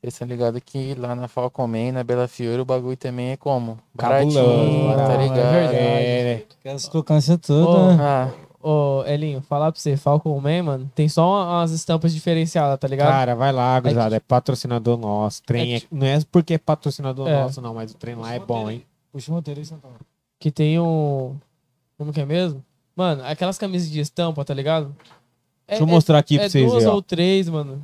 Speaker 5: vocês estão ligados que lá na Falcomen, na Bela Fiore, o bagulho também é como?
Speaker 1: Cabuloso,
Speaker 5: Baratinho, tá
Speaker 3: bravo, é
Speaker 5: ligado?
Speaker 1: É, né?
Speaker 3: Aquelas crocâncias todas,
Speaker 2: Ô,
Speaker 3: né?
Speaker 5: Ah,
Speaker 2: Ô, Elinho, falar pra você, Falcon Man, mano, tem só uma- umas estampas diferenciadas, tá ligado?
Speaker 1: Cara, vai lá, gurizada. É patrocinador nosso. Trem
Speaker 2: É
Speaker 1: é- Não é porque é patrocinador
Speaker 2: É.
Speaker 1: nosso, não, mas o trem lá é bom, hein?
Speaker 3: Puxa o roteiro aí, Santana.
Speaker 2: Que tem um. Como que é mesmo? Mano, aquelas camisas de estampa, tá ligado? É,
Speaker 1: Deixa eu mostrar aqui
Speaker 2: é,
Speaker 1: pra
Speaker 2: é
Speaker 1: vocês
Speaker 2: duas
Speaker 1: verem. ó.
Speaker 2: ou três, mano.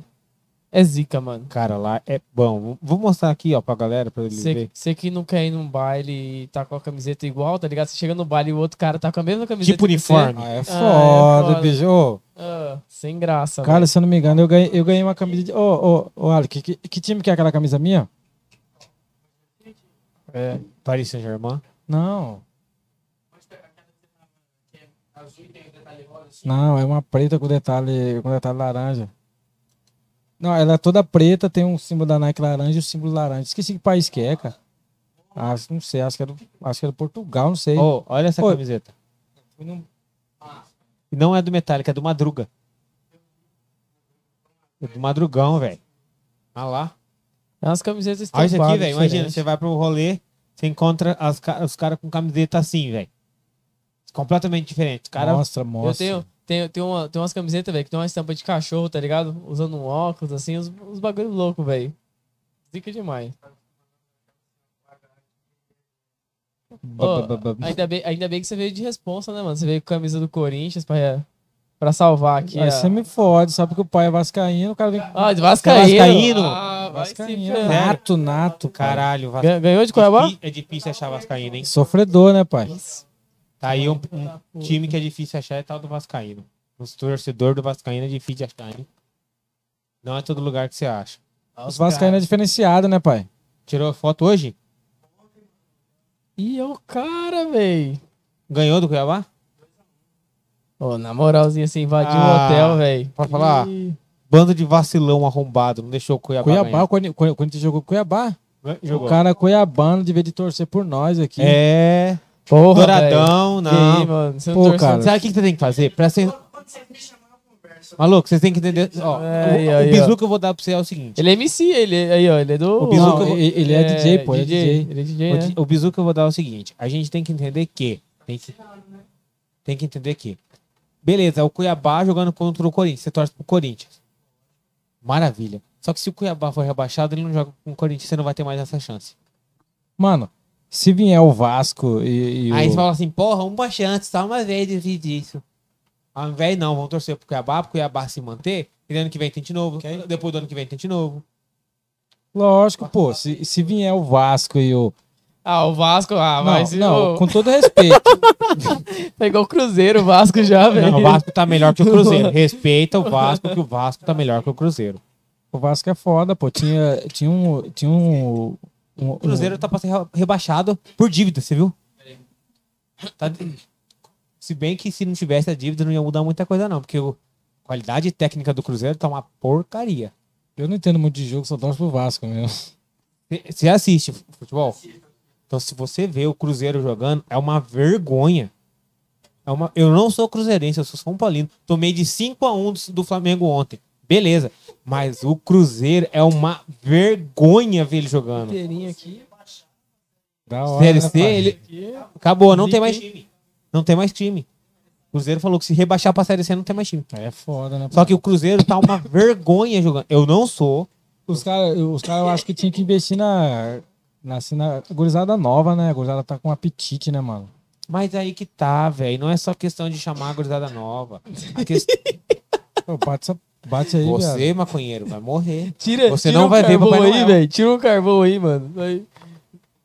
Speaker 2: É zica, mano.
Speaker 1: Cara, lá é bom. Vou mostrar aqui, ó, pra galera, pra eles verem.
Speaker 2: Você que não quer ir num baile e tá com a camiseta igual, tá ligado? Você chega no baile e o outro cara tá com a mesma camiseta.
Speaker 1: Tipo
Speaker 2: que você.
Speaker 1: uniforme.
Speaker 3: Ah, é
Speaker 2: foda.
Speaker 3: foda, bicho. Ô,
Speaker 2: Ah, sem graça,
Speaker 3: cara, se eu não me engano, eu ganhei, eu ganhei uma camisa de. Ô, ô, ô, Alec, que, que time que é aquela camisa minha? É.
Speaker 1: Paris Saint-Germain.
Speaker 3: Não. Não, é uma preta com detalhe, com detalhe laranja. Não, ela é toda preta, tem um símbolo da Nike laranja e o símbolo laranja. Esqueci que país que é, cara. Ah, não sei, acho que é do, acho que é do Portugal, não sei.
Speaker 1: Ô, olha essa
Speaker 3: Ô.
Speaker 1: camiseta.
Speaker 3: Eu não-
Speaker 1: E não é do Metallica, é do Madruga. É do Madrugão, velho. Ah lá.
Speaker 2: É umas camisetas
Speaker 1: Olha isso aqui,
Speaker 2: estampadas
Speaker 1: velho. Imagina,
Speaker 2: diferentes.
Speaker 1: você vai pro rolê, você encontra as ca- os caras com camiseta assim, velho. Completamente diferente. O cara
Speaker 3: mostra,
Speaker 2: Eu
Speaker 3: mostra.
Speaker 2: tenho, tenho, tenho, uma, tenho umas camisetas, velho, que tem uma estampa de cachorro, tá ligado? Usando um óculos, assim, uns, uns bagulho louco, velho. Zica demais. Ô,
Speaker 3: Ba- ba- ba-
Speaker 2: ainda, bem, ainda bem que você veio de responsa, né, mano? Você veio com a camisa do Corinthians pra, pra salvar aqui.
Speaker 3: Aí
Speaker 2: a-
Speaker 3: você me fode, sabe que o pai é vascaíno, o cara vem
Speaker 2: Ah, de Vascaíno.
Speaker 1: Vascaíno? Né?
Speaker 2: Ah, vai se
Speaker 3: vascaíno.
Speaker 2: ferrar.
Speaker 3: Nato, nato, cara.
Speaker 1: Caralho, Vasco.
Speaker 2: Gan- Ganhou de Cuiabá?
Speaker 1: É difícil achar Vascaíno, hein?
Speaker 3: Sofredor, né, pai?
Speaker 1: Tá aí um, um time que é difícil achar é tal do Vascaíno. Os torcedor do Vascaíno é difícil de achar, hein? Não é todo lugar que você acha.
Speaker 3: Os vascaínos é diferenciado, né, pai?
Speaker 1: Tirou foto hoje?
Speaker 2: Ih, é o cara, velho.
Speaker 1: Ganhou do Cuiabá?
Speaker 2: Ô, na moralzinha, você invadiu o
Speaker 1: Ah,
Speaker 2: hotel, velho.
Speaker 1: pode falar?
Speaker 2: Ih,
Speaker 1: Bando de vacilão arrombado, não deixou o Cuiabá.
Speaker 3: Cuiabá, quando quando jogou com Cuiabá,
Speaker 1: ganhar.
Speaker 3: o
Speaker 1: Tá Jogou.
Speaker 3: cara cuiabano devia de torcer por nós aqui.
Speaker 1: É.
Speaker 2: Porra,
Speaker 1: Douradão,
Speaker 2: velho. Que
Speaker 1: não.
Speaker 2: aí, mano? Você não
Speaker 3: Pô,
Speaker 2: torceu-
Speaker 3: cara.
Speaker 1: Sabe o que que você tem que fazer? Pra ser... Maluco, vocês têm que entender. Ó,
Speaker 2: É,
Speaker 1: o,
Speaker 2: aí,
Speaker 1: o
Speaker 2: aí,
Speaker 1: bizu que eu vou dar pra você é o seguinte:
Speaker 2: Ele é MC, ele é, aí, ó, ele é do.
Speaker 1: O Bizu
Speaker 2: Não,
Speaker 1: que eu vou-
Speaker 3: ele- ele é DJ, pô, ele é DJ.
Speaker 2: Ele é DJ,
Speaker 1: o,
Speaker 2: né?
Speaker 1: di- o bizu que eu vou dar é o seguinte: a gente tem que entender que. Tem que, tem que entender que. Beleza, é o Cuiabá jogando contra o Corinthians. Você torce pro Corinthians. Maravilha. Só que se o Cuiabá for rebaixado, ele não joga com o Corinthians, você não vai ter mais essa chance.
Speaker 3: Mano, se vier o Vasco e, e
Speaker 1: Aí você
Speaker 3: o...
Speaker 1: fala assim, porra, uma chance, só uma vez de vir disso. Ao invés não, vão torcer pro Cuiabá, pro Cuiabá se manter, e ano que vem tem de novo. Depois do ano que vem tem de novo.
Speaker 3: Lógico, pô, se, se vier o Vasco e o...
Speaker 2: Ah, o Vasco, ah,
Speaker 3: Não,
Speaker 2: mas
Speaker 3: não,
Speaker 2: o-
Speaker 3: com todo respeito.
Speaker 2: pegou o Cruzeiro, o Vasco já, velho.
Speaker 1: Não, o Vasco tá melhor que o Cruzeiro. Respeita o Vasco, que o Vasco tá melhor que o Cruzeiro.
Speaker 3: o Vasco é foda, pô. Tinha, tinha um... Tinha um, um- um-
Speaker 1: O Cruzeiro tá pra ser re- rebaixado por dívida, você viu? Tá de- Se bem que se não tivesse a dívida, não ia mudar muita coisa, não, porque o- a qualidade técnica do Cruzeiro tá uma porcaria.
Speaker 3: Eu não entendo muito de jogo, só torço pro Vasco mesmo.
Speaker 1: Você- Você assiste futebol? Então, se você vê o Cruzeiro jogando, é uma vergonha. É uma... Eu não sou cruzeirense, eu sou São Paulino. Tomei de 5 a 1 do- do Flamengo ontem. Beleza. Mas o Cruzeiro é uma vergonha ver ele jogando.
Speaker 2: Inteirinho aqui.
Speaker 3: Da hora,
Speaker 1: Série
Speaker 3: né,
Speaker 1: C,
Speaker 3: pai?
Speaker 1: ele... Acabou, não tem mais time. Não tem mais time. O Cruzeiro falou que se rebaixar pra Série C, não tem mais time.
Speaker 3: É foda, né?
Speaker 1: Só que o Cruzeiro tá uma vergonha jogando. Eu não sou.
Speaker 3: Os caras, os cara, eu acho que tinha que investir na, na, assim, na gurizada nova, né? A gurizada tá com apetite, né, mano?
Speaker 1: Mas aí que tá, velho. Não é só questão de chamar a gurizada nova. A questão...
Speaker 3: Pô, bate, essa- bate
Speaker 1: Tá
Speaker 3: aí, viado.
Speaker 1: Você, maconheiro, vai morrer.
Speaker 2: Tira,
Speaker 1: Você
Speaker 2: tira
Speaker 1: não
Speaker 2: um
Speaker 1: vai ver
Speaker 2: carvão
Speaker 1: Papai
Speaker 2: aí,
Speaker 1: Noel.
Speaker 2: velho. Tira um carvão aí, mano. Vai.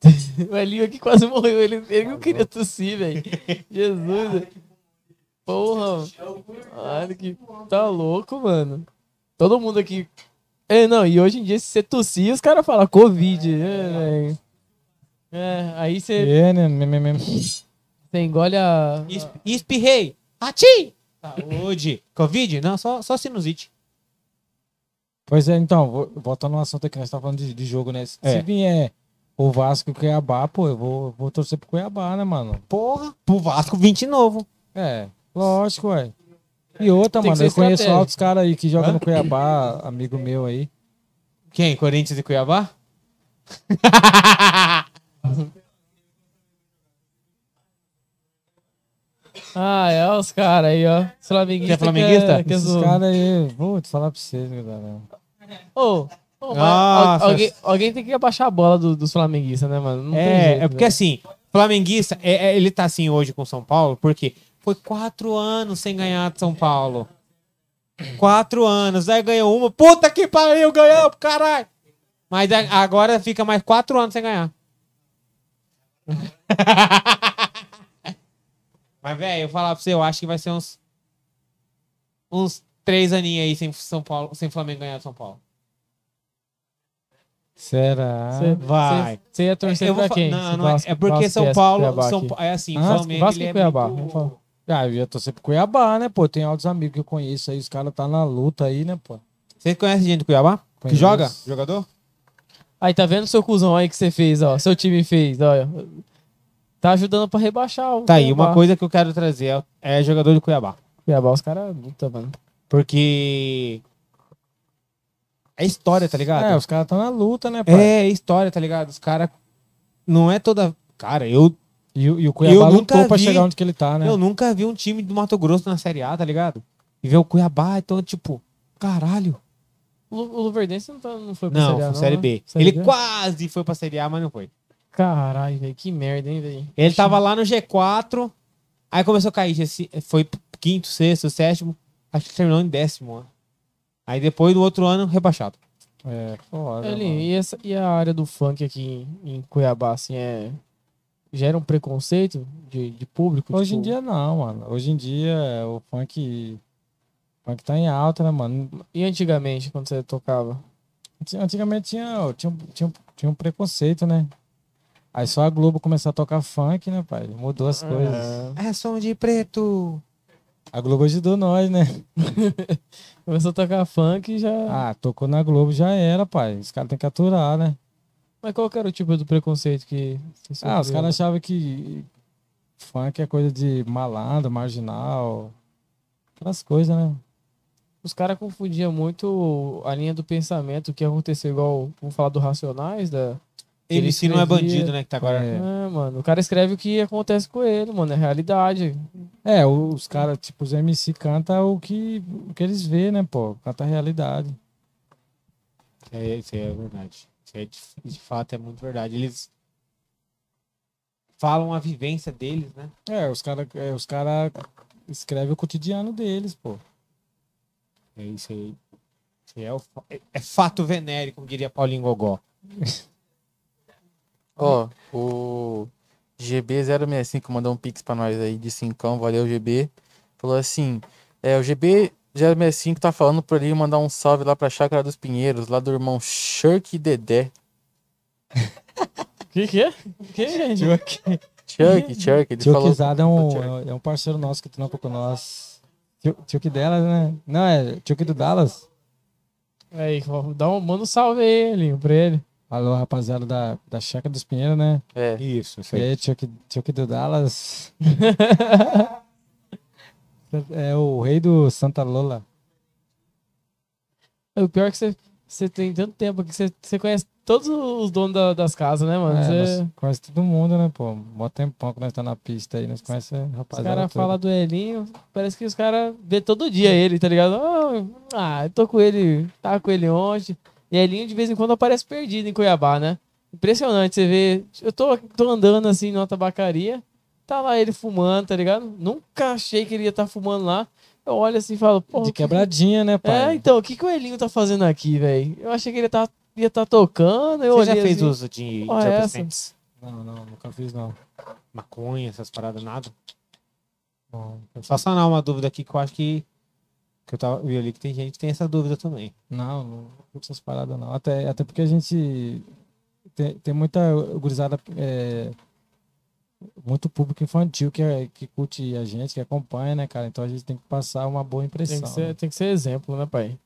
Speaker 2: o Elinho aqui quase morreu. Ele, ele não queria tossir, velho. Jesus. velho. Porra. Olha que. Tá louco, mano. Todo mundo aqui É, não, e hoje em dia, se você tossir, os caras falam Covid. É, velho. É, aí você,
Speaker 3: É, né? Me- me- me-
Speaker 2: você engole a.
Speaker 1: Esp- Espirrei. Ati! Saúde. Covid? Não, só, só sinusite.
Speaker 3: Pois é, então, vo- voltando no assunto aqui, nós estamos falando de, de jogo, né? Se,
Speaker 1: É.
Speaker 3: se vier o Vasco e o Cuiabá, pô, eu vou, vou torcer pro Cuiabá, né, mano?
Speaker 1: Porra. Pro Vasco 20 de novo.
Speaker 3: É, lógico, ué. E outra,
Speaker 2: Tem que
Speaker 3: mano,
Speaker 2: ser
Speaker 3: eu conheço
Speaker 2: estratégia.
Speaker 3: altos caras aí que jogam
Speaker 1: Hã?
Speaker 3: no Cuiabá, amigo meu aí.
Speaker 1: Quem? Corinthians e Cuiabá?
Speaker 2: Ah, é, os caras aí, ó. Os flamenguistas.
Speaker 1: Que é flamenguista?
Speaker 2: Que é,
Speaker 3: Esses
Speaker 2: zoado.
Speaker 3: caras aí, vou te falar pra vocês, galera.
Speaker 2: Ô, ô, mas
Speaker 1: Nossa.
Speaker 2: al- alguém, alguém tem que abaixar a bola do- dos flamenguistas, né, mano? Não tem
Speaker 1: é,
Speaker 2: jeito,
Speaker 1: é porque
Speaker 2: velho.
Speaker 1: assim, flamenguista, é- é- ele tá assim hoje com São Paulo, porque foi quatro anos sem ganhar de São Paulo. Quatro anos, aí ganhou uma, puta que pariu, ganhou, caralho. Mas a- agora fica mais quatro anos sem ganhar. Mas, velho, eu falar pra você, eu acho que vai ser uns. Uns três aninhos aí sem, São Paulo, sem Flamengo ganhar de São Paulo.
Speaker 3: Será?
Speaker 2: Cê-
Speaker 1: vai.
Speaker 2: cê- Você ia torcer
Speaker 1: Eu vou
Speaker 2: pra
Speaker 1: fa-
Speaker 2: quem?
Speaker 1: Não,
Speaker 2: Se
Speaker 1: não é-
Speaker 2: Vasco-
Speaker 1: é porque
Speaker 2: Vasco
Speaker 1: São
Speaker 2: viesse
Speaker 1: Paulo.
Speaker 2: Cuiabá
Speaker 1: São,
Speaker 2: aqui.
Speaker 1: Pa- é assim,
Speaker 3: Vasco-
Speaker 1: Flamengo.
Speaker 2: Vasco
Speaker 1: ele
Speaker 2: e
Speaker 1: é
Speaker 2: Cuiabá.
Speaker 1: muito-
Speaker 2: vamos falar.
Speaker 3: Ah, eu ia torcer pro Cuiabá, né, pô? Tem altos amigos que eu conheço aí, os caras tá na luta aí, né, pô?
Speaker 1: Você conhece gente do Cuiabá? Que
Speaker 3: Conheço.
Speaker 1: joga? Jogador?
Speaker 2: Aí, tá vendo seu cuzão aí que você fez, ó? Seu time fez, olha. Tá ajudando pra rebaixar o.
Speaker 1: Tá aí,
Speaker 2: Cuiabá.
Speaker 1: uma coisa que eu quero trazer é, é jogador do Cuiabá.
Speaker 2: Cuiabá, os caras lutam, mano.
Speaker 1: Porque. É história, tá ligado?
Speaker 3: É, os caras tá na luta, né, pô?
Speaker 1: É, é história, tá ligado? Os caras. Não é toda. Cara, eu,
Speaker 3: E, o- e o Cuiabá
Speaker 1: Eu nunca
Speaker 3: lutou pra
Speaker 1: vi-
Speaker 3: chegar onde que ele tá, né?
Speaker 1: eu nunca vi um time do Mato Grosso na Série A, tá ligado? E ver o Cuiabá, então, tipo, caralho.
Speaker 2: O Lu- o Luverdense não, tá, não foi pra
Speaker 1: Não,
Speaker 2: Série A,
Speaker 1: foi Série
Speaker 2: né?
Speaker 1: B.
Speaker 2: Série
Speaker 1: Ele
Speaker 2: B?
Speaker 1: quase foi pra Série A, mas não foi.
Speaker 2: Caralho, velho, que merda, hein, velho.
Speaker 1: Ele tava lá no G4, aí começou a cair. esse- Foi quinto, sexto, sétimo. Acho que terminou em décimo. né? Aí depois do outro ano, rebaixado.
Speaker 3: É, foda.
Speaker 2: Ele,
Speaker 3: mano.
Speaker 2: e, essa- e a área do funk aqui em, em Cuiabá, assim, é. Gera um preconceito de, de público?
Speaker 3: Hoje
Speaker 2: tipo,
Speaker 3: em dia não, mano. Hoje em dia o funk. O funk tá em alta, né, mano?
Speaker 2: E antigamente, quando você tocava?
Speaker 3: Anti- Antigamente tinha, tinha, um- tinha, um- tinha um preconceito, né? Aí só a Globo começou a tocar funk, né, pai? Mudou as
Speaker 2: Ah.
Speaker 3: coisas.
Speaker 1: É som de preto.
Speaker 3: A Globo ajudou nós, né?
Speaker 2: Começou a tocar funk e já.
Speaker 3: Ah, tocou na Globo já era, pai. Os caras têm que aturar, né?
Speaker 2: Mas qual que era o tipo do preconceito que você
Speaker 3: Ah, os
Speaker 2: sofreu?
Speaker 3: caras achavam que funk é coisa de malandro, marginal. Aquelas coisas, né?
Speaker 2: Os caras confundiam muito a linha do pensamento, o que aconteceu, igual. Vamos falar do Racionais, da. Ele
Speaker 1: MC não é
Speaker 2: escrevia-
Speaker 1: bandido, né? Que tá agora.
Speaker 3: É.
Speaker 2: É, mano. O cara escreve o que acontece com ele, mano. É realidade.
Speaker 3: É, o- os caras, tipo, os MC canta o que, o que eles vê, né, pô? Canta a realidade.
Speaker 1: É, isso aí é verdade. Isso aí é de, de fato é muito verdade. Eles falam a vivência deles, né?
Speaker 3: É, os caras é, os cara escrevem o cotidiano deles, pô.
Speaker 1: É isso aí. Isso aí é, o fa- é- é fato venéreo, como diria Paulinho Gogó.
Speaker 5: Ó, o GB065 mandou um pix pra nós aí de 5, valeu GB. Falou assim: é, o GB065 tá falando por ali mandar um salve lá pra Chácara dos Pinheiros, lá do irmão Shirk Dedé.
Speaker 2: Que que é? Que, gente?
Speaker 5: Chuck, Chuck, ele
Speaker 3: Tio
Speaker 5: falou.
Speaker 3: Quizada é um, é um parceiro nosso que trampa com nós. Tio, tio que dela, né? Não, é tio que do Dallas.
Speaker 2: Aí, dá um, manda um salve aí, Linho, pra ele.
Speaker 3: Alô, rapaziada da, da Chácara dos Pinheiros, né?
Speaker 5: É,
Speaker 1: Isso, isso
Speaker 3: E aí, tio que, tio que do Dallas. é o rei do Santa Lola.
Speaker 2: O pior é que você, você tem tanto tempo que você, você conhece todos os donos da- das casas, né, mano?
Speaker 3: é,
Speaker 2: Você-
Speaker 3: nós conhece todo mundo, né, pô? Mó tempão que nós tá na pista aí, nós conhece a
Speaker 2: os
Speaker 3: rapaziada.
Speaker 2: caras
Speaker 3: toda.
Speaker 2: falam do Elinho, parece que os caras vê todo dia ele, tá ligado? Ah, ah, eu tô com ele, tava com ele ontem. E Elinho de vez em quando aparece perdido em Cuiabá, né? Impressionante, você vê. Eu tô, tô andando assim numa tabacaria, tá lá ele fumando, tá ligado? Nunca achei que ele ia estar fumando lá. Eu olho assim e falo, pô,
Speaker 3: De
Speaker 2: que-
Speaker 3: quebradinha, né,
Speaker 2: É,
Speaker 3: pai?
Speaker 2: então, o que, que o Elinho tá fazendo aqui, velho? Eu achei que ele tá, ia estar tocando. Eu
Speaker 1: Você já
Speaker 2: olhei
Speaker 1: fez
Speaker 2: assim,
Speaker 1: uso de
Speaker 2: Ó, essa.
Speaker 1: entorpecentes?
Speaker 3: Não, não, nunca fiz, não.
Speaker 1: Maconha, essas paradas, nada?
Speaker 3: Não.
Speaker 1: Só sanar uma dúvida aqui que eu acho que Que eu, tava, eu li que tem gente que tem essa dúvida também.
Speaker 3: Não, não curto essas paradas não. Até, até porque a gente tem, tem muita gurizada, é, muito público infantil que, é- que curte a gente, que acompanha, né, cara? Então a gente tem que passar uma boa
Speaker 2: Tem
Speaker 3: impressão.
Speaker 2: que, ser,
Speaker 3: né?
Speaker 2: tem que ser exemplo, né, pai?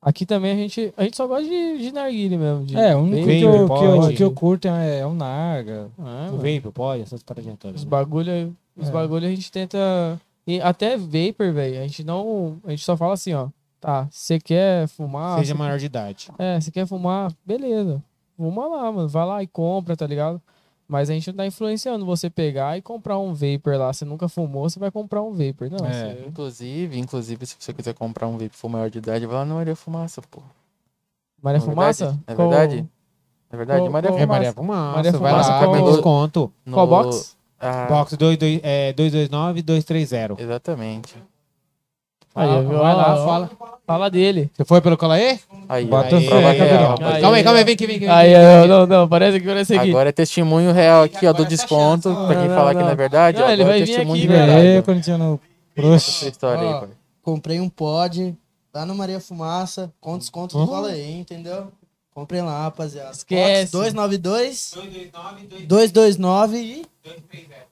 Speaker 2: Aqui também a gente, a gente só gosta de, de narguile mesmo. De,
Speaker 3: É, o único
Speaker 1: Vape,
Speaker 3: que, eu, que, eu,
Speaker 1: pode.
Speaker 3: que eu curto é, é o Narga.
Speaker 1: O
Speaker 2: Ah, mano.
Speaker 1: vape, o pó, essas paradinhas todas.
Speaker 2: Os bagulho, os
Speaker 3: É.
Speaker 2: bagulho a gente tenta. E até vapor, velho. A gente não. A gente só fala assim, ó. Tá, você quer fumar?
Speaker 1: Seja maior de idade.
Speaker 2: É, você quer fumar? Beleza. Fuma lá, mano. Vai lá e compra, tá ligado? Mas a gente não tá influenciando você pegar e comprar um vapor lá. Você nunca fumou, você vai comprar um vapor. Não,
Speaker 3: É.
Speaker 2: você-
Speaker 5: Inclusive, inclusive, se você quiser comprar um vape for maior de idade, vai lá no Maria Fumaça, pô.
Speaker 2: Maria
Speaker 5: Não é
Speaker 2: é Fumaça?
Speaker 5: verdade? É
Speaker 2: Qual-
Speaker 5: verdade? É verdade?
Speaker 2: Qual-
Speaker 5: Maria
Speaker 2: qual-
Speaker 1: É Maria
Speaker 5: Fumaça.
Speaker 1: Fumaça.
Speaker 2: Maria
Speaker 1: vai
Speaker 2: Fumaça,
Speaker 1: lá,
Speaker 2: qual-
Speaker 1: tem desconto.
Speaker 5: no-
Speaker 2: Qual box?
Speaker 5: Ah,
Speaker 1: Box 22, é, 229-230.
Speaker 5: Exatamente.
Speaker 2: Aí,
Speaker 1: Ah,
Speaker 2: viu?
Speaker 1: vai lá,
Speaker 2: Ó,
Speaker 1: fala.
Speaker 2: Fala dele.
Speaker 1: Você foi pelo Colaê?
Speaker 5: Aí,
Speaker 1: um
Speaker 3: Bota
Speaker 5: aí,
Speaker 3: fé,
Speaker 5: prova real,
Speaker 3: Gabriel.
Speaker 5: rapaz.
Speaker 2: Aí,
Speaker 1: Calma aí, calma aí, vem aqui, vem aqui. vem
Speaker 2: Aí,
Speaker 1: aqui.
Speaker 2: eu- não, não, parece que parece aqui.
Speaker 5: Agora é testemunho real aqui, ó, do desconto. Pra quem
Speaker 2: Não,
Speaker 5: falar
Speaker 2: não,
Speaker 5: que não é
Speaker 2: não.
Speaker 5: verdade,
Speaker 2: Não,
Speaker 5: ó,
Speaker 2: ele
Speaker 5: agora é
Speaker 2: vai vir
Speaker 5: testemunho
Speaker 2: aqui,
Speaker 5: de
Speaker 2: velho.
Speaker 5: verdade.
Speaker 3: É,
Speaker 5: ó.
Speaker 3: corintiano
Speaker 5: Essa
Speaker 3: trouxa.
Speaker 5: história aí,
Speaker 6: Ó,
Speaker 5: pai.
Speaker 6: Comprei um pod lá no Maria Fumaça, com desconto
Speaker 3: Hum?
Speaker 6: do cola aí, entendeu? Comprei lá, rapaziada.
Speaker 2: Esquece.
Speaker 6: Box 292, 229 e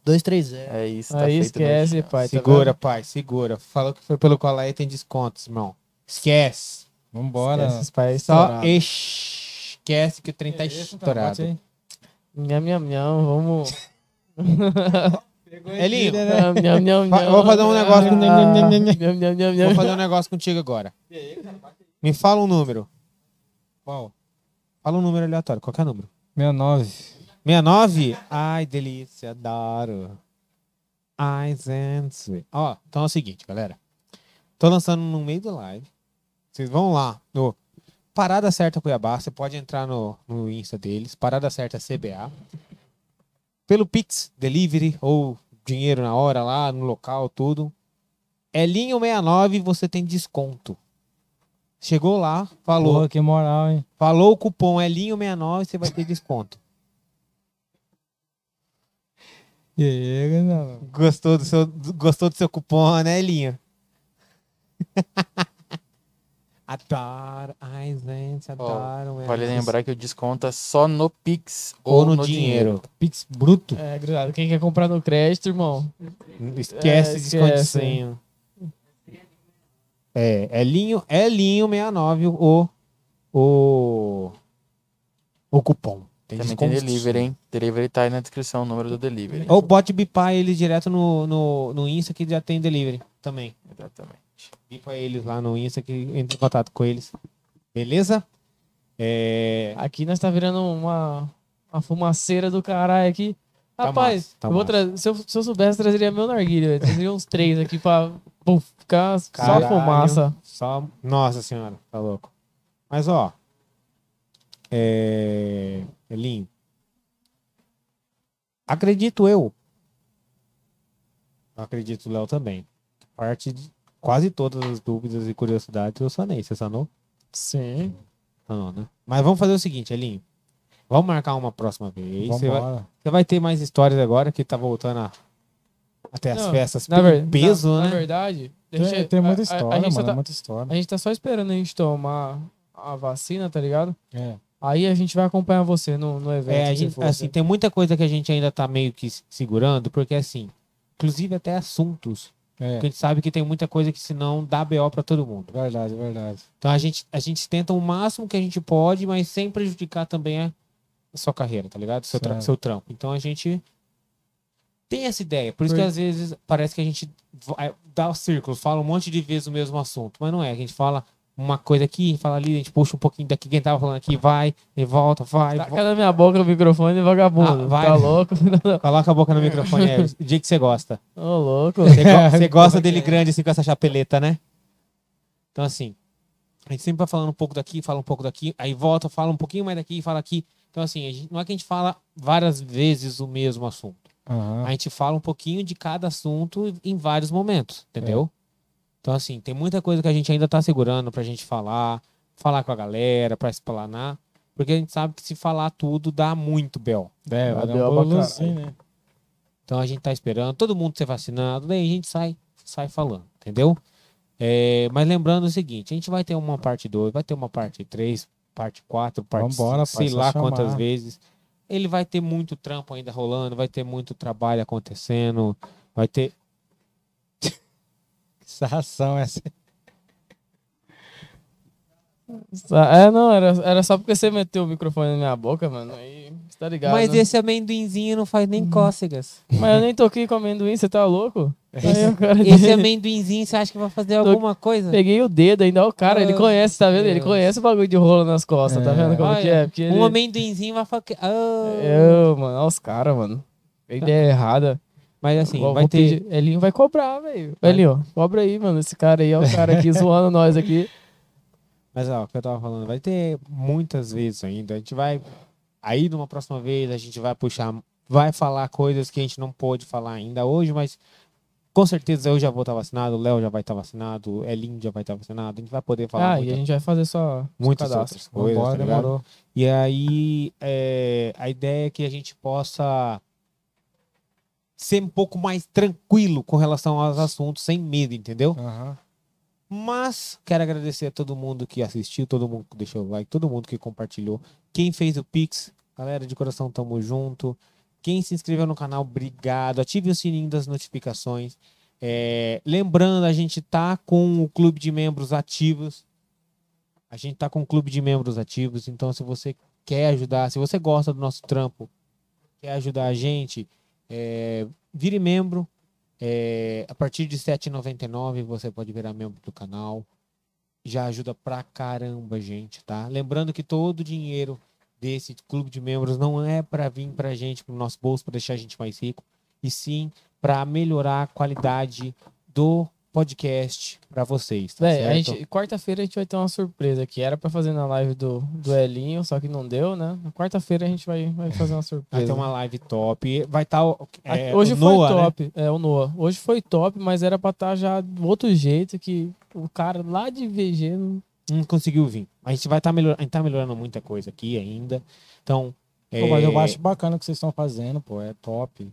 Speaker 6: 230.
Speaker 5: É isso, tá
Speaker 2: Aí
Speaker 5: feito,
Speaker 2: esquece,
Speaker 5: né?
Speaker 2: pai. tá
Speaker 1: Segura, pai, segura. Falou que foi pelo Colaê, tem descontos, irmão. Esquece.
Speaker 3: Vambora.
Speaker 2: Esquece, os pais
Speaker 1: Só
Speaker 2: estourados.
Speaker 1: esquece que o trem tá
Speaker 3: Bote
Speaker 1: estourado.
Speaker 3: aí.
Speaker 2: Nham, nham, nham, vamos.
Speaker 1: Elinho,
Speaker 2: Nham, nham, nham,
Speaker 1: fa- eu vou fazer um negócio.
Speaker 2: Nham, nham,
Speaker 1: Vou
Speaker 2: nham, nham.
Speaker 1: fazer um negócio contigo agora. Me fala um número.
Speaker 3: Qual?
Speaker 1: Fala um número aleatório, qualquer número.
Speaker 3: 69.
Speaker 1: 69? Ai, delícia, adoro. Ai, gente. Ó, então é o seguinte, galera. Tô lançando no meio do live. Vocês vão lá no Parada Certa Cuiabá. Você pode entrar no, no Insta deles, Parada Certa CBA. Pelo Pix Delivery ou dinheiro na hora lá, no local, tudo. É linho 69, você tem desconto. Chegou lá, falou.
Speaker 3: Porra, que moral, hein?
Speaker 1: Falou o cupom é Elinho69, você vai ter desconto.
Speaker 3: E aí, não.
Speaker 1: Gostou do seu, do- gostou do seu cupom, né, Elinho? adoro. Ai, gente, adoro. meu
Speaker 5: Vale
Speaker 1: Deus.
Speaker 5: lembrar que o desconto é só no Pix
Speaker 1: Ou no, dinheiro.
Speaker 3: Pix bruto.
Speaker 2: É, grudado. Quem quer comprar no crédito, irmão?
Speaker 1: Esquece
Speaker 2: É,
Speaker 1: de
Speaker 2: esquece.
Speaker 1: descontinho. É, Elinho, Elinho69, o, o, o cupom. Tem
Speaker 5: Também tem
Speaker 1: desconto.
Speaker 5: delivery, hein? Delivery tá aí na descrição, o número do delivery.
Speaker 1: Ou pode bipar eles direto no, no, no Insta que já tem delivery também.
Speaker 5: Exatamente.
Speaker 1: Bipa eles lá no Insta que entra em contato com eles. Beleza? É.
Speaker 2: Aqui nós tá virando uma, uma fumaceira do caralho aqui.
Speaker 1: Tá
Speaker 2: Rapaz,
Speaker 1: massa, tá
Speaker 2: eu vou
Speaker 1: massa.
Speaker 2: trazer- se, eu, se eu soubesse, eu trazeria meu narguilho. velho. Trazeria uns três aqui pra pô, ficar
Speaker 1: Caralho.
Speaker 2: só fumaça.
Speaker 1: Só. Nossa senhora, tá louco. Mas ó. É. Elinho. Acredito eu. eu Acredito o Léo também. Parte de quase todas as dúvidas e curiosidades eu sanei. Você sanou?
Speaker 2: Sim.
Speaker 1: Sanou, né? Mas vamos fazer o seguinte, Elinho. Vamos marcar uma próxima vez. Você vai,
Speaker 3: Vambora.
Speaker 1: você vai ter mais histórias agora que tá voltando a- até as
Speaker 2: Não,
Speaker 1: festas.
Speaker 2: Na, ver,
Speaker 1: pelo peso,
Speaker 2: na,
Speaker 1: né?
Speaker 2: na verdade, deixa-
Speaker 3: Tem, tem muita
Speaker 2: a- a- a
Speaker 3: história,
Speaker 2: gente só
Speaker 3: mano.
Speaker 2: tá-
Speaker 3: Muita história.
Speaker 2: A gente tá só esperando a gente tomar a vacina, tá ligado?
Speaker 3: É.
Speaker 2: Aí a gente vai acompanhar você no, no evento.
Speaker 1: É, a
Speaker 2: se
Speaker 1: gente,
Speaker 2: for,
Speaker 1: assim,
Speaker 2: né?
Speaker 1: tem muita coisa que a gente ainda tá meio que se- segurando, porque assim, inclusive até assuntos,
Speaker 3: É.
Speaker 1: porque a gente sabe que tem muita coisa que senão dá BO pra todo mundo.
Speaker 3: Verdade, verdade.
Speaker 1: Então a gente, a gente tenta o máximo que a gente pode, mas sem prejudicar também a, a sua carreira, tá ligado? Seu, tra
Speaker 3: Certo.
Speaker 1: seu trampo. Então a gente tem essa ideia. Por isso
Speaker 2: Por-
Speaker 1: que às vezes parece que a gente vai- dá os círculos, fala um monte de vezes o mesmo assunto, mas não é. A gente fala uma coisa aqui, fala ali, a gente puxa um pouquinho daqui, quem tava falando aqui, vai, e volta, vai, volta.
Speaker 2: Taca na minha boca o microfone, vagabundo.
Speaker 1: Ah, vai.
Speaker 2: Tá louco?
Speaker 1: Coloca a boca no microfone, é, o dia que você gosta.
Speaker 2: Ô, louco.
Speaker 1: Você, go- você gosta dele grande, assim, com essa chapeleta, né? Então, assim, a gente sempre vai falando um pouco daqui, fala um pouco daqui, aí volta, fala um pouquinho mais daqui, fala aqui. Então, assim, a gente- não é que a gente fala várias vezes o mesmo assunto.
Speaker 3: Aham.
Speaker 1: A gente fala um pouquinho de cada assunto em vários momentos, entendeu? Então, assim, tem muita coisa que a gente ainda tá segurando pra gente falar, falar com a galera, pra explanar. Porque a gente sabe que se falar tudo dá muito bel.
Speaker 3: É,
Speaker 2: Vai
Speaker 3: vai dar
Speaker 2: dar
Speaker 3: um
Speaker 2: pra
Speaker 3: bolozinho, né?
Speaker 1: Então a gente tá esperando todo mundo ser vacinado, daí a gente sai, sai falando, entendeu? É, mas lembrando o seguinte, a gente vai ter uma parte 2, vai ter uma parte 3, parte 4, parte
Speaker 3: Vambora,
Speaker 1: 5, sei
Speaker 3: pai, só
Speaker 1: lá
Speaker 3: chamar.
Speaker 1: quantas vezes. Ele vai ter muito trampo ainda rolando, vai ter muito trabalho acontecendo, vai ter...
Speaker 3: Que sarração essa.
Speaker 2: Sa- É, não, era, era só porque você meteu o microfone na minha boca, mano. Aí, você tá ligado?
Speaker 8: Mas
Speaker 2: né?
Speaker 8: esse amendoinzinho não faz
Speaker 3: Hum.
Speaker 8: nem cócegas.
Speaker 2: Mas eu nem toquei com amendoim, você tá louco? Aí o cara
Speaker 8: Esse
Speaker 1: é
Speaker 2: dele-
Speaker 8: amendoinzinho, você acha que vai fazer alguma coisa?
Speaker 2: Peguei o dedo ainda, ó, o cara, ele
Speaker 8: Ah,
Speaker 2: conhece, tá vendo? Ele
Speaker 8: Deus.
Speaker 2: conhece o bagulho de rolo nas costas, tá vendo como
Speaker 1: Ah,
Speaker 8: Olha,
Speaker 2: que é? Porque ele...
Speaker 8: Um amendoinzinho vai fazer...
Speaker 3: É,
Speaker 2: Eu, mano, olha os caras, mano. Ideia errada.
Speaker 1: Mas assim,
Speaker 2: Vou-
Speaker 1: vai
Speaker 2: vou
Speaker 1: ter...
Speaker 2: pedir- Elinho vai cobrar, velho. Elinho, cobra aí, mano. Esse cara aí é o cara aqui zoando nós aqui.
Speaker 1: Mas ó, o que eu tava falando, vai ter muitas vezes ainda. A gente vai. Aí numa próxima vez a gente vai puxar. Vai falar coisas que a gente não pôde falar ainda hoje, mas com certeza eu já vou estar vacinado, o Léo já vai estar vacinado, o Elinho já vai estar vacinado. A gente vai poder falar
Speaker 2: ah, e
Speaker 1: muita-
Speaker 2: a gente um vai fazer só
Speaker 1: muitas
Speaker 2: cadastro.
Speaker 1: outras coisas.
Speaker 3: Vambora,
Speaker 1: tá ligado?
Speaker 3: demorou.
Speaker 1: E aí, é, a ideia é que a gente possa ser um pouco mais tranquilo com relação aos assuntos, sem medo, entendeu?
Speaker 3: Aham.
Speaker 1: Mas quero agradecer a todo mundo que assistiu, todo mundo que deixou o like, todo mundo que compartilhou. Quem fez o Pix, galera de coração, tamo junto. Quem se inscreveu no canal, obrigado. Ative o sininho das notificações. É, lembrando, a gente tá com o clube de membros ativos. A gente tá com o clube de membros ativos. Então, se você quer ajudar, se você gosta do nosso trampo, quer ajudar a gente, é, vire membro. É, a partir de R$ 7,99 você pode virar membro do canal. Já ajuda pra caramba, gente, tá? Lembrando que todo o dinheiro desse clube de membros não é pra vir pra gente, pro nosso bolso, pra deixar a gente mais rico, e sim pra melhorar a qualidade do podcast pra vocês, tá
Speaker 2: Véi, a
Speaker 1: certo?
Speaker 2: gente, quarta-feira a gente vai ter uma surpresa que era pra fazer na live do, do Elinho, só que não deu, né? Na quarta-feira a gente vai, vai fazer uma
Speaker 1: Vai ter
Speaker 2: surpresa.
Speaker 1: uma live top. Vai tá é, estar.
Speaker 2: A- Hoje foi
Speaker 1: né?
Speaker 2: top, é o Noah. Hoje foi top, mas era pra estar já do outro jeito que o cara lá de VG não
Speaker 1: Não conseguiu vir. A gente vai estar melhorando. A gente tá melhorando muita coisa aqui ainda. Então.
Speaker 3: Pô, mas eu
Speaker 1: é,
Speaker 3: acho bacana o que vocês estão fazendo, pô. É top.
Speaker 2: me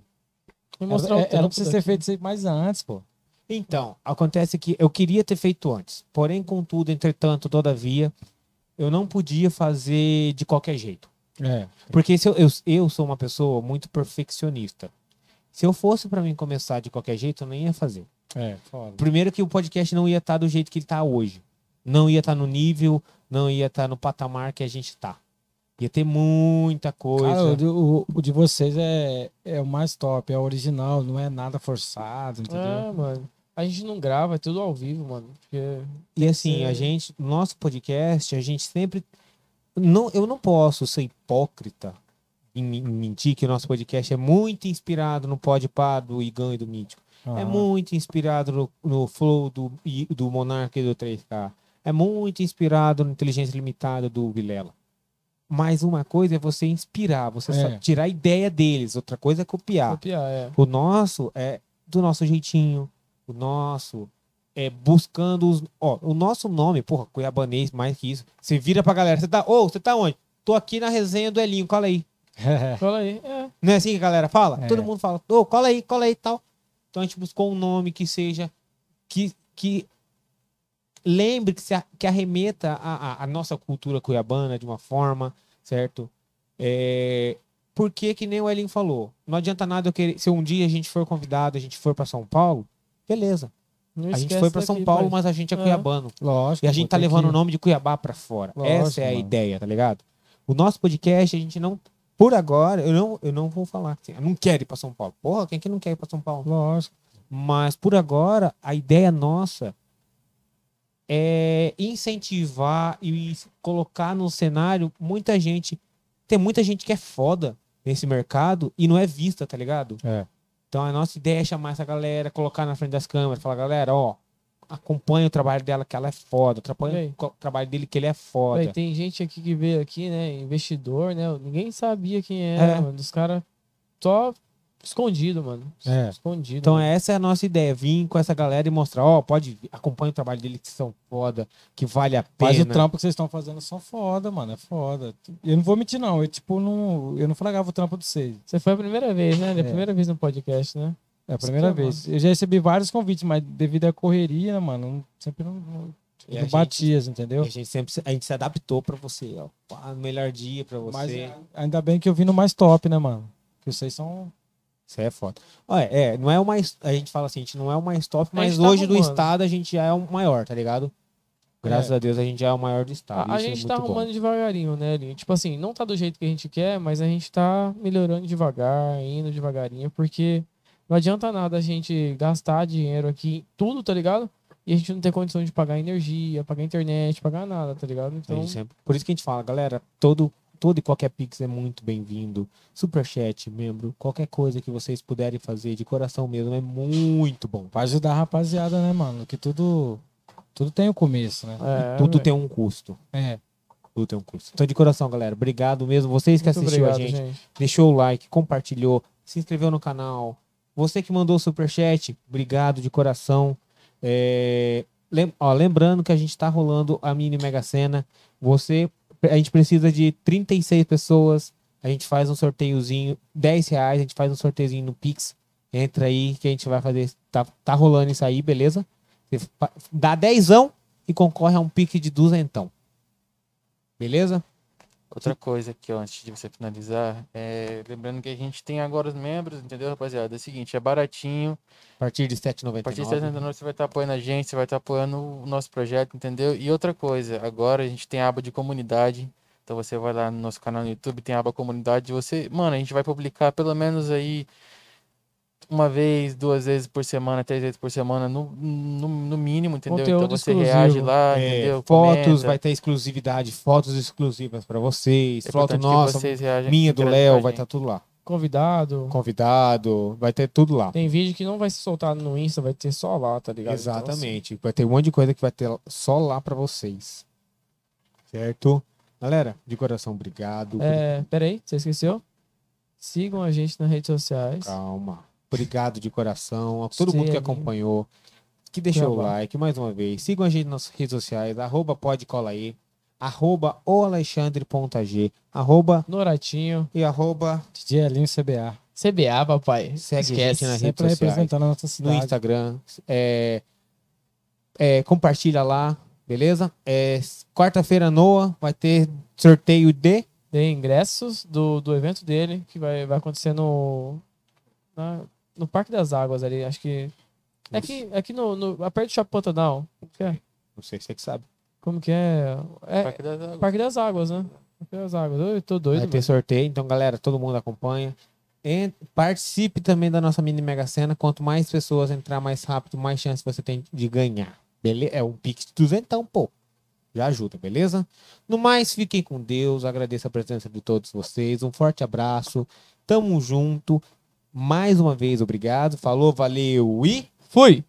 Speaker 3: Era,
Speaker 2: mostrou o
Speaker 3: É, era, era pra
Speaker 2: trampo
Speaker 3: vocês
Speaker 2: daqui.
Speaker 3: terem feito isso aí mais antes, pô.
Speaker 1: Então, acontece que eu queria ter feito antes. Porém, contudo, entretanto, todavia, eu não podia fazer de qualquer jeito.
Speaker 3: É.
Speaker 1: Porque se eu, eu, eu sou uma pessoa muito perfeccionista. Se eu fosse pra mim começar de qualquer jeito, eu nem ia fazer.
Speaker 3: É, foda.
Speaker 1: Primeiro que o podcast não ia estar do jeito que ele tá hoje. Não ia estar no nível, não ia estar no patamar que a gente tá. Ia ter muita coisa.
Speaker 3: Cara, Ah, o, de- o- o de vocês é, é o mais top, é o original, não é nada forçado, entendeu?
Speaker 2: É, mano. A gente não grava, é tudo ao vivo, mano. Porque
Speaker 1: E assim, a gente, nosso podcast, a gente sempre. Não, eu não posso ser hipócrita e me- mentir que o nosso podcast é muito inspirado no Podpah do Igão e do Mítico. É
Speaker 3: Aham.
Speaker 1: muito inspirado no, no Flow do, I- do Monarca e do 3K. É muito inspirado no Inteligência Limitada do Vilela. Mas uma coisa é você inspirar, você só
Speaker 3: É.
Speaker 1: tirar a ideia deles, outra coisa é copiar.
Speaker 2: copiar, é.
Speaker 1: O nosso é do nosso jeitinho. O nosso é buscando os. Ó, o nosso nome, porra, cuiabanês, mais que isso. Você vira pra galera. Você tá. Ô, você tá onde? Tô aqui na resenha do Elinho, cola aí.
Speaker 2: Fala aí. É.
Speaker 1: Não é assim que a galera fala?
Speaker 3: É.
Speaker 1: Todo mundo fala, ô, cola aí, cola aí e tal. Então a gente buscou um nome que seja. que, que lembre, que, se a- que arremeta a, a- a nossa cultura cuiabana de uma forma, certo? É, porque, que nem o Elin falou, não adianta nada eu querer. Se um dia a gente for convidado, a gente for pra São Paulo, beleza.
Speaker 2: Não
Speaker 1: A gente
Speaker 2: esquece
Speaker 1: foi pra
Speaker 2: daqui,
Speaker 1: São Paulo,
Speaker 2: pai.
Speaker 1: mas a gente é
Speaker 2: É.
Speaker 1: cuiabano.
Speaker 3: Lógico.
Speaker 1: E a gente
Speaker 3: pô,
Speaker 1: tá
Speaker 3: tem
Speaker 1: levando
Speaker 3: que-
Speaker 1: o nome de Cuiabá pra fora.
Speaker 3: Lógico,
Speaker 1: Essa é a
Speaker 3: mano.
Speaker 1: ideia, tá ligado? O nosso podcast, a gente não. Por agora, eu não, eu não vou falar. que Eu não quero ir pra São Paulo. Porra, quem que não quer ir pra São Paulo?
Speaker 3: Lógico.
Speaker 1: Mas por agora, a ideia nossa é incentivar e colocar no cenário muita gente. Tem muita gente que é foda nesse mercado e não é vista, tá ligado?
Speaker 3: É.
Speaker 1: Então a nossa ideia é chamar essa galera, colocar na frente das câmeras, falar, galera, ó, acompanha o trabalho dela, que ela é foda, acompanha
Speaker 2: Véi.
Speaker 1: o co- trabalho dele, que ele é foda.
Speaker 2: Véi, tem gente aqui que veio aqui, né? Investidor, né? Ninguém sabia quem
Speaker 1: É.
Speaker 2: era, mano. Os caras só escondido, mano.
Speaker 3: É.
Speaker 2: Escondido.
Speaker 1: Então essa é a nossa ideia, vir com essa galera e mostrar, ó, pode vir, acompanha o trabalho dele, que são foda, que vale a pena.
Speaker 3: Mas o trampo que vocês estão fazendo são foda, mano. É foda. Eu não vou mentir, não. Eu, tipo, não. Eu não flagava o trampo de vocês.
Speaker 2: Você foi a primeira vez, né? É A
Speaker 3: É.
Speaker 2: primeira vez no podcast, né?
Speaker 3: É a primeira vez. Eu já recebi vários convites, mas devido à correria, né, mano, não- sempre não, não,
Speaker 1: E a
Speaker 3: não
Speaker 1: gente-
Speaker 3: batias,
Speaker 1: A
Speaker 3: entendeu?
Speaker 1: gente sempre se- a gente se adaptou pra você, ó. Pá, no melhor dia pra você.
Speaker 3: Mas
Speaker 2: é.
Speaker 3: ah, ainda bem que eu vim no mais top, né, mano? Que vocês são.
Speaker 1: Isso aí é foda. Olha, é, não é o mais. A gente fala assim, a gente não é o mais top, mas
Speaker 2: gente tá
Speaker 1: hoje do
Speaker 2: arrumando.
Speaker 1: estado a gente já é o maior, tá ligado? Graças a Deus a gente já é o maior do estado.
Speaker 2: A, a
Speaker 1: isso é
Speaker 2: gente tá
Speaker 1: muito bom.
Speaker 2: arrumando devagarinho, né, Elinho? Tipo assim, não tá do jeito que a gente quer, mas a gente tá melhorando devagar, indo devagarinho, porque não adianta nada a gente gastar dinheiro aqui, tudo, tá ligado? E a gente não ter condição de pagar energia, pagar internet, pagar nada, tá ligado?
Speaker 1: A gente
Speaker 2: Então,
Speaker 1: sempre- Por isso que a gente fala, galera, todo, todo e qualquer Pix é muito bem-vindo. Superchat, membro, qualquer coisa que vocês puderem fazer de coração mesmo é muito bom.
Speaker 3: Pra ajudar a rapaziada, né, mano? Que tudo. Tudo tem o começo, né?
Speaker 2: é,
Speaker 1: Tudo
Speaker 2: velho.
Speaker 1: tem um custo.
Speaker 3: É.
Speaker 1: Tudo tem um custo. Então, de coração, galera, obrigado mesmo. Vocês que
Speaker 2: Muito
Speaker 1: assistiram
Speaker 2: obrigado,
Speaker 1: a gente, deixou o like, compartilhou, se inscreveu no canal. Você que mandou o superchat, obrigado de coração. É, lem- ó, lembrando que a gente tá rolando a mini Mega Sena. Você, a gente precisa de 36 pessoas. A gente faz um sorteiozinho, 10 reais. A gente faz um sorteiozinho no Pix. Entra aí que a gente vai fazer. Tá, tá rolando isso aí, beleza? Você fa- dá dezão e concorre a um pique de duzentão. Beleza?
Speaker 5: Outra coisa aqui, ó, antes de você finalizar, é, lembrando que a gente tem agora os membros, entendeu, rapaziada? É o seguinte, é baratinho,
Speaker 1: A partir de
Speaker 5: a partir de
Speaker 1: 7,99.
Speaker 5: 79 você vai estar apoiando a gente, você vai estar apoiando o nosso projeto, entendeu? E outra coisa, agora a gente tem a aba de comunidade, então você vai lá no nosso canal no YouTube, tem a aba comunidade, você, mano, a gente vai publicar pelo menos aí uma vez, duas vezes por semana, três vezes por semana, no, no, no mínimo, entendeu? então
Speaker 2: Conteúdo
Speaker 5: você
Speaker 2: exclusivo.
Speaker 5: reage lá,
Speaker 1: É,
Speaker 5: entendeu?
Speaker 1: fotos,
Speaker 5: Comenta.
Speaker 1: vai ter exclusividade, fotos exclusivas pra vocês,
Speaker 5: É
Speaker 1: foto
Speaker 5: importante que
Speaker 1: nossa,
Speaker 5: vocês reagem,
Speaker 1: minha do
Speaker 5: interagem com
Speaker 1: Léo,
Speaker 5: a
Speaker 1: vai
Speaker 5: gente.
Speaker 1: estar tudo lá.
Speaker 2: Convidado.
Speaker 1: Convidado, vai ter tudo lá.
Speaker 2: Tem vídeo que não vai ser soltado no Insta, vai ter só lá, tá ligado? Então,
Speaker 1: Exatamente. Vai ter um monte de coisa que vai ter só lá pra vocês. Certo? Galera, de coração, obrigado.
Speaker 2: É, peraí, você esqueceu? Sigam a gente nas redes sociais.
Speaker 1: Calma. Obrigado de coração a todo
Speaker 2: Sim,
Speaker 1: mundo que
Speaker 2: amigo.
Speaker 1: acompanhou, que deixou o
Speaker 2: Tá bom.
Speaker 1: like mais uma vez. Sigam a gente nas redes sociais, arroba podcolaê, arroba oalexandre.ag, arroba
Speaker 2: Noratinho.
Speaker 1: e arroba
Speaker 3: DJ Elinho CBA.
Speaker 2: CBA, papai.
Speaker 1: Segue a gente
Speaker 2: Esquece.
Speaker 1: nas redes
Speaker 3: Sempre
Speaker 1: sociais.
Speaker 3: representando a nossa
Speaker 1: no
Speaker 3: cidade.
Speaker 1: Instagram. É, é, compartilha lá, beleza? É, Quarta-feira, Noah, vai ter sorteio de.
Speaker 2: de ingressos do, do evento dele, que vai, vai acontecer no, na- no Parque das Águas ali, acho que. É aqui, é aqui no, no. a Perto do Shopping Pantanal. Como que é?
Speaker 1: Não sei se você que sabe.
Speaker 2: Como que é?
Speaker 1: tá-
Speaker 2: É,
Speaker 5: Parque das Águas.
Speaker 2: Parque das Águas, né? Parque das Águas. Eu tô doido.
Speaker 1: Vai ter
Speaker 2: mano.
Speaker 1: sorteio, então, galera, todo mundo acompanha. En- participe também da nossa mini Mega Sena. Quanto mais pessoas entrar mais rápido, mais chance você tem de ganhar. Beleza? É um pique de duzentão, pô. Já ajuda, beleza? No mais, fiquem com Deus. Agradeço a presença de todos vocês. Um forte abraço. Tamo junto. Mais uma vez, obrigado. Falou, valeu e.
Speaker 2: Fui!